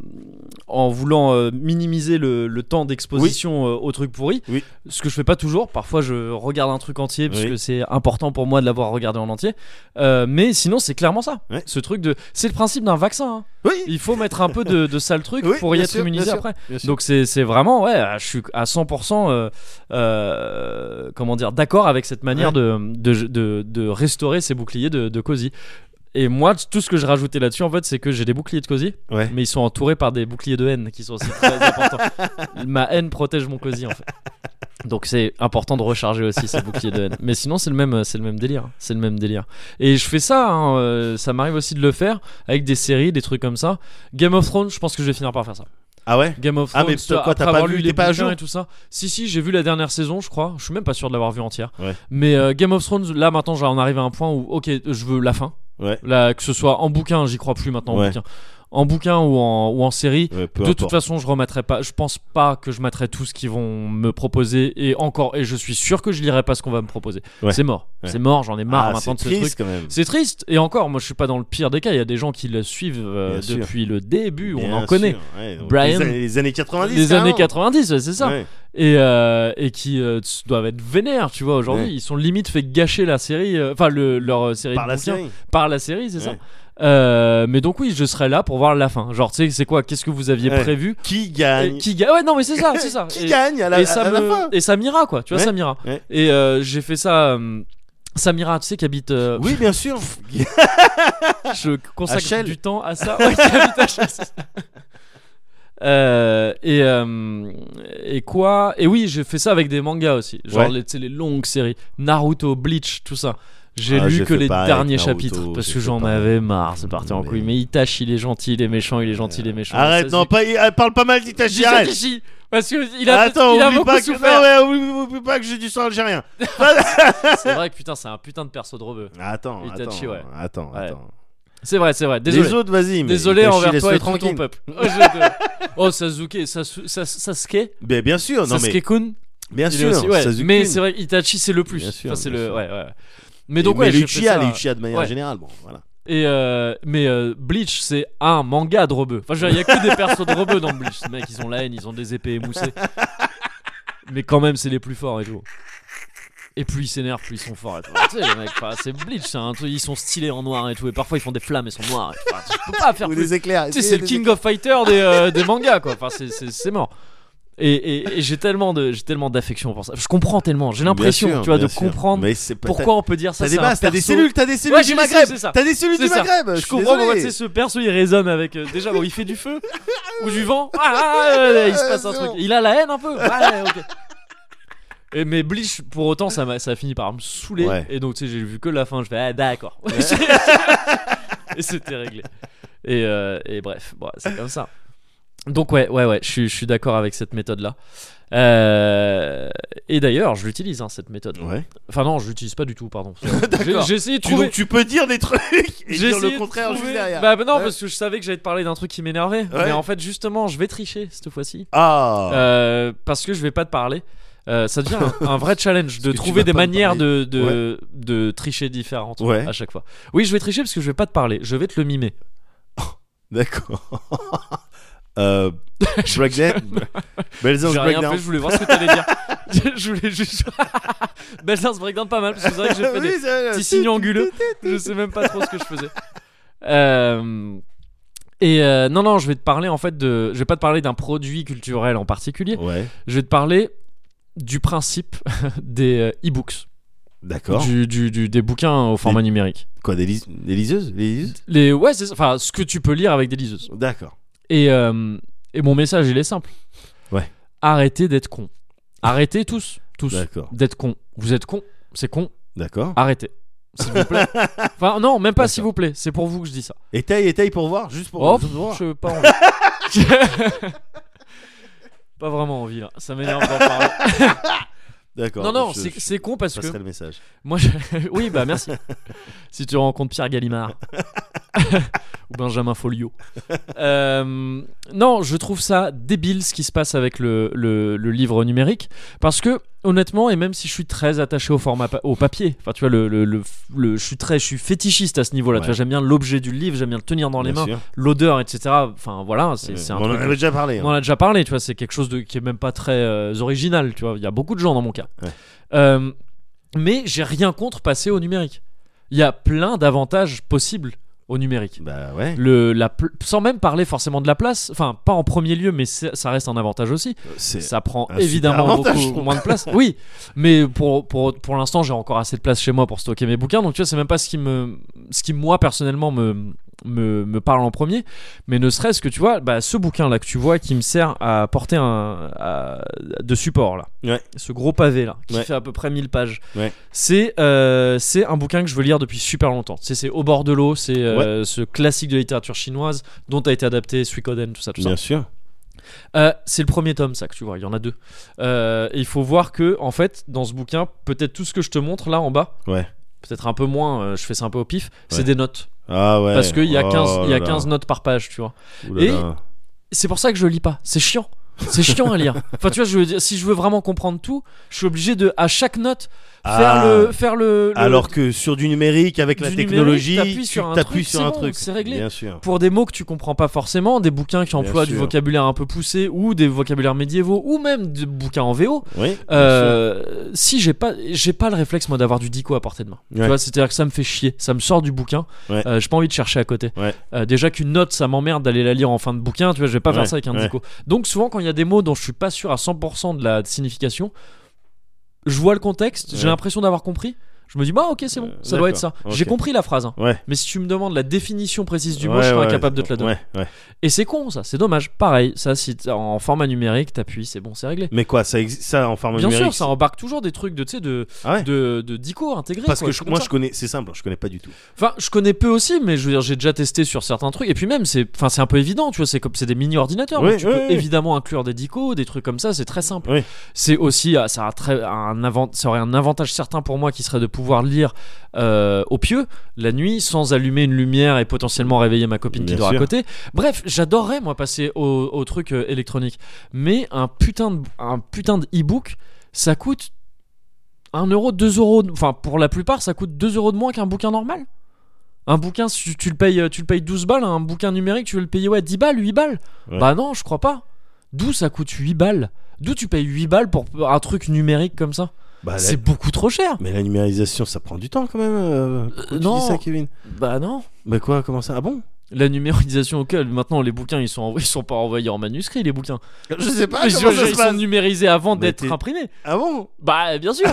Speaker 1: en voulant euh, minimiser le, le temps d'exposition euh, au truc pourri.
Speaker 2: Oui.
Speaker 1: Ce que je fais pas toujours. Parfois, je regarde un truc entier parce
Speaker 2: Oui.
Speaker 1: que c'est important pour moi de l'avoir regardé en entier. Euh, mais sinon, c'est clairement ça.
Speaker 2: Ouais.
Speaker 1: Ce truc de. C'est le principe d'un vaccin. hein.
Speaker 2: Oui.
Speaker 1: Il faut mettre un peu de, de sale truc
Speaker 2: Oui,
Speaker 1: pour y
Speaker 2: bien
Speaker 1: être
Speaker 2: sûr,
Speaker 1: immunisé
Speaker 2: bien sûr,
Speaker 1: après.
Speaker 2: bien sûr.
Speaker 1: Donc c'est c'est vraiment, ouais, ah, je suis à 100% euh, euh, comment dire, d'accord avec cette manière
Speaker 2: Ouais.
Speaker 1: de, de, de, de restaurer ces boucliers de, de Cozy. Et moi, tout ce que je rajoutais là-dessus, en fait, c'est que j'ai des boucliers de Cozy,
Speaker 2: Ouais.
Speaker 1: mais ils sont entourés par des boucliers de haine qui sont aussi très importants. Ma haine protège mon Cozy, en fait. Donc c'est important de recharger aussi ces boucliers de haine. Mais sinon, c'est le même, c'est le même délire. hein. C'est le même délire. Et je fais ça, hein, euh, ça m'arrive aussi de le faire avec des séries, des trucs comme ça. Game of Thrones, je pense que je vais finir par faire ça.
Speaker 2: Ah ouais.
Speaker 1: Game of
Speaker 2: Ah,
Speaker 1: Thrones,
Speaker 2: mais toi, quoi,
Speaker 1: après
Speaker 2: t'as pas
Speaker 1: avoir
Speaker 2: vu,
Speaker 1: lu
Speaker 2: t'es
Speaker 1: les
Speaker 2: pas à
Speaker 1: bouquins
Speaker 2: jour
Speaker 1: et tout ça. Si, si, j'ai vu la dernière saison, je crois. Je suis même pas sûr de l'avoir vu entière.
Speaker 2: Ouais.
Speaker 1: Mais euh, Game of Thrones, là maintenant, j'en arrive à un point où, ok, je veux la fin.
Speaker 2: Ouais.
Speaker 1: Là, que ce soit en bouquin, j'y crois plus maintenant.
Speaker 2: Ouais.
Speaker 1: En, bouquin. en bouquin ou en, ou en série.
Speaker 2: Ouais, peu
Speaker 1: De
Speaker 2: importe.
Speaker 1: toute façon, je remettrai pas. Je pense pas que je mettrai tout ce qu'ils vont me proposer et encore. Et je suis sûr que je lirai pas ce qu'on va me proposer.
Speaker 2: Ouais.
Speaker 1: C'est mort.
Speaker 2: Ouais.
Speaker 1: C'est mort. J'en ai marre
Speaker 2: Ah,
Speaker 1: maintenant de
Speaker 2: c'est
Speaker 1: ce
Speaker 2: triste,
Speaker 1: truc.
Speaker 2: quand même.
Speaker 1: C'est triste. Et encore, moi, je suis pas dans le pire des cas. Il y a des gens qui le suivent euh,
Speaker 2: Bien sûr.
Speaker 1: depuis le début. on
Speaker 2: Bien
Speaker 1: en connaît.
Speaker 2: sûr, ouais, donc
Speaker 1: Brian,
Speaker 2: les années, les années 90.
Speaker 1: les années
Speaker 2: carrément.
Speaker 1: 90, ouais, c'est ça.
Speaker 2: Ouais.
Speaker 1: Et, euh, et qui euh, s- doivent être vénères, tu vois, aujourd'hui.
Speaker 2: Ouais.
Speaker 1: Ils sont limite fait gâcher la série, euh, enfin le- leur euh, série
Speaker 2: Par
Speaker 1: de
Speaker 2: la
Speaker 1: bouquins
Speaker 2: série.
Speaker 1: par la série, c'est
Speaker 2: Ouais.
Speaker 1: ça. Euh, mais donc oui, je serai là pour voir la fin. Genre, tu sais, c'est quoi Qu'est-ce que vous aviez
Speaker 2: Ouais.
Speaker 1: prévu
Speaker 2: Qui
Speaker 1: Et
Speaker 2: gagne
Speaker 1: Qui gagne Ouais, non, mais c'est ça, c'est ça.
Speaker 2: Qui
Speaker 1: Et-
Speaker 2: gagne à la,
Speaker 1: et ça
Speaker 2: à la
Speaker 1: me-
Speaker 2: fin
Speaker 1: et ça m'ira quoi tu vois
Speaker 2: Ouais.
Speaker 1: ça m'ira
Speaker 2: Ouais.
Speaker 1: et euh, j'ai fait ça euh, Samira, tu sais, qui habite. euh,
Speaker 2: Oui, bien sûr.
Speaker 1: Je consacre
Speaker 2: HL.
Speaker 1: du temps à ça. Ouais, qui habite à HL, c'est ça. Euh, et, euh, et quoi Et oui, j'ai fait ça avec des mangas aussi. Genre
Speaker 2: Ouais.
Speaker 1: les, tu sais, les longues séries. Naruto, Bleach, tout ça. J'ai
Speaker 2: Ah,
Speaker 1: lu
Speaker 2: j'ai
Speaker 1: que
Speaker 2: fait
Speaker 1: les
Speaker 2: pareil avec
Speaker 1: derniers
Speaker 2: Naruto,
Speaker 1: chapitres parce
Speaker 2: j'ai
Speaker 1: que
Speaker 2: fait
Speaker 1: j'en
Speaker 2: pareil.
Speaker 1: avais marre, c'est parti en
Speaker 2: Mais-
Speaker 1: couille. Mais Itachi, il est gentil, il est méchant, il est gentil, il est méchant.
Speaker 2: Arrête,
Speaker 1: Ça,
Speaker 2: non,
Speaker 1: c'est-
Speaker 2: pas, il- euh, parle pas mal d'Itachi,
Speaker 1: Jisaki
Speaker 2: arrête.
Speaker 1: Shi, Parce qu'il a,
Speaker 2: Attends,
Speaker 1: il a
Speaker 2: oublie
Speaker 1: beaucoup
Speaker 2: pas que,
Speaker 1: souffert.
Speaker 2: non, ouais, oublie, oublie pas que j'ai du sang algérien.
Speaker 1: C'est vrai que putain, c'est un putain de perso de rebeu.
Speaker 2: Attends,
Speaker 1: Itachi,
Speaker 2: attends,
Speaker 1: ouais.
Speaker 2: attends,
Speaker 1: Ouais.
Speaker 2: attends.
Speaker 1: C'est vrai, c'est vrai. Désolé.
Speaker 2: Les autres, vas-y. mais
Speaker 1: Désolé
Speaker 2: Itachi,
Speaker 1: envers toi
Speaker 2: laisse-le
Speaker 1: et tout ton peuple. Oh, je te- oh, Sasuke, Sasu- Sas- Sasuke,
Speaker 2: Ben, bien sûr, non mais
Speaker 1: Sasuke-kun.
Speaker 2: bien
Speaker 1: Il est
Speaker 2: sûr,
Speaker 1: aussi- ouais,
Speaker 2: Sasuke.
Speaker 1: mais c'est vrai, Itachi c'est le plus.
Speaker 2: Bien sûr,
Speaker 1: Enfin, c'est
Speaker 2: bien
Speaker 1: le,
Speaker 2: sûr.
Speaker 1: ouais, ouais. Mais donc ouais,
Speaker 2: mais
Speaker 1: j'ai
Speaker 2: les
Speaker 1: fait
Speaker 2: Uchiha,
Speaker 1: ça.
Speaker 2: les Uchiha de manière
Speaker 1: Ouais.
Speaker 2: générale, bon, voilà.
Speaker 1: Et euh, mais euh, Bleach c'est un manga de rebeu. Enfin, je veux dire, il y a que des persos de rebeu dans Bleach. Ces mecs, ils ont la haine, ils ont des épées émoussées. mais quand même, c'est les plus forts et tout. Et plus ils s'énervent, plus ils sont forts. Et tout. Tu sais, les mecs, enfin, c'est Bleach, c'est un truc. Ils sont stylés en noir et tout. Et parfois, ils font des flammes et sont noirs. Et, enfin, tu peux pas faire
Speaker 2: Ou
Speaker 1: plus
Speaker 2: des éclairs.
Speaker 1: tu sais, c'est le King of Fighter des, euh, des mangas, quoi. Enfin, c'est- c'est c'est mort. Et, et- et j'ai tellement de j'ai tellement d'affection pour ça. Je comprends tellement. J'ai l'impression, tu vois, de comprendre
Speaker 2: Mais c'est pas-
Speaker 1: pourquoi on peut dire ça.
Speaker 2: T'as des
Speaker 1: c'est un
Speaker 2: bases, t'as des
Speaker 1: perso-
Speaker 2: cellules, t'as des cellules
Speaker 1: Ouais,
Speaker 2: du
Speaker 1: j'ai des
Speaker 2: Maghreb.
Speaker 1: cellules, c'est ça.
Speaker 2: T'as des cellules du
Speaker 1: C'est ça.
Speaker 2: Maghreb.
Speaker 1: Je
Speaker 2: suis
Speaker 1: comprends pourquoi tu
Speaker 2: désolé.
Speaker 1: sais, ce perso il résonne avec euh, déjà bon, il fait du feu ou du vent. Ah, ah, ah, ah, il se passe un
Speaker 2: C'est
Speaker 1: truc.
Speaker 2: bon.
Speaker 1: Il a la haine un peu. Ouais, ok. Et mais Bleach pour autant ça m'a ça a fini par me saouler
Speaker 2: Ouais.
Speaker 1: et donc tu sais j'ai vu que la fin je fais ah d'accord et c'était réglé et, euh, et bref bon, c'est comme ça donc ouais ouais ouais je suis- je suis d'accord avec cette méthode là et d'ailleurs je l'utilise hein, cette méthode
Speaker 2: Ouais.
Speaker 1: enfin non je l'utilise pas du tout pardon J'ai- j'ai essayé de
Speaker 2: Tu,
Speaker 1: trouver
Speaker 2: donc tu peux dire des trucs et
Speaker 1: j'ai
Speaker 2: dire
Speaker 1: essayé
Speaker 2: le
Speaker 1: de
Speaker 2: contraire juste
Speaker 1: trouver-
Speaker 2: derrière.
Speaker 1: Bah bah non,
Speaker 2: Ouais.
Speaker 1: parce que je savais que j'allais te parler d'un truc qui m'énervait.
Speaker 2: Ouais.
Speaker 1: Mais en fait, justement, je vais tricher cette fois-ci.
Speaker 2: Ah.
Speaker 1: Euh, parce que je vais pas te parler. Euh, ça devient un, un vrai challenge de
Speaker 2: que tu
Speaker 1: trouver
Speaker 2: vas
Speaker 1: des
Speaker 2: pas me
Speaker 1: manières de,
Speaker 2: parler.
Speaker 1: de, de tricher différentes
Speaker 2: Ouais.
Speaker 1: à chaque fois. Oui, je vais tricher parce que je vais pas te parler. Je vais te le mimer.
Speaker 2: D'accord. euh, breakdance. Belzance
Speaker 1: J'ai rien fait,
Speaker 2: breakdance.
Speaker 1: je voulais voir ce que t'allais dire. je voulais juste. Belzance breakdown pas mal parce que c'est vrai que j'ai fait des,
Speaker 2: Oui, c'est vrai.
Speaker 1: petit signe anguleux. Je sais même pas trop ce que je faisais. Euh, et euh, non, non, je vais te parler en fait de. Je vais pas te parler d'un produit culturel en particulier.
Speaker 2: Ouais.
Speaker 1: Je vais te parler du principe des euh, e-books,
Speaker 2: D'accord.
Speaker 1: du, du- du- des bouquins au format numérique.
Speaker 2: Quoi, des, lis- des liseuses, des liseuses
Speaker 1: Les, ouais, c'est ça. Enfin, ce que tu peux lire avec des liseuses.
Speaker 2: D'accord.
Speaker 1: Et, euh, et mon message, il est simple.
Speaker 2: Ouais.
Speaker 1: Arrêtez d'être con. Arrêtez tous, tous,
Speaker 2: D'accord.
Speaker 1: d'être con. Vous êtes con, c'est con.
Speaker 2: D'accord.
Speaker 1: Arrêtez, s'il vous plaît. enfin, non, même pas
Speaker 2: D'accord.
Speaker 1: s'il vous plaît. C'est pour vous que je dis ça.
Speaker 2: Étaye, étaye pour voir, juste pour,
Speaker 1: Oh,
Speaker 2: juste pour voir.
Speaker 1: je pas envie. pas vraiment envie là. Ça m'énerve d'en parler.
Speaker 2: D'accord.
Speaker 1: Non, non,
Speaker 2: je-
Speaker 1: c'est
Speaker 2: je
Speaker 1: c'est con parce que
Speaker 2: passerai le message.
Speaker 1: moi, je- oui, bah merci. si tu rencontres Pierre Gallimard ou Benjamin Folio. Euh, non, je trouve ça débile ce qui se passe avec le, le- le livre numérique parce que honnêtement et même si je suis très attaché au format pa- au papier, enfin tu vois le, le- le- le- je suis très je suis fétichiste à ce niveau-là. Tu
Speaker 2: Ouais.
Speaker 1: vois, j'aime bien l'objet du livre, j'aime bien le tenir dans les
Speaker 2: Bien
Speaker 1: mains,
Speaker 2: sûr.
Speaker 1: l'odeur, etc. Enfin voilà, c'est
Speaker 2: Ouais.
Speaker 1: c'est un
Speaker 2: On en
Speaker 1: truc-
Speaker 2: avait déjà parlé. hein.
Speaker 1: on en a déjà parlé, tu vois, c'est quelque chose de, qui est même pas très euh, original, tu vois. Il y a beaucoup de gens dans mon cas.
Speaker 2: Ouais.
Speaker 1: Euh, mais j'ai rien contre passer au numérique. Il y a plein d'avantages possibles au numérique.
Speaker 2: Bah ouais.
Speaker 1: Le, la, pl- sans même parler forcément de la place, enfin pas en premier lieu, mais c'est- ça reste un avantage aussi.
Speaker 2: C'est
Speaker 1: Ça prend
Speaker 2: un super
Speaker 1: évidemment
Speaker 2: avantage, je
Speaker 1: beaucoup
Speaker 2: trouve.
Speaker 1: moins de place. Oui, mais pour, pour, pour l'instant, j'ai encore assez de place chez moi pour stocker mes bouquins. Donc, tu vois, c'est même pas ce qui, me, ce qui moi, personnellement, me, me, me parle en premier. Mais ne serait-ce que, tu vois, bah, ce bouquin-là que tu vois qui me sert à porter un, à- de support, là.
Speaker 2: Ouais.
Speaker 1: Ce gros pavé-là, qui
Speaker 2: Ouais.
Speaker 1: fait à peu près 1000 pages.
Speaker 2: Ouais.
Speaker 1: C'est euh, c'est un bouquin que je veux lire depuis super longtemps. C'est c'est Au bord de l'eau, c'est euh, ce classique de littérature chinoise dont a été adapté Suikoden, tout ça, tout ça.
Speaker 2: bien sûr.
Speaker 1: Euh, c'est le premier tome, ça que tu vois. Il y en a deux. Euh, et il faut voir que, en fait, dans ce bouquin, peut-être tout ce que je te montre là en bas,
Speaker 2: Ouais.
Speaker 1: peut-être un peu moins, euh, je fais ça un peu au pif, c'est
Speaker 2: Ouais.
Speaker 1: des notes.
Speaker 2: Ah ouais.
Speaker 1: Parce qu'il y a
Speaker 2: Oh
Speaker 1: 15, il y a
Speaker 2: là là.
Speaker 1: 15 notes par page, tu vois.
Speaker 2: Ouh là
Speaker 1: Et-
Speaker 2: là.
Speaker 1: C'est pour ça que je lis pas. C'est chiant. C'est chiant à lire. Enfin, tu vois, je veux dire, si je veux vraiment comprendre tout, je suis obligé de, à chaque note, faire
Speaker 2: Ah.
Speaker 1: le. Faire le, le-
Speaker 2: Alors que sur du numérique, avec la
Speaker 1: Du
Speaker 2: technologie,
Speaker 1: numérique, t'appuies
Speaker 2: tu
Speaker 1: sur un
Speaker 2: t'appuies
Speaker 1: truc,
Speaker 2: sur
Speaker 1: c'est
Speaker 2: un
Speaker 1: bon,
Speaker 2: truc.
Speaker 1: c'est réglé.
Speaker 2: Bien sûr.
Speaker 1: pour des mots que tu comprends pas forcément, des bouquins qui emploient du
Speaker 2: sûr.
Speaker 1: vocabulaire un peu poussé ou des vocabulaires médiévaux ou même des bouquins en VO,
Speaker 2: Oui. bien
Speaker 1: Euh, si j'ai pas j'ai pas le réflexe moi d'avoir du dico à portée de main tu
Speaker 2: Ouais.
Speaker 1: vois c'est à dire que ça me fait chier ça me sort du bouquin
Speaker 2: Ouais.
Speaker 1: Euh, j'ai pas envie de chercher à côté
Speaker 2: Ouais.
Speaker 1: Euh, déjà qu'une note ça m'emmerde d'aller la lire en fin de bouquin tu vois je vais pas faire
Speaker 2: Ouais,
Speaker 1: ça avec un
Speaker 2: ouais.
Speaker 1: dico donc souvent quand il y a des mots dont je suis pas sûr à 100% de la signification je vois le contexte j'ai
Speaker 2: Ouais.
Speaker 1: l'impression d'avoir compris je me dis bah ok c'est bon
Speaker 2: Euh,
Speaker 1: ça doit être ça
Speaker 2: d'accord,
Speaker 1: j'ai
Speaker 2: ok.
Speaker 1: compris la phrase hein.
Speaker 2: Ouais.
Speaker 1: mais si tu me demandes la définition précise du mot
Speaker 2: Ouais,
Speaker 1: je serais
Speaker 2: ouais,
Speaker 1: incapable de te la donner
Speaker 2: Ouais, ouais.
Speaker 1: et c'est con ça c'est dommage pareil ça si t'as- en format numérique t'appuies c'est bon c'est réglé
Speaker 2: Mais quoi, ça existe ça en forme
Speaker 1: bien
Speaker 2: numérique
Speaker 1: sûr ça embarque toujours des trucs de tu sais de
Speaker 2: Ah ouais
Speaker 1: de de dico intégrés
Speaker 2: Parce
Speaker 1: quoi,
Speaker 2: que
Speaker 1: des
Speaker 2: je-
Speaker 1: trucs
Speaker 2: moi
Speaker 1: comme
Speaker 2: je connais, c'est simple, je connais pas du tout.
Speaker 1: Enfin, je connais peu aussi, mais je veux dire, j'ai déjà testé sur certains trucs. Et puis même, c'est, enfin, c'est un peu évident, tu vois. C'est comme, c'est des mini ordinateurs.
Speaker 2: Oui,
Speaker 1: donc tu
Speaker 2: oui,
Speaker 1: peux
Speaker 2: oui.
Speaker 1: évidemment inclure des dicos, des trucs comme ça. C'est très simple.
Speaker 2: Oui.
Speaker 1: C'est aussi, ah, ça a très, un avant, ça aurait un avantage certain pour moi qui serait de pouvoir lire euh, au pieu la nuit sans allumer une lumière et potentiellement réveiller ma copine qui
Speaker 2: Bien
Speaker 1: dort à
Speaker 2: sûr.
Speaker 1: côté. Bref, j'adorerais moi passer au, au truc euh, électronique. Mais un putain de, un putain de e-book, ça coûte 1 euro, 2 euros. de- Enfin, pour la plupart, ça coûte 2 euros de moins qu'un bouquin normal. Un bouquin, tu, tu le payes, euh, tu le payes 12 balles. Un bouquin numérique, tu veux le payer ouais, 10 balles, 8 balles.
Speaker 2: Ouais.
Speaker 1: Bah non, je crois pas. D'où ça coûte 8 balles D'où tu payes 8 balles pour un truc numérique comme ça
Speaker 2: Bah, la-
Speaker 1: C'est beaucoup trop cher.
Speaker 2: Mais la numérisation, ça prend du temps quand même. euh, pourquoi tu
Speaker 1: non.
Speaker 2: dis ça, Kevin.
Speaker 1: Bah non.
Speaker 2: Mais quoi, comment ça Ah bon
Speaker 1: La numérisation auquel maintenant les bouquins ils sont envoyés- ils sont pas envoyés en manuscrit les bouquins.
Speaker 2: Je sais pas.
Speaker 1: Mais
Speaker 2: comment
Speaker 1: je-
Speaker 2: ça se
Speaker 1: ils sont
Speaker 2: passe.
Speaker 1: numérisés avant
Speaker 2: Mais
Speaker 1: d'être
Speaker 2: t'es-
Speaker 1: imprimés.
Speaker 2: Ah bon
Speaker 1: Bah bien sûr.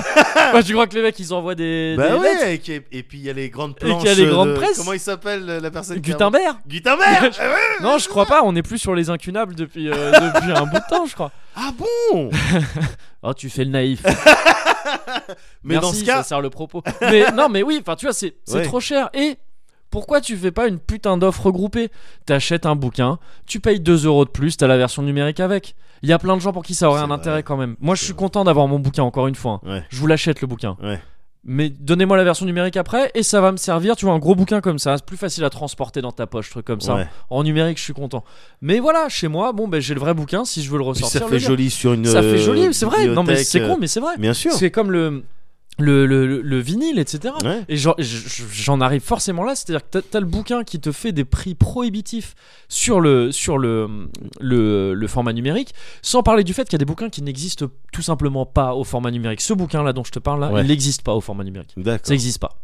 Speaker 1: Moi je crois que les mecs ils envoient des,
Speaker 2: Bah
Speaker 1: des lettres.
Speaker 2: ouais. Et, qu'il y ait- et puis il y a les grandes
Speaker 1: qu'il y a
Speaker 2: planches.
Speaker 1: les
Speaker 2: de-
Speaker 1: grandes presses.
Speaker 2: Comment il s'appelle euh, la personne qui a-
Speaker 1: Gutenberg.
Speaker 2: Gutenberg Ah ouais.
Speaker 1: Non, je crois pas, on est plus sur les incunables depuis, euh, depuis un bout de temps, je crois.
Speaker 2: Ah bon
Speaker 1: Oh, tu fais le naïf.
Speaker 2: Mais
Speaker 1: Merci,
Speaker 2: dans ce
Speaker 1: ça
Speaker 2: cas,
Speaker 1: sert le propos. Mais non, mais oui, enfin, tu vois, c'est c'est
Speaker 2: Ouais.
Speaker 1: trop cher. Et pourquoi tu fais pas une putain d'offre regroupée T'achètes un bouquin, tu payes 2 euros de plus, t'as la version numérique avec. Il y a plein de gens pour qui ça aurait
Speaker 2: C'est
Speaker 1: un
Speaker 2: vrai.
Speaker 1: intérêt quand même. Moi, je
Speaker 2: C'est
Speaker 1: suis
Speaker 2: vrai.
Speaker 1: content d'avoir mon bouquin, encore une fois. hein.
Speaker 2: Ouais.
Speaker 1: Je vous l'achète le bouquin.
Speaker 2: Ouais.
Speaker 1: Mais donnez-moi la version numérique après et ça va me servir. Tu vois, un gros bouquin comme ça, c'est plus facile à transporter dans ta poche, truc comme ça.
Speaker 2: Ouais.
Speaker 1: En numérique, je suis content. Mais voilà, chez moi, bon, ben, j'ai le vrai bouquin si je veux le
Speaker 2: Puis
Speaker 1: ressortir.
Speaker 2: ça
Speaker 1: le
Speaker 2: fait
Speaker 1: lire.
Speaker 2: joli sur une.
Speaker 1: Ça fait
Speaker 2: euh,
Speaker 1: joli, c'est vrai. Non, mais c'est
Speaker 2: bibliothèque,
Speaker 1: con, mais c'est vrai.
Speaker 2: euh, Bien sûr.
Speaker 1: C'est comme le, le, le, le- le vinyle, etc.
Speaker 2: Ouais.
Speaker 1: Et j'en- j- j'en arrive forcément là, c'est-à-dire que t'as- t'as le bouquin qui te fait des prix prohibitifs sur le, sur le, le, le format numérique, sans parler du fait qu'il y a des bouquins qui n'existent tout simplement pas au format numérique. Ce bouquin-là dont je te parle, là,
Speaker 2: Ouais.
Speaker 1: il n'existe pas au format numérique. Ça
Speaker 2: D'accord.
Speaker 1: n'existe pas.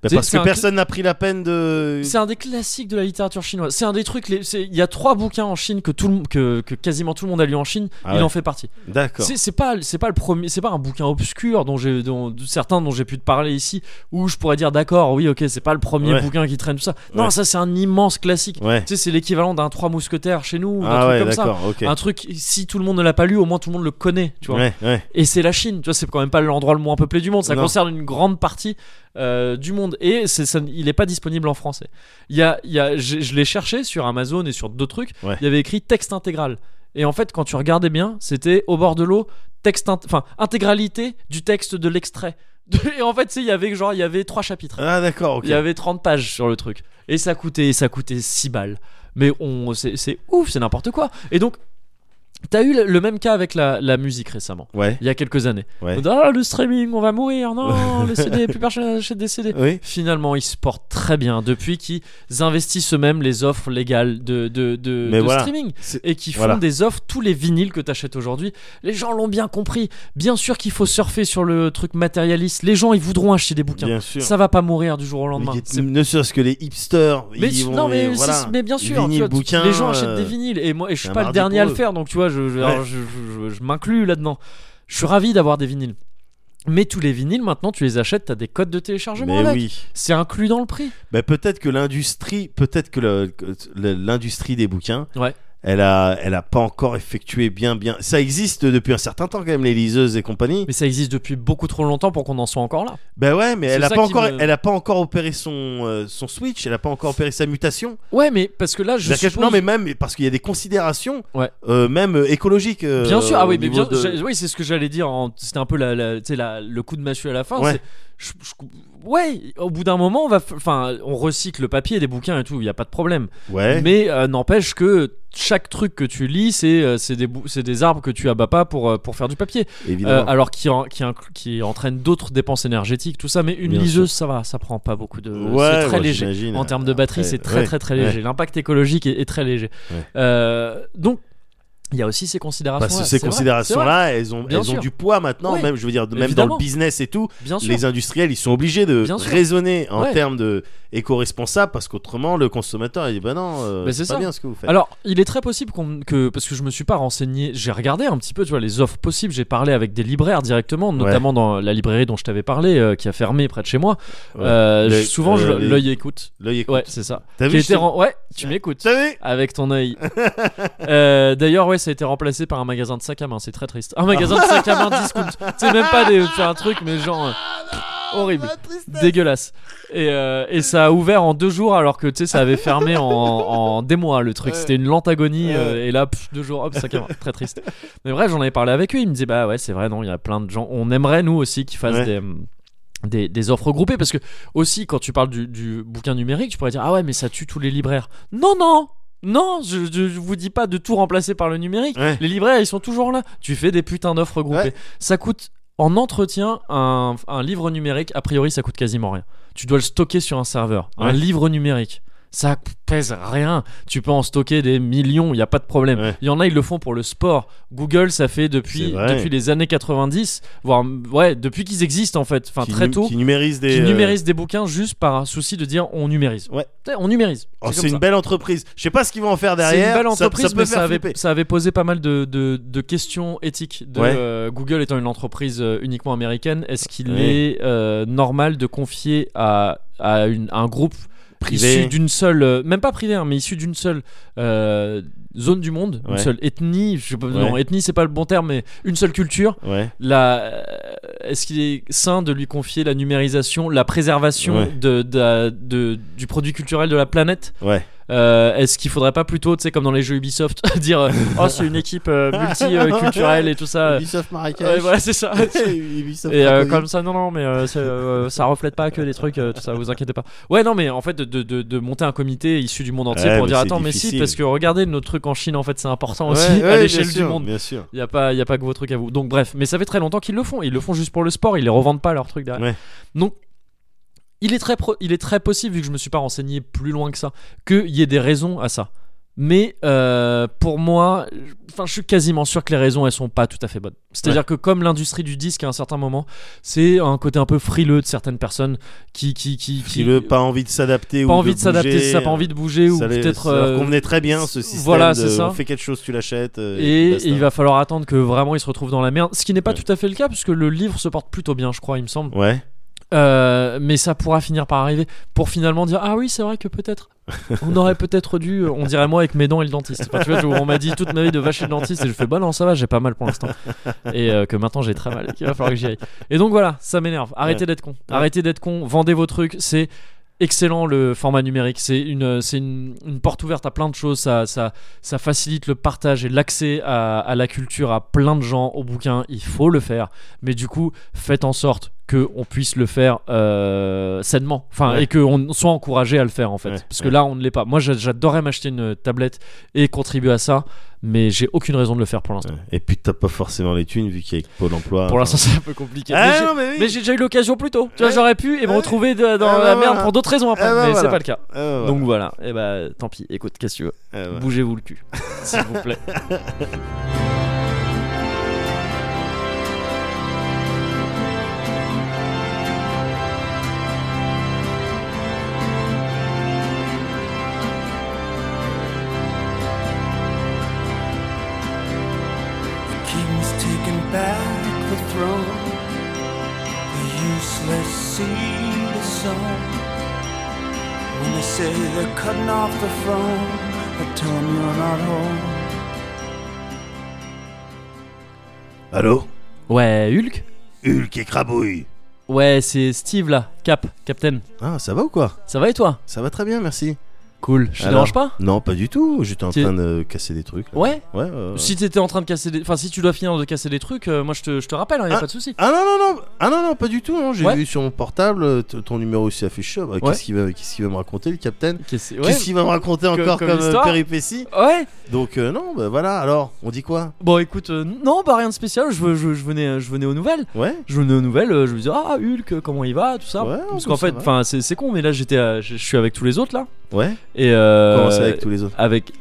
Speaker 2: Bah,
Speaker 1: c'est-
Speaker 2: parce
Speaker 1: c'est
Speaker 2: que
Speaker 1: un-
Speaker 2: personne n'a pris la peine de.
Speaker 1: C'est un des classiques de la littérature chinoise. C'est un des trucs. les- c'est- Il y a trois bouquins en Chine que, tout le, que, que quasiment tout le monde a lu en Chine.
Speaker 2: Ah
Speaker 1: il
Speaker 2: ouais.
Speaker 1: en fait partie.
Speaker 2: D'accord.
Speaker 1: C'est c'est pas c'est pas le premier, c'est pas un bouquin obscur dont j'ai dont- de certains dont j'ai pu te parler ici où je pourrais dire d'accord, oui, ok, c'est pas le premier
Speaker 2: Ouais.
Speaker 1: bouquin qui traîne tout ça. Non,
Speaker 2: Ouais.
Speaker 1: ça c'est un immense classique.
Speaker 2: Ouais.
Speaker 1: Tu sais, c'est l'équivalent d'un Trois Mousquetaires chez nous, ou d'un
Speaker 2: Ah
Speaker 1: truc
Speaker 2: ouais,
Speaker 1: comme ça.
Speaker 2: d'accord. Ok.
Speaker 1: Un truc si tout le monde ne l'a pas lu, au moins tout le monde le connaît, tu vois.
Speaker 2: Ouais, ouais.
Speaker 1: Et c'est la Chine, tu vois, c'est quand même pas l'endroit le moins peuplé du monde. Ça
Speaker 2: Non.
Speaker 1: concerne une grande partie euh, du monde. Et c'est- ça- il n'est pas disponible en français. Il y a, il y a- je je l'ai cherché sur Amazon et sur d'autres trucs.
Speaker 2: Ouais.
Speaker 1: Il y avait écrit texte intégral. Et en fait, quand tu regardais bien, c'était au bord de l'eau, texte, int- enfin intégralité du texte de l'extrait. Et en fait, tu sais, il y avait genre, il y avait trois chapitres.
Speaker 2: Ah d'accord. Ok.
Speaker 1: Il y avait 30 pages sur le truc. Et ça coûtait, ça coûtait 6 balles. Mais on, c'est c'est ouf, c'est n'importe quoi. Et donc, t'as eu le- le même cas avec la, la musique récemment
Speaker 2: Ouais.
Speaker 1: il y a quelques années.
Speaker 2: Ouais.
Speaker 1: On dit, Ah, le streaming, on va mourir, non, le CD, plus personne n'achète des CD.
Speaker 2: Oui.
Speaker 1: Finalement, ils se portent très bien depuis qu'ils investissent eux-mêmes les offres légales de, de, de,
Speaker 2: Mais
Speaker 1: de
Speaker 2: voilà.
Speaker 1: streaming
Speaker 2: C'est-
Speaker 1: et qui font
Speaker 2: Voilà.
Speaker 1: des offres. Tous les vinyles que t'achètes aujourd'hui, les gens l'ont bien compris. Bien sûr qu'il faut surfer sur le truc matérialiste. Les gens, ils voudront acheter des bouquins.
Speaker 2: Bien sûr.
Speaker 1: Ça va pas mourir du jour au lendemain.
Speaker 2: Mais qui-
Speaker 1: C'est-
Speaker 2: Ne serait-ce que les hipsters.
Speaker 1: mais,
Speaker 2: ils vont,
Speaker 1: non, mais,
Speaker 2: et
Speaker 1: c'est-
Speaker 2: voilà.
Speaker 1: mais bien sûr,
Speaker 2: Vinyle,
Speaker 1: tu vois, tu-
Speaker 2: bouquin,
Speaker 1: les gens achètent
Speaker 2: euh,
Speaker 1: des vinyles et moi et je suis
Speaker 2: un
Speaker 1: pas le
Speaker 2: mardi
Speaker 1: dernier
Speaker 2: pour
Speaker 1: à le
Speaker 2: eux.
Speaker 1: faire, donc tu vois, je, je, alors,
Speaker 2: Ouais.
Speaker 1: je, je- je- je m'inclus là-dedans. Je suis ravi d'avoir des vinyles. Mais tous les vinyles, maintenant, tu les achètes, t'as des codes de téléchargement
Speaker 2: euh, Mais
Speaker 1: avec.
Speaker 2: oui.
Speaker 1: C'est inclus dans le prix.
Speaker 2: Bah, peut-être que l'industrie, peut-être que le- que le- l'industrie des bouquins.
Speaker 1: Ouais.
Speaker 2: Elle a, elle a pas encore effectué bien, bien. Ça existe depuis un certain temps quand même les liseuses et compagnie.
Speaker 1: Mais ça existe depuis beaucoup trop longtemps pour qu'on en soit encore là.
Speaker 2: Ben ouais, mais
Speaker 1: C'est
Speaker 2: elle a
Speaker 1: ça
Speaker 2: pas
Speaker 1: qui
Speaker 2: encore,
Speaker 1: me-
Speaker 2: elle a pas encore opéré son, euh, son switch, elle a pas encore opéré sa mutation.
Speaker 1: Ouais, mais parce que là, je
Speaker 2: C'est-à-dire que-
Speaker 1: suppose...
Speaker 2: Non, mais même parce qu'il y a des considérations,
Speaker 1: Ouais.
Speaker 2: euh, même euh, écologiques. euh,
Speaker 1: Bien sûr, ah
Speaker 2: au
Speaker 1: oui, mais
Speaker 2: niveau
Speaker 1: bien,
Speaker 2: de-
Speaker 1: j'ai- oui, c'est ce que j'allais dire. en- C'était un peu la, la- tu sais, la- le coup de massue à la fin.
Speaker 2: Ouais.
Speaker 1: c'est- je- je- ouais, au bout d'un moment, on va, f- enfin, on recycle le papier, des bouquins et tout. Il y a pas de problème.
Speaker 2: Ouais.
Speaker 1: Mais euh, n'empêche que chaque truc que tu lis, c'est euh, c'est des, bou- c'est des arbres que tu abats pas pour, euh, pour faire du papier. Euh,
Speaker 2: Évidemment.
Speaker 1: alors qui, en- qui, incl- qui entraîne d'autres dépenses énergétiques, tout ça. Mais une
Speaker 2: Bien
Speaker 1: liseuse, ça va, ça prend pas beaucoup de.
Speaker 2: Ouais,
Speaker 1: c'est très
Speaker 2: ouais,
Speaker 1: léger.
Speaker 2: j'imagine.
Speaker 1: En termes de batterie,
Speaker 2: Après,
Speaker 1: c'est très,
Speaker 2: ouais,
Speaker 1: très très
Speaker 2: ouais.
Speaker 1: léger. L'impact écologique est, est très léger.
Speaker 2: Ouais.
Speaker 1: Euh, donc. Il y a aussi ces considérations.
Speaker 2: Parce que Bah, ces considérations-là, elles ont,
Speaker 1: Bien
Speaker 2: elles ont
Speaker 1: sûr.
Speaker 2: du poids maintenant,
Speaker 1: Oui.
Speaker 2: même, je veux dire, de- même dans
Speaker 1: Évidemment.
Speaker 2: le business et tout.
Speaker 1: Bien sûr.
Speaker 2: Les industriels, ils sont obligés de
Speaker 1: Bien sûr.
Speaker 2: raisonner en
Speaker 1: Ouais.
Speaker 2: termes de éco-responsable parce qu'autrement, le consommateur, il dit bah non, euh,
Speaker 1: Bah, c'est
Speaker 2: c'est pas
Speaker 1: ça.
Speaker 2: bien ce que vous faites.
Speaker 1: Alors, il est très possible qu'on- que parce que je me suis pas renseigné, j'ai regardé un petit peu, tu vois, les offres possibles. J'ai parlé avec des libraires directement, notamment dans la librairie dont je t'avais parlé, euh, qui a fermé près de chez moi.
Speaker 2: Ouais.
Speaker 1: Euh,
Speaker 2: L'œil-
Speaker 1: je- souvent, je-
Speaker 2: euh, les-
Speaker 1: l'œil écoute.
Speaker 2: L'œil écoute.
Speaker 1: Ouais, c'est ça.
Speaker 2: T'as
Speaker 1: Qui
Speaker 2: vu,
Speaker 1: a
Speaker 2: je
Speaker 1: été
Speaker 2: t'ai-
Speaker 1: ren- Ouais, tu m'écoutes.
Speaker 2: T'as vu
Speaker 1: Avec ton œil. Euh, D'ailleurs, ouais, ça a été remplacé par un magasin de sac à main. C'est très triste. Un magasin de sac à main discount. C'est même pas des, faire un truc, mais genre euh, horrible, dégueulasse. Et, euh, et ça a ouvert en deux jours, alors que tu sais, ça avait fermé en, en des mois le truc. C'était une lente agonie. euh, et là, pff, deux jours, hop, sac à main. Très triste. Mais bref, j'en avais parlé avec eux. Ils me disaient, bah ouais, c'est vrai, non, il y a plein de gens. On aimerait nous aussi qu'ils fassent
Speaker 2: Ouais.
Speaker 1: des des, des offres groupées parce que aussi quand tu parles du, du bouquin numérique tu pourrais dire ah ouais mais ça tue tous les libraires non non non je, je- je vous dis pas de tout remplacer par le numérique
Speaker 2: Ouais.
Speaker 1: les libraires ils sont toujours là tu fais des putains d'offres groupées
Speaker 2: Ouais.
Speaker 1: ça coûte en entretien un, un livre numérique a priori ça coûte quasiment rien tu dois le stocker sur un serveur un
Speaker 2: Ouais.
Speaker 1: livre numérique ça pèse rien. Tu peux en stocker des millions, il n'y a pas de problème.
Speaker 2: Ouais.
Speaker 1: Il y en a, ils le font pour le sport. Google, ça fait
Speaker 2: C'est
Speaker 1: depuis,
Speaker 2: vrai.
Speaker 1: depuis les années 90, voire ouais, depuis qu'ils existent en fait, enfin
Speaker 2: Qui
Speaker 1: très
Speaker 2: nu-
Speaker 1: tôt
Speaker 2: Qui numérise des.
Speaker 1: qui
Speaker 2: euh,
Speaker 1: numérisent des bouquins juste par un souci de dire on numérise.
Speaker 2: Ouais.
Speaker 1: Tu sais, On numérise.
Speaker 2: oh,
Speaker 1: comme
Speaker 2: c'est une
Speaker 1: ça.
Speaker 2: belle entreprise. Je sais pas ce qu'ils vont en faire
Speaker 1: C'est
Speaker 2: derrière.
Speaker 1: une belle
Speaker 2: ça-
Speaker 1: entreprise,
Speaker 2: ça, peut
Speaker 1: mais
Speaker 2: faire
Speaker 1: ça avait,
Speaker 2: flipper.
Speaker 1: ça avait posé pas mal de, de- de questions éthiques. De,
Speaker 2: Ouais.
Speaker 1: euh, Google étant une entreprise euh, uniquement américaine, est-ce qu'il
Speaker 2: Ouais.
Speaker 1: est euh, normal de confier à, à une- un groupe
Speaker 2: Privé.
Speaker 1: issu d'une seule, euh, même pas privé, hein, mais issu d'une seule euh, zone du monde, une
Speaker 2: Ouais.
Speaker 1: seule ethnie, je sais pas, non,
Speaker 2: Ouais.
Speaker 1: ethnie c'est pas le bon terme, mais une seule culture,
Speaker 2: Ouais.
Speaker 1: la, euh, est-ce qu'il est sain de lui confier la numérisation, la préservation
Speaker 2: Ouais.
Speaker 1: de, de- de- du produit culturel de la planète
Speaker 2: Ouais.
Speaker 1: Euh, Est-ce qu'il faudrait pas plutôt, tu sais, comme dans les jeux Ubisoft, dire euh, oh c'est une équipe euh, multiculturelle et tout ça. euh,
Speaker 2: Ubisoft Marrakech.
Speaker 1: Ouais, voilà, c'est ça.
Speaker 2: Ubisoft
Speaker 1: Et euh,
Speaker 2: Cracovie.
Speaker 1: comme ça, non, non, mais euh, c'est, euh, ça reflète pas que des trucs, euh, tout ça, vous inquiétez pas. Ouais, non, mais en fait, de, de- de- de monter un comité issu du monde entier
Speaker 2: Ouais,
Speaker 1: pour
Speaker 2: mais
Speaker 1: dire
Speaker 2: c'est
Speaker 1: attends, mais si,
Speaker 2: difficile.
Speaker 1: parce que regardez, nos trucs en Chine, en fait, c'est important
Speaker 2: Ouais,
Speaker 1: aussi
Speaker 2: ouais,
Speaker 1: à
Speaker 2: bien
Speaker 1: l'échelle du
Speaker 2: sûr,
Speaker 1: monde.
Speaker 2: Bien sûr.
Speaker 1: Il n'y a, pas- y a pas que vos trucs à vous. Donc bref, mais ça fait très longtemps qu'ils le font. Ils le font juste pour le sport, ils les revendent pas leurs trucs derrière.
Speaker 2: Ouais.
Speaker 1: Donc il est, très pro- il est très possible, vu que je me suis pas renseigné plus loin que ça, qu'il y ait des raisons à ça. Mais euh, pour moi, je- enfin, je suis quasiment sûr que les raisons, elles sont pas tout à fait bonnes. C'est-à-dire que comme l'industrie du disque à un certain moment, c'est un côté un peu frileux de certaines personnes qui... qui, qui, qui-
Speaker 2: Qui le pas envie de s'adapter ou
Speaker 1: pas envie de
Speaker 2: bouger,
Speaker 1: s'adapter, c'est ça, pas envie de bouger, ou
Speaker 2: Ça les-
Speaker 1: peut-être...
Speaker 2: ça leur
Speaker 1: euh,
Speaker 2: convenait très bien ce système.
Speaker 1: voilà,
Speaker 2: de,
Speaker 1: c'est ça.
Speaker 2: On fait quelque chose, tu l'achètes. euh,
Speaker 1: Et,
Speaker 2: basta.
Speaker 1: et il va falloir attendre que vraiment il se retrouve dans la merde, ce qui n'est pas
Speaker 2: Ouais.
Speaker 1: tout à fait le cas puisque le livre se porte plutôt bien, je crois, il me semble.
Speaker 2: Ouais.
Speaker 1: Euh, mais ça pourra finir par arriver pour finalement dire ah oui c'est vrai que peut-être on aurait peut-être dû, euh, on dirait moi avec mes dents et le dentiste. Enfin, tu vois, je- on m'a dit toute ma vie de vacher le dentiste et je fais bah non ça va, j'ai pas mal pour l'instant et euh, que maintenant j'ai très mal et qu'il va falloir que j'y aille. Et donc voilà, ça m'énerve. Arrêtez
Speaker 2: Ouais.
Speaker 1: d'être con,
Speaker 2: Ouais.
Speaker 1: arrêtez d'être con, vendez vos trucs, c'est excellent le format numérique, c'est une, euh, c'est une, une porte ouverte à plein de choses, ça, ça, ça facilite le partage et l'accès à, à la culture à plein de gens, aux bouquins, il faut le faire. Mais du coup, faites en sorte que on puisse le faire euh, sainement, enfin
Speaker 2: Ouais.
Speaker 1: et que on soit encouragé à le faire en fait,
Speaker 2: Ouais,
Speaker 1: parce que
Speaker 2: ouais.
Speaker 1: là on ne l'est pas. Moi, j'a- j'adorerais m'acheter une tablette et contribuer à ça, mais j'ai aucune raison de le faire pour l'instant.
Speaker 2: Et puis t'as pas forcément les thunes vu qu'avec Pôle emploi.
Speaker 1: Pour l'instant, c'est un peu compliqué.
Speaker 2: Hein. Ah,
Speaker 1: Mais j'ai-
Speaker 2: non, mais oui.
Speaker 1: mais j'ai déjà eu l'occasion plus tôt. Tu vois,
Speaker 2: Ouais.
Speaker 1: j'aurais pu et me
Speaker 2: Ouais.
Speaker 1: retrouver de- dans
Speaker 2: Ah, bah,
Speaker 1: la merde
Speaker 2: voilà.
Speaker 1: pour d'autres raisons après,
Speaker 2: Ah, bah,
Speaker 1: mais c'est
Speaker 2: voilà.
Speaker 1: pas le cas.
Speaker 2: Ah, ouais,
Speaker 1: Donc voilà, et bah tant pis, écoute, qu'est-ce que tu veux
Speaker 2: ah, ouais.
Speaker 1: Bougez-vous le cul, s'il vous plaît.
Speaker 4: The king's taken back the throne. The useless seed is sown. When they say they're cutting off the throne, I tell 'em you're not home.
Speaker 2: Allô
Speaker 1: Ouais, Hulk
Speaker 2: Hulk et Crabouille.
Speaker 1: Ouais, c'est Steve là, Cap, Captain.
Speaker 2: Ah, ça va ou quoi
Speaker 1: Ça va et toi
Speaker 2: Ça va très bien, merci.
Speaker 1: Cool, je te
Speaker 2: Alors
Speaker 1: dérange pas
Speaker 2: Ah Non, pas du tout. J'étais en
Speaker 1: Tu-
Speaker 2: train de casser des trucs. là.
Speaker 1: Ouais
Speaker 2: Ouais, ouais, ouais.
Speaker 1: Si t'étais en train de casser des. Enfin, si tu dois finir de casser des trucs, euh, moi je te, je te rappelle, hein, y a pas de souci.
Speaker 2: Ah non, non, non, ah non, non, pas du tout. non. J'ai
Speaker 1: Ouais.
Speaker 2: vu sur mon portable euh, t- ton numéro s'est affiché. Ah, bah,
Speaker 1: Ouais.
Speaker 2: Qu'est-ce qu'il va, qu'est-ce qu'il va me raconter, le capitaine
Speaker 1: Qu'est-ce ouais.
Speaker 2: Qu'est-ce qu'il va me raconter encore
Speaker 1: comme
Speaker 2: comme, euh,
Speaker 1: histoire
Speaker 2: péripétie
Speaker 1: Ouais
Speaker 2: Donc, euh, non, bah voilà. Alors, on dit quoi
Speaker 1: Bon écoute, euh, non, bah rien de spécial, je, je, je, venais, euh, je venais aux nouvelles.
Speaker 2: Ouais
Speaker 1: je venais aux nouvelles, euh, je me disais ah Hulk, euh, comment il va, tout ça.
Speaker 2: Ouais,
Speaker 1: Parce
Speaker 2: bah,
Speaker 1: qu'en
Speaker 2: ça
Speaker 1: fait,
Speaker 2: va.
Speaker 1: enfin c'est c'est con, mais là j'étais, à- je je suis avec tous les autres là.
Speaker 2: Ouais
Speaker 1: Et euh,
Speaker 2: Comment ça avec tous les autres
Speaker 1: avec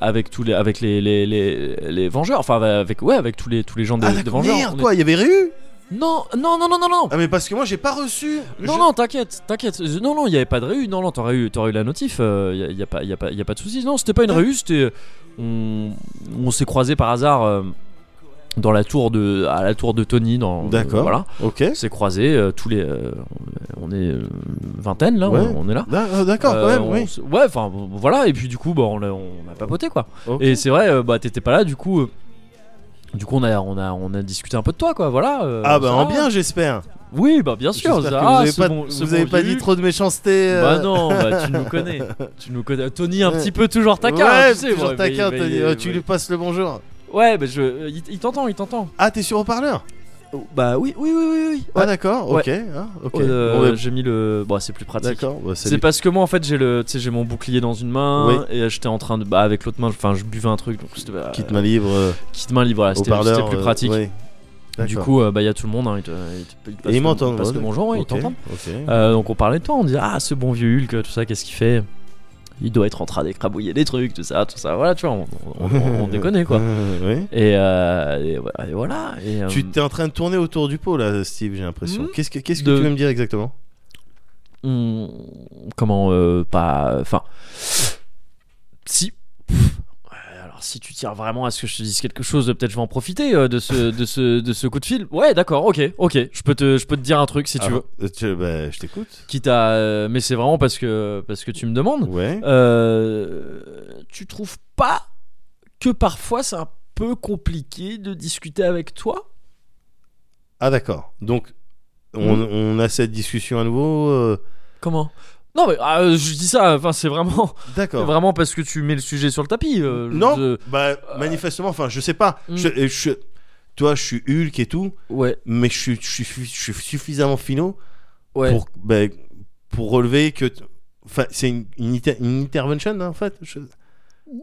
Speaker 1: avec tous les avec les les, les, les vengeurs, enfin avec ouais avec tous les tous les gens des,
Speaker 2: Ah,
Speaker 1: des
Speaker 2: d'accord,
Speaker 1: vengeurs.
Speaker 2: merde,
Speaker 1: On est-
Speaker 2: quoi, il y avait Réu
Speaker 1: Non non non non non non.
Speaker 2: Ah, mais parce que moi, j'ai pas reçu.
Speaker 1: Non,
Speaker 2: Euh, Je-
Speaker 1: non, t'inquiète, t'inquiète. Euh, Non, non, il n'y avait pas de réu. Non, non, t'aurais eu, t'aurais eu la notif. Il n'y a, y a pas, y a pas, y a pas de soucis. Non, c'était pas une réu. C'était. On, on s'est croisés par hasard euh, dans la tour de, à la tour de Tony. Dans,
Speaker 2: D'accord.
Speaker 1: voilà.
Speaker 2: Ok.
Speaker 1: On s'est croisés euh, tous les. euh, on est euh, vingtaine là, on-
Speaker 2: Ouais.
Speaker 1: on, est là.
Speaker 2: D'a- ah, D'accord,
Speaker 1: Euh,
Speaker 2: quand même,
Speaker 1: on
Speaker 2: oui.
Speaker 1: s- Ouais, enfin bon, voilà. Et puis du coup, bah, on, a, on a papoté quoi.
Speaker 2: Ok.
Speaker 1: Et c'est vrai, euh, bah t'étais pas là, du coup. euh, du coup, on a, on, a, on a discuté un peu de toi, quoi, voilà. euh,
Speaker 2: Ah, bah,
Speaker 1: ça
Speaker 2: en
Speaker 1: va.
Speaker 2: bien, j'espère.
Speaker 1: Oui, bah bien sûr. ça-
Speaker 2: J'espère que
Speaker 1: ah,
Speaker 2: vous avez
Speaker 1: ce
Speaker 2: pas,
Speaker 1: bon- ce
Speaker 2: vous
Speaker 1: bon
Speaker 2: avez pas
Speaker 1: vieux.
Speaker 2: dit trop de méchanceté. euh,
Speaker 1: Bah non, bah, tu nous connais. Tu nous connais. Tony, un
Speaker 2: Ouais.
Speaker 1: petit peu toujours taquin. hein,
Speaker 2: Ouais,
Speaker 1: tu sais,
Speaker 2: toujours
Speaker 1: ouais,
Speaker 2: taquin,
Speaker 1: mais-
Speaker 2: t'as dit,
Speaker 1: mais-
Speaker 2: euh, tu
Speaker 1: mais-
Speaker 2: lui passes le bonjour.
Speaker 1: Ouais, bah je. euh, Il il t'entend, il t'entend.
Speaker 2: Ah, t'es sur haut-parleur Oh,
Speaker 1: Bah oui, oui, oui, oui. oui.
Speaker 2: Ah, d'accord, ok. ah, ok.
Speaker 1: Euh,
Speaker 2: Bon, bah,
Speaker 1: J'ai mis le. Bon, c'est plus pratique.
Speaker 2: D'accord, bah,
Speaker 1: C'est
Speaker 2: salut.
Speaker 1: parce que moi en fait j'ai le tu sais j'ai mon bouclier dans une main
Speaker 2: Oui.
Speaker 1: et j'étais en train de bah avec l'autre main enfin je buvais un truc donc c'était bah,
Speaker 2: Quitte ma livre, euh,
Speaker 1: quitte main libre voilà, c'était
Speaker 2: haut-parleur.
Speaker 1: c'était plus
Speaker 2: euh,
Speaker 1: pratique.
Speaker 2: ouais.
Speaker 1: du
Speaker 2: D'accord.
Speaker 1: coup euh, bah il y a tout le monde hein, ils te, ils te- ils te passent
Speaker 2: Et
Speaker 1: le-
Speaker 2: ils m'entendent.
Speaker 1: passent
Speaker 2: ouais,
Speaker 1: le bonjour ouais, ils
Speaker 2: ok,
Speaker 1: t'entendent.
Speaker 2: ok.
Speaker 1: Euh, donc on parlait de toi, on disait ah ce bon vieux Hulk, tout ça, qu'est-ce qu'il fait Il doit être en train d'écrabouiller des trucs, tout ça, tout ça. Voilà, tu vois, on, on, on- on déconne quoi.
Speaker 2: Euh, oui.
Speaker 1: Et, euh, et voilà- et voilà. Et, euh,
Speaker 2: Tu t'es en train de tourner autour du pot là, Steve, j'ai l'impression.
Speaker 1: Mhm.
Speaker 2: Qu'est-ce que, qu'est-ce que
Speaker 1: De-
Speaker 2: tu veux me dire exactement
Speaker 1: on- Hmm, comment euh, pas, enfin, si. Alors si tu tiens vraiment à ce que je te dise quelque chose, peut-être je vais en profiter euh, de ce de ce de ce coup de fil. Ouais, d'accord, ok, ok. Je peux te je peux te dire un truc si tu veux.
Speaker 2: Ah, euh, tu- bah, je t'écoute.
Speaker 1: Quitte à, euh, mais c'est vraiment parce que parce que tu me demandes.
Speaker 2: Ouais.
Speaker 1: Euh, tu trouves pas que parfois c'est un peu compliqué de discuter avec toi
Speaker 2: Ah d'accord. Donc on,
Speaker 1: Hmm.
Speaker 2: on a cette discussion à nouveau. euh,
Speaker 1: Comment non mais ah, euh, je dis ça, enfin c'est vraiment,
Speaker 2: D'accord.
Speaker 1: vraiment parce que tu mets le sujet sur le tapis. euh, je-
Speaker 2: non.
Speaker 1: je-
Speaker 2: Bah manifestement, enfin je sais pas.
Speaker 1: Mm.
Speaker 2: Je, euh, je, toi je suis Hulk et tout,
Speaker 1: ouais,
Speaker 2: mais je suis, je suis, je suis suffisamment finot
Speaker 1: ouais.
Speaker 2: pour bah, pour relever que. t- Enfin c'est une, une, inter- une intervention là, en fait. Je-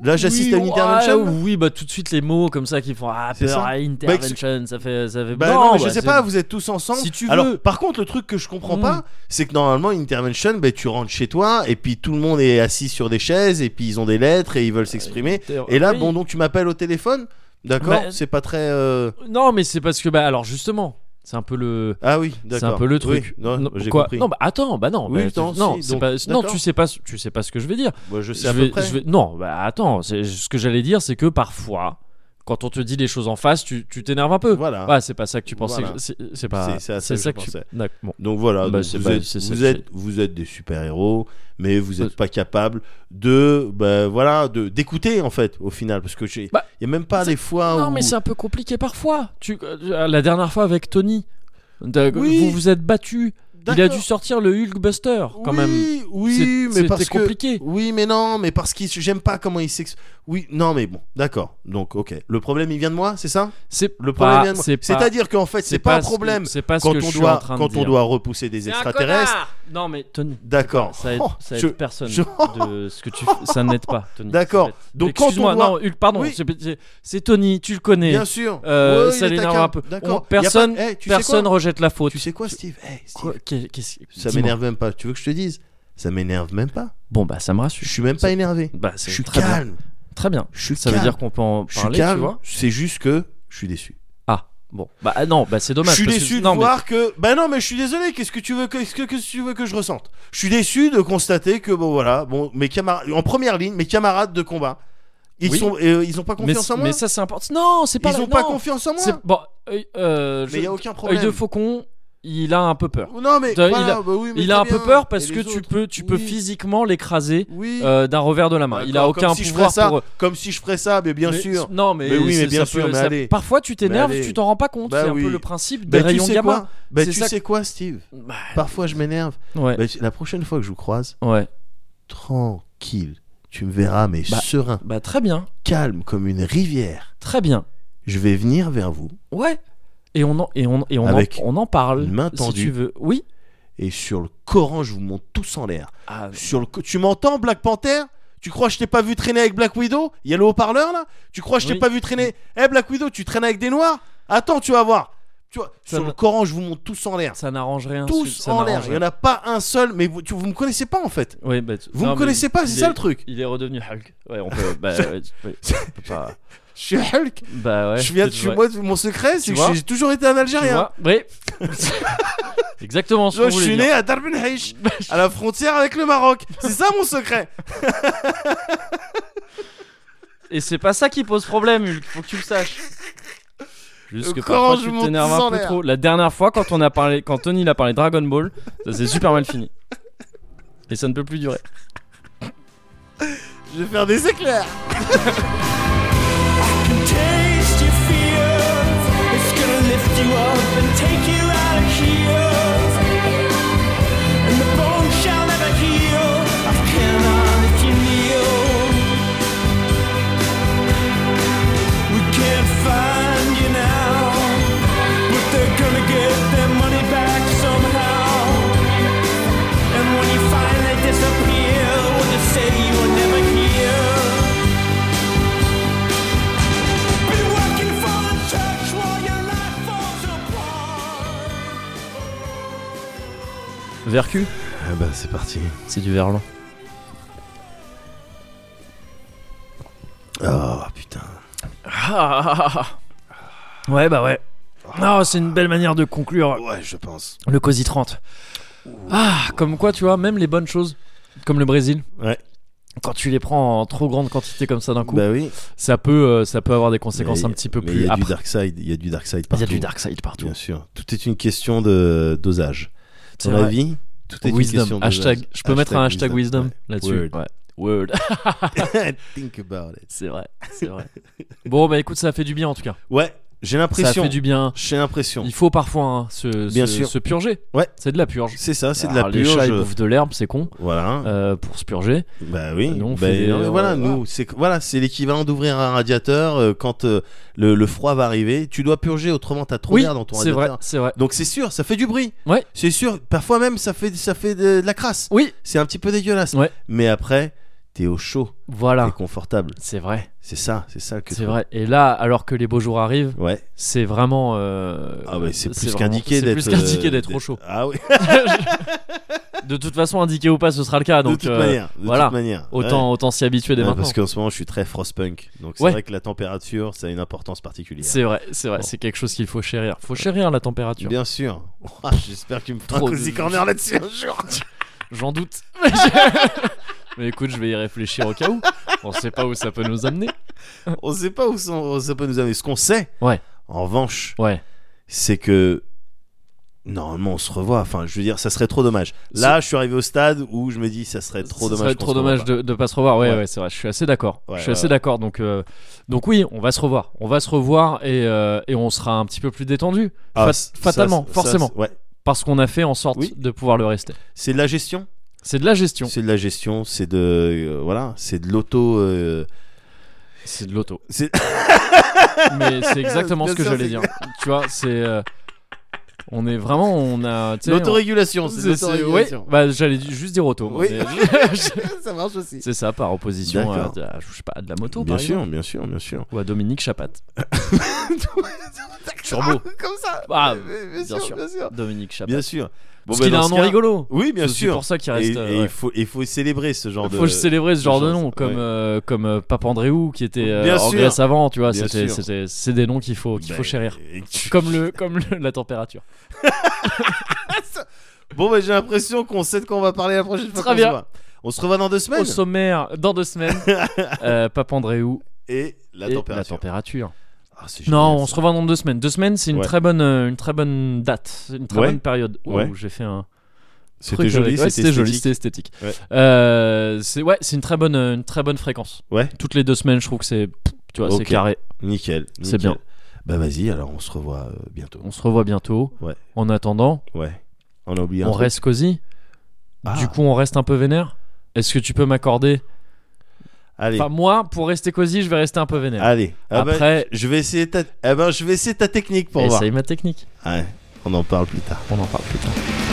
Speaker 2: Là j'assiste
Speaker 1: Oui,
Speaker 2: à une
Speaker 1: ouais,
Speaker 2: intervention. là
Speaker 1: oui, bah tout de suite les mots comme ça qui font ah
Speaker 2: C'est
Speaker 1: peur,
Speaker 2: ça.
Speaker 1: ah, intervention, ça fait, ça fait.
Speaker 2: Bah non, mais
Speaker 1: bah,
Speaker 2: je sais
Speaker 1: c'est-
Speaker 2: pas, vous êtes tous ensemble.
Speaker 1: Si tu veux.
Speaker 2: Alors, par contre, le truc que je comprends
Speaker 1: Mm.
Speaker 2: pas, c'est que normalement, une intervention, bah, tu rentres chez toi, et puis tout le monde est assis sur des chaises, et puis ils ont des lettres, et ils veulent s'exprimer. Et là,
Speaker 1: Ah Oui.
Speaker 2: bon, donc tu m'appelles au téléphone, d'accord
Speaker 1: Bah,
Speaker 2: C'est pas très. euh,
Speaker 1: Non, mais c'est parce que bah alors justement, c'est un peu le.
Speaker 2: Ah oui,
Speaker 1: C'est
Speaker 2: d'accord.
Speaker 1: un peu le truc.
Speaker 2: Oui, non,
Speaker 1: Non,
Speaker 2: Ah, j'ai
Speaker 1: quoi
Speaker 2: compris.
Speaker 1: Non, bah attends, bah non.
Speaker 2: Oui,
Speaker 1: bah,
Speaker 2: attends,
Speaker 1: non,
Speaker 2: si,
Speaker 1: c'est
Speaker 2: donc,
Speaker 1: pas- non,
Speaker 2: d'accord.
Speaker 1: tu sais pas, tu sais pas ce que je vais dire.
Speaker 2: Bah, je sais
Speaker 1: Je
Speaker 2: à
Speaker 1: vais-
Speaker 2: peu près.
Speaker 1: je vais- non, bah attends. c'est- ce que j'allais dire, c'est que parfois, quand on te dit les choses en face, tu tu t'énerves un peu.
Speaker 2: Voilà.
Speaker 1: Ah, c'est pas ça que tu pensais.
Speaker 2: Voilà.
Speaker 1: que- C'est c'est pas.
Speaker 2: C'est- c'est à ça que je
Speaker 1: tu.
Speaker 2: pensais.
Speaker 1: D'accord, bon.
Speaker 2: Donc voilà,
Speaker 1: Bah,
Speaker 2: donc
Speaker 1: c'est
Speaker 2: vous,
Speaker 1: pas-
Speaker 2: êtes,
Speaker 1: c'est ça
Speaker 2: vous,
Speaker 1: que
Speaker 2: êtes, vous êtes des super-héros, mais vous n'êtes
Speaker 1: Euh,
Speaker 2: pas capable de, bah, voilà, de d'écouter en fait, au final, parce que il
Speaker 1: Bah,
Speaker 2: y a même pas
Speaker 1: c'est-
Speaker 2: des fois
Speaker 1: Non,
Speaker 2: où.
Speaker 1: mais c'est un peu compliqué parfois. Tu euh, la dernière fois avec Tony, t'as-
Speaker 2: Oui.
Speaker 1: vous vous êtes battu. Il a
Speaker 2: D'accord.
Speaker 1: dû sortir le Hulkbuster quand
Speaker 2: oui,
Speaker 1: même.
Speaker 2: Oui,
Speaker 1: C'est-
Speaker 2: mais
Speaker 1: c'était
Speaker 2: parce que
Speaker 1: compliqué.
Speaker 2: Oui, mais non, mais parce que j'aime pas comment il s'exprime. Oui, non, mais bon, d'accord. Donc, ok. Le problème, il vient de moi, c'est ça
Speaker 1: C'est
Speaker 2: Le problème
Speaker 1: pas-
Speaker 2: vient de moi.
Speaker 1: Bah, c'est pas-
Speaker 2: C'est-à-dire qu'en fait, c'est pas, un
Speaker 1: ce que-
Speaker 2: problème
Speaker 1: C'est pas ce
Speaker 2: quand
Speaker 1: que
Speaker 2: on
Speaker 1: je suis en
Speaker 2: doit
Speaker 1: train de
Speaker 2: quand on
Speaker 1: dire.
Speaker 2: doit repousser des
Speaker 1: C'est un
Speaker 2: extraterrestres.
Speaker 1: connard Non mais Tony,
Speaker 2: D'accord.
Speaker 1: ça aide,
Speaker 2: Oh,
Speaker 1: ça aide
Speaker 2: je-
Speaker 1: personne
Speaker 2: je-
Speaker 1: de ce que tu fais. ça n'aide pas Tony.
Speaker 2: D'accord.
Speaker 1: ça l'aide.
Speaker 2: Donc, quand on
Speaker 1: Excuse-moi,
Speaker 2: doit-
Speaker 1: non, Hulk, pardon,
Speaker 2: Oui.
Speaker 1: c'est- c'est- c'est Tony, tu le connais.
Speaker 2: Bien sûr.
Speaker 1: Euh,
Speaker 2: Ouais, il
Speaker 1: ça
Speaker 2: est
Speaker 1: l'énerve
Speaker 2: taquin.
Speaker 1: un peu. On-
Speaker 2: D'accord.
Speaker 1: personne,
Speaker 2: Y a pas- Eh, tu sais
Speaker 1: personne
Speaker 2: quoi
Speaker 1: rejette la faute.
Speaker 2: Tu sais quoi, Steve Eh, Steve,
Speaker 1: Quoi Qu'est- qu'est-ce-
Speaker 2: Ça
Speaker 1: dis-moi.
Speaker 2: m'énerve même pas. Tu veux que je te dise Ça m'énerve même pas.
Speaker 1: Bon bah ça me
Speaker 2: Je
Speaker 1: rassure.
Speaker 2: suis même pas énervé.
Speaker 1: Bah
Speaker 2: Je
Speaker 1: c'est
Speaker 2: suis
Speaker 1: très bien.
Speaker 2: calme.
Speaker 1: Très bien.
Speaker 2: Je suis
Speaker 1: Ça veut
Speaker 2: calme.
Speaker 1: dire qu'on peut en
Speaker 2: Je suis
Speaker 1: parler, tu
Speaker 2: calme.
Speaker 1: vois
Speaker 2: C'est juste que je suis déçu.
Speaker 1: Ah bon. Bah ah, non, bah c'est dommage.
Speaker 2: Je suis
Speaker 1: parce que-
Speaker 2: déçu de
Speaker 1: non, mais-
Speaker 2: voir que. Bah non, mais je suis désolé. Qu'est-ce que tu veux que, qu'est-ce que, qu'est-ce que tu veux que je ressente Je suis déçu de constater que bon voilà, bon mes camarades en première ligne, mes camarades de combat, ils
Speaker 1: Oui.
Speaker 2: sont, euh, ils ont pas confiance
Speaker 1: mais,
Speaker 2: en moi.
Speaker 1: mais ça c'est important. Non, c'est pas.
Speaker 2: ils
Speaker 1: la-
Speaker 2: ont pas
Speaker 1: non,
Speaker 2: confiance en moi.
Speaker 1: c'est- Bon, euh, euh,
Speaker 2: Mais il y a
Speaker 1: je-
Speaker 2: aucun
Speaker 1: œil
Speaker 2: problème.
Speaker 1: de faucon, il a un peu peur.
Speaker 2: Non mais
Speaker 1: De- il
Speaker 2: voilà,
Speaker 1: a-
Speaker 2: bah oui, mais
Speaker 1: Il a
Speaker 2: très
Speaker 1: un peu
Speaker 2: bien.
Speaker 1: peur parce
Speaker 2: Et
Speaker 1: que
Speaker 2: les
Speaker 1: tu
Speaker 2: autres
Speaker 1: peux, tu peux
Speaker 2: Oui.
Speaker 1: physiquement l'écraser
Speaker 2: Oui.
Speaker 1: euh, d'un revers de la main. Il a
Speaker 2: D'accord,
Speaker 1: aucun
Speaker 2: comme si je
Speaker 1: pouvoir
Speaker 2: ferais ça,
Speaker 1: pour. euh,
Speaker 2: Comme si je ferais ça, mais bien
Speaker 1: Mais-
Speaker 2: sûr. Bah,
Speaker 1: Non, mais,
Speaker 2: Mais oui,
Speaker 1: c'est-
Speaker 2: mais bien
Speaker 1: ça
Speaker 2: sûr,
Speaker 1: peut-
Speaker 2: mais
Speaker 1: ça-
Speaker 2: allez.
Speaker 1: Parfois, tu t'énerves,
Speaker 2: allez.
Speaker 1: tu t'en rends pas compte.
Speaker 2: Bah
Speaker 1: c'est un
Speaker 2: oui.
Speaker 1: peu le principe des
Speaker 2: Bah, tu
Speaker 1: rayons
Speaker 2: sais
Speaker 1: gamma.
Speaker 2: quoi Bah
Speaker 1: C'est
Speaker 2: tu
Speaker 1: ça-
Speaker 2: sais quoi, Steve
Speaker 1: Bah,
Speaker 2: Parfois je m'énerve.
Speaker 1: ouais,
Speaker 2: Bah, la prochaine fois que je vous croise,
Speaker 1: ouais.
Speaker 2: tranquille, tu me verras mais
Speaker 1: Bah.
Speaker 2: serein,
Speaker 1: Bah très bien,
Speaker 2: calme comme une rivière.
Speaker 1: très bien.
Speaker 2: je vais venir vers vous
Speaker 1: Ouais. Et on en, et on, et on,
Speaker 2: Avec
Speaker 1: en, on en parle.
Speaker 2: une main
Speaker 1: Si
Speaker 2: tendue.
Speaker 1: tu veux. Oui.
Speaker 2: et sur le Coran, je vous monte tous en l'air.
Speaker 1: Ah,
Speaker 2: Sur le co- tu m'entends Black Panther Tu crois que je t'ai pas vu traîner avec Black Widow Il y a le haut-parleur là Tu crois que je t'ai
Speaker 1: Oui.
Speaker 2: pas vu traîner Eh Black Widow, tu traînes avec des noirs Attends, tu vas voir. Tu vois,
Speaker 1: Ça
Speaker 2: sur
Speaker 1: n'a-
Speaker 2: le Coran, je vous montre tous en l'air.
Speaker 1: Ça n'arrange rien.
Speaker 2: Tous
Speaker 1: ça
Speaker 2: en
Speaker 1: n'arrange
Speaker 2: l'air. Il n'y en
Speaker 1: rien.
Speaker 2: a pas un seul, mais vous, tu- vous me connaissez pas en fait.
Speaker 1: Ouais, bah, tu-
Speaker 2: Vous
Speaker 1: non,
Speaker 2: me
Speaker 1: mais
Speaker 2: connaissez pas, c'est
Speaker 1: il
Speaker 2: ça
Speaker 1: est-
Speaker 2: le truc.
Speaker 1: Il est redevenu Hulk. Ouais, on peut. Bah, ouais, tu peux- on peut pas-
Speaker 2: Je suis Hulk.
Speaker 1: Bah ouais.
Speaker 2: je viens,
Speaker 1: c'est
Speaker 2: je-
Speaker 1: vrai.
Speaker 2: moi, mon secret, c'est que
Speaker 1: vois
Speaker 2: j'ai toujours été un
Speaker 1: Tu
Speaker 2: Algérien.
Speaker 1: vois Oui. Exactement ce
Speaker 2: Genre,
Speaker 1: qu'on
Speaker 2: je suis
Speaker 1: voulait
Speaker 2: né
Speaker 1: dire.
Speaker 2: à Darb el Haïch, à la frontière avec le Maroc. C'est ça mon secret.
Speaker 1: Et c'est pas ça qui pose problème, Hulk. Faut que tu le saches. Juste
Speaker 2: Le
Speaker 1: que
Speaker 2: corps,
Speaker 1: parfois
Speaker 2: je
Speaker 1: tu
Speaker 2: monte
Speaker 1: t'énerves
Speaker 2: sans
Speaker 1: un peu
Speaker 2: l'air.
Speaker 1: trop. La dernière fois, quand on a parlé, quand Tony il a parlé Dragon Ball, ça s'est super mal fini. Et ça ne peut plus durer.
Speaker 2: Je vais faire des éclairs.
Speaker 4: Taste your fear. It's gonna lift you up and take you out of here. And the bone shall never heal. I cannot if you kneel. We can't find you now, but they're gonna get their money back somehow. And when you finally disappear, will you say you were never here? Been working for the church while your life falls apart.
Speaker 1: Vercu
Speaker 2: Ah bah c'est parti.
Speaker 1: C'est du verlan.
Speaker 2: Oh putain.
Speaker 1: Ouais, bah ouais. Non, c'est une belle manière de conclure
Speaker 2: Ouais, je pense.
Speaker 1: le COSI 30. Ah, comme quoi, tu vois, même les bonnes choses, comme le Brésil.
Speaker 2: Ouais.
Speaker 1: Quand tu les prends en trop grande quantité comme ça d'un coup,
Speaker 2: Bah oui.
Speaker 1: ça peut, euh, ça peut avoir des conséquences
Speaker 2: Mais-
Speaker 1: un petit peu
Speaker 2: mais
Speaker 1: plus
Speaker 2: Il y a du
Speaker 1: âpres.
Speaker 2: dark side. Il y a du dark side
Speaker 1: Il y
Speaker 2: partout.
Speaker 1: a du dark side partout.
Speaker 2: Bien sûr. Tout est une question de dosage.
Speaker 1: C'est
Speaker 2: Dans la
Speaker 1: vrai.
Speaker 2: vie, tout est une question
Speaker 1: Wisdom.
Speaker 2: de
Speaker 1: Hashtag.
Speaker 2: dosage.
Speaker 1: Je peux mettre un hashtag wisdom
Speaker 2: ouais.
Speaker 1: là-dessus.
Speaker 2: Word.
Speaker 1: Ouais. Word.
Speaker 2: Think about it.
Speaker 1: c'est vrai. C'est vrai. bon, bah écoute, ça fait du bien en tout cas.
Speaker 2: Ouais, j'ai
Speaker 1: Ça
Speaker 2: l'impression.
Speaker 1: fait du bien.
Speaker 2: J'ai l'impression.
Speaker 1: Il faut parfois hein, se,
Speaker 2: Bien
Speaker 1: se-
Speaker 2: sûr.
Speaker 1: se purger.
Speaker 2: Ouais.
Speaker 1: C'est de la purge.
Speaker 2: C'est ça, c'est de la
Speaker 1: Alors, Ah, Les chats, ils
Speaker 2: purge.
Speaker 1: bouffent de l'herbe, c'est con.
Speaker 2: Voilà.
Speaker 1: euh, pour se purger.
Speaker 2: Bah oui.
Speaker 1: Nous, on
Speaker 2: Bah,
Speaker 1: fait des-
Speaker 2: non, mais voilà,
Speaker 1: euh,
Speaker 2: nous, c'est voilà, c'est l'équivalent d'ouvrir un radiateur euh, quand euh, le, le froid va arriver. Tu dois purger, autrement t'as trop
Speaker 1: oui,
Speaker 2: d'air dans ton
Speaker 1: c'est
Speaker 2: radiateur.
Speaker 1: vrai, c'est vrai.
Speaker 2: Donc c'est sûr, ça fait du bruit.
Speaker 1: Ouais.
Speaker 2: C'est sûr. Parfois même, ça fait ça fait de, de la crasse.
Speaker 1: Oui,
Speaker 2: C'est un petit peu dégueulasse.
Speaker 1: Ouais.
Speaker 2: Mais après, t'es au chaud, t'es
Speaker 1: voilà.
Speaker 2: confortable.
Speaker 1: C'est vrai,
Speaker 2: C'est ça, c'est ça que.
Speaker 1: c'est
Speaker 2: tu-
Speaker 1: vrai. Et là, alors que les beaux jours arrivent,
Speaker 2: Ouais.
Speaker 1: c'est vraiment. euh,
Speaker 2: Ah ouais, c'est plus
Speaker 1: vraiment-
Speaker 2: qu'indiqué
Speaker 1: c'est
Speaker 2: d'être.
Speaker 1: plus qu'indiqué
Speaker 2: euh,
Speaker 1: d'être au chaud.
Speaker 2: Ah oui.
Speaker 1: De toute façon, indiqué ou pas, ce sera le cas.
Speaker 2: De
Speaker 1: Donc,
Speaker 2: toute
Speaker 1: euh,
Speaker 2: manière. De
Speaker 1: voilà.
Speaker 2: toute manière. Ouais.
Speaker 1: autant, autant s'y habituer dès
Speaker 2: Ouais,
Speaker 1: maintenant.
Speaker 2: parce qu'en ce moment, je suis très frostpunk. Donc c'est
Speaker 1: Ouais.
Speaker 2: vrai que la température, ça a une importance particulière.
Speaker 1: C'est vrai, c'est vrai.
Speaker 2: Bon.
Speaker 1: C'est quelque chose qu'il faut chérir. Faut chérir la température.
Speaker 2: Bien sûr. Ouah, J'espère que tu me feras
Speaker 1: Trop
Speaker 2: un
Speaker 1: de-
Speaker 2: cozy corner là-dessus un jour.
Speaker 1: J'en doute. Mais écoute, je vais y réfléchir au cas où. On sait pas où ça peut nous amener.
Speaker 2: on sait pas où sont- ça peut nous amener. Ce qu'on sait,
Speaker 1: Ouais.
Speaker 2: en revanche,
Speaker 1: Ouais.
Speaker 2: c'est que normalement on se revoit. Enfin, je veux dire, ça serait trop dommage. Là, je suis arrivé au stade où je me dis, ça serait trop
Speaker 1: Ce
Speaker 2: dommage.
Speaker 1: serait
Speaker 2: qu'on
Speaker 1: trop
Speaker 2: se revoie
Speaker 1: dommage
Speaker 2: pas.
Speaker 1: de, de pas se revoir. Ouais,
Speaker 2: Ouais.
Speaker 1: ouais, c'est vrai. Je suis assez d'accord.
Speaker 2: Ouais,
Speaker 1: je suis
Speaker 2: ouais,
Speaker 1: assez
Speaker 2: ouais.
Speaker 1: d'accord. Donc, euh, donc oui, on va se revoir. On va se revoir et, euh, et on sera un petit peu plus détendu
Speaker 2: Ah,
Speaker 1: Fat-
Speaker 2: ça,
Speaker 1: fatalement,
Speaker 2: ça,
Speaker 1: forcément.
Speaker 2: c'est- ouais.
Speaker 1: parce qu'on a fait en sorte
Speaker 2: Oui.
Speaker 1: de pouvoir le rester.
Speaker 2: C'est de la gestion.
Speaker 1: C'est de la gestion.
Speaker 2: C'est de la gestion. C'est de euh, voilà. C'est de l'auto. euh,
Speaker 1: C'est de l'auto.
Speaker 2: c'est-
Speaker 1: Mais c'est exactement
Speaker 2: Bien
Speaker 1: ce que
Speaker 2: sûr,
Speaker 1: j'allais
Speaker 2: c'est
Speaker 1: dire. Tu vois, c'est. euh, on est vraiment. On a. tu sais, on-
Speaker 2: l'autorégulation. C'est
Speaker 1: c'est-
Speaker 2: de
Speaker 1: c'est- ouais,
Speaker 2: l'autorégulation.
Speaker 1: bah, j'allais di- juste dire auto. moi,
Speaker 2: Oui.
Speaker 1: mais-
Speaker 2: ça marche aussi.
Speaker 1: c'est ça, par opposition à,
Speaker 2: D'accord.
Speaker 1: à- je sais pas, à de la moto,
Speaker 2: Bien
Speaker 1: par exemple,
Speaker 2: sûr, bien sûr, bien sûr.
Speaker 1: ou à Dominique Chapat. Turbo.
Speaker 2: Comme ça.
Speaker 1: Ah,
Speaker 2: bien,
Speaker 1: bien sûr.
Speaker 2: bien sûr.
Speaker 1: Dominique Chapat.
Speaker 2: Bien sûr. Bon,
Speaker 1: Parce
Speaker 2: bah,
Speaker 1: qu'il
Speaker 2: dans
Speaker 1: a un
Speaker 2: ce
Speaker 1: nom
Speaker 2: cas-
Speaker 1: rigolo.
Speaker 2: Oui, bien
Speaker 1: C'est-
Speaker 2: sûr.
Speaker 1: C'est pour ça qu'il
Speaker 2: Et,
Speaker 1: reste.
Speaker 2: et
Speaker 1: euh, ouais.
Speaker 2: il faut, il faut célébrer ce genre de.
Speaker 1: faut célébrer ce genre de
Speaker 2: chose,
Speaker 1: nom, comme,
Speaker 2: ouais.
Speaker 1: euh, comme euh, Papandréou qui était euh,
Speaker 2: Bien
Speaker 1: en
Speaker 2: sûr.
Speaker 1: Grèce avant, tu vois.
Speaker 2: Bien
Speaker 1: c'était-
Speaker 2: sûr.
Speaker 1: c'était- C'est des noms qu'il faut, qu'il faut
Speaker 2: Ben,
Speaker 1: chérir.
Speaker 2: et tu-
Speaker 1: Comme, le, comme le- la température.
Speaker 2: Bon, bah, j'ai l'impression qu'on sait de quoi on va parler la prochaine fois.
Speaker 1: Très
Speaker 2: qu'on
Speaker 1: bien.
Speaker 2: se voit. On se revoit dans deux semaines.
Speaker 1: Au sommaire, dans deux semaines, euh, Papandréou
Speaker 2: Et la
Speaker 1: et la
Speaker 2: température.
Speaker 1: température.
Speaker 2: Ah, c'est génial,
Speaker 1: Non, on
Speaker 2: ça.
Speaker 1: se revoit dans deux semaines. Deux semaines, c'est une,
Speaker 2: Ouais.
Speaker 1: très bonne, euh, une très bonne date, une très
Speaker 2: Ouais.
Speaker 1: bonne période. Wow,
Speaker 2: Ouais.
Speaker 1: J'ai fait un.
Speaker 2: C'était
Speaker 1: truc
Speaker 2: joli,
Speaker 1: avec- ouais,
Speaker 2: c'était
Speaker 1: joli,
Speaker 2: esthétique.
Speaker 1: c'était esthétique.
Speaker 2: Ouais.
Speaker 1: Euh, c'est ouais, c'est une très bonne, euh, une très bonne fréquence.
Speaker 2: Ouais.
Speaker 1: Toutes les deux semaines, je trouve que c'est, tu vois,
Speaker 2: Ok.
Speaker 1: c'est carré.
Speaker 2: Nickel.
Speaker 1: C'est
Speaker 2: nickel.
Speaker 1: bien.
Speaker 2: Bah, vas-y, alors on se revoit euh, bientôt.
Speaker 1: On se revoit bientôt.
Speaker 2: Ouais.
Speaker 1: En attendant,
Speaker 2: Ouais. On a oublié un
Speaker 1: on
Speaker 2: truc.
Speaker 1: reste cosy.
Speaker 2: Ah.
Speaker 1: Du coup, on reste un peu vénère. Est-ce que tu peux m'accorder
Speaker 2: Allez.
Speaker 1: Enfin, moi, pour rester cosy, je vais rester un peu vénère.
Speaker 2: Allez. Ah bah,
Speaker 1: Après-
Speaker 2: je vais essayer eh ben, ta, ah bah, je vais essayer ta technique pour voir.
Speaker 1: Essaye ma technique.
Speaker 2: Ouais, on en parle plus tard.
Speaker 1: On en parle plus tard.